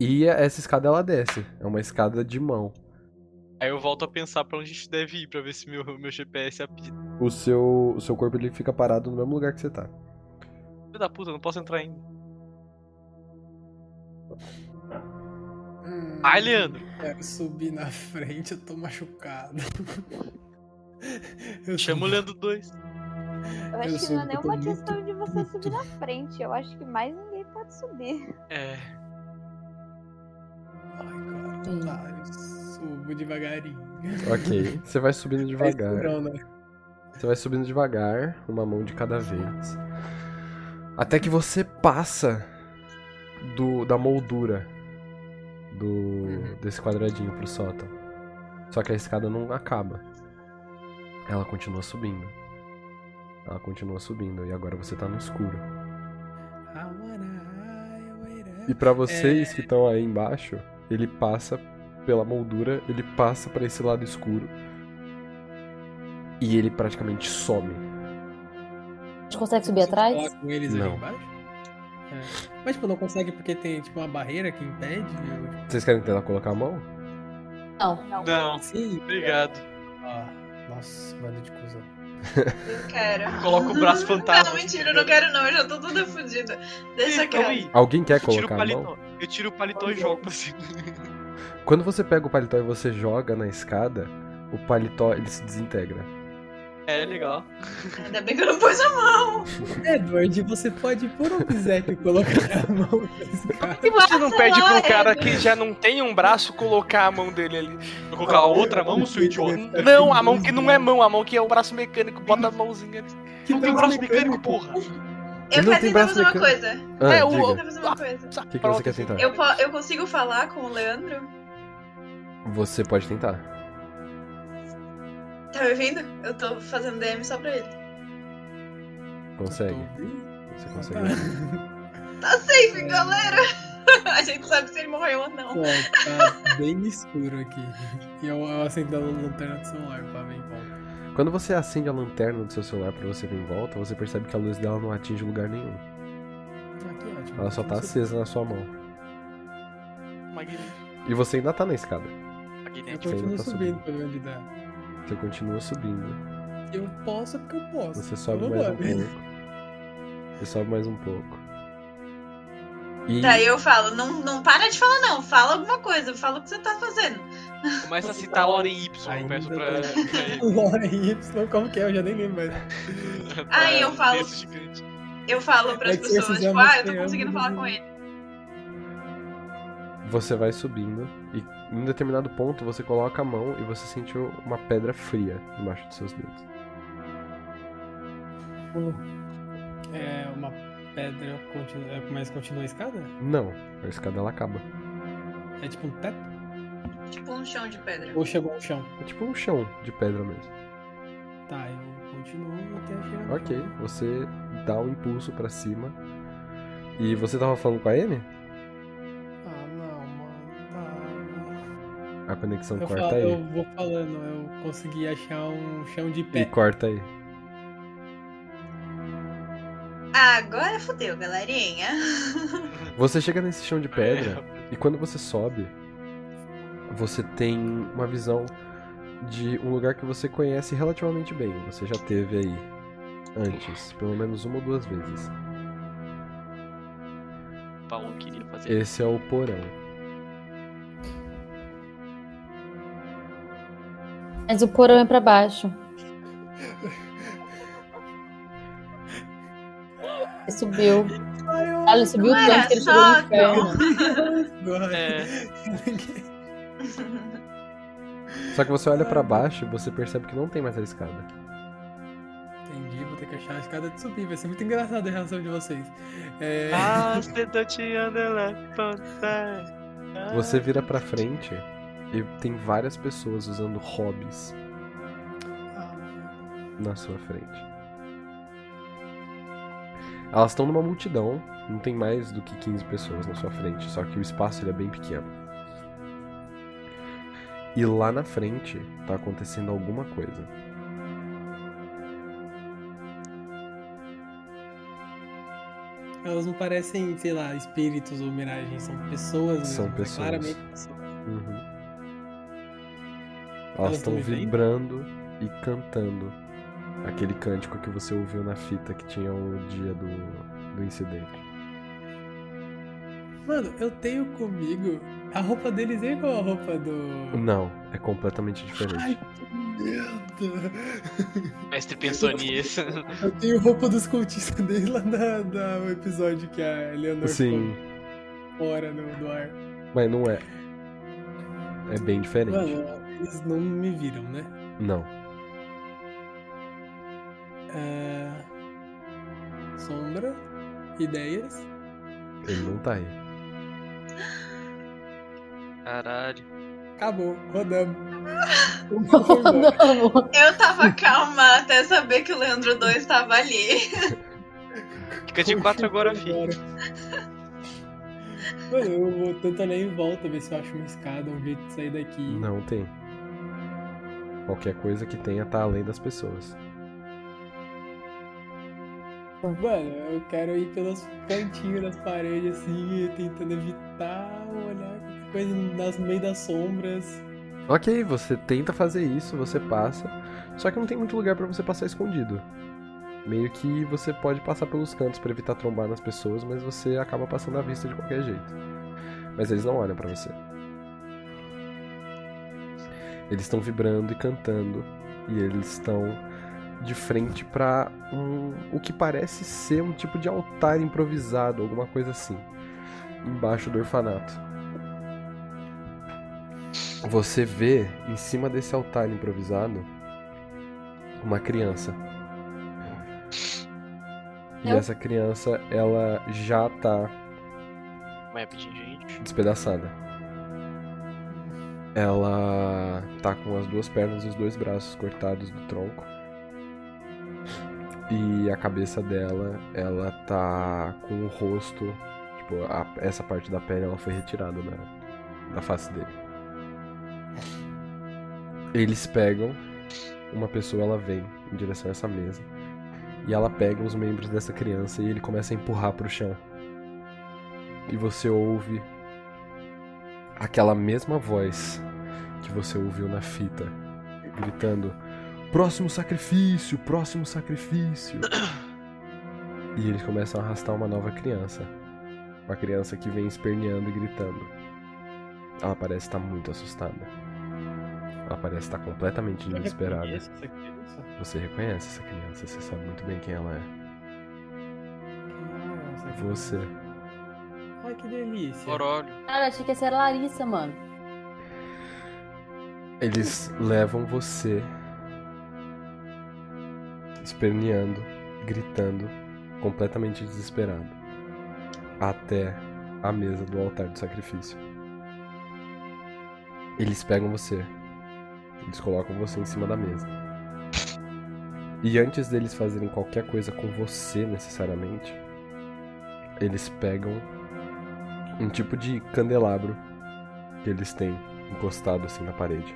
E essa escada ela desce. É uma escada de mão. Aí eu volto a pensar pra onde a gente deve ir pra ver se meu, meu GPS apita. O seu, o seu corpo ele fica parado no mesmo lugar que você tá. Filho da puta, eu não posso entrar ainda. Hum. Ai, Leandro. Quero subir na frente, eu tô machucado. Eu Chama o subi- Leandro 2. Eu acho Eu que não é sou- eu tô muito, nenhuma questão de você subir muito- na frente. Eu acho que mais ninguém pode subir. É. Ai, cara, tá, eu subo devagarinho. Ok. Você vai subindo É devagar. escurão, né? Você vai subindo devagar, uma mão de cada vez. Até que você passa do da moldura do desse quadradinho pro sótão. Só que a escada não acaba. Ela continua subindo. Ela continua subindo e agora você tá no escuro. I wanna highway to E pra vocês que estão aí embaixo, ele passa pela moldura, ele passa pra esse lado escuro. E ele praticamente some. A gente consegue subir Você atrás? falar com eles Não. ali embaixo? É. Mas, tipo, não consegue porque tem, tipo, uma barreira que impede? né? Vocês querem tentar colocar a mão? Não. Não. Não, Sim. obrigado. Ah, nossa, bando de cuzão. eu quero. Coloca o braço fantasma. assim, Não, mentira, eu não quero não, eu já tô toda fodida. Deixa Calma quieto. aí. Alguém quer Eu tiro o colocar a mão? paletó. Eu tiro o paletó e jogo pra cima. Quando você pega o paletó e você joga na escada, o paletó ele se desintegra. É, legal. Ainda bem É que eu não pus a mão. Edward, você pode, por um obséquio, colocar a mão nesse cara. E você não pede lá, um pro cara Edward. que já não tem um braço colocar a mão dele ali? Vou colocar a outra mão, seu idiota. Não, a mão que não é mão, a mão que é o braço mecânico, bota a mãozinha ali. Que Não tem braço mecânico, porra. Eu não quero tem tentar braço fazer uma mecânico. coisa. Ah, É, o- Eu diga. quero fazer uma coisa. O que, que você quer tentar? Eu, po- eu consigo falar com o Leandro? Você pode tentar. Tá me ouvindo? Eu tô fazendo DM só pra ele. Consegue. Você consegue. Safe, Tá galera! A gente não sabe se ele morreu ou não. Ó, tá bem escuro aqui. E eu, eu acendo a lanterna do celular pra ver em volta. Quando você acende a lanterna do seu celular pra você ver em volta, você percebe que a luz dela não atinge lugar nenhum. Ah, que ótimo. Ela só tá acesa na sua mão. Magnífico. E você ainda tá na escada. Eu Magnífico. Ainda continuo tá subindo pelo onde dá. Você continua subindo. Eu posso é porque eu posso. Você sobe Eu mais um vou. pouco. Você sobe mais um pouco. E Tá, Daí eu falo, não, não para de falar não, fala alguma coisa, fala o que você tá fazendo. Começa a citar Loren Y, eu Ainda peço pra. tá- pra ele. Lore Y, como que é? Eu já nem lembro mais. pra eu falo- desse gigante. Eu falo pras É que se eu pessoas, fizer tipo, ah, eu mais tô conseguindo um triângulo, falar né? com ele. você vai subindo. E em um determinado ponto você coloca a mão e você sente uma pedra fria embaixo dos seus dedos. É uma pedra, continua, é, mas continua a escada? Não, a escada ela acaba. É tipo um teto? Tipo um chão de pedra. Ou chegou ao chão? É tipo um chão de pedra mesmo. Tá, eu continuo até chegar no Ok, chão. você dá um impulso pra cima. E você tava falando com a N? Ah, não, mano. Tá. A conexão Eu, corta falo- aí. eu vou falando, eu consegui achar um chão de E pé. corta aí. Agora fodeu, galerinha. Você chega nesse chão de pedra e quando você sobe, você tem uma visão de um lugar que você conhece relativamente bem. Você já teve aí antes, pelo menos uma ou duas vezes. Paulo queria fazer. Esse é o porão. Mas o porão é pra baixo. Ele subiu. Ah, ele subiu Não era tanto que ele chegou no só, inferno. Agora. É, Só que você olha pra baixo e você percebe que não tem mais a escada. Entendi, vou ter que achar a escada de subir. Vai ser muito engraçado a reação de vocês. É... Ah, você tá tirando ela fantasma. Você vira pra frente e tem várias pessoas usando hobbies na sua frente. Elas estão numa multidão, não tem mais do que 15 pessoas na sua frente, só que o espaço ele é bem pequeno. E lá na frente tá acontecendo alguma coisa. Elas não parecem, sei lá, espíritos ou miragens, são pessoas. São mesmo, é pessoas. Claramente pessoas. Uhum. Elas Elas tão estão me vendo? vibrando e cantando aquele cântico que você ouviu na fita que tinha o dia do, do incidente. Mano, eu tenho comigo. A roupa deles é igual a roupa do. Não, é completamente Ai, diferente. que merda! Mestre pensou nisso. Eu tenho roupa dos cultistas desde lá da, da- o episódio que a Eleanor Sim, ficou fora no, do ar. mas não é. É bem diferente. Mano, eles não me viram, né? Não. É, Sombra, ideias. Ele não tá aí. Caralho. Acabou, rodamos. Rodamos. Eu tava calma até saber que o Leandro 2 tava ali. Fica de quatro agora, filho. Mano, eu vou tentar olhar em volta, ver se eu acho uma escada, um jeito de sair daqui. Não tem. Qualquer coisa que tenha tá além das pessoas. Mano, eu quero ir pelos cantinhos das paredes, assim, tentando evitar olhar qualquer coisa nas no meio das sombras. Ok, você tenta fazer isso, você passa. Só que não tem muito lugar pra você passar escondido. Meio que você pode passar pelos cantos pra evitar trombar nas pessoas, mas você acaba passando a vista de qualquer jeito. Mas eles não olham pra você. Eles estão vibrando e cantando e eles estão de frente pra um o que parece ser um tipo de altar improvisado, alguma coisa assim, embaixo do orfanato. Você vê em cima desse altar improvisado uma criança. E Eu? essa criança, ela já tá É Vai pedir é gente. despedaçada. Ela tá com as duas pernas e os dois braços cortados do tronco. E a cabeça dela, ela tá com o rosto, tipo, Tipo, a- essa parte da pele ela foi retirada da, da face dele. Eles pegam. Uma pessoa ela vem em direção a essa mesa. E ela pega os membros dessa criança e ele começa a empurrar pro chão. E você ouve aquela mesma voz que você ouviu na fita, gritando: Próximo sacrifício, próximo sacrifício. E eles começam a arrastar uma nova criança. Uma criança que vem esperneando e gritando. Ela parece estar muito assustada. Ela parece estar completamente Eu desesperada. reconheço essa criança. Você reconhece essa criança, você sabe muito bem quem ela é. Ah, essa É criança. você. Ai, que delícia. Corólio. Cara, achei que essa era a Larissa, mano. Eles levam você esperneando, gritando, completamente desesperado, até a mesa do altar do sacrifício. Eles pegam você. Eles colocam você em cima da mesa. E antes deles fazerem qualquer coisa com você necessariamente, eles pegam um tipo de candelabro que eles têm encostado assim na parede.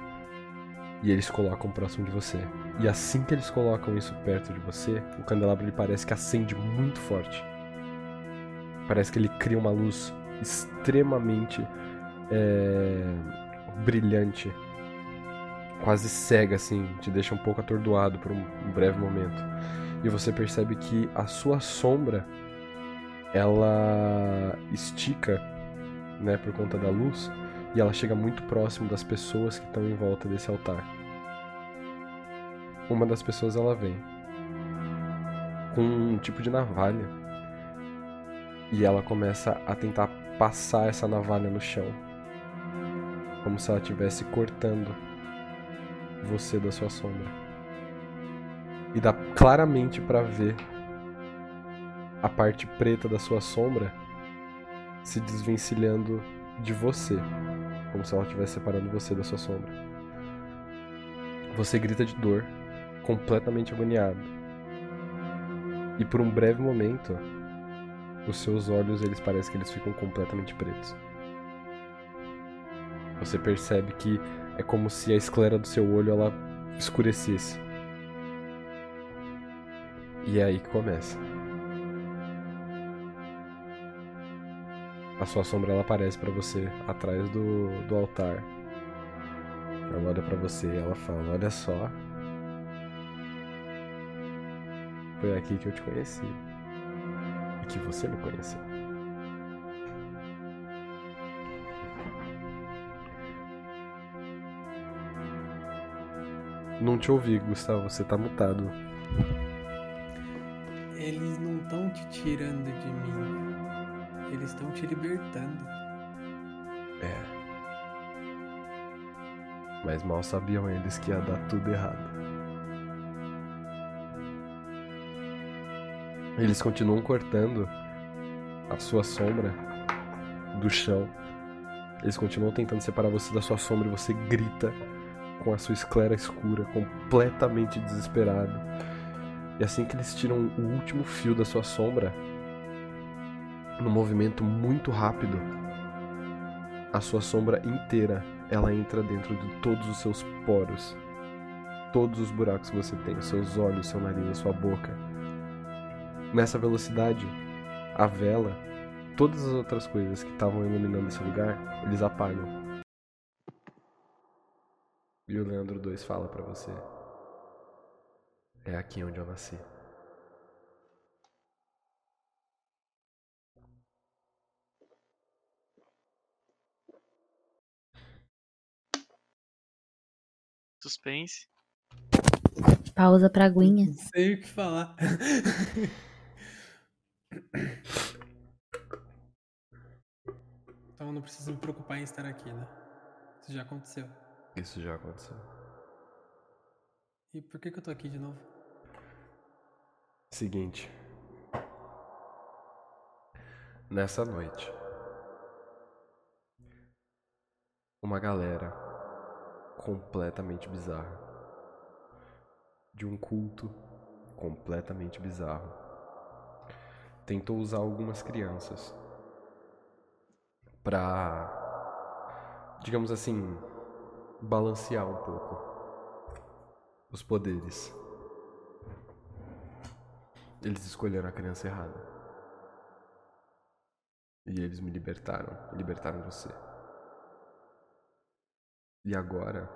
E eles colocam próximo de você. E assim que eles colocam isso perto de você, o candelabro ele parece que acende muito forte. Parece que ele cria uma luz extremamente é, brilhante, quase cega assim, te deixa um pouco atordoado por um, um breve momento. E você percebe que a sua sombra ela estica, né, por conta da luz, e ela chega muito próximo das pessoas que estão em volta desse altar. Uma das pessoas ela vem com um tipo de navalha e ela começa a tentar passar essa navalha no chão, como se ela estivesse cortando você da sua sombra. E dá claramente pra ver a parte preta da sua sombra se desvencilhando de você, como se ela estivesse separando você da sua sombra. Você grita de dor, completamente agoniado. E por um breve momento, os seus olhos, eles parecem que eles ficam completamente pretos. Você percebe que é como se a esclera do seu olho ela escurecesse. E é aí que começa. A sua sombra ela aparece pra você atrás do, do altar. Ela olha pra você e ela fala: Olha só. Foi aqui que eu te conheci. E que você me conheceu. Não te ouvi, Gustavo. Você tá mutado. Eles não estão te tirando de mim. Eles estão te libertando. É. Mas mal sabiam eles que ia dar tudo errado. Eles continuam cortando a sua sombra do chão. Eles continuam tentando separar você da sua sombra e você grita com a sua esclera escura, completamente desesperado. E assim que eles tiram o último fio da sua sombra, num movimento muito rápido, a sua sombra inteira, ela entra dentro de todos os seus poros. Todos os buracos que você tem, os seus olhos, seu nariz, a sua boca. Nessa velocidade, a vela, todas as outras coisas que estavam iluminando esse lugar, eles apagam. E o Leandro 2 fala pra você. É aqui onde eu nasci. Suspense. Pausa pra aguinha. Não sei o que falar. então eu não preciso me preocupar em estar aqui, né? Isso já aconteceu. Isso já aconteceu. E por que, que eu tô aqui de novo? Seguinte. Nessa noite, uma galera completamente bizarra, de um culto completamente bizarro, tentou usar algumas crianças pra digamos assim, balancear um pouco os poderes. Eles escolheram a criança errada. E eles me libertaram, libertaram você. E agora,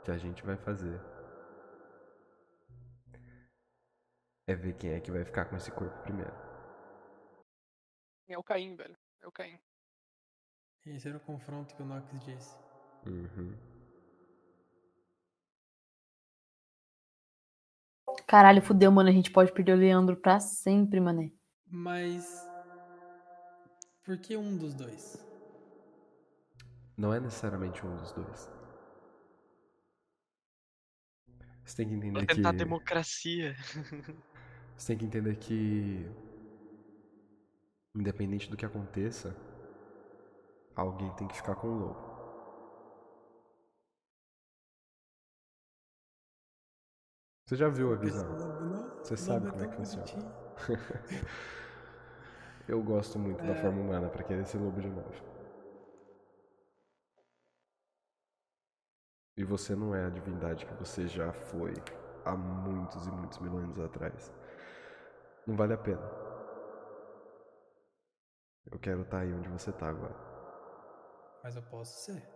o que a gente vai fazer é ver quem é que vai ficar com esse corpo primeiro. É o Caim, velho. É o Caim. Esse era o confronto que o Nox disse. Uhum. Caralho, fudeu, mano. A gente pode perder o Leandro pra sempre, mané. Mas. Por que um dos dois? Não é necessariamente um dos dois. Você tem que entender Vou que. tá tentar a democracia. Você tem que entender que. Independente do que aconteça, alguém tem que ficar com o lobo. Você já viu a visão? Você sabe como é que funciona. Eu gosto muito da forma humana pra querer ser lobo de novo. E você não é a divindade que você já foi há muitos e muitos milênios atrás. Não vale a pena. Eu quero estar aí onde você tá agora. Mas eu posso ser.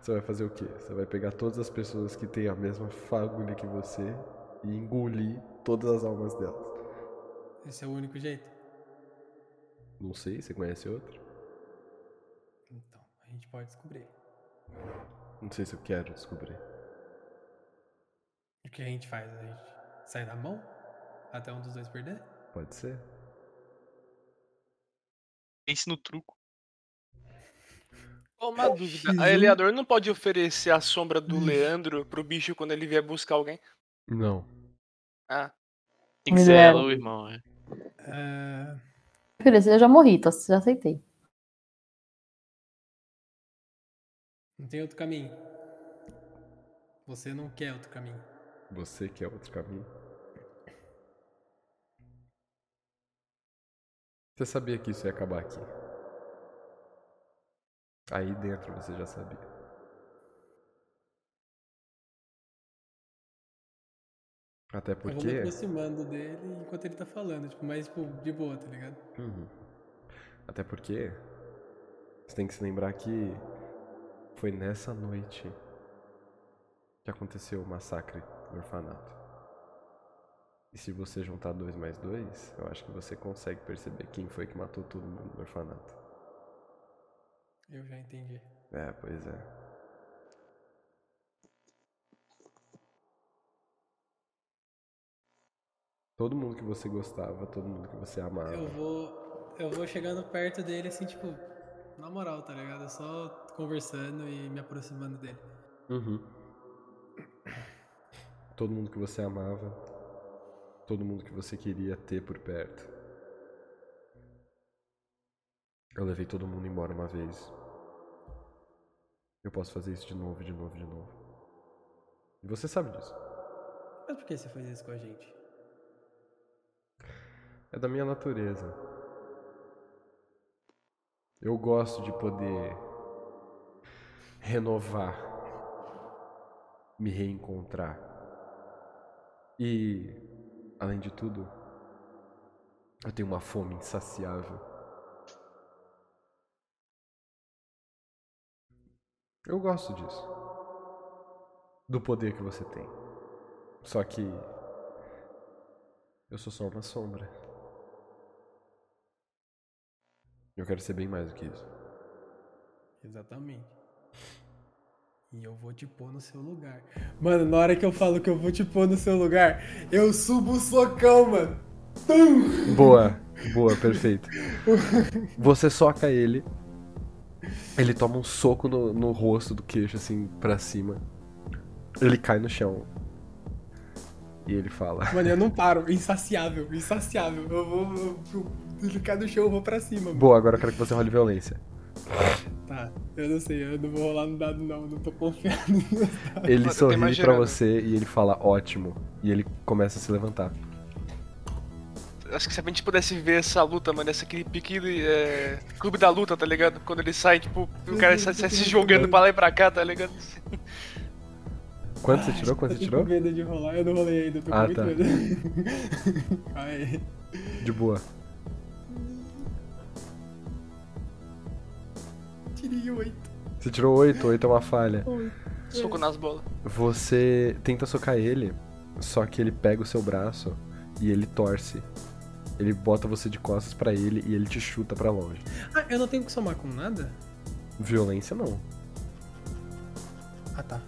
Você vai fazer o quê? Você vai pegar todas as pessoas que têm a mesma fagulha que você e engolir todas as almas delas. Esse é o único jeito. Não sei, você conhece outro? Então, a gente pode descobrir. Não sei se eu quero descobrir. E O que a gente faz? A gente sai na mão? Até um dos dois perder? Pode ser? Pense no truco. Só uma dúvida. A Eleador não pode oferecer a sombra do Leandro pro bicho quando ele vier buscar alguém? Não. Ah. Tem que ser Mulher. ela ou o irmão, é. É, Beleza, eu já morri, tá? Já aceitei. Não tem outro caminho. Você não quer outro caminho. Você quer outro caminho? Você sabia que isso ia acabar aqui. Aí dentro você já sabia. Até Eu vou me porque. aproximando dele enquanto ele tá falando, tipo, mas tipo, de boa, tá ligado? Uhum. Até porque você tem que se lembrar que foi nessa noite que aconteceu o massacre no orfanato. E se você juntar dois mais dois, eu acho que você consegue perceber quem foi que matou todo mundo no orfanato. Eu já entendi. É, pois é. Todo mundo que você gostava, todo mundo que você amava. Eu vou. Eu vou chegando perto dele assim, tipo, na moral, tá ligado? Eu Só conversando e me aproximando dele. Uhum. Todo mundo que você amava. Todo mundo que você queria ter por perto. Eu levei todo mundo embora uma vez. Eu posso fazer isso de novo, de novo, de novo. E você sabe disso. Mas por que você faz isso com a gente? É da minha natureza. Eu gosto de poder renovar, me reencontrar. E, além de tudo, eu tenho uma fome insaciável. Eu gosto disso. Do poder que você tem. Só que. Eu sou só uma sombra. Eu quero ser bem mais do que isso. Exatamente. E eu vou te pôr no seu lugar. Mano, na hora que eu falo que eu vou te pôr no seu lugar, eu subo o socão, mano. Tum! Boa, boa, perfeito. Você soca ele. Ele toma um soco no, no rosto do queixo, assim, pra cima. Ele cai no chão. E ele fala. Mano, eu não paro. Insaciável, insaciável. Eu vou. eu- eu- Ele cai no chão, eu vou pra cima, mano. Boa, agora eu quero que você role violência. Tá, eu não sei, eu não vou rolar no dado, não. Não tô confiando no meu dado. Ele sorri pra você e ele fala ótimo. E ele começa a se levantar. Acho que se a gente pudesse ver essa luta, mano, essa aquele pique é, clube da luta, tá ligado? Quando ele sai, tipo, o cara sai, sai se jogando pra lá e pra cá, tá ligado? Quanto você tirou? Quanto você tirou? Eu tô com medo de rolar, eu não rolei ainda, eu tô com Ah, muito tá. medo. Calma aí. De boa. Tirei oito. Você tirou 8, 8 é uma falha. Soco nas bolas. Você tenta socar ele, só que ele pega o seu braço e ele torce. Ele bota você de costas pra ele e ele te chuta pra longe. Ah, eu não tenho que somar com nada? Violência não. Ah, tá.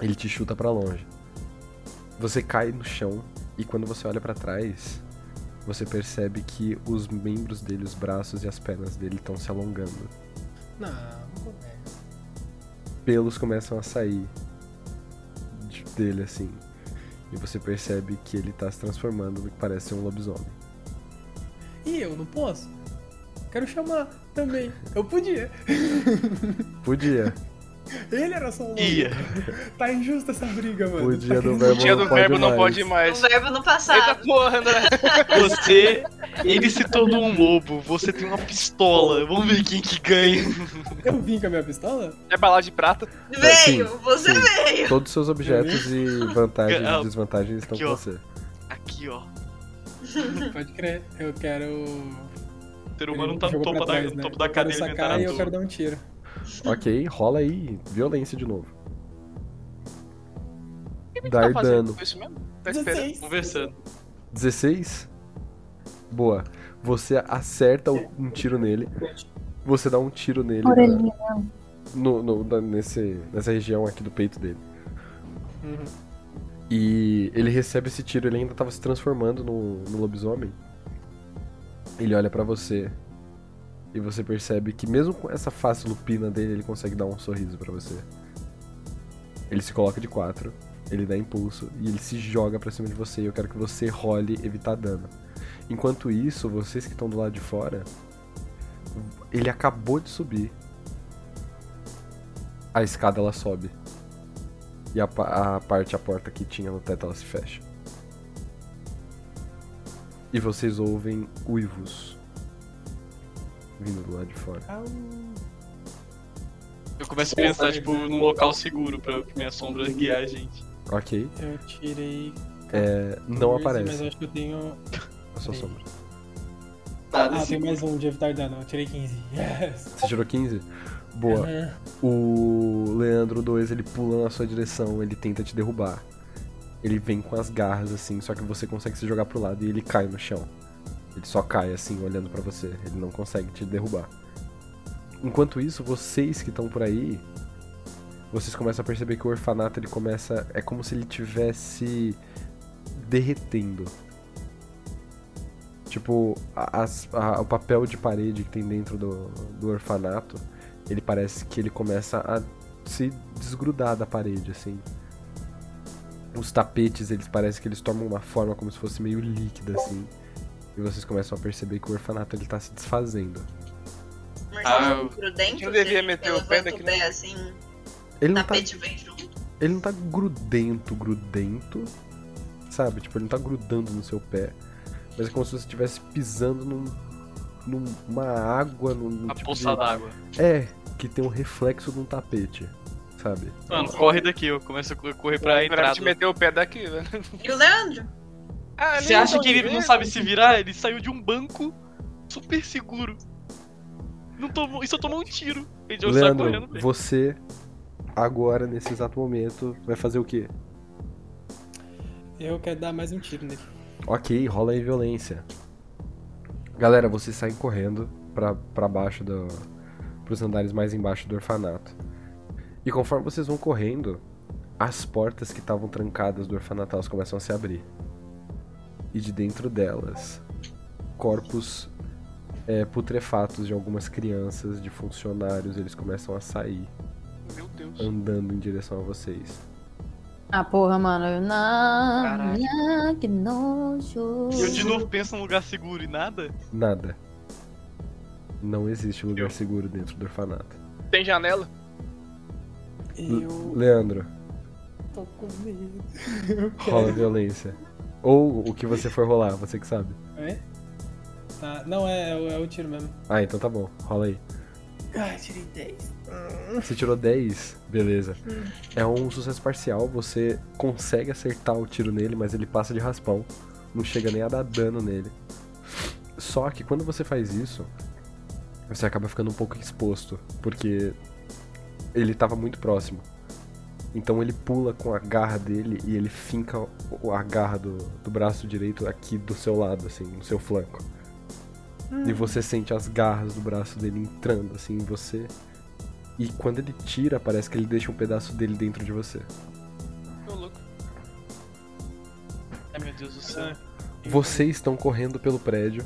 Ele te chuta pra longe. Você cai no chão e quando você olha pra trás, você percebe que os membros dele, os braços e as pernas dele estão se alongando. Não, não começa. pelos começam a sair de- dele assim. E você percebe que ele tá se transformando no que parece ser um lobisomem. E eu não posso? Quero chamar também. Eu podia. Podia. Ele era só um louco. Ia. Tá injusta essa briga, mano. Podia Tá do injusta. verbo Dia do não pode verbo não mais. pode mais. O verbo no passado. Porra, André. Você. Ele se tornou um lobo, você tem uma pistola. Vamos ver quem que ganha. Eu vim com a minha pistola? É balada de prata. É, Veio, você Assim, sim. veio. Todos os seus objetos e vantagens Ah, e desvantagens estão aqui, com ó. você. Aqui, ó. Pode crer. Eu quero. O ser Ele humano tá no jogou pra topo, da, trás, no né? topo da Eu quero cadeia sacar e eu quero alimentar. dar um tiro. Ok, rola aí. Violência de novo. que Dar tá fazendo dano. isso mesmo? Tá esperando. Conversando. 16? Boa. Você acerta o- um tiro nele. Você dá um tiro nele. na- Orelhinha. no- no- na- nesse, nessa região aqui do peito dele. Uhum. E ele recebe esse tiro, ele ainda tava se transformando no, no lobisomem. Ele olha pra você. E você percebe que mesmo com essa face lupina dele, ele consegue dar um sorriso pra você. Ele se coloca de quatro, ele dá impulso e ele se joga pra cima de você. E eu quero que você role evitar dano. Enquanto isso, vocês que estão do lado de fora, ele acabou de subir. A escada ela sobe. E a, pa- a parte, a porta que tinha no teto, ela se fecha. E vocês ouvem uivos vindo do lado de fora. Eu começo a pensar, tipo, num local seguro pra minha sombra guiar a gente. Ok. Eu tirei. É, não 14, Mas eu aparece acho que eu tenho. a sua sombra. Ah, Nada tem assim. mais um de evitar dano. Eu tirei 15. Yes. Você tirou 15? Boa. Uhum. O Leandro 2, ele pula na sua direção, ele tenta te derrubar. Ele vem com as garras assim, só que você consegue se jogar pro lado e ele cai no chão. Ele só cai assim, olhando pra você. Ele não consegue te derrubar. Enquanto isso, vocês que estão por aí, vocês começam a perceber que o orfanato ele começa, é como se ele tivesse derretendo. Tipo, a- as- a- o papel de parede que tem dentro do, do orfanato, ele parece que ele começa a se desgrudar da parede, assim. Os tapetes, eles parecem que eles tomam uma forma como se fosse meio líquida, assim. E vocês começam a perceber que o orfanato ele tá se desfazendo. Ah, Mortal eu- prudente. eu devia meter o pé daqui, daqui. O né? pé assim, Ele não tá tapete vem junto. ele não tá grudento, grudento, sabe? Tipo, ele não tá grudando no seu pé, mas é como se você estivesse pisando num, numa água, num A tipo poça d'água. de... É, que tem um reflexo de um tapete, sabe? Mano, corre daqui, eu começo a co- correr pra Pra te entrada. meter o pé daqui, velho. E o Leandro? Ah, ele Você não acha tá que ele onde não ver? sabe se virar? Ele saiu de um banco super seguro. Não tomou, e só tomou um tiro. Ele já saiu correndo. Leandro, você agora, nesse exato momento, vai fazer o quê? Eu quero dar mais um tiro nele. Ok, rola aí violência. Galera, vocês saem correndo pra, pra baixo do. pros andares mais embaixo do orfanato. E conforme vocês vão correndo, as portas que estavam trancadas do orfanato elas começam a se abrir. E de dentro delas, corpos é, putrefatos de algumas crianças, de funcionários, eles começam a sair, Meu Deus. andando em direção a vocês. Ah, porra, mano. eu- Não, Caralho. não, que nojo. Eu de novo penso num lugar seguro e nada. Nada. Não existe um lugar seguro dentro do orfanato. Tem janela? Eu Leandro, tô com medo. Eu rola quero. violência. Ou o que você for rolar, você que sabe. É? Tá. Não, é, é, o- é o tiro mesmo. Ah, então tá bom, rola aí. Ai, tirei 10. Hum. Você tirou 10, beleza. É um sucesso parcial, você consegue acertar o tiro nele, mas ele passa de raspão. Não chega nem a dar dano nele. Só que quando você faz isso, você acaba ficando um pouco exposto, porque ele tava muito próximo. Então ele pula com a garra dele e ele finca o- a garra do, do braço direito aqui do seu lado, assim, no seu flanco. E você sente as garras do braço dele entrando, assim, em você. E quando ele tira, parece que ele deixa um pedaço dele dentro de você. Ô, louco. Ai, meu Deus do céu. Vocês estão correndo pelo prédio.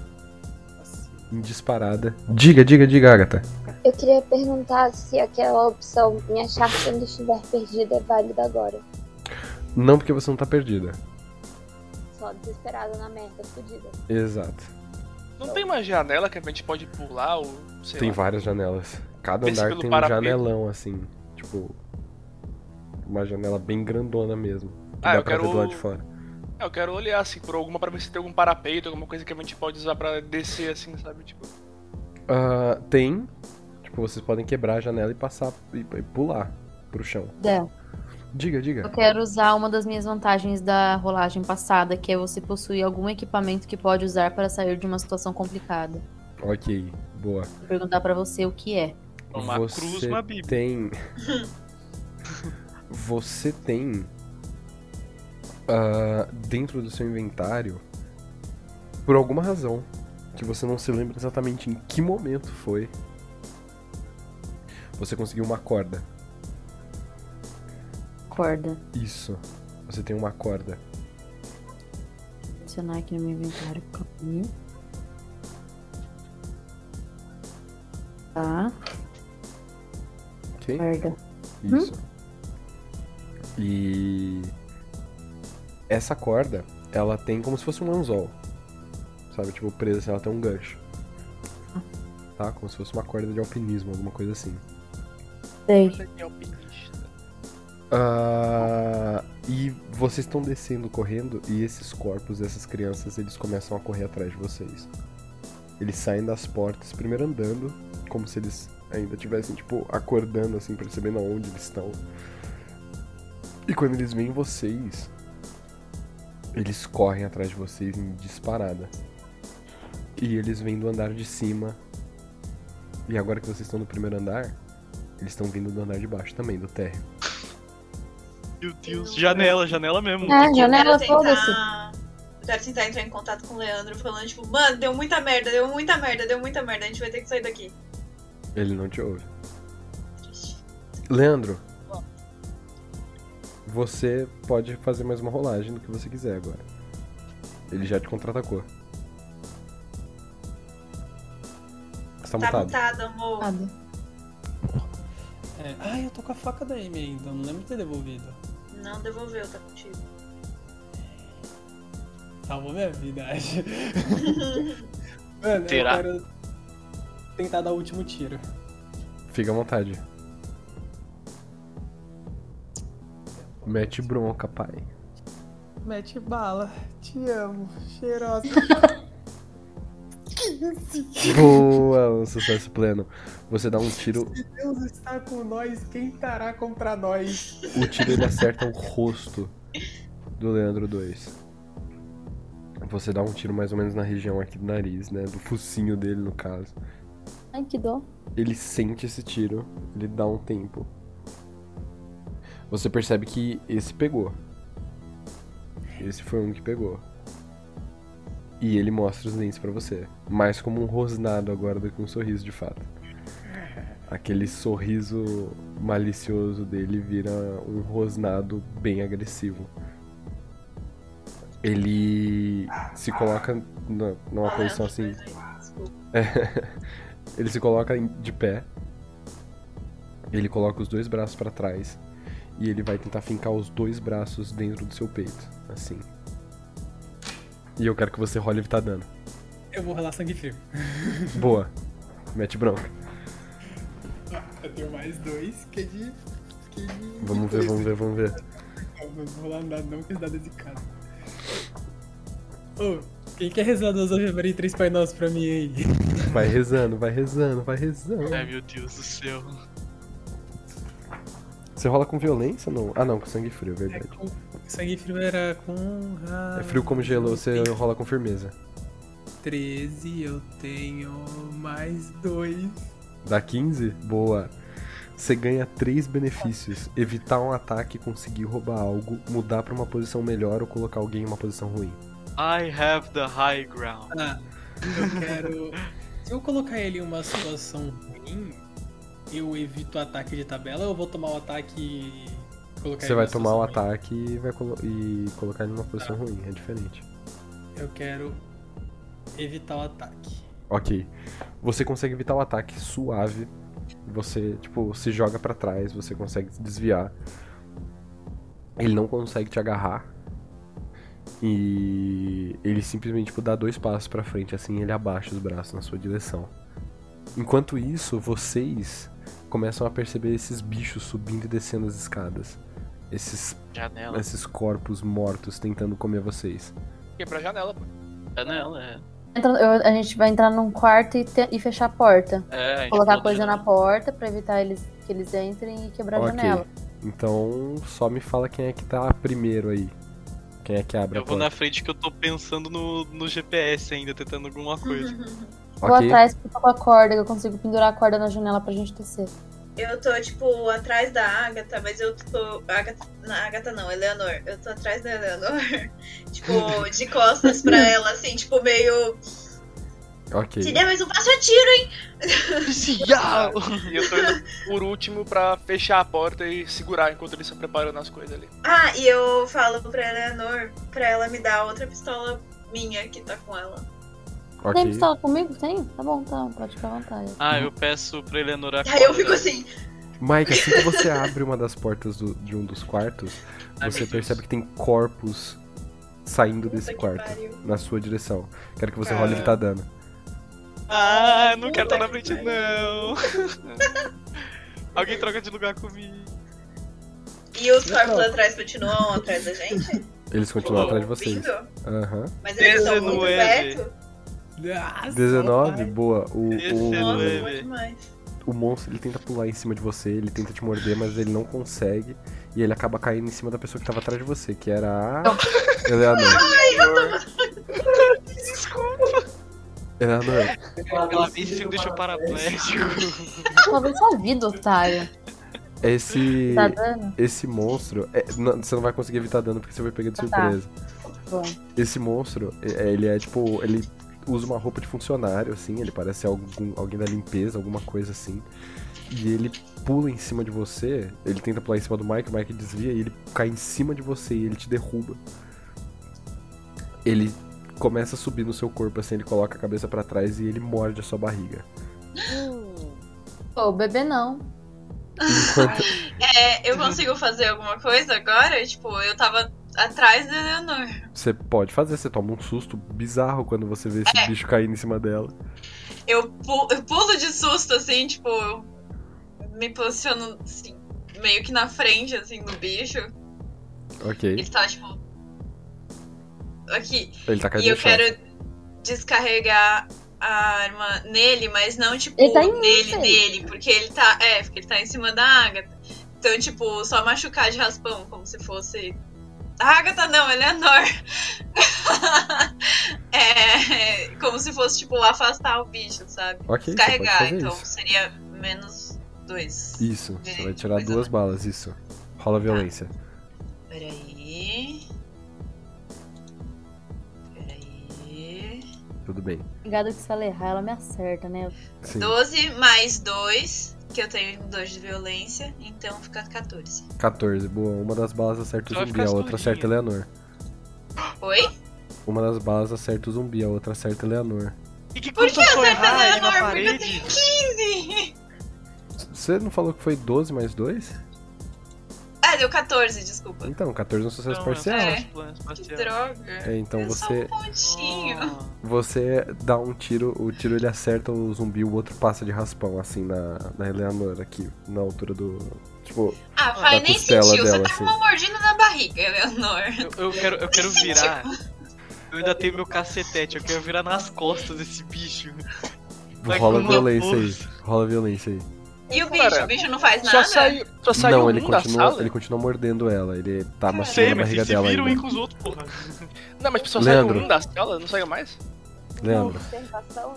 Em disparada. Diga, diga, diga, Agatha. Eu queria perguntar se aquela opção me achar quando estiver perdida é válida agora. Não porque você não tá perdida. Só desesperada na merda, fodida. Exato. Não tem uma janela que a gente pode pular ou. Sei tem lá. várias janelas. Cada Vê se andar pelo tem um parapeito. janelão, assim. Tipo. Uma janela bem grandona mesmo. Que Ah, dá eu pra ver do quero- lado de fora. É, eu quero olhar assim por alguma pra ver se tem algum parapeito, alguma coisa que a gente pode usar pra descer assim, sabe? Tipo. Ah, tem. Tipo, vocês podem quebrar a janela e passar. e, e pular pro chão. É. Diga, diga. Eu quero usar uma das minhas vantagens da rolagem passada, que é você possuir algum equipamento que pode usar para sair de uma situação complicada. Ok, boa. Vou perguntar pra você o que é. Uma você cruz, uma bíblia. tem. você tem. ah, dentro do seu inventário, por alguma razão, que você não se lembra exatamente em que momento foi, você conseguiu uma corda. Corda. Isso. Você tem uma corda. Vou adicionar aqui no meu inventário. calma aí. Tá. Ok? Corda. Isso. E essa corda, ela tem como se fosse um anzol. Sabe, tipo, presa, assim, ela tem um gancho. Tá? Como se fosse uma corda de alpinismo, alguma coisa assim. Sei. Ah, e vocês estão descendo, correndo, e esses corpos dessas crianças, eles começam a correr atrás de vocês. Eles saem das portas, primeiro andando, como se eles ainda tivessem, tipo, acordando, assim, percebendo aonde eles estão. E quando eles veem vocês, eles correm atrás de vocês em disparada. E eles vêm do andar de cima. E agora que vocês estão no primeiro andar, eles estão vindo do andar de baixo também, do térreo. Meu Deus, janela, janela mesmo. É, Tipo, Tem que- quero janela, tentar- foda-se. Eu quero tentar entrar em contato com o Leandro falando, tipo, mano, deu muita merda, deu muita merda, deu muita merda, a gente vai ter que sair daqui. Ele não te ouve. Leandro, você pode fazer mais uma rolagem do que você quiser agora. Ele já te contra-atacou. Você tá, Tá mutado. mutado, amor. É. Ai, eu tô com a faca da Amy ainda, não lembro de ter devolvido. Não devolveu, tá contigo. Salvou minha vida, acho. Mano, Terá. eu quero tentar dar o último tiro. Fica à vontade. Mete bronca, pai. Mete bala, te amo, cheirosa. Boa, um sucesso pleno. Você dá um tiro, Se Deus está com nós, quem estará contra nós? o tiro ele é acerta o rosto do Leandro 2. Você dá um tiro mais ou menos na região aqui do nariz, né? Do focinho dele, no caso. Ai, que dor. Ele sente esse tiro, ele dá um tempo. Você percebe que esse pegou. Esse foi um que pegou. E ele mostra os dentes pra você, mais como um rosnado agora do que um sorriso de fato. Aquele sorriso malicioso dele vira um rosnado bem agressivo. Ele se coloca na- numa posição assim. É. ele se coloca em- de pé. Ele coloca os dois braços pra trás e ele vai tentar fincar os dois braços dentro do seu peito, assim. E eu quero que você role evitar dano. Eu vou rolar sangue frio. Boa. Mete bronca. Eu tenho mais dois, que é de. Que é de Vamos ver, vamos ver, vamos ver. Não, não vou rolar nada, não, que esse dado é de cara. Ô, quem quer rezar duas Ave Maria e três Pai Nosso pra mim aí? Vai rezando, vai rezando, vai rezando. Ai, meu Deus do céu. Você rola com violência ou não? Ah, não, com sangue frio, verdade. Com- Sangue frio era com. Ah, É frio como gelo, você rola com firmeza. 13, eu tenho mais dois. Dá 15? Boa. Você ganha três benefícios: evitar um ataque, conseguir roubar algo, mudar pra uma posição melhor ou colocar alguém em uma posição ruim. I have the high ground. Ah, eu quero. Se eu colocar ele em uma situação ruim, eu evito o ataque de tabela ou eu vou tomar o ataque e colocar Você ele vai numa tomar o situação ruim? ataque e, vai colo- e colocar ele numa posição ruim, é diferente. Eu quero evitar o ataque. Ok. Você consegue evitar o ataque suave. Você, tipo, se joga pra trás, você consegue se desviar. Ele não consegue te agarrar. E ele simplesmente tipo, dá dois passos pra frente, assim ele abaixa os braços na sua direção. Enquanto isso, vocês começam a perceber esses bichos subindo e descendo as escadas. Esses, Janela. esses corpos mortos tentando comer vocês. Quebrar a é janela, pô. Janela, é. Entra- eu- a gente vai entrar num quarto e, te- e fechar a porta. É, a gente Colocar bota coisa janela. na porta pra evitar eles que eles entrem e quebrar a Ok. janela. Então, só me fala quem é que tá primeiro aí. Quem é que abre Eu a vou porta. na frente que eu tô pensando no, no GPS ainda, tentando alguma coisa. Vou Ok. atrás porque eu tô com a corda, que eu consigo pendurar a corda na janela pra gente descer. Eu tô, tipo, atrás da Agatha, mas eu tô. Agatha, não, Agatha não, Eleanor. Eu tô atrás da Eleanor. tipo, de costas pra ela, assim, tipo, meio. Ok. Se der mais um passo, eu tiro, hein? Yau! E eu tô indo por último pra fechar a porta e segurar enquanto eles estão preparando as coisas ali. Ah, e eu falo pra Eleanor pra ela me dar outra pistola minha que tá com ela. Ok. Tem pistola comigo? Tem? Tá bom, tá. Pode ficar à vontade. Ah, eu peço pra Eleanor a Aí eu corda. fico assim. Mike, assim que você abre uma das portas do- de um dos quartos, Ai, você meu Deus. percebe que tem corpos saindo desse que quarto pariu. na sua direção. Quero que você role Cara. evitar dano. Ah, não quero estar na frente, não. Alguém troca de lugar comigo. E os corpos atrás continuam atrás da gente? Eles continuam Oh, atrás de vocês. Vindo? Aham. Mas eles estão muito é, 19. perto. Nossa, 19, boa. O, é o, Nossa, Excelente. bom demais. o monstro ele tenta pular em cima de você, ele tenta te morder, mas ele não consegue. E ele acaba caindo em cima da pessoa que tava atrás de você, que era a. Eleanor. Eleanor, Ela vez você me deixou paraplégico. Talvez sua vida, otário. esse. Tá dando? Esse monstro. é, não, você não vai conseguir evitar dano porque você vai pegar de Ah, tá. surpresa. Bom. Esse monstro, é, ele é tipo. Ele usa uma roupa de funcionário, assim. Ele parece algum, alguém da limpeza, alguma coisa assim. E ele pula em cima de você. Ele tenta pular em cima do Mike, o Mike desvia e ele cai em cima de você e ele te derruba. Ele começa a subir no seu corpo, assim. Ele coloca a cabeça pra trás e ele morde a sua barriga. Pô, o bebê não. Enquanto. É, eu consigo fazer alguma coisa agora? Tipo, eu tava atrás da Eleanor. Você pode fazer, você toma um susto bizarro quando você vê É. esse bicho caindo em cima dela. Eu, pu- eu pulo de susto, assim, tipo, eu me posiciono assim, meio que na frente, assim, do bicho. Ok. Ele tá, tipo. Aqui. Ele tá caindo e eu no chão. quero descarregar a arma nele, mas não, tipo, Ele tá em mim, nele, velho. nele, porque ele tá. É, porque ele tá em cima da Agatha. Então, tipo, só machucar de raspão, como se fosse. A Agatha não, Eleanor. é. Como se fosse, tipo, afastar o bicho, sabe? Ok, você pode Descarregar, fazer então isso. seria menos dois. Isso, você vai tirar Pois é. duas balas, isso. Rola a Tá. violência. Peraí. Peraí. Tudo bem. Obrigada que se ela errar, ela me acerta, né? Sim. 12 mais 2, que eu tenho 2 de violência, então fica 14. 14. Boa, uma das balas acerta o Ela Então vai zumbi, ficar a outra acerta a Eleanor. Oi? Uma das balas acerta o zumbi, a outra acerta a Eleanor. E que Por que tá custa só acerta errar aí a na Eleanor? Porque eu parede? tenho 15! Você não falou que foi 12 mais 2? Ah, deu 14, desculpa. Então, 14 é um sucesso Não, parcial. é. um plano Que parcial. droga. É, então eu você, Só um pontinho. Ah. Ah. você dá um tiro, o tiro ele acerta o zumbi, o outro passa de raspão, assim, na, na Eleanor, aqui, na altura do. Tipo, Ah, faz nem costela sentiu. Você dela, assim. tá com uma mordida na barriga, Eleanor. Eu, eu quero, eu quero virar. Eu ainda tenho meu cacetete, eu quero virar nas costas esse bicho. Vai Rola com violência uma aí. Rola violência aí. E o bicho? Cara, o bicho não faz nada? Só saiu, só saiu Não, um ele da continua, sala? ele continua mordendo ela. Ele tá Sei, mastigando a mas barriga vocês se dela viram aí ainda. com os outros, porra. Não, mas só Leandro. saiu um da sala, não saiu mais? Leandro.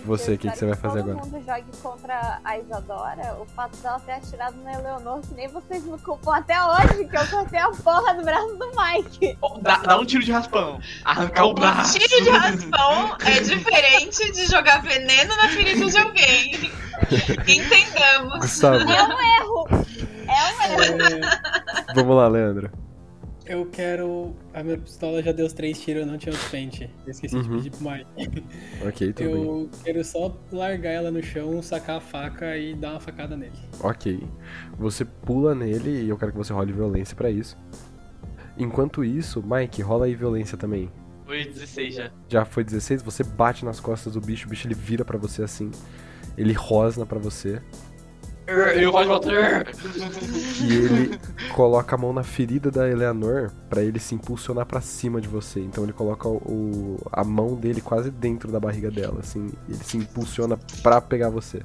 Você, o que que você vai fazer agora? Todo mundo jogue contra a Isadora. O fato dela ter atirado na Eleonor, que nem vocês me culpam até hoje, que eu cortei a porra do braço do Mike. Oh. Dá, dá um tiro de raspão. Arrancar o braço. um Tiro de raspão é diferente de jogar veneno na ferida de alguém. Entendamos. Gustavo. É um erro. É um erro. Vamos lá, Leandro. Eu quero. A minha pistola já deu os três tiros, eu não tinha outro pente. Eu esqueci Uhum. de pedir pro Mike. Ok, tudo bem. Eu quero só largar ela no chão, sacar a faca e dar uma facada nele. Ok. Você pula nele e eu quero que você role violência pra isso. Enquanto isso, Mike, rola aí violência também. Foi 16 já. Já foi 16, você bate nas costas do bicho, o bicho ele vira pra você assim. Ele rosna pra você. Eu vou de volta. E ele coloca a mão na ferida da Eleanor pra ele se impulsionar pra cima de você. Então ele coloca o, a mão dele quase dentro da barriga dela, assim. Ele se impulsiona pra pegar você.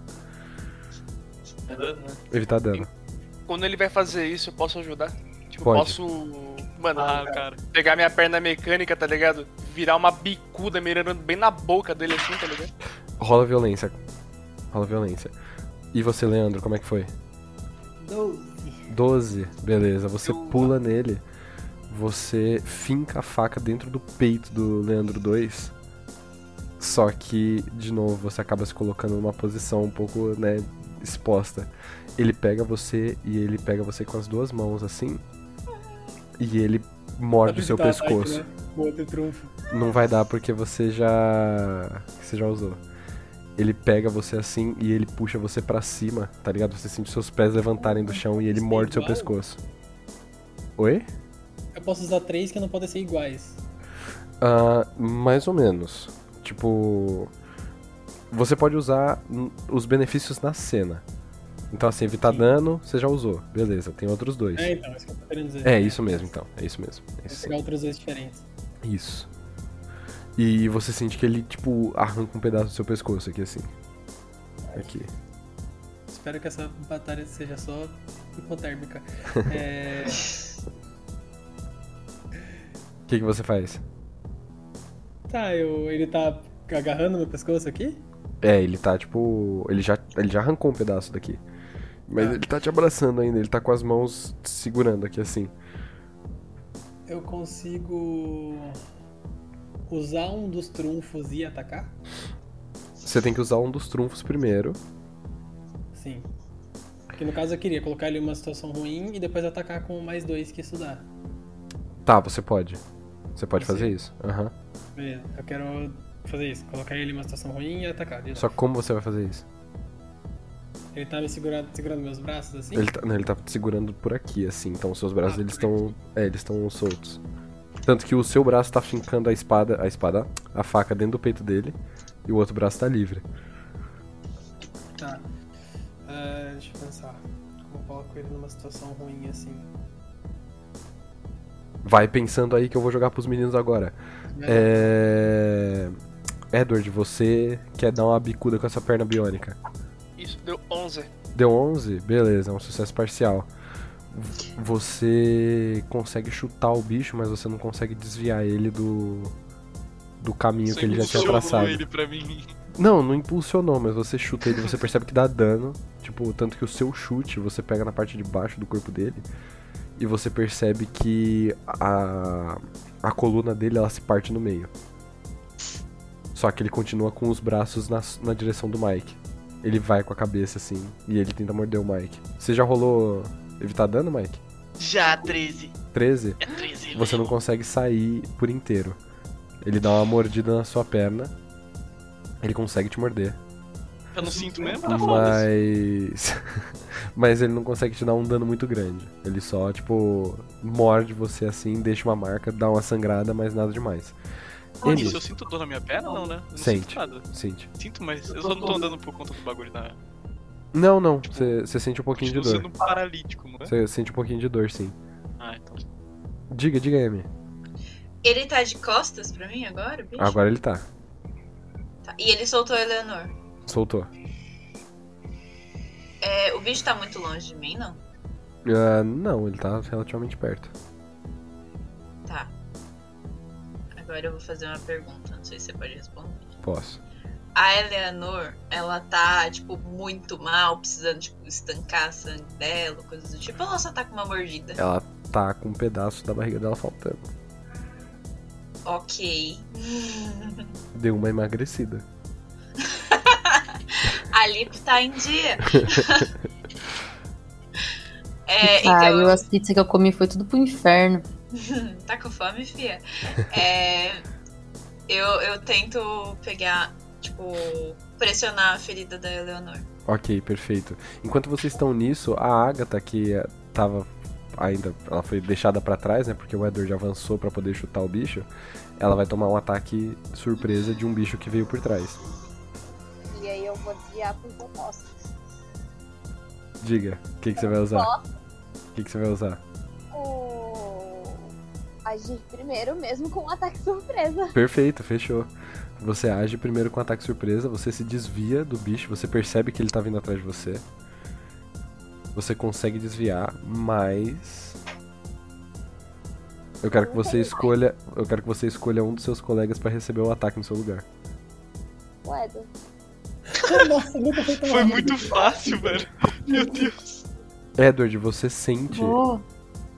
Tá dando, né? Evitar dano. Quando ele vai fazer isso, eu posso ajudar? Tipo, Pode. posso. Mano, Ah, cara. pegar minha perna mecânica, tá ligado? Virar uma bicuda mirando bem na boca dele assim, tá ligado? Rola violência. Rola violência. E você, Leandro, como é que foi? 12. 12. Beleza, você pula nele. Você finca a faca dentro do peito do Leandro 2. Só que, de novo, você acaba se colocando numa posição um pouco, né, exposta. Ele pega você e ele pega você com as duas mãos assim. E ele morde o seu Pra evitar o pescoço. ataque, Tá né? Com Outro trunfo. Não vai dar porque você já. Você já usou. Ele pega você assim e ele puxa você pra cima, tá ligado? Você sente seus pés levantarem do chão e ele Isso é morde seu igual? pescoço. Oi? Eu posso usar três que não podem ser iguais. Ah, mais ou menos. Tipo. Você pode usar hum, os benefícios na cena. Então, assim, evitar dano, você já usou. Beleza, tem outros dois. É, então, isso que eu tô querendo dizer. É isso mesmo, então. É isso mesmo. É Vou isso. pegar outros dois diferentes. Isso. E você sente que ele, tipo, arranca um pedaço do seu pescoço aqui, assim. Aqui. Espero que essa batalha seja só hipotérmica. É, O que, que você faz? Tá, eu... ele tá agarrando meu pescoço aqui? É, ele tá, tipo. Ele já, ele já arrancou um pedaço daqui. Mas ele tá te abraçando ainda, ele tá com as mãos te segurando aqui, assim. Eu consigo usar um dos trunfos e atacar? Você tem que usar um dos trunfos primeiro. Sim. Porque no caso eu queria colocar ele em uma situação ruim e depois atacar com mais dois que isso dá. Tá, você pode. Você pode Sim. fazer isso. Aham. Beleza, É, eu quero fazer isso. Colocar ele em uma situação ruim e atacar. de Só novo. que como você vai fazer isso? Ele tá me segurando, segurando meus braços assim? Ele tá, não, ele tá te segurando por aqui, assim. Então os seus braços, Ah, eles por estão. É, eles estão soltos. Tanto que o seu braço tá fincando a espada. A espada. A faca dentro do peito dele. E o outro braço tá livre. Tá. Ah, deixa eu pensar. Como eu coloco ele numa situação ruim assim? Vai pensando aí que eu vou jogar pros meninos agora. É. Edward, você quer dar uma bicuda com essa perna biônica? Isso deu 11. Deu 11? Beleza, é um sucesso parcial. V- Você consegue chutar o bicho, mas você não consegue desviar ele do, do caminho que ele já tinha traçado. ele pra mim. Não, não impulsionou, mas você chuta ele, você percebe que dá dano. Tipo, tanto que o seu chute você pega na parte de baixo do corpo dele. E você percebe que a, a coluna dele ela se parte no meio. Só que ele continua com os braços na, na direção do Mike. Ele vai com a cabeça assim e ele tenta morder o Mike. Você já rolou evitar dano, Mike? Já, 13. 13? É 13. Você não consegue sair por inteiro. Ele dá uma mordida na sua perna. Ele consegue te morder. Eu não sinto mesmo, tá foda Mas. Mas ele não consegue te dar um dano muito grande. Ele só, tipo, morde você assim, deixa uma marca, dá uma sangrada, mas nada demais. Ele Isso, Ah, eu sinto dor na minha perna, não, né? Eu Não Sente. sinto nada. sente. Sinto, mas eu só não tô andando por conta do bagulho da. Não, não, Tipo, você você sente um pouquinho de Continuo dor. sendo paralítico, não é? Você sente um pouquinho de dor, sim. Ah, então. Diga, diga, Amy. Ele tá de costas pra mim agora, bicho? Agora ele tá. Tá. E ele soltou a Eleanor. Soltou. É, o bicho tá muito longe de mim, não? Ah, não, ele tá relativamente perto. Tá. Agora eu vou fazer uma pergunta, não sei se você pode responder. Posso. A Eleanor, ela tá, tipo, muito mal, precisando, tipo, estancar sangue dela, coisas do tipo. Ou ela só tá com uma mordida? Ela tá com um pedaço da barriga dela faltando. Ok. Deu uma emagrecida. A Lip tá em dia. é, Ah, então. eu as pizzas que eu comi foi tudo pro inferno. tá com fome, fia? É, eu, eu tento pegar, tipo, pressionar a ferida da Eleanor. Ok, perfeito. Enquanto vocês estão nisso, a Agatha, que eh, tava ainda. Ela foi deixada pra trás, né? Porque o Edward avançou pra poder chutar o bicho. Ela vai tomar um ataque surpresa de um bicho que veio por trás. E aí eu vou desviar pros opostos. Diga, o que, que você vai usar? Só O que, que você vai usar? o... agir primeiro mesmo com um ataque surpresa. Perfeito, fechou. Você age primeiro com ataque surpresa, você se desvia do bicho, você percebe que ele tá vindo atrás de você. Você consegue desviar, mas eu quero que você escolha, eu quero que você escolha um dos seus colegas pra receber o ataque no seu lugar. O Edo. Nossa, nunca foi tão Foi rápido. muito fácil, velho. Meu Deus. Edward, É, você sente Vou.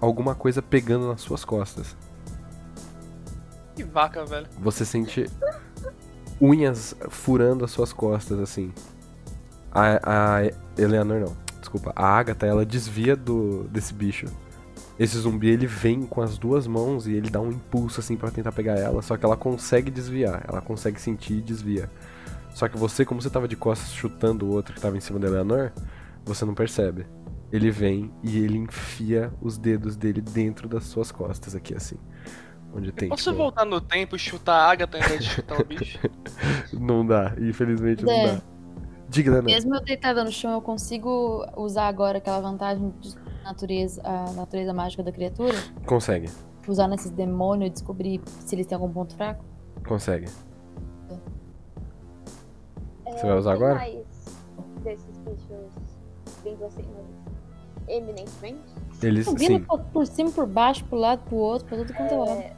alguma coisa pegando nas suas costas. Que vaca, velho. Você sente unhas furando as suas costas, assim. A, a Eleanor não, desculpa. A Agatha, ela desvia do desse bicho. Esse zumbi, ele vem com as duas mãos e ele dá um impulso, assim, pra tentar pegar ela. Só que ela consegue desviar. Ela consegue sentir e desvia. Só que você, como você tava de costas chutando o outro que tava em cima da Eleanor, você não percebe. Ele vem e ele enfia os dedos dele dentro das suas costas, aqui, assim. Onde tem, Posso tipo... voltar no tempo e chutar a Agatha ao invés de chutar o bicho? Não dá, infelizmente não É. dá. Diga, Dana. Mesmo eu deitada no chão, eu consigo usar agora aquela vantagem de natureza, a natureza mágica da criatura? Consegue, Usar nesses demônios e descobrir se eles têm algum ponto fraco? consegue. É, Você vai usar tem agora? mais desses bichos vindo assim, mas eminentemente. Eles, Subindo sim, por- por cima, por baixo, pro lado, pro outro, pra todo quanto é lado. É,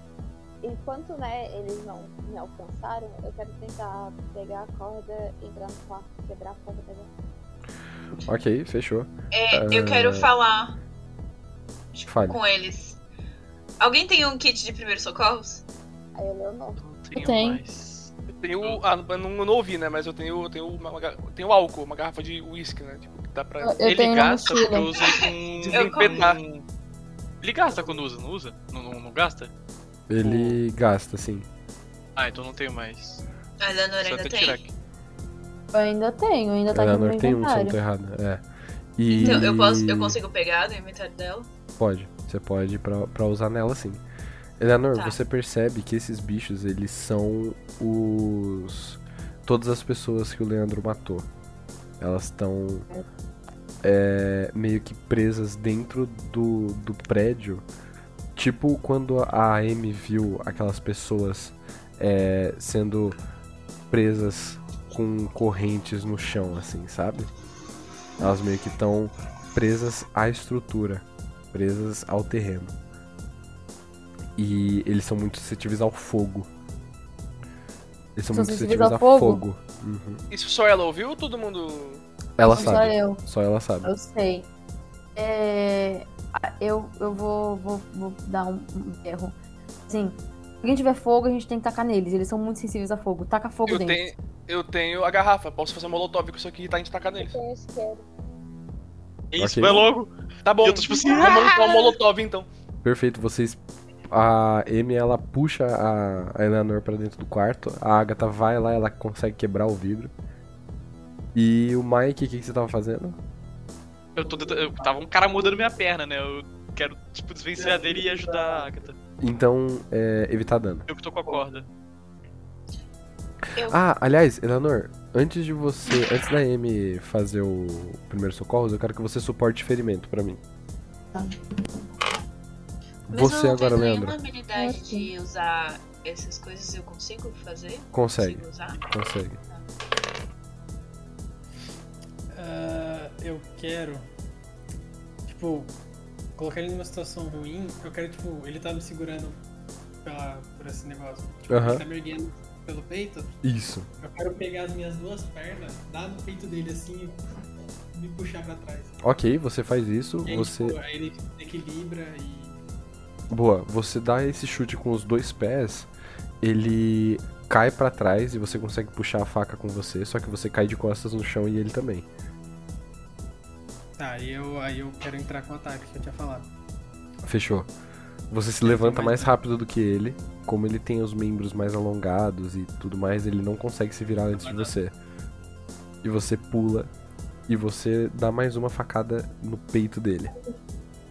enquanto né, eles não me alcançaram, eu quero tentar pegar a corda, entrar no quarto, quebrar a corda, pegar. ok, fechou. É, eu Ah. quero falar tipo, Fale. com eles. Alguém tem um kit de primeiros socorros? Aí eu não. Eu tenho. mais. Eu Hum. tenho. Ah, eu não, eu não ouvi, né? Mas eu tenho. Eu tenho, uma, uma gar- eu tenho álcool, uma garrafa de uísque, né? Tipo, que dá pra. Eu- eu Ele tenho na gasta porque mochila. eu usei com. um Eu Desempenar. com- Ele gasta quando usa, não usa? Não, não, não gasta? Ele gasta, sim. Ah, então não tenho mais. A Ah, Eleanor Só ainda até tirar tem. aqui. Eu ainda tenho, ainda tá aqui no meu Eleanor tem um, se eu não tô inventário. errado. É. E... Então, eu, posso, eu consigo pegar né? do inventário dela? Pode, você pode pra, pra usar nela, sim. Eleanor, Tá. você percebe que esses bichos, eles são os... Todas as pessoas que o Leandro matou. Elas estão é, meio que presas dentro do, do prédio. Tipo quando a Amy viu aquelas pessoas é, sendo presas com correntes no chão, assim, sabe? Elas meio que estão presas à estrutura, presas ao terreno. E eles são muito suscetíveis ao fogo. Eles são, São muito suscetíveis suscetíveis ao ao fogo. fogo? Uhum. Isso só ela ouviu ou todo mundo. Ela Só sabe, eu, só ela sabe. eu sei. É, a- eu, eu vou, vou, vou dar um, um erro. Assim, se alguém tiver fogo, a gente tem que tacar neles. Eles são muito sensíveis a fogo. Taca fogo Eu neles. tenho, eu tenho a garrafa, posso fazer um molotov com isso aqui e tá, a gente tacar Eu neles. tenho isqueiro. É isso, Ok. vai logo. Tá bom, Eu tô tipo assim, vamos montar um molotov então. Perfeito, vocês. A Amy ela puxa a a Eleanor pra dentro do quarto. A Agatha vai lá, ela consegue quebrar o vidro. E o Mike, o que, que você tava fazendo? Eu tô tentando- eu- Tava um cara mudando minha perna, né? Eu quero, tipo, desvencilhar dele e ajudar a Agatha. Então, é, evitar dano. Eu que tô com a corda. Ah, aliás, Eleanor, antes de você. Antes da Amy fazer o primeiro socorro, eu quero que você suporte ferimento pra mim. Tá. Mas Você eu não agora, tenho Leandro. nenhuma habilidade de usar essas coisas, eu consigo fazer? Consegue. Consigo usar? Consegue. Ah, eu quero. Tipo, colocar ele numa situação ruim. Eu quero, tipo, ele tá me segurando pela, por esse negócio. Tipo, Aham. ele tá me erguendo pelo peito. Isso. Eu quero pegar as minhas duas pernas, dar no peito dele assim e me puxar pra trás. Ok, você faz isso. E aí, Você. tipo, aí ele equilibra e. Boa, você dá esse chute com os dois pés, ele cai pra trás e você consegue puxar a faca com você, só que você cai de costas no chão e ele também. Tá, aí eu, aí eu quero entrar com o ataque que eu tinha falado. Fechou. Você se levanta mais rápido do que ele, como ele tem os membros mais alongados e tudo mais, ele não consegue se virar antes de você. E você pula e você dá mais uma facada no peito dele.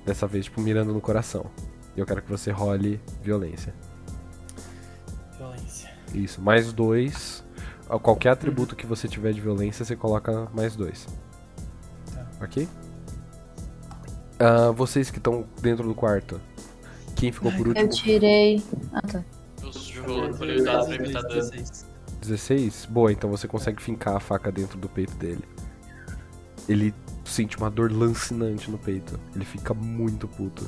Dessa vez, tipo, mirando no coração. E eu quero que você role violência. Violência. Isso, mais dois. A Qualquer atributo que você tiver de violência, você coloca mais dois. Ok? Ah, vocês que estão dentro do quarto. Quem ficou por último? Eu tirei. Ah, tá. Jogou, falei o dado pra evitar dano. 16? Boa, então você consegue fincar a faca dentro do peito dele. Ele sente uma dor lancinante no peito. Ele fica muito puto.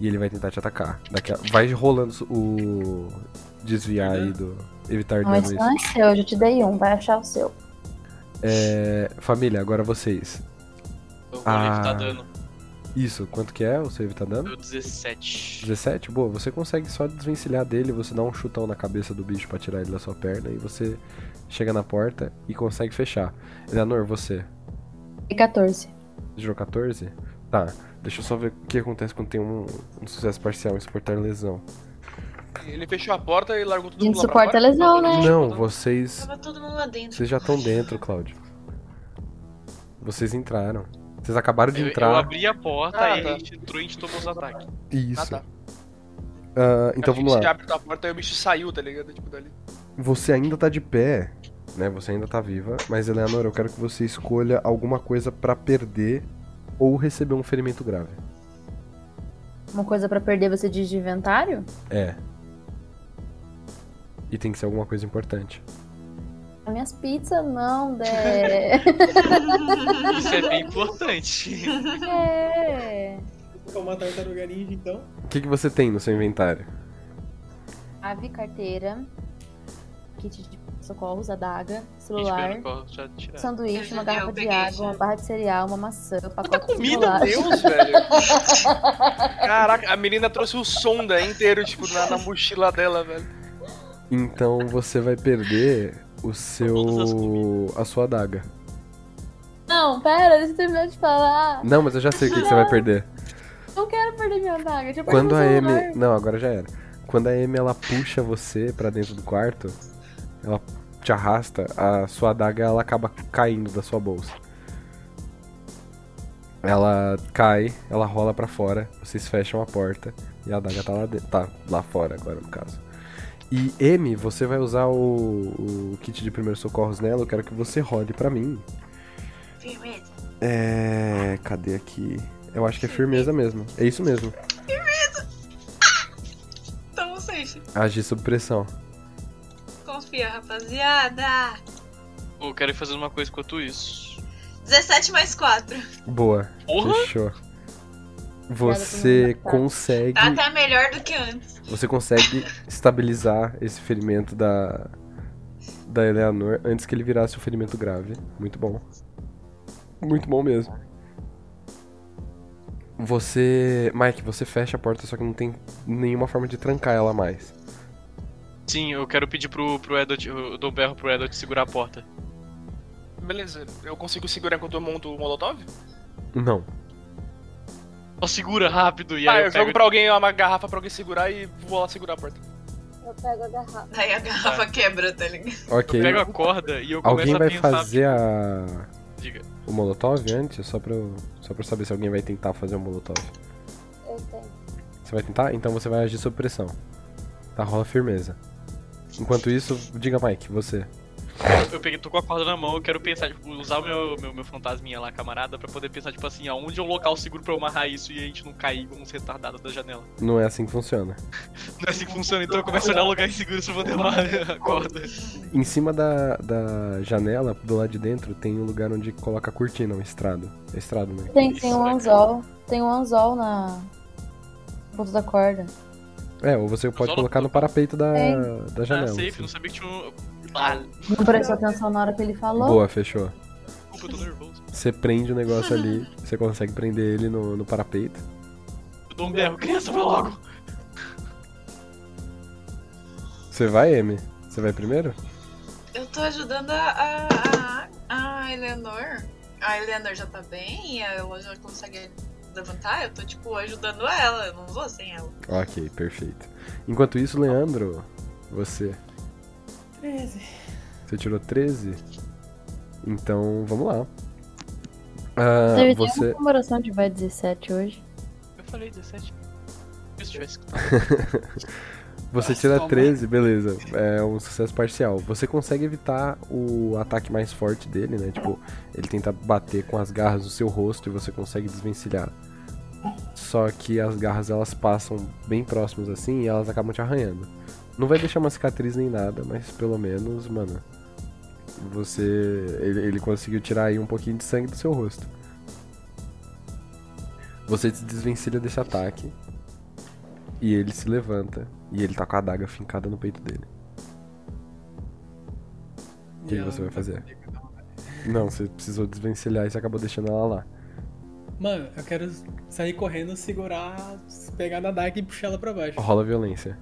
E ele vai tentar te atacar. Daqui a- Vai rolando o. Desviar aí do. Evitar Não, dano esse isso. não é seu, eu já te dei um, vai achar o seu. É, família, agora vocês. Eu vou Ah, evitar dano. Isso, quanto que é o seu evitar dano? tá Deu 17. 17? Boa, você consegue só desvencilhar dele, você dá um chutão na cabeça do bicho pra tirar ele da sua perna e você chega na porta e consegue fechar. Eleanor, você E 14. tirou 14? Tá, deixa eu só ver o que acontece quando tem um, um sucesso parcial em suportar lesão. Ele fechou a porta e largou tudo Gente, lá pra suporta é fora? lesão, né? Não, vocês. Tava todo mundo lá dentro. Vocês já estão dentro, Cláudio. Vocês entraram. Vocês acabaram de Eu, entrar. eu abri a porta Ah, e tá. a gente entrou e a gente tomou os ataques. Isso. Ah, tá. Ah, então a gente vamos lá. já abriu a porta e o bicho saiu, tá ligado? Tipo, dali. Você ainda tá de pé, né? Você ainda tá viva, mas Eleanor, eu quero que você escolha alguma coisa pra perder ou receber um ferimento grave. Uma coisa pra perder você diz de inventário? É. E tem que ser alguma coisa importante. As minhas pizzas não, É. Dé. Isso é bem importante. é. Vou matar o tartaruga ninja então. O que, que você tem no seu inventário? Ave, carteira, kit de socorros, adaga, A celular, gente pegou no colo, já tiraram. sanduíche, uma Eu garrafa de peguei água, já. uma barra de cereal, uma maçã, tá um pacote de Comida, bolacha. Deus, velho. Caraca, a menina trouxe o sonda inteiro, tipo, na, na mochila dela, velho. Então você vai perder o seu. a sua adaga. Não, pera, deixa eu terminar de falar. Não, mas eu já sei o que, que você vai perder. Não quero perder minha adaga, deixa eu perder Quando meu a celular. Amy. Não, agora já era. Quando a Amy ela puxa você pra dentro do quarto, ela te arrasta, a sua adaga ela acaba caindo da sua bolsa. Ela cai, ela rola pra fora, vocês fecham a porta e a adaga tá lá dentro. Tá lá fora agora, no caso. E M, você vai usar o, o kit de primeiros socorros nela, eu quero que você role pra mim. Firmeza. É. Cadê aqui? Eu acho que é firmeza mesmo. É isso mesmo. Então, vocês, Agir sob pressão. confia, rapaziada. Pô, eu quero ir fazendo uma coisa enquanto isso. 17 mais 4. Boa. Porra! Fechou. Você consegue. Tá até melhor do que antes. Você consegue estabilizar esse ferimento da. Da Eleanor antes que ele virasse um ferimento grave. Muito bom. Muito bom mesmo. Você. Mike, você fecha a porta, só que não tem nenhuma forma de trancar ela mais. Sim, eu quero pedir pro, pro Edward, eu dou um berro pro Edward segurar a porta. Beleza, eu consigo segurar enquanto eu monto o Molotov? Não. Só segura rápido e aí Ah, eu, eu, jogo pego... pra alguém uma garrafa pra alguém segurar e vou lá segurar a porta. Eu pego a garrafa. Daí a garrafa quebra, tá ligado? Ok. eu pego a corda e eu Alguém começo vai a pensar... tipo, fazer a. Diga. O Molotov antes? Só pra, eu, só pra eu saber se alguém vai tentar fazer o Molotov. Eu tenho. Você vai tentar? Então você vai agir sob pressão. Tá, rola firmeza. Enquanto isso, diga Mike, você. Eu peguei, tô com a corda na mão, eu quero pensar, tipo, usar o meu, meu, meu fantasminha lá, camarada, pra poder pensar, tipo assim, aonde é um local seguro pra eu amarrar isso e a gente não cair como uns retardados da janela. Não é assim que funciona. Não é assim que funciona, então eu começo a olhar lugares seguros pra poder amarrar a corda. Em cima da, da janela, do lado de dentro, tem um lugar onde coloca a cortina, um estrado. É estrado, né? Tem, tem um anzol. Tem um anzol na. no ponto da corda. É, ou você pode olha- colocar no parapeito da, É. Tem. da Ah, janela. safe, assim. não sabia que tinha um. Ah, Não prestou atenção na hora que ele falou. Ah, Boa, fechou. desculpa, eu tô nervoso. Você prende o negócio ali, você consegue prender ele no, no parapeito. Eu dou um berro, criança, vai logo! Você vai, M? Você vai primeiro? Eu tô ajudando a, a, a, a Eleanor. A Eleanor já tá bem e ela já consegue levantar. Eu tô, tipo, ajudando ela. Eu não vou sem ela. Ok, perfeito. Enquanto isso, Leandro, você. 13. Você tirou 13? Então, vamos lá. Ah, Teve você. uma comemoração de vai 17 hoje. Eu falei 17. Se tivesse Você Nossa, tira toma. 13, beleza. É um sucesso parcial. Você consegue evitar o ataque mais forte dele, né? Tipo, ele tenta bater com as garras no seu rosto e você consegue desvencilhar. Só que as garras elas passam bem próximas assim e elas acabam te arranhando. Não vai deixar uma cicatriz nem nada, mas pelo menos, mano. Você. Ele, ele conseguiu tirar aí um pouquinho de sangue do seu rosto. Você se desvencilha desse ataque. E ele se levanta. E ele tá com a adaga fincada no peito dele. O que você vai fazer? Não, você precisou desvencilhar e você acabou deixando ela lá. Mano, eu quero sair correndo, segurar, pegar na daga e puxar ela pra baixo. Rola violência.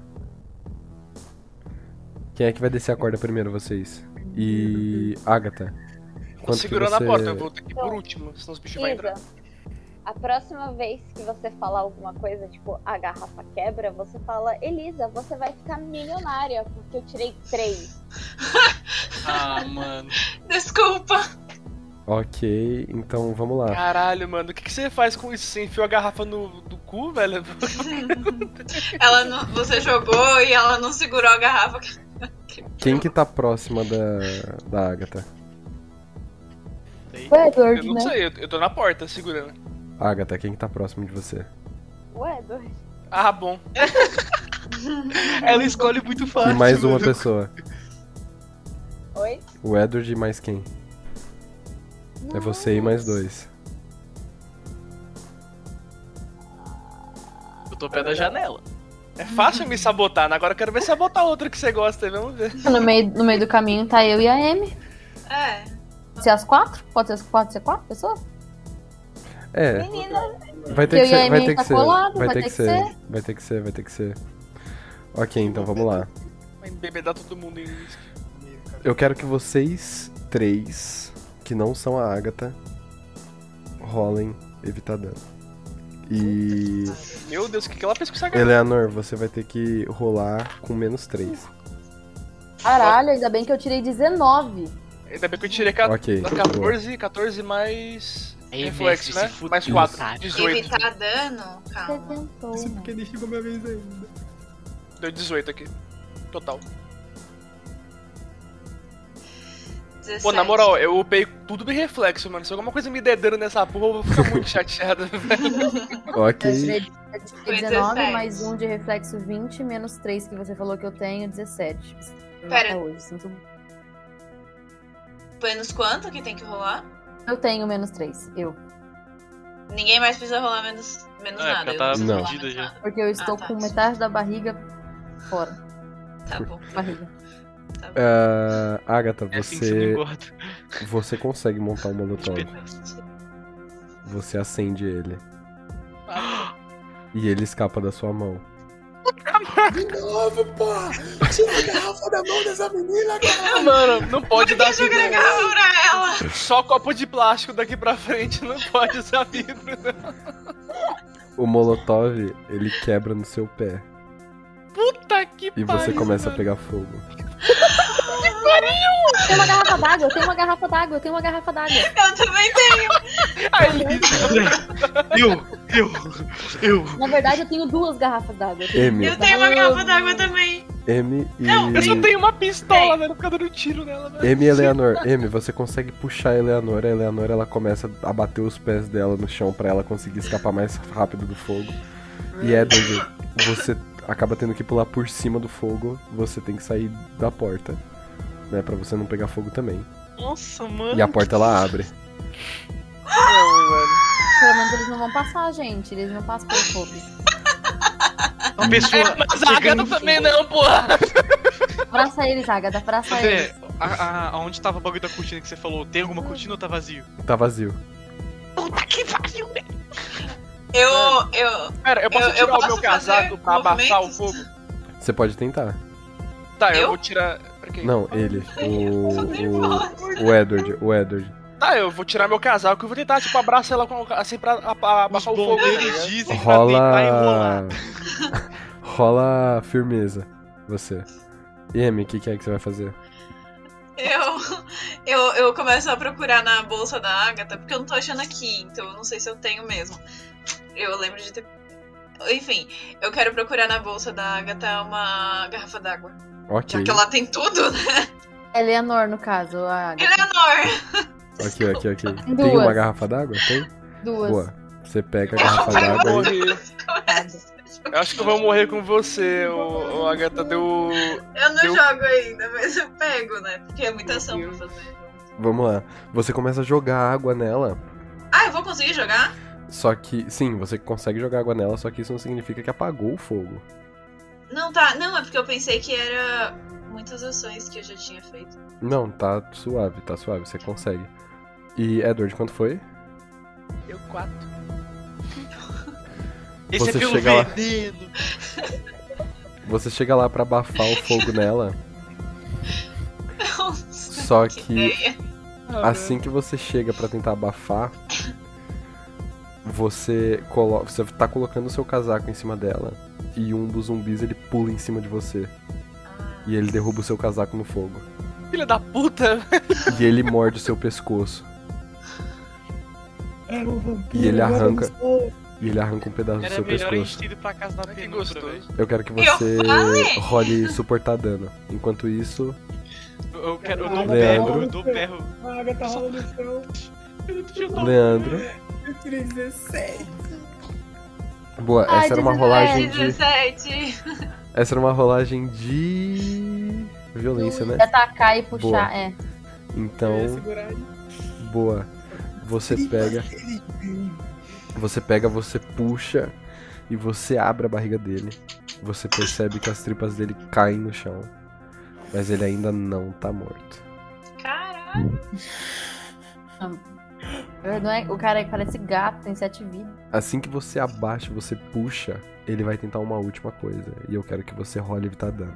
Quem é que vai descer a corda primeiro, vocês? E. Agatha. Tô Quanto que segurando a você- porta, eu vou ter que ir por último, senão os bichos vão entrar. Isa, a próxima vez que você falar alguma coisa, tipo, a garrafa quebra, você fala, Elisa, você vai ficar milionária, porque eu tirei três. Ah, mano. Desculpa. Ok, então vamos lá. Caralho, mano, o que, que você faz com isso? Você enfiou a garrafa no do cu, velho? Ela não, você jogou e ela não segurou a garrafa. Quem que tá próxima da. da Agatha? Foi Eu Edward, não né? sei, eu- eu tô na porta segurando. Agatha, quem que tá próximo de você? Ué, Eduardo. Ah, bom. É, Ela escolhe muito fácil. E mais uma mano. pessoa. Oi? O Edward e mais quem? É você e mais dois. Eu tô pé da janela. É fácil me sabotar, né? Agora eu quero ver se sabotar outra que você gosta, aí, vamos ver. No meio, no meio do caminho tá eu e a Amy. É. Pode ser as quatro? Pode ser, pode ser quatro pessoas? É, Menina, Vai ter Eu que e a ser, vai Amy ter que tá ser. colado, Vai ter que ser. Vai ter que ser, vai ter que ser. Ok, então vamos lá. Vai embebedar todo mundo em uísque. Eu quero que vocês três, que não são a Agatha, rolem evitar dano. E. Meu Deus, o que, que ela fez com essa garrafa? Eleanor, você vai ter que rolar com menos três. Caralho, ainda bem que eu tirei 19. Ainda bem que eu tirei 14, Ok, boa. 14, 14 mais. Aí, Reflexo, mestre, né? se Tá. fudeu, Mais 4, cara. 18. Evitar dano. Você tá Calma. tentou, Isso né? porque nem chegou minha vez ainda. Deu 18 aqui. Total. Pô, na 17. moral, eu upei tudo bem reflexo, mano. Se alguma coisa me der dano nessa porra, eu vou ficar muito chateado. Eu Ok. tirei 19, 17. mais um de reflexo 20, menos 3 que você falou que eu tenho, 17. Pera. Até hoje, sinto- Menos quanto que tem que rolar? Eu tenho menos 3, eu. Ninguém mais precisa rolar menos, menos É, nada. porque eu tá preciso rolar fudida menos já. nada. Porque eu estou tá. com metade da barriga fora. Tá bom. Barriga. Tá bom. Ah, Agatha, É assim que você não você, engorda. você consegue montar um tipo, molotov. Tipo, Você acende ele. E ele escapa da sua mão. É, mano, não pode dar Deixa eu jogar a vidro. garrafa pra ela. Só copo de plástico daqui pra frente, não pode usar vidro. O molotov, ele quebra no seu pé. Puta que E você começa a pegar fogo. Eu tenho uma garrafa d'água, eu tenho uma garrafa d'água, eu tenho uma garrafa d'água. Eu também tenho. Eu, eu, eu. Na verdade, eu tenho Ah, duas garrafas d'água. M, Eu tenho uma garrafa d'água também. M e. Não, eu só tenho uma pistola, velho. Fica dando tiro nela, velho. M e Eleanor. M, você consegue puxar a Eleanor. A Eleanor ela começa a bater os pés dela no chão pra ela conseguir escapar mais rápido do fogo. E Edward, você acaba tendo que pular por cima do fogo. Você tem que sair da porta. Né, pra você não pegar fogo também. Nossa, mano. E a porta ela abre. Pelo menos eles não vão passar, gente. Eles não passam pelo fogo. Uma pessoa. Mas a Agatha também não, porra! Abraça eles, Agatha. Abraça Você, eles. a, a, aonde tava o bagulho da cortina que você falou? Tem alguma cortina ou tá vazio? Tá vazio. Puta que vazio, velho! Eu. eu Pera, eu posso Eu- eu tirar o posso meu casaco fazer pra abafar o movimentos? fogo? Você pode tentar. Tá, eu, Eu? vou tirar. Pra quem? Não, ele. O. O, o Edward. O Edward. Tá, eu vou tirar meu casaco e vou tentar, tipo, abraçar ela com, assim pra a- a- Os abafar o fogo. tá bombeiros ligado? dizem pra deitar e rolar. Rola. Rola firmeza. Você. E M, o que, que é que você vai fazer? Eu, eu, eu começo a procurar na bolsa da Agatha, porque eu não tô achando aqui, então eu não sei se eu tenho mesmo. Eu lembro de ter. Enfim, eu quero procurar na bolsa da Agatha uma garrafa d'água. Já Ok. que ela tem tudo, né? Eleanor, no caso. A Agatha. Eleanor! Ok, ok, ok. Duas. Tem uma garrafa d'água? Tem? Duas. Boa. Você pega a garrafa d'água e. Morrer. É. Eu acho que eu vou morrer com você, o, o Agatha deu. Eu não Eu- jogo ainda, mas eu pego, né? Porque é muita ação pra fazer. Vamos lá. Você começa a jogar água nela. Ah, eu vou conseguir jogar? Só que. Sim, você consegue jogar água nela, só que isso não significa que apagou o fogo. Não, tá. Não, é porque eu pensei que era muitas ações que eu já tinha feito. Não, tá suave, tá suave, você consegue. E, Edward, quanto foi? Eu quatro. Esse Você é pelo chega lá. veneno. Você chega lá pra abafar o fogo nela. Nossa, Só que ideia. assim que você chega pra tentar abafar, você colo você tá colocando o seu casaco em cima dela e um dos zumbis ele pula em cima de você e ele derruba o seu casaco no fogo Filha da puta! e ele morde o seu pescoço. E ele arranca e ele arranca um pedaço do Era seu melhor a pescoço. gente ter ido pra casa na que penumbra, gostoso. velho. Eu quero que Eu você falei! role suportar dano. Enquanto isso, Eu, eu quero, eu dou um Leandro. berro, eu dou um berro. A Agatha rola no chão. Leandro. Eu tirei 17. Boa, Ai, essa era uma 17. rolagem de. 17. Essa era uma rolagem de. violência, né? De atacar e puxar, Boa. é. Eu ia Então, segurar ele. boa. Você pega. Você pega, você puxa e você abre a barriga dele. Você percebe que as tripas dele caem no chão. Mas ele ainda não tá morto. Caraca. Não é- O cara que parece gato, tem sete vidas. Assim que você abaixa, você puxa, ele vai tentar uma última coisa. E eu quero que você role evitar dano.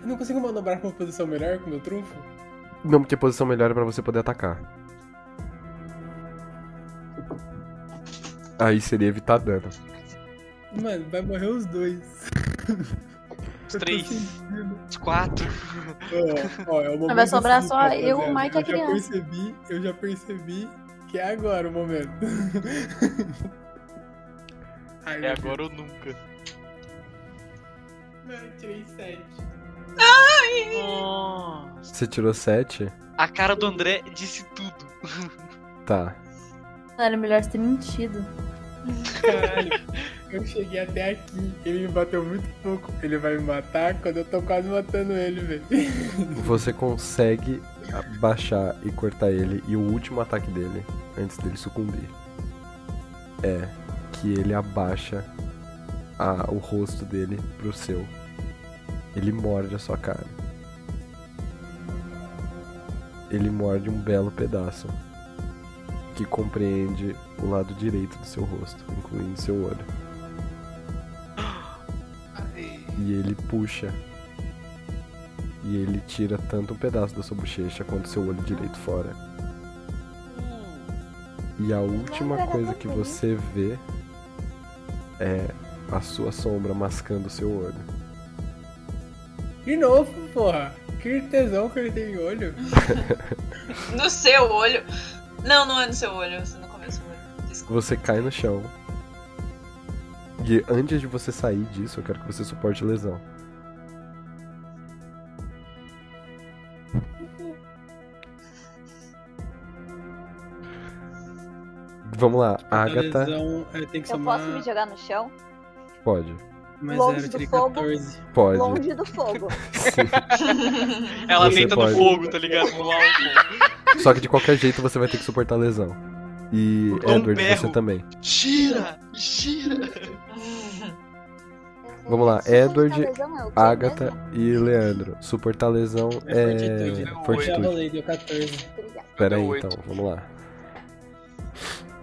Eu não consigo manobrar pra uma posição melhor com o meu trunfo? Não, porque a posição melhor é pra você poder atacar. Aí seria evitar dano. Mano, vai morrer os dois. Os três, os quatro. Ó, ó, é o momento vai sobrar assim, só rapaziada. eu, o Mike e a Eu já criança. percebi, eu já percebi que é agora o momento. Ai, É meu agora ou nunca. Deus. Mano, eu tirei 7. Nossa. Você tirou 7? A cara do André disse tudo. Tá. Era é melhor você ter mentido. Caralho, eu cheguei até aqui. Ele me bateu muito pouco. Ele vai me matar quando eu tô quase matando ele, velho. Você consegue baixar e cortar ele e o último ataque dele, antes dele sucumbir, é que ele abaixa a- o rosto dele pro seu. Ele morde a sua cara. Ele morde um belo pedaço que compreende o lado direito do seu rosto, incluindo seu olho. E ele puxa e ele tira tanto um pedaço da sua bochecha quanto seu olho direito fora. E a última coisa que você vê é a sua sombra mascando seu olho. De novo, porra. Que tesão que ele tem em olho. No seu olho. Não, não é no seu olho, é no começo do olho. Desculpa. Você cai no chão. E antes de você sair disso, eu quero que você suporte lesão. Vamos lá, a Agatha. Lesão, é, tem que Eu somar. posso me jogar no chão? Pode. Mais longe zero, do tirei fogo. 14. Pode. Longe do fogo. Ela Você deita pode. no fogo, tá ligado? No álcool. Só que de qualquer jeito você vai ter que suportar lesão. E Dou um Edward, berro. É, você também. Gira! Gira! Vamos lá, Suportar Edward, lesão é o quê Agatha mesmo? e Leandro. Suportar lesão É é. fortitude. né? Eu Fortitude. rolei, deu 14. Obrigada. Pera aí Deu oito. então, vamos lá.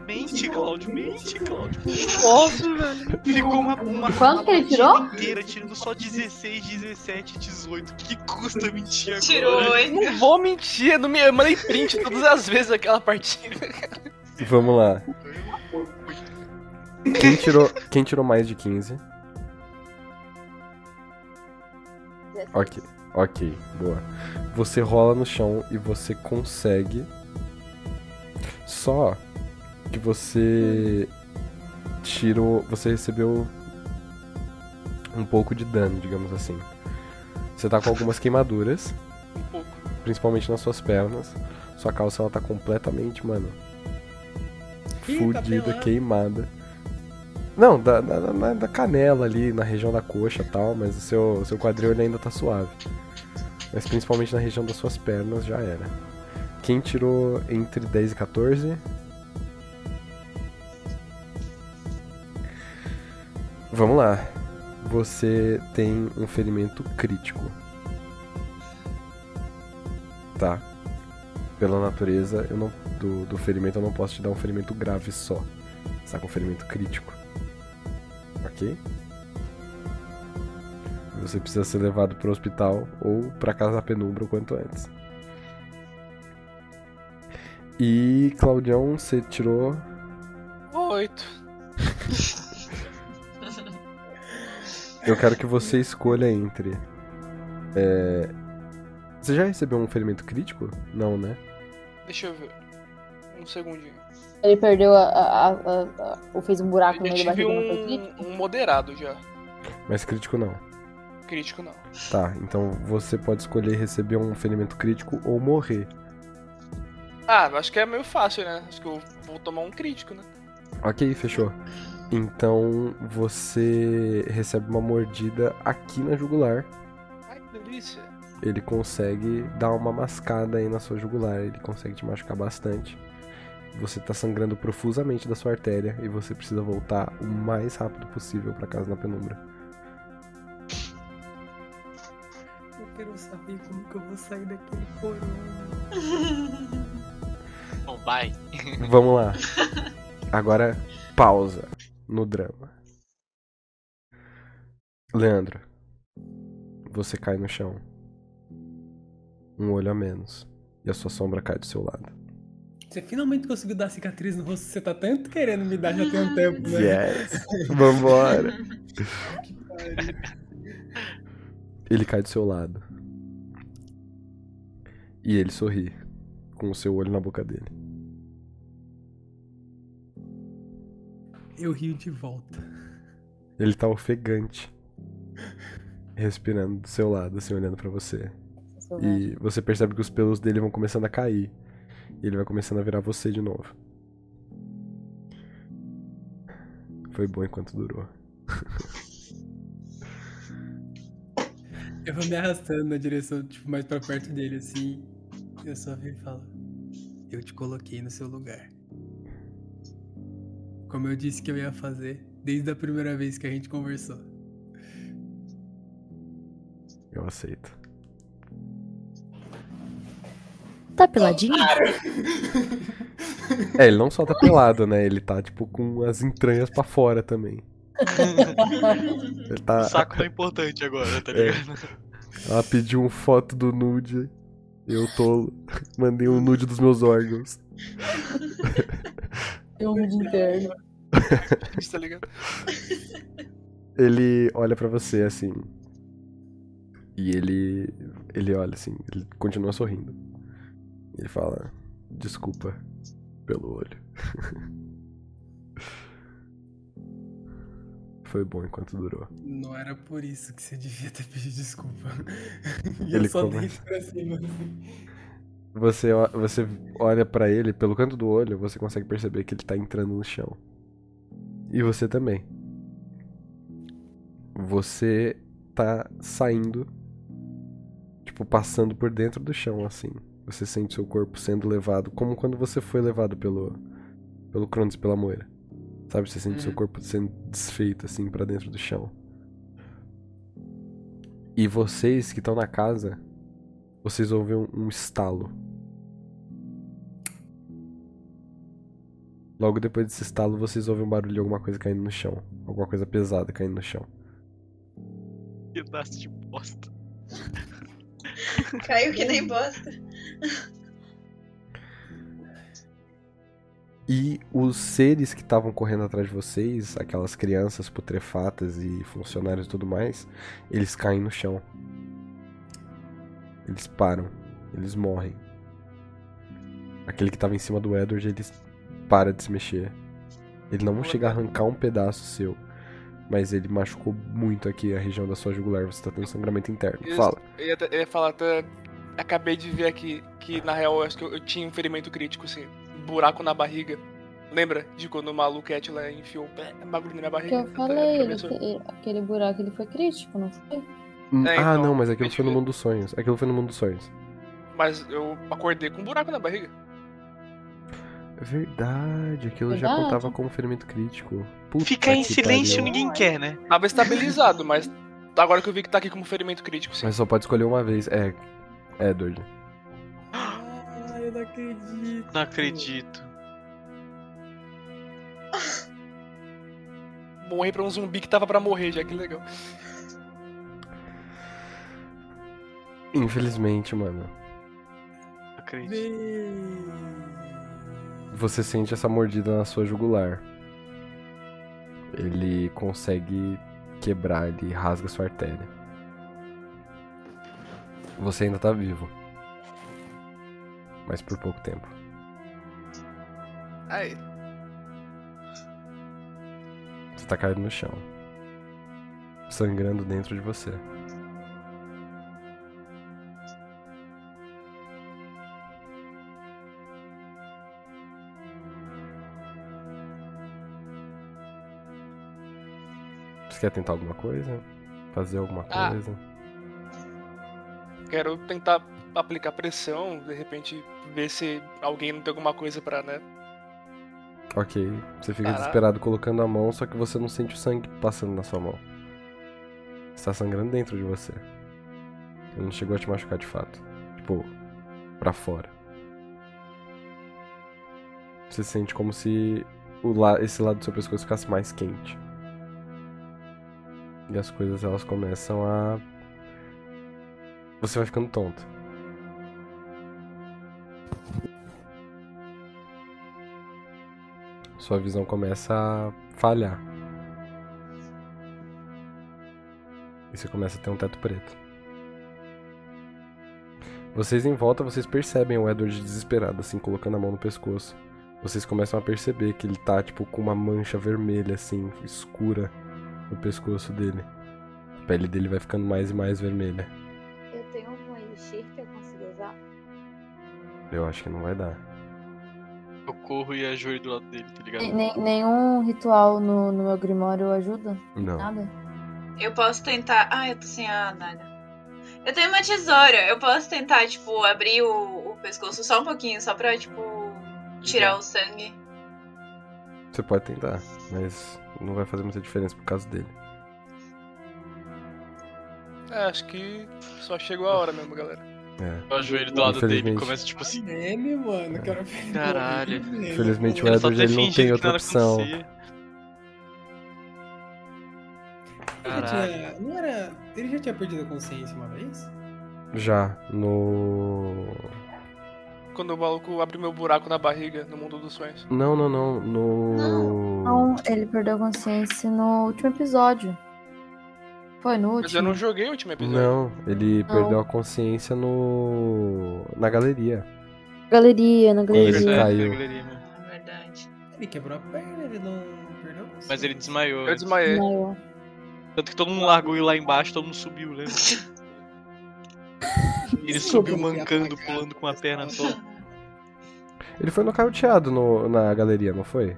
Mente, Cláudio, mente, Cláudio. Nossa, velho. Ficou uma, uma Quanto que ele tirou? inteira tirando só 16, 17, 18. Que custa mentir agora? Tirou oito. Não vou mentir, eu não me eu mandei print todas as vezes aquela partida. Vamos lá. Quem tirou, quem tirou mais de 15? 16. Ok, ok, boa. Você rola no chão e você consegue. Só que você tirou. Você recebeu um pouco de dano, digamos assim. Você tá com algumas queimaduras, Um pouco. principalmente nas suas pernas. Sua calça ela tá completamente, mano, Ih, tá fudida, pelando. queimada. Não, da, da, da- da canela ali, na região da coxa e tal, mas o seu, o seu quadril ele ainda tá suave. Mas principalmente na região das suas pernas já era. Quem tirou entre 10 e 14? Vamos lá. Você tem um ferimento crítico. Tá. Pela natureza eu não, do, do ferimento, eu não posso te dar um ferimento grave só. Você tá com um ferimento crítico. Ok? Você precisa ser levado pro hospital ou pra casa da penumbra o quanto antes. E, Claudião, você tirou. Oito. Eu quero que você escolha entre. é, Você já recebeu um ferimento crítico? Não, né? Deixa eu ver. Um segundinho. Ele perdeu a, a, a- a- a- ou fez um buraco no Eu meio da tive barriga, não foi um, crítico? um moderado já. Mas crítico não. Crítico não. Tá, então você pode escolher receber um ferimento crítico ou morrer. Ah, eu acho que é meio fácil, né? Acho que eu vou tomar um crítico, né? Ok, fechou. Então você recebe uma mordida aqui na jugular. Ai, que delícia. Ele consegue dar uma mascada aí na sua jugular, ele consegue te machucar bastante. Você tá sangrando profusamente da sua artéria e você precisa voltar o mais rápido possível pra casa na penumbra. Eu quero saber como que eu vou sair daquele porão. Bom, vai. Vamos lá. Agora, pausa no drama. Leandro, você cai no chão. Um olho a menos. E a sua sombra cai do seu lado. Você finalmente conseguiu dar cicatriz no rosto que você tá tanto querendo me dar já tem um tempo, né? Yes! Vambora! Ele cai do seu lado. E ele sorri. Com o seu olho na boca dele. Eu rio de volta. Ele tá ofegante. Respirando do seu lado, assim, olhando pra você. E você percebe que os pelos dele vão começando a cair. E ele vai começando a virar você de novo. Foi bom enquanto durou. Eu vou me arrastando na direção, tipo, mais pra perto dele, assim. Eu só vi e falo. Eu te coloquei no seu lugar. Como eu disse que eu ia fazer desde a primeira vez que a gente conversou. Eu aceito. Tá peladinho? É, ele não só tá pelado, né? Ele tá, tipo, com as entranhas pra fora também. Ele O tá. saco tá importante agora, tá É. ligado? Ela pediu uma foto do nude. Eu tô. Mandei um nude dos meus órgãos. Tem um vídeo interno. Isso, tá ligado? Ele olha pra você assim. E ele. Ele olha assim, ele continua sorrindo. Ele fala: Desculpa pelo olho. foi bom enquanto durou. Não era por isso que você devia ter pedido desculpa. E Ele eu só começa- dei isso assim. Você, o- você olha pra ele, pelo canto do olho, você consegue perceber que ele tá entrando no chão. E você também. Você tá saindo, tipo, passando por dentro do chão, assim. Você sente seu corpo sendo levado, como quando você foi levado pelo, pelo Cronos, pela moira. Sabe, você sente seu Uhum. corpo sendo desfeito, assim, pra dentro do chão. E vocês que estão na casa, vocês ouvem um, um estalo. Logo depois desse estalo, vocês ouvem um barulho de alguma coisa caindo no chão. Alguma coisa pesada caindo no chão. Pedaço Tipo, de bosta. Caiu que nem bosta. E os seres que estavam correndo atrás de vocês, aquelas crianças putrefatas e funcionários e tudo mais, eles caem no chão. Eles param. Eles morrem. Aquele que tava em cima do Edward, ele para de se mexer. Ele não chega a arrancar um pedaço seu. Mas ele machucou muito aqui a região da sua jugular. Você tá tendo sangramento interno. Eu- Fala. Eu ia, eu ia falar até. Acabei de ver aqui que, na real, eu acho que eu, eu tinha um ferimento crítico, assim. Buraco na barriga. Lembra de quando o maluco Atila enfiou um bagulho na minha Que barriga? eu falei, ele, atravessou. ele- aquele buraco ele foi crítico, não foi? É, ah, então, não, mas aquilo foi no mundo dos sonhos. Aquilo foi no mundo dos sonhos. Mas eu acordei com um buraco na barriga. Verdade, aquilo já Verdade. contava como ferimento crítico. Puta Ficar que pariu. quer, né? Tava estabilizado, mas agora que eu vi que tá aqui como ferimento crítico, sim. Mas só pode escolher uma vez. É. Edward. Ah, eu não acredito. Não acredito. Morri pra um zumbi que tava pra morrer já, que legal. Infelizmente, mano. Você sente essa mordida na sua jugular. Ele consegue quebrar, ele rasga sua artéria. Você ainda tá vivo. Mas por pouco tempo. Aí, Você tá caído no chão. Sangrando dentro de você. Você quer tentar alguma coisa? Fazer alguma Ah. coisa? quero tentar aplicar pressão, de repente ver se alguém não tem alguma coisa pra, né? Ok. Você fica Caraca. desesperado colocando a mão, só que você não sente o sangue passando na sua mão. Está sangrando dentro de você. Ele não chegou a te machucar de fato. Tipo, pra fora. Você sente como se o la esse lado do seu pescoço ficasse mais quente. E as coisas elas começam a. Você vai ficando tonto. Sua visão começa a falhar. E você começa a ter um teto preto. Vocês em volta, vocês percebem o Edward desesperado, assim, colocando a mão no pescoço. Vocês começam a perceber que ele tá, tipo, com uma mancha vermelha, assim, escura no pescoço dele. A pele dele vai ficando mais e mais vermelha. Eu tenho um elixir que eu consigo usar. Eu acho que não vai dar. Eu corro e a Júri do lado dele, tá ligado? Ne- ne- nenhum ritual no, no meu grimório ajuda? Não. Nada? Eu posso tentar. Ah, eu tô sem a nada. Eu tenho uma tesoura. Eu posso tentar, tipo, abrir o, o pescoço só um pouquinho, só pra, tipo, tirar o sangue. Você pode tentar, mas não vai fazer muita diferença por causa dele. É, acho que só chegou a hora mesmo, galera. É. Eu ajoelho do lado dele e Infelizmente. começo, tipo assim. Meme, mano, quero ver. Caralho. Infelizmente o Era só Edward ter ele não fingido tem que outra nada opção. acontecia. Ele já tinha- não era. Ele já tinha perdido a consciência uma vez? Já no. Quando o maluco abriu meu buraco na barriga no mundo dos sonhos. Não, não, não. No. Não, ele perdeu a consciência no último episódio. Foi no último. Mas eu não joguei o último episódio. Não, ele Não. perdeu a consciência no. na galeria. Galeria, na É, Quando ele É. galeria. caiu. Galeria, né? Ele quebrou a perna, ele não perdeu. Mas ele desmaiou. Eu desmaiei. Tanto que todo mundo largou ele lá embaixo, todo mundo subiu, né? Ele subiu mancando, pulando com a perna só. Ele foi nocauteado no, na galeria, não foi?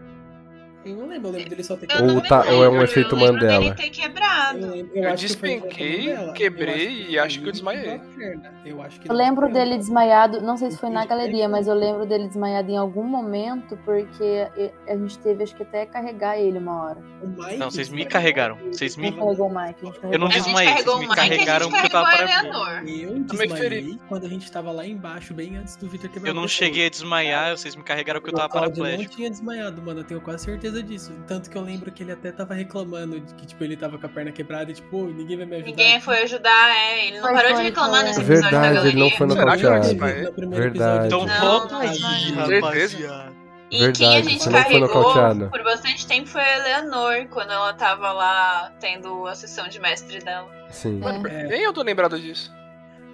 Eu não lembro, eu lembro dele só ter Ou, tá, ou é um efeito Mandela? Ele ter quebrado. Eu Eu acho que foi o efeito despenquei, Mandela. quebrei Eu e acho que eu ele quebrou desmaiei. a perna. Eu acho que Eu lembro dele desmaiado, não sei se foi na galeria, mas eu lembro dele desmaiado em algum momento, porque e- a gente teve, acho que até carregar ele uma hora. Não, vocês me carregaram. Vocês me. Não carregou o Mike, a gente Eu não carregou. A gente desmaiei, carregou vocês o me Mike e é a gente carregaram porque eu tava carregou a para. Eleanor. Eu Também desmaiei feri. quando a gente tava lá embaixo, bem antes do Victor quebrar Eu não o pescoço. cheguei a desmaiar, vocês me carregaram porque eu O tava Claudio não paraplégico. tinha desmaiado, mano, eu tenho quase certeza disso. Tanto que eu lembro que ele até tava reclamando de que, tipo, ele tava com a perna quebrada e, tipo, "Ô, ninguém vai me ajudar. Ninguém foi ajudar, é. Ele não Foi, parou foi, de reclamar foi. nesse episódio da Verdade, galeria. ele não foi Será que eu nocauteado. desmaiei? No primeiro Verdade. episódio. Então Não, volta não, aí, não. rapaziada. E quem a Verdade, gente você não foi nocauteada. carregou por bastante tempo foi a Eleanor, quando ela tava lá tendo a sessão de mestre dela. Sim. É. É, Nem eu tô lembrado disso.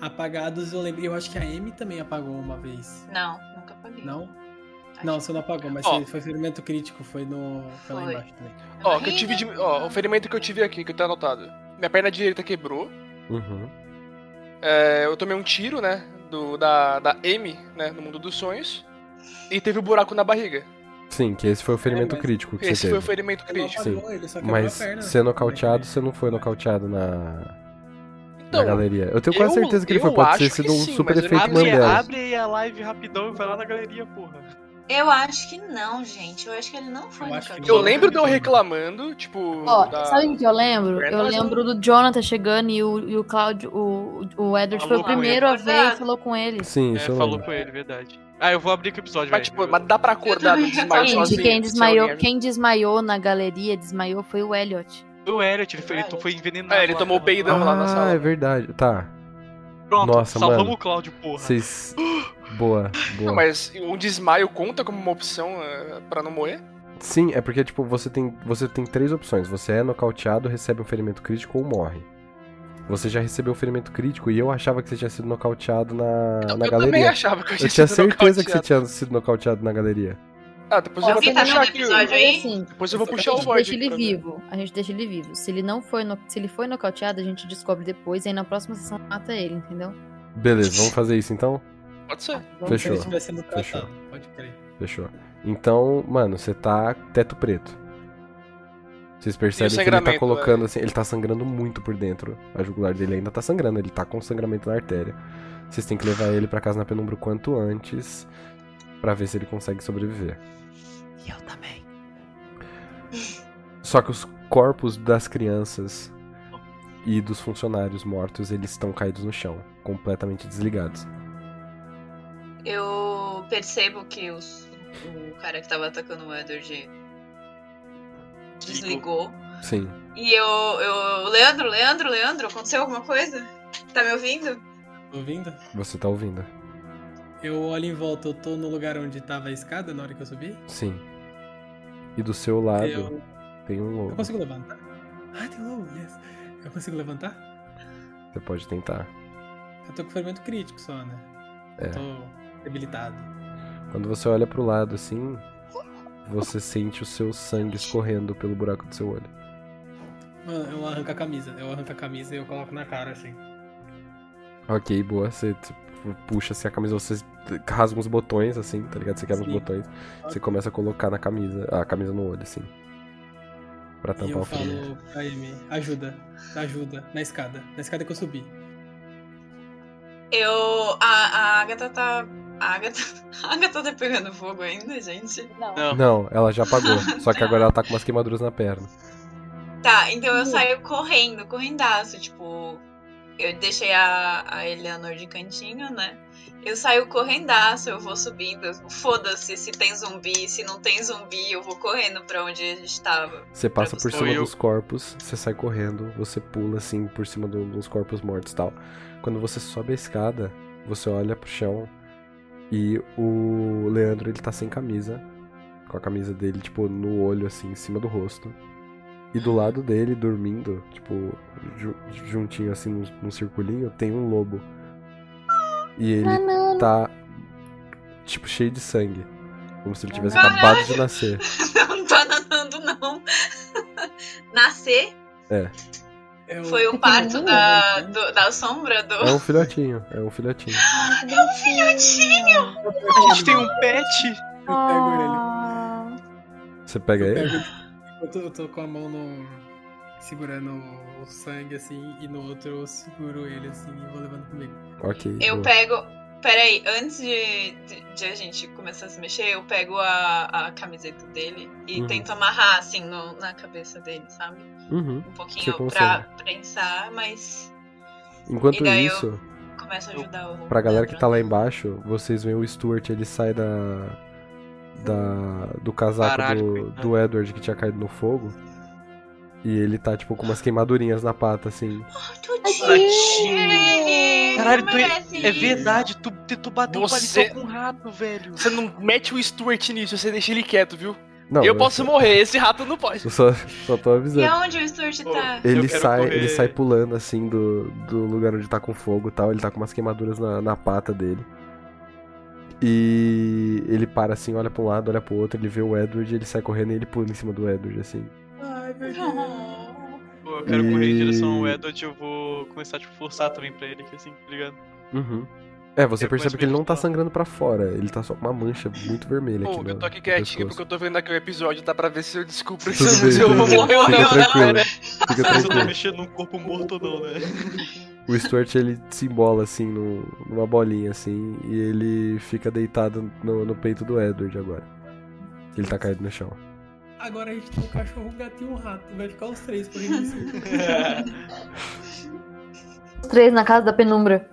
apagados eu lembro. Eu acho que a Amy também apagou uma vez. Não, nunca paguei. Não? Não, você não apagou, mas Ó. você- foi ferimento crítico, foi no. Foi Tá lá Foi. embaixo né? também. Ó, que eu tive de- ó, o ferimento que eu tive aqui, que eu tenho anotado. Minha perna direita quebrou. Uhum. é, eu tomei um tiro, né? Do, da, da M, né? No mundo dos sonhos. E teve um buraco na barriga. Sim, que esse foi o ferimento mas crítico que É, Esse você foi o teve. ferimento Ele não crítico. Sim. apagou, ele só quebrou Mas a perna. ser nocauteado, você não foi nocauteado na, na Então, galeria. Eu tenho quase eu- certeza que ele foi. eu Pode ter acho que sido um sim, super mas eu efeito não sei. Abre, Mandela. abre aí a live rapidão e vai lá na galeria, porra. Eu acho que não, gente. Eu acho que ele não foi Eu no acho que eu campeonato. lembro de eu reclamando, tipo. Ó, da- sabe o que eu lembro? Eu Mas- lembro do Jonathan chegando e o, e o Cláudio, o, o Edward foi Falou o com ele. primeiro né? a ver e Acordado. falou com ele. Sim, É, isso eu falou lembro. com ele, verdade. Ah, eu vou abrir com o episódio, Mas, velho. tipo, mas dá pra acordar do também desmaio reclamei. sozinho? é Gente, quem se desmaiou, alguém- quem desmaiou na galeria, desmaiou foi o Elliot. O Elliot, ele foi, ele foi envenenado. É, ele lá, tomou o porra. peidão lá na Ah, sala. é verdade. Tá. Pronto, Nossa, salvamos mano. o Cláudio, porra. Vocês. Boa, Não, boa. mas um desmaio conta como uma opção eh, pra não morrer? Sim, é porque, tipo, você tem, você tem três opções. Você é nocauteado, recebe um ferimento crítico ou morre. Você já recebeu um ferimento crítico e eu achava que você tinha sido nocauteado na, na eu também galeria. achava que eu tinha, Eu tinha sido certeza que você nocauteado. tinha sido nocauteado na galeria. Ah, depois eu vou Você tá vendo puxar o aqui. o- episódio aí? Assim, Depois eu vou puxar a o gente Void. deixa ele pra ver. vivo. A gente deixa ele vivo. Se ele não foi, no- se ele foi nocauteado, a gente descobre depois e aí na próxima sessão mata ele, entendeu? Beleza, vamos fazer isso então? Pode ser. Vamos Fechou. Se ele fazer isso. tivesse sendo Fechou. tratado, pode crer. Fechou. Então, mano, você tá teto preto. Vocês percebem que ele tá sangramento, colocando assim, ele tá sangrando muito por dentro. A jugular dele ainda tá sangrando, ele tá com sangramento na artéria. Vocês têm que levar ele pra casa na penumbra o quanto antes pra ver se ele consegue sobreviver. E eu também. Só que os corpos das crianças e dos funcionários mortos, eles estão caídos no chão, completamente desligados. Eu percebo que os- o cara que tava atacando o Edward desligou. Sim. E eu, eu. Leandro, Leandro, Leandro, aconteceu alguma coisa? Tá me ouvindo? Tô ouvindo? Você tá ouvindo? Eu olho em volta, eu tô no lugar onde tava a escada na hora que eu subi. Sim. E do seu lado Eu, tem um eu lobo. consigo levantar? Ah, tem lobo, yes. Eu consigo levantar? Você pode tentar. Eu tô com ferimento crítico só, né? É. Eu tô debilitado. Quando você olha pro lado assim, você sente o seu sangue escorrendo pelo buraco do seu olho. Mano, eu arranco a camisa. Eu arranco a camisa e eu coloco na cara, assim. Ok, boa. Você tipo, puxa assim a camisa, você rasga uns botões assim, tá ligado? Você quebra os Sim. botões. Você começa a colocar na camisa, a camisa no olho assim. Pra E tampar eu o frio. falo pra Amy, ajuda, ajuda, na escada. Na escada que eu subi. Eu. A, a Agatha tá. A Agatha. A Agatha tá pegando fogo ainda, gente. Não. Não. Não, ela já apagou. só que agora ela tá com umas queimaduras na perna. Tá, então eu saio correndo, correndaço, tipo. Eu deixei a, a Eleanor de cantinho, né? Eu saio correndaço, eu vou subindo. eu- Foda-se se tem zumbi, se não tem zumbi, eu vou correndo pra onde a gente tava. Você passa Sou por cima eu. dos corpos, você sai correndo, você pula assim por cima do- dos corpos mortos e tal. Quando você sobe a escada, você olha pro chão e o Leandro ele tá sem camisa, com a camisa dele tipo no olho assim, em cima do rosto. E do lado dele, dormindo, tipo, ju- juntinho assim num, num circulinho, tem um lobo. E ele tá tipo cheio de sangue. Como se ele tivesse acabado de nascer. Não tô nadando, não. Nascer É. foi o um parto da, Uhum. do- da sombra do. É um filhotinho, é um filhotinho. É um filhotinho! A gente tem um pet. Eu Ah. pego ele. Você pega ele? Eu tô, eu tô com a mão no. Segurando o sangue assim, e no outro eu seguro ele assim e vou levando comigo. Ok. boa. Eu pego. Peraí, antes de, de, de a gente começar a se mexer, eu pego a, a camiseta dele e Uhum. tento amarrar assim no- na cabeça dele, sabe? Uhum. Um Você pouquinho pra consegue. prensar, mas Enquanto E daí eu- isso, começa a ajudar o. pra galera que tá lá embaixo, vocês veem o Stuart, ele sai da. da do casaco Caralho, do, do Edward que tinha caído no fogo. E ele tá, tipo, com umas queimadurinhas na pata, assim. Tadinho! Caralho, tu merece é, é isso. verdade, tu, tu bateu Você- um paletó com um rato, velho. Você não mete o Stuart nisso, você deixa ele quieto, viu? Não, eu posso eu, morrer, esse rato não pode. eu só, só tô E é um avisando. aonde o Stuart tá? Ele Eu quero sai, correr. ele sai pulando assim do, do lugar onde tá com fogo e tal. Ele tá com umas queimaduras na, na pata dele. E ele para assim, olha pra um lado, olha pro outro, ele vê o Edward, ele sai correndo e ele pula em cima do Edward, assim. Ai, meu Deus. Oh. Pô, eu quero correr em E- direção ao Edward, eu vou começar a tipo, forçar também pra ele aqui, assim, tá ligado? Uhum. É, você Eu percebe conheço que ele bem não tá esse plano. sangrando pra fora, ele tá só com uma mancha muito vermelha aqui. Pô, eu no- tô aqui no quietinho pescoço. porque eu tô vendo aqui o episódio, tá pra ver se eu descubro Tudo se bem, eu vou tudo bem. morrer ou Fica não, né? tranquilo. Fica Mas eu tô tranquilo. mexendo num corpo morto ou não, né? O Stuart ele se embola assim num- numa bolinha assim e ele fica deitado no, no peito do Edward agora. Ele tá caído no chão. Agora a gente tem um cachorro, um gato e um rato. Vai ficar os três por isso. Os três na casa da penumbra.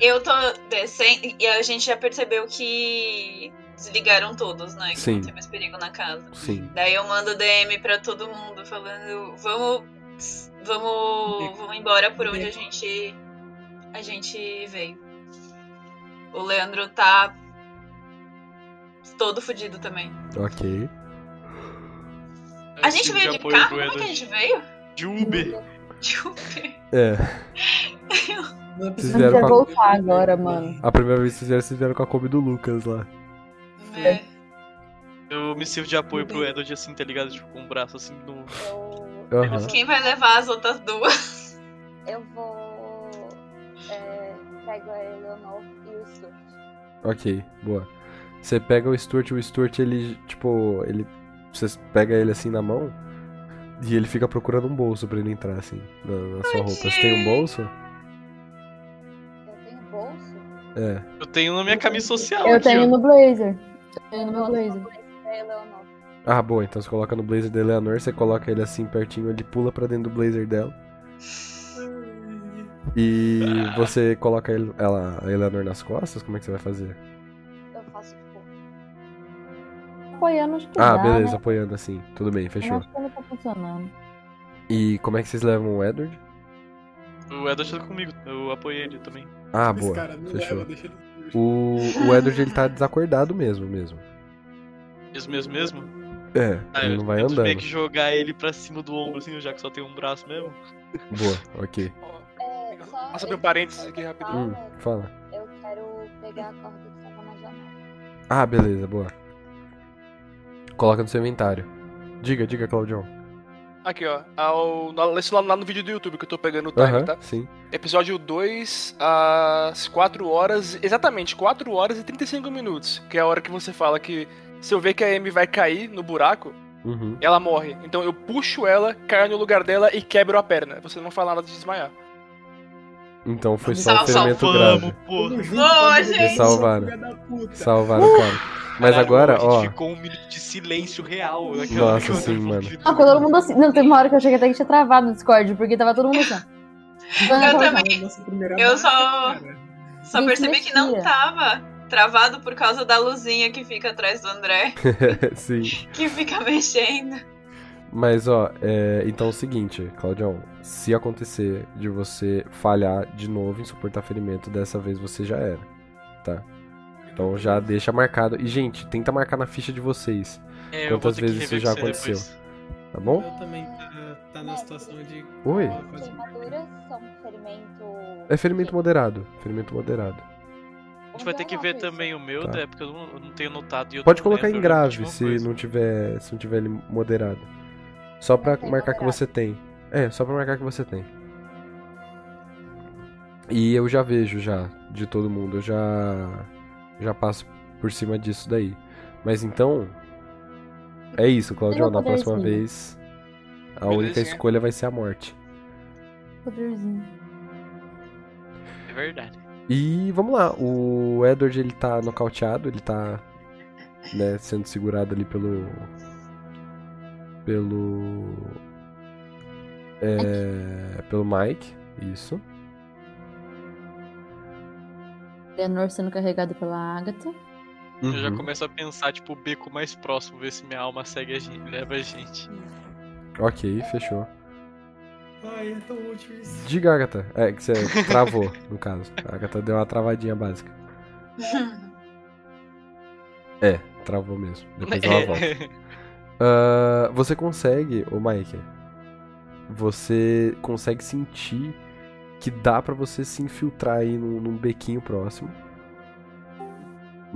Eu tô descendo e a gente já percebeu que desligaram todos, né? Que Sim. não tem mais perigo na casa. Sim. Daí eu mando DM pra todo mundo falando, vamos, vamos, vamos embora por onde a gente a gente veio. O Leandro tá todo fudido também. Ok. A gente veio de carro? Como é que a gente veio? De Uber. De Uber. É. Vocês Não precisa vieram com voltar agora, mano. a... a primeira vez que vocês vieram, vocês vieram com a Kombi do Lucas lá. É. Eu me sirvo de apoio pro Edward, assim, tá ligado? Tipo, com o braço, assim, no... Aham. Quem vai levar as outras duas? Eu vou. É, pego a Eleonor e o Stu. Ok, boa. Você pega o Stuart, o Stuart ele, tipo, ele. Você pega ele assim na mão e ele fica procurando um bolso pra ele entrar assim na, na sua roupa. Você tem um bolso? Eu tenho bolso? É. Eu tenho na minha camisa social Eu aqui, tenho ó. no blazer. Eu tenho no meu Bolso blazer. com esse da Eleonor. Ah, boa, então você coloca no blazer da Eleanor, você coloca ele assim pertinho, ele pula pra dentro do blazer dela. Hum. E você coloca ele- ela, a Eleanor nas costas? Como é que você vai fazer? Eu faço tipo. Apoiando, acho que Ah, dá, beleza, né? apoiando assim. Tudo bem, Eu É. fechou. acho que não tá funcionando. E como é que vocês levam o Edward? O Edward tá comigo, eu apoiei ele também. Ah, Esse boa. cara não fechou. leva, deixa ele. O, o Edward ele tá desacordado mesmo, mesmo. Isso mesmo mesmo? É, Ah, ele eu não vai tento andando. meio que jogar ele pra cima do ombro, assim, já que só tem um braço mesmo. Boa, ok. É, Posso só abrir um esse parênteses bolso aqui que eu rapidinho? Hum, falo, fala. Eu quero pegar a corda que tava na janela. Ah, beleza, boa. Coloca no seu inventário. Diga, diga, Claudião. Aqui, ó. Ao, na- esse lá, lá no vídeo do YouTube que eu tô pegando o time, Aham, tá? sim. Episódio 2, às 4 horas. Exatamente, 4 horas e 35 minutos. Que é a hora que você fala que se eu ver que a Amy vai cair no buraco, Uhum. ela morre. Então eu puxo ela, caio no lugar dela e quebro a perna. Você não fala nada de desmaiar. Então foi só um Salve, ferimento Vamos, grave. porra. Ô, gente! Me salvaram. Filha da puta. Salvaram o cara. Mas Caralho, agora, a gente ó. ficou um minuto de silêncio real né, naquela Nossa, sim, mano. Ah, ficou todo mundo assim. Não, teve uma hora que eu cheguei até que tinha travado no Discord, porque tava todo mundo assim. ó. Eu Dando- também. Nossa primeira Eu marcha, só- cara. Só Gente, percebi que não mexia. tava travado por causa da luzinha que fica atrás do André, sim. que fica mexendo. Mas ó, é, então é o seguinte, Claudião, se acontecer de você falhar de novo em suportar ferimento, dessa vez você já era, tá? Então já deixa marcado. E gente, tenta marcar na ficha de vocês, É, eu vou Quantas ter que vezes isso rever já com você aconteceu? tá bom? Eu também tá, tá na situação de. Oi? Quase- Queimaduras são ferimento. É ferimento moderado, ferimento moderado. gente vai ter que ver também o meu, até porque eu não, eu não tenho notado. e eu Pode não colocar lembro em a grave última se coisa. não tiver. Se não tiver ele moderado. Só pra tem marcar que moderado. você tem. É, só pra marcar que você tem. E eu já vejo já de todo mundo, eu já já passo por cima disso daí. Mas então é isso, Claudio, Tem na um próxima poderzinho. vez a única Belezinha. escolha vai ser a morte. Poderzinho. É verdade. E vamos lá, o Edward ele tá nocauteado, ele tá né, sendo segurado ali pelo. Pelo. É, pelo Mike, isso. Leonor É, sendo carregado pela Agatha. Eu já Uhum. começo a pensar, tipo, o beco mais próximo, ver se minha alma segue a gente, leva a gente. Ok, fechou. Ai, é tão útil isso. Diga, Agatha. É, que você travou, no caso. A Agatha deu uma travadinha básica. É, travou mesmo. É. Depois ela volta. Ah, você consegue, ô Mike, você consegue sentir que dá pra você se infiltrar aí num, num bequinho próximo.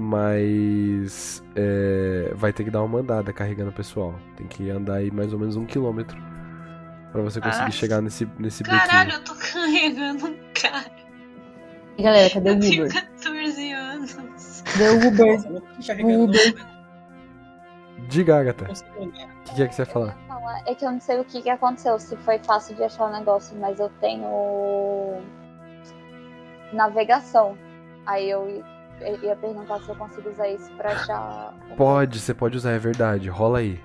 Mas é, vai ter que dar uma andada carregando o pessoal. Tem que andar aí mais ou menos um quilômetro pra você conseguir Ah. chegar nesse, nesse Caralho, bequinho. eu tô carregando um cara. E galera, cadê o Eu tenho Uber? 14 anos. Cadê o Uber? Nossa, eu vou ficar O carregando. Uber. Diga, Agatha, Não consigo andar. tá? o que, que é que você ia falar? Fala, É que eu não sei o que, que aconteceu, se foi fácil de achar o negócio, mas eu tenho navegação. Aí eu i- eu ia perguntar se eu consigo usar isso pra achar. Pode, você pode usar, é verdade. Rola aí.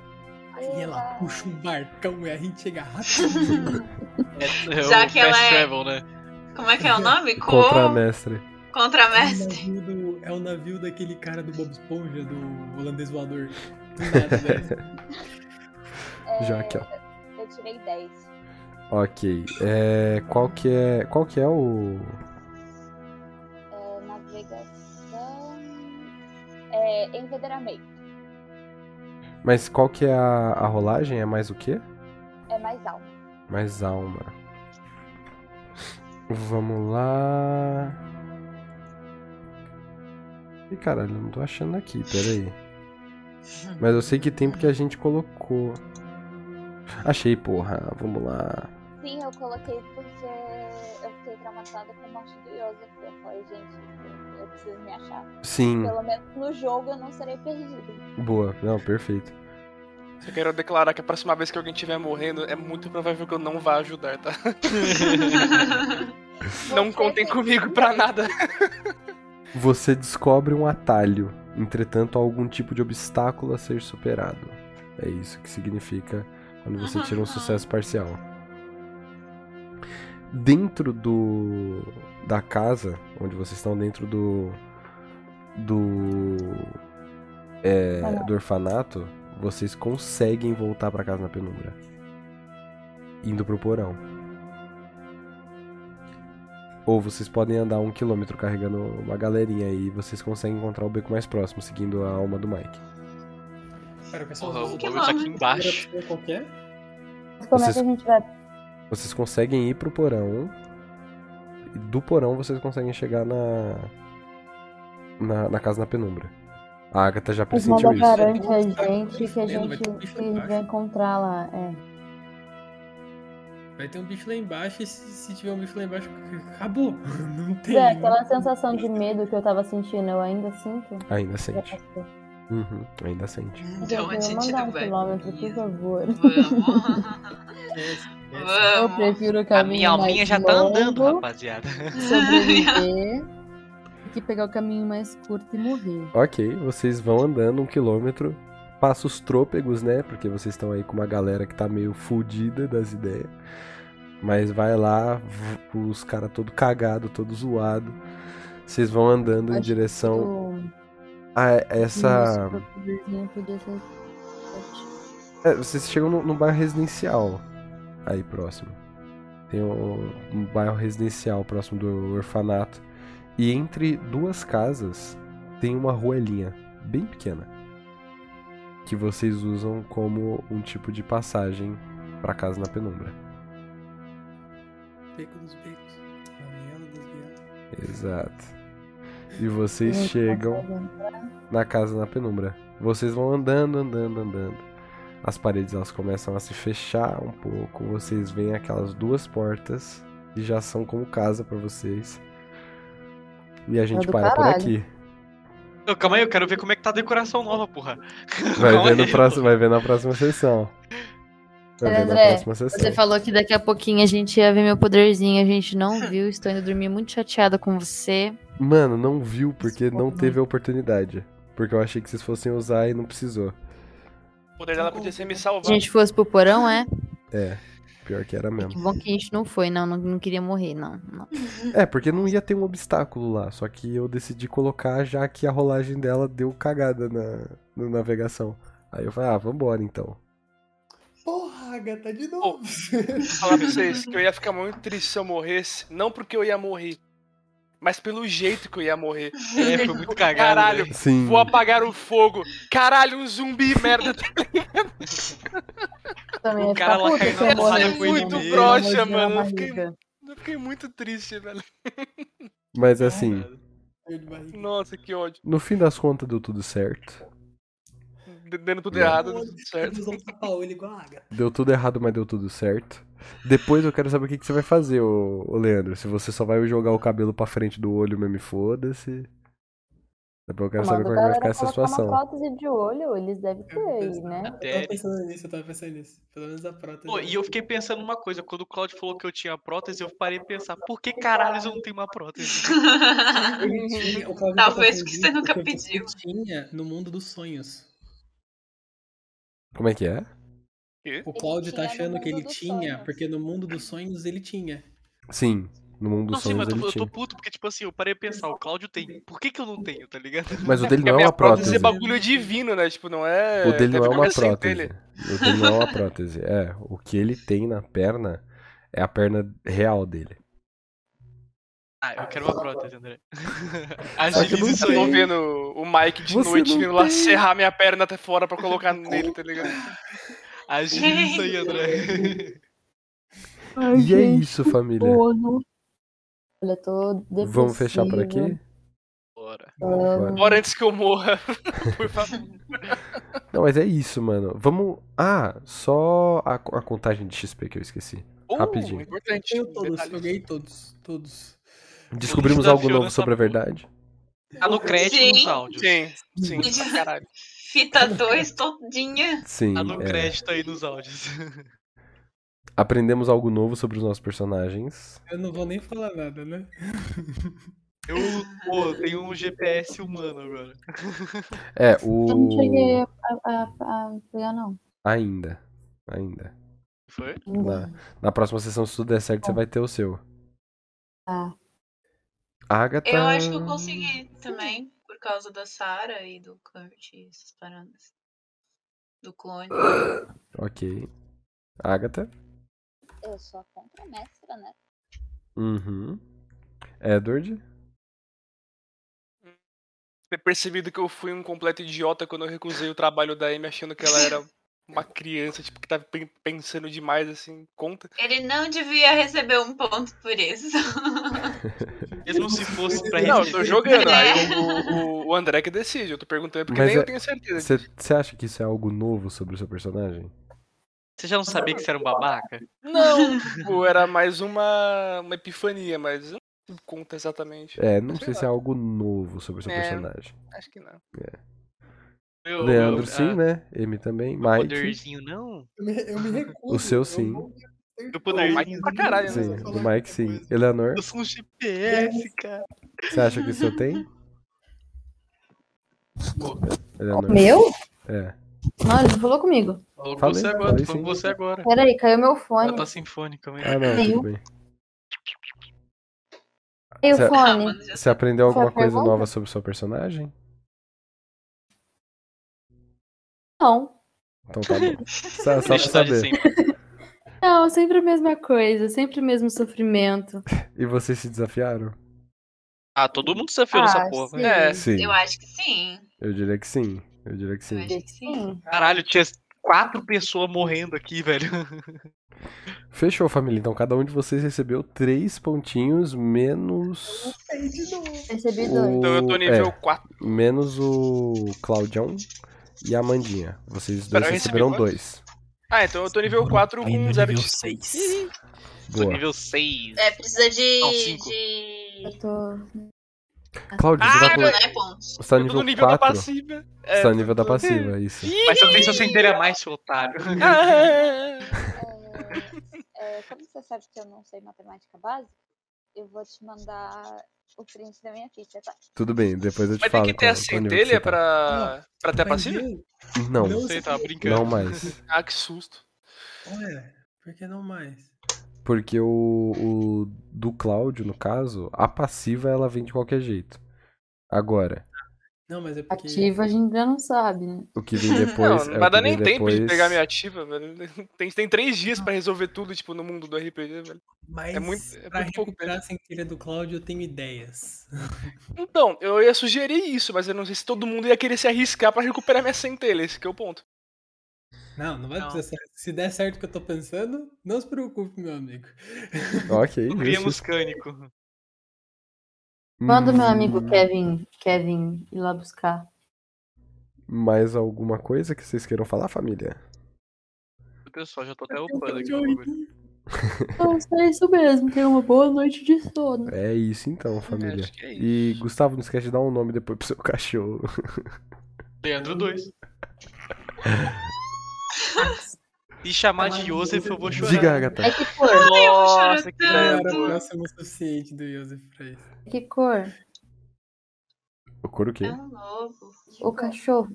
Aí ela puxa um barcão e a gente chega rapidinho. um É Já o que fast ela é- travel, né? Como é que é o nome? Co... Contramestre. Contramestre. É o navio do- é o navio daquele cara do Bob Esponja, do holandês voador. Do nada, né? velho. É, Já aqui, ó. Eu tirei 10. Ok. É, qual que é. Qual que é o. É, navegação. É, envederamento. Mas qual que é a, a rolagem? É mais o quê? É mais alto. Mais alma. Vamos lá. Ih, caralho, não tô achando aqui, peraí. Mas eu sei que tem porque a gente colocou. Achei, porra. Vamos lá. Sim, eu coloquei porque eu fiquei traumatizada com um a morte do Joseph. Eu falei, gente, eu- eu preciso me achar. Sim, Pelo menos no jogo eu não serei perdida. boa. Não, perfeito. Só quero declarar que a próxima vez que alguém estiver morrendo, é muito provável que eu não vá ajudar, tá? Não Você contem tem- comigo pra nada. Você descobre um atalho, entretanto, há algum tipo de obstáculo a ser superado. É isso que significa quando você tira um sucesso parcial. Dentro do da casa, onde vocês estão dentro do do é, do orfanato, vocês conseguem voltar pra casa na penumbra, indo pro porão. Ou vocês podem andar um quilômetro carregando uma galerinha e vocês conseguem encontrar o beco mais próximo, seguindo a alma do Mike. Pera, quais são os Porra, o outros? bagulho tá aqui embaixo. Primeira pessoa é Qualquer? Como é Vocês- que a gente vai Vocês conseguem ir pro porão. E do porão vocês conseguem chegar na. Na, na casa na penumbra. A Agatha já Mas pressentiu nada isso. garante a Tá gente que a fudendo, gente, vai ter um bicho que a gente vai embaixo. encontrar lá. É. Vai ter um bicho lá embaixo e se, se tiver um bicho lá embaixo, acabou. Não Pois tem. é, aquela sensação de medo que eu tava sentindo, eu ainda sinto. Ainda Já sente. passou. Uhum, ainda sente. Então a eu vou gente mandar não um vai. quilômetro, por favor. Vamos. Essa- Eu Vamos. prefiro o A caminho minha alminha mais já tá longo, andando, rapaziada. Sobreviver. do que pegar o caminho mais curto e morrer. Ok, vocês vão andando um quilômetro. Passa os trôpegos, né? Porque vocês estão aí com uma galera que tá meio fudida das ideias. Mas vai lá, v- os caras todo cagado, todo zoado. Vocês vão andando em Acho direção Do- a essa. do nosso poderzinho podia ser forte. É, vocês chegam num, num bairro residencial aí próximo. Tem um, um bairro residencial próximo do orfanato. E entre duas casas tem uma ruelinha bem pequena. Que vocês usam como um tipo de passagem pra casa na penumbra. Beco dos becos. Gabriela dos Gabriela. Exato. E vocês Não chegam consegue na casa na penumbra. Vocês vão andando, andando, andando. As paredes elas começam a se fechar um pouco. Vocês veem aquelas duas portas e já são como casa pra vocês. E a gente é do para por caralho. aqui. Ô, calma aí, eu quero ver como é que tá a decoração nova, porra. Vai Calma ver, aí, no próximo, vai ver na próxima sessão. Vai ver na André, próxima sessão. você falou que daqui a pouquinho a gente ia ver meu poderzinho, a gente não viu, estou indo dormir muito chateada com você. Mano, não viu porque não teve a oportunidade. Porque eu achei que vocês fossem usar e não precisou. O poder dela podia ser me Se a salvar. gente fosse pro porão, é? É, pior que era mesmo. Que bom que a gente não foi, não, não, não queria morrer, não. não. É, porque não ia ter um obstáculo lá, só que eu decidi colocar já que a rolagem dela deu cagada na, na navegação. Aí eu falei, ah, vambora então. Porra, Agatha, de novo. falar pra vocês que eu ia ficar muito triste se eu morresse. Não porque eu ia morrer, mas pelo jeito que eu ia morrer. É, foi muito cagado, Caralho, né? Sim. vou apagar o fogo. Caralho, um zumbi, merda. tá ligado? Também ia o cara ficar lá puto caindo se eu morresse, na porrada com o né? Muito Uma broxa, mãozinha na mano. Eu fiquei, barriga. eu fiquei muito triste, velho. É. Mas assim, Nossa, que ódio. no fim das contas deu tudo certo. D- Dando tudo errado, deu tudo certo. Deu tudo errado, mas deu tudo certo. Depois eu quero saber o que, que você vai fazer, ô, ô Leandro. Se você só vai jogar o cabelo pra frente do olho mesmo e foda-se. Depois eu quero saber como é que vai ficar essa tá situação. Uma prótese de olho, eles devem ter aí, né? Eu tava pensando nisso, eu tava pensando nisso. Pelo menos a prótese. Pô, e eu fiquei pensando uma coisa, quando o Claudio falou que eu tinha prótese, eu parei de pensar, por que caralho eu não tenho uma prótese? Ele tinha- o Claudio tá Talvez que confundindo você nunca porque pediu. você Tinha no mundo dos sonhos. Como é que é? O Claudio tá tinha no achando que mundo ele dos tinha, sonhos. porque no mundo dos sonhos ele tinha. Sim, no mundo Não dos sei, Ah, sonhos mas eu tô, ele eu tô tinha. puto, porque tipo assim, eu parei de pensar, o Claudio tem, por que que eu não tenho, tá ligado? Mas o dele Porque não é a uma minha prótese é prótese. bagulho divino, né? Tipo, não é. O dele tem não é como uma eu sei prótese. O dele não é uma prótese. É, o que ele tem na perna é a perna real dele. Ah, eu quero uma prótese, André. não Agiliza isso Eu tô aí. vendo o Mike de Você noite não vindo lá tem. serrar minha perna até fora pra colocar nele, tá ligado? Agiliza isso aí, André. e é isso, família. né? Olha, eu tô depressiva. Vamos fechar por aqui? Bora. Vamos. Bora antes que eu morra, por favor. Não, mas é isso, mano. Vamos. Ah, só a, a contagem de XP que eu esqueci. Uh, é Rapidinho. Importante. um Eu todos, joguei todos, todos. Descobrimos desafio algo novo nessa sobre a verdade? Tá no crédito Sim. nos áudios. Sim, sim, pra caralho. Fita 2 todinha. Sim. Tá no é. crédito aí nos áudios. Aprendemos algo novo sobre os nossos personagens. Eu não vou nem falar nada, né? Eu, pô, tenho um GPS humano agora. É, Eu não o. cheguei a, a, a pegar, não. Ainda. Ainda. Foi? Na, na próxima sessão, se tudo der certo, você vai ter o seu. Ah. Agatha. Eu acho que eu consegui também, por causa da Sarah e do Kurt e essas paradas. Do clone. Ok. Agatha. Eu sou a contramestra, né? Uhum. Edward. Ter percebido que eu fui um completo idiota quando eu recusei o trabalho da Amy achando que ela era uma criança, tipo, que tava pen- pensando demais, assim, conta. Ele não devia receber um ponto por isso. Mesmo se fosse pra Não, eu tô receber. jogando, aí o, o- o André que decide, eu tô perguntando porque nem eu tenho certeza. Você é acha que isso é algo novo sobre o seu personagem? Você já não sabia que você era um babaca? Não, tipo, era mais uma, uma epifania, mas eu não conta exatamente. É, não sei, lá. se é algo novo sobre o seu É. personagem. É. Acho que não. Eu- Leandro, eu- sim, ah, né? M também. meu Mike. Poderzinho, não? Eu me, eu me recuso. O seu, eu sim. não tenho Meu poderzinho. Mike pra caralho, Sim, né? do Mike, sim. Eleanor, Eu sou um GPS, cara. você acha que o seu tem? Eleanor. Meu? É. Não, ele não falou comigo. Falou com Falei, você agora, tô falei falando sim. com você agora. Peraí, caiu meu Ela fone. tá assim, sinfônica mesmo. Ah, não, Tem tudo um. bem. Caiu Cê- o Ah, fone. tá Você aprendeu Foi a alguma coisa pergunta? nova sobre o seu personagem? Não. Então tá bom. Só, só pra Deixa eu de saber. sempre. Não, sempre a mesma coisa, sempre o mesmo sofrimento. E vocês se desafiaram? Ah, todo mundo desafiou Ah, nessa porra. sim. né? É, Sim. Eu acho que sim. Eu diria que sim. Eu diria que Eu sim. acho que sim. Caralho, tinha quatro pessoas morrendo aqui, velho. Fechou, família. Então cada um de vocês recebeu três pontinhos menos. Recebi dois. Então eu tô nível é, 4. Menos o Claudião e a Mandinha. Vocês dois Pera, eu recebi receberam quantos? dois. Hum, Ah, então eu tô nível 4 com 0 de. Uhum. Boa. Nível 6. É, precisa de. Não, cinco. de... Eu tô. Claudio, você tá Não com. é pontos. Você tá Eu tô no nível nível da 4. Você passiva. É, tá no nível da tô- passiva, isso. Mas também se eu centelha mais, seu otário. É, como você sabe que eu não sei matemática básica, eu vou te mandar o print da minha ficha, tá? Tudo bem, depois eu te Mas tem falo. que ter a qual- qual nível que centelha você tá. assim, é pra. pra Tá ter a passiva? Entendi. Não, Não, Você você tava não brincando. mais. Ah, que susto. Ué, por que não mais? Porque o, o do Cláudio, no caso, a passiva ela vem de qualquer jeito. Agora, Não, mas é porque. Ativa, a gente já não sabe, né? o que vem Não, depois. é não o vai que dar vem nem tempo de depois- pegar minha ativa, velho. Tem, tem três dias pra resolver tudo, tipo, no mundo do RPG, velho. Mas é muito- é pra muito pouco recuperar a centelha do Cláudio, eu tenho ideias. Então, eu ia sugerir isso, mas eu não sei se todo mundo ia querer se arriscar pra recuperar minha centelha, esse que é o ponto. Não, não vai Não. precisar. ser- Se der certo o que eu tô pensando, não se preocupe, meu amigo. Ok, Criamos justo. cânico. Manda o meu Hum, amigo Kevin, Kevin ir lá buscar. Mais alguma coisa que vocês queiram falar, família? Pessoal, já tô até um upando aqui o bagulho. Então, é isso mesmo. Tenha uma boa noite de sono. É isso então, família. acho que é E Gustavo, não esquece de dar um nome depois pro seu cachorro. Leandro 2. Se chamar de Joseph, eu vou chorar. Diga, Agatha. É que cor? Nossa, que Não ideia era boa. próximo o suficiente do Joseph pra isso. É que cor? O couro o quê? É Ah. um lobo. O cachorro.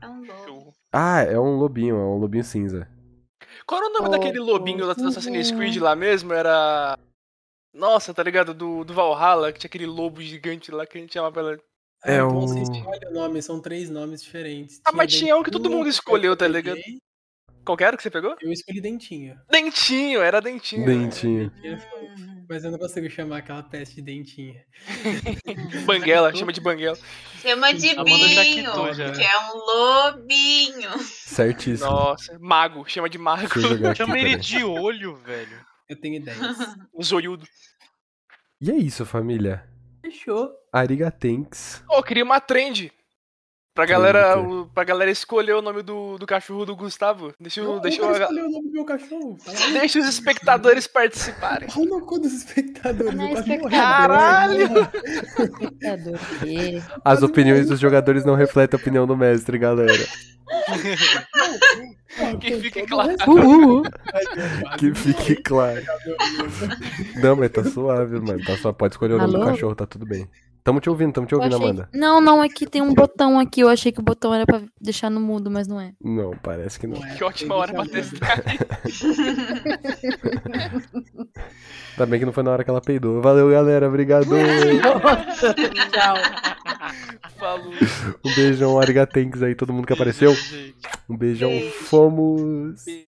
É um lobo. Ah, é um lobinho, é um lobinho cinza. Qual era o nome Oh, daquele lobinho da- do Assassin's uhum. Creed lá mesmo? Era. Nossa, tá ligado? Do, do Valhalla, que tinha aquele lobo gigante lá que a gente chamava pela. É então o- você escolhe o nome, são três nomes diferentes. Ah, mas tinha um que Dentinho, todo mundo escolheu, tá eu ligado? peguei, Qual que era que você pegou? Eu escolhi Dentinho. Dentinho, era Dentinho. Um Dentinho. Dentinho é fofo, Mas eu não consigo chamar aquela peste de dentinho. Banguela, chama de Banguela. Chama de Amanda já quitou, Binho, já. que é um lobinho. Certíssimo. Nossa, mago, chama de mago. Deixa eu jogar aqui, Chama ele peraí. de olho, velho. Eu tenho ideias. Um Zoiudo. E é isso, família. Fechou. Arigatenks. Ó, queria uma trend. Pra Trend, galera, ok. o- pra galera escolher o nome do, do cachorro do Gustavo. Deixa, eu, Eu deixa, quero eu- escolher o é nome do meu cachorro. Tá lá. deixa os espectadores participarem. Olha no cu dos espectadores. Não é eu quase morri. Caralho! É do quê? As opiniões dos jogadores não refletem a opinião do mestre, galera. Que fique claro. Uhul. Que fique claro. Não, mas tá suave, mano. Tá suave. Pode escolher o nome do Alô? cachorro, tá tudo bem. Tamo te ouvindo, tamo te Eu ouvindo, achei- Amanda. Não, não, é que tem um botão aqui. Eu achei que o botão era pra deixar no mudo, mas não é. Não, parece que não. Ué, Que ótima hora pra tem que testar. Ainda bem que não foi na hora que ela peidou. Valeu, galera. Obrigado. Tchau. Falou. Um beijão, Arigatenks aí, todo mundo que apareceu. Gente. Um beijão, Beijo. fomos.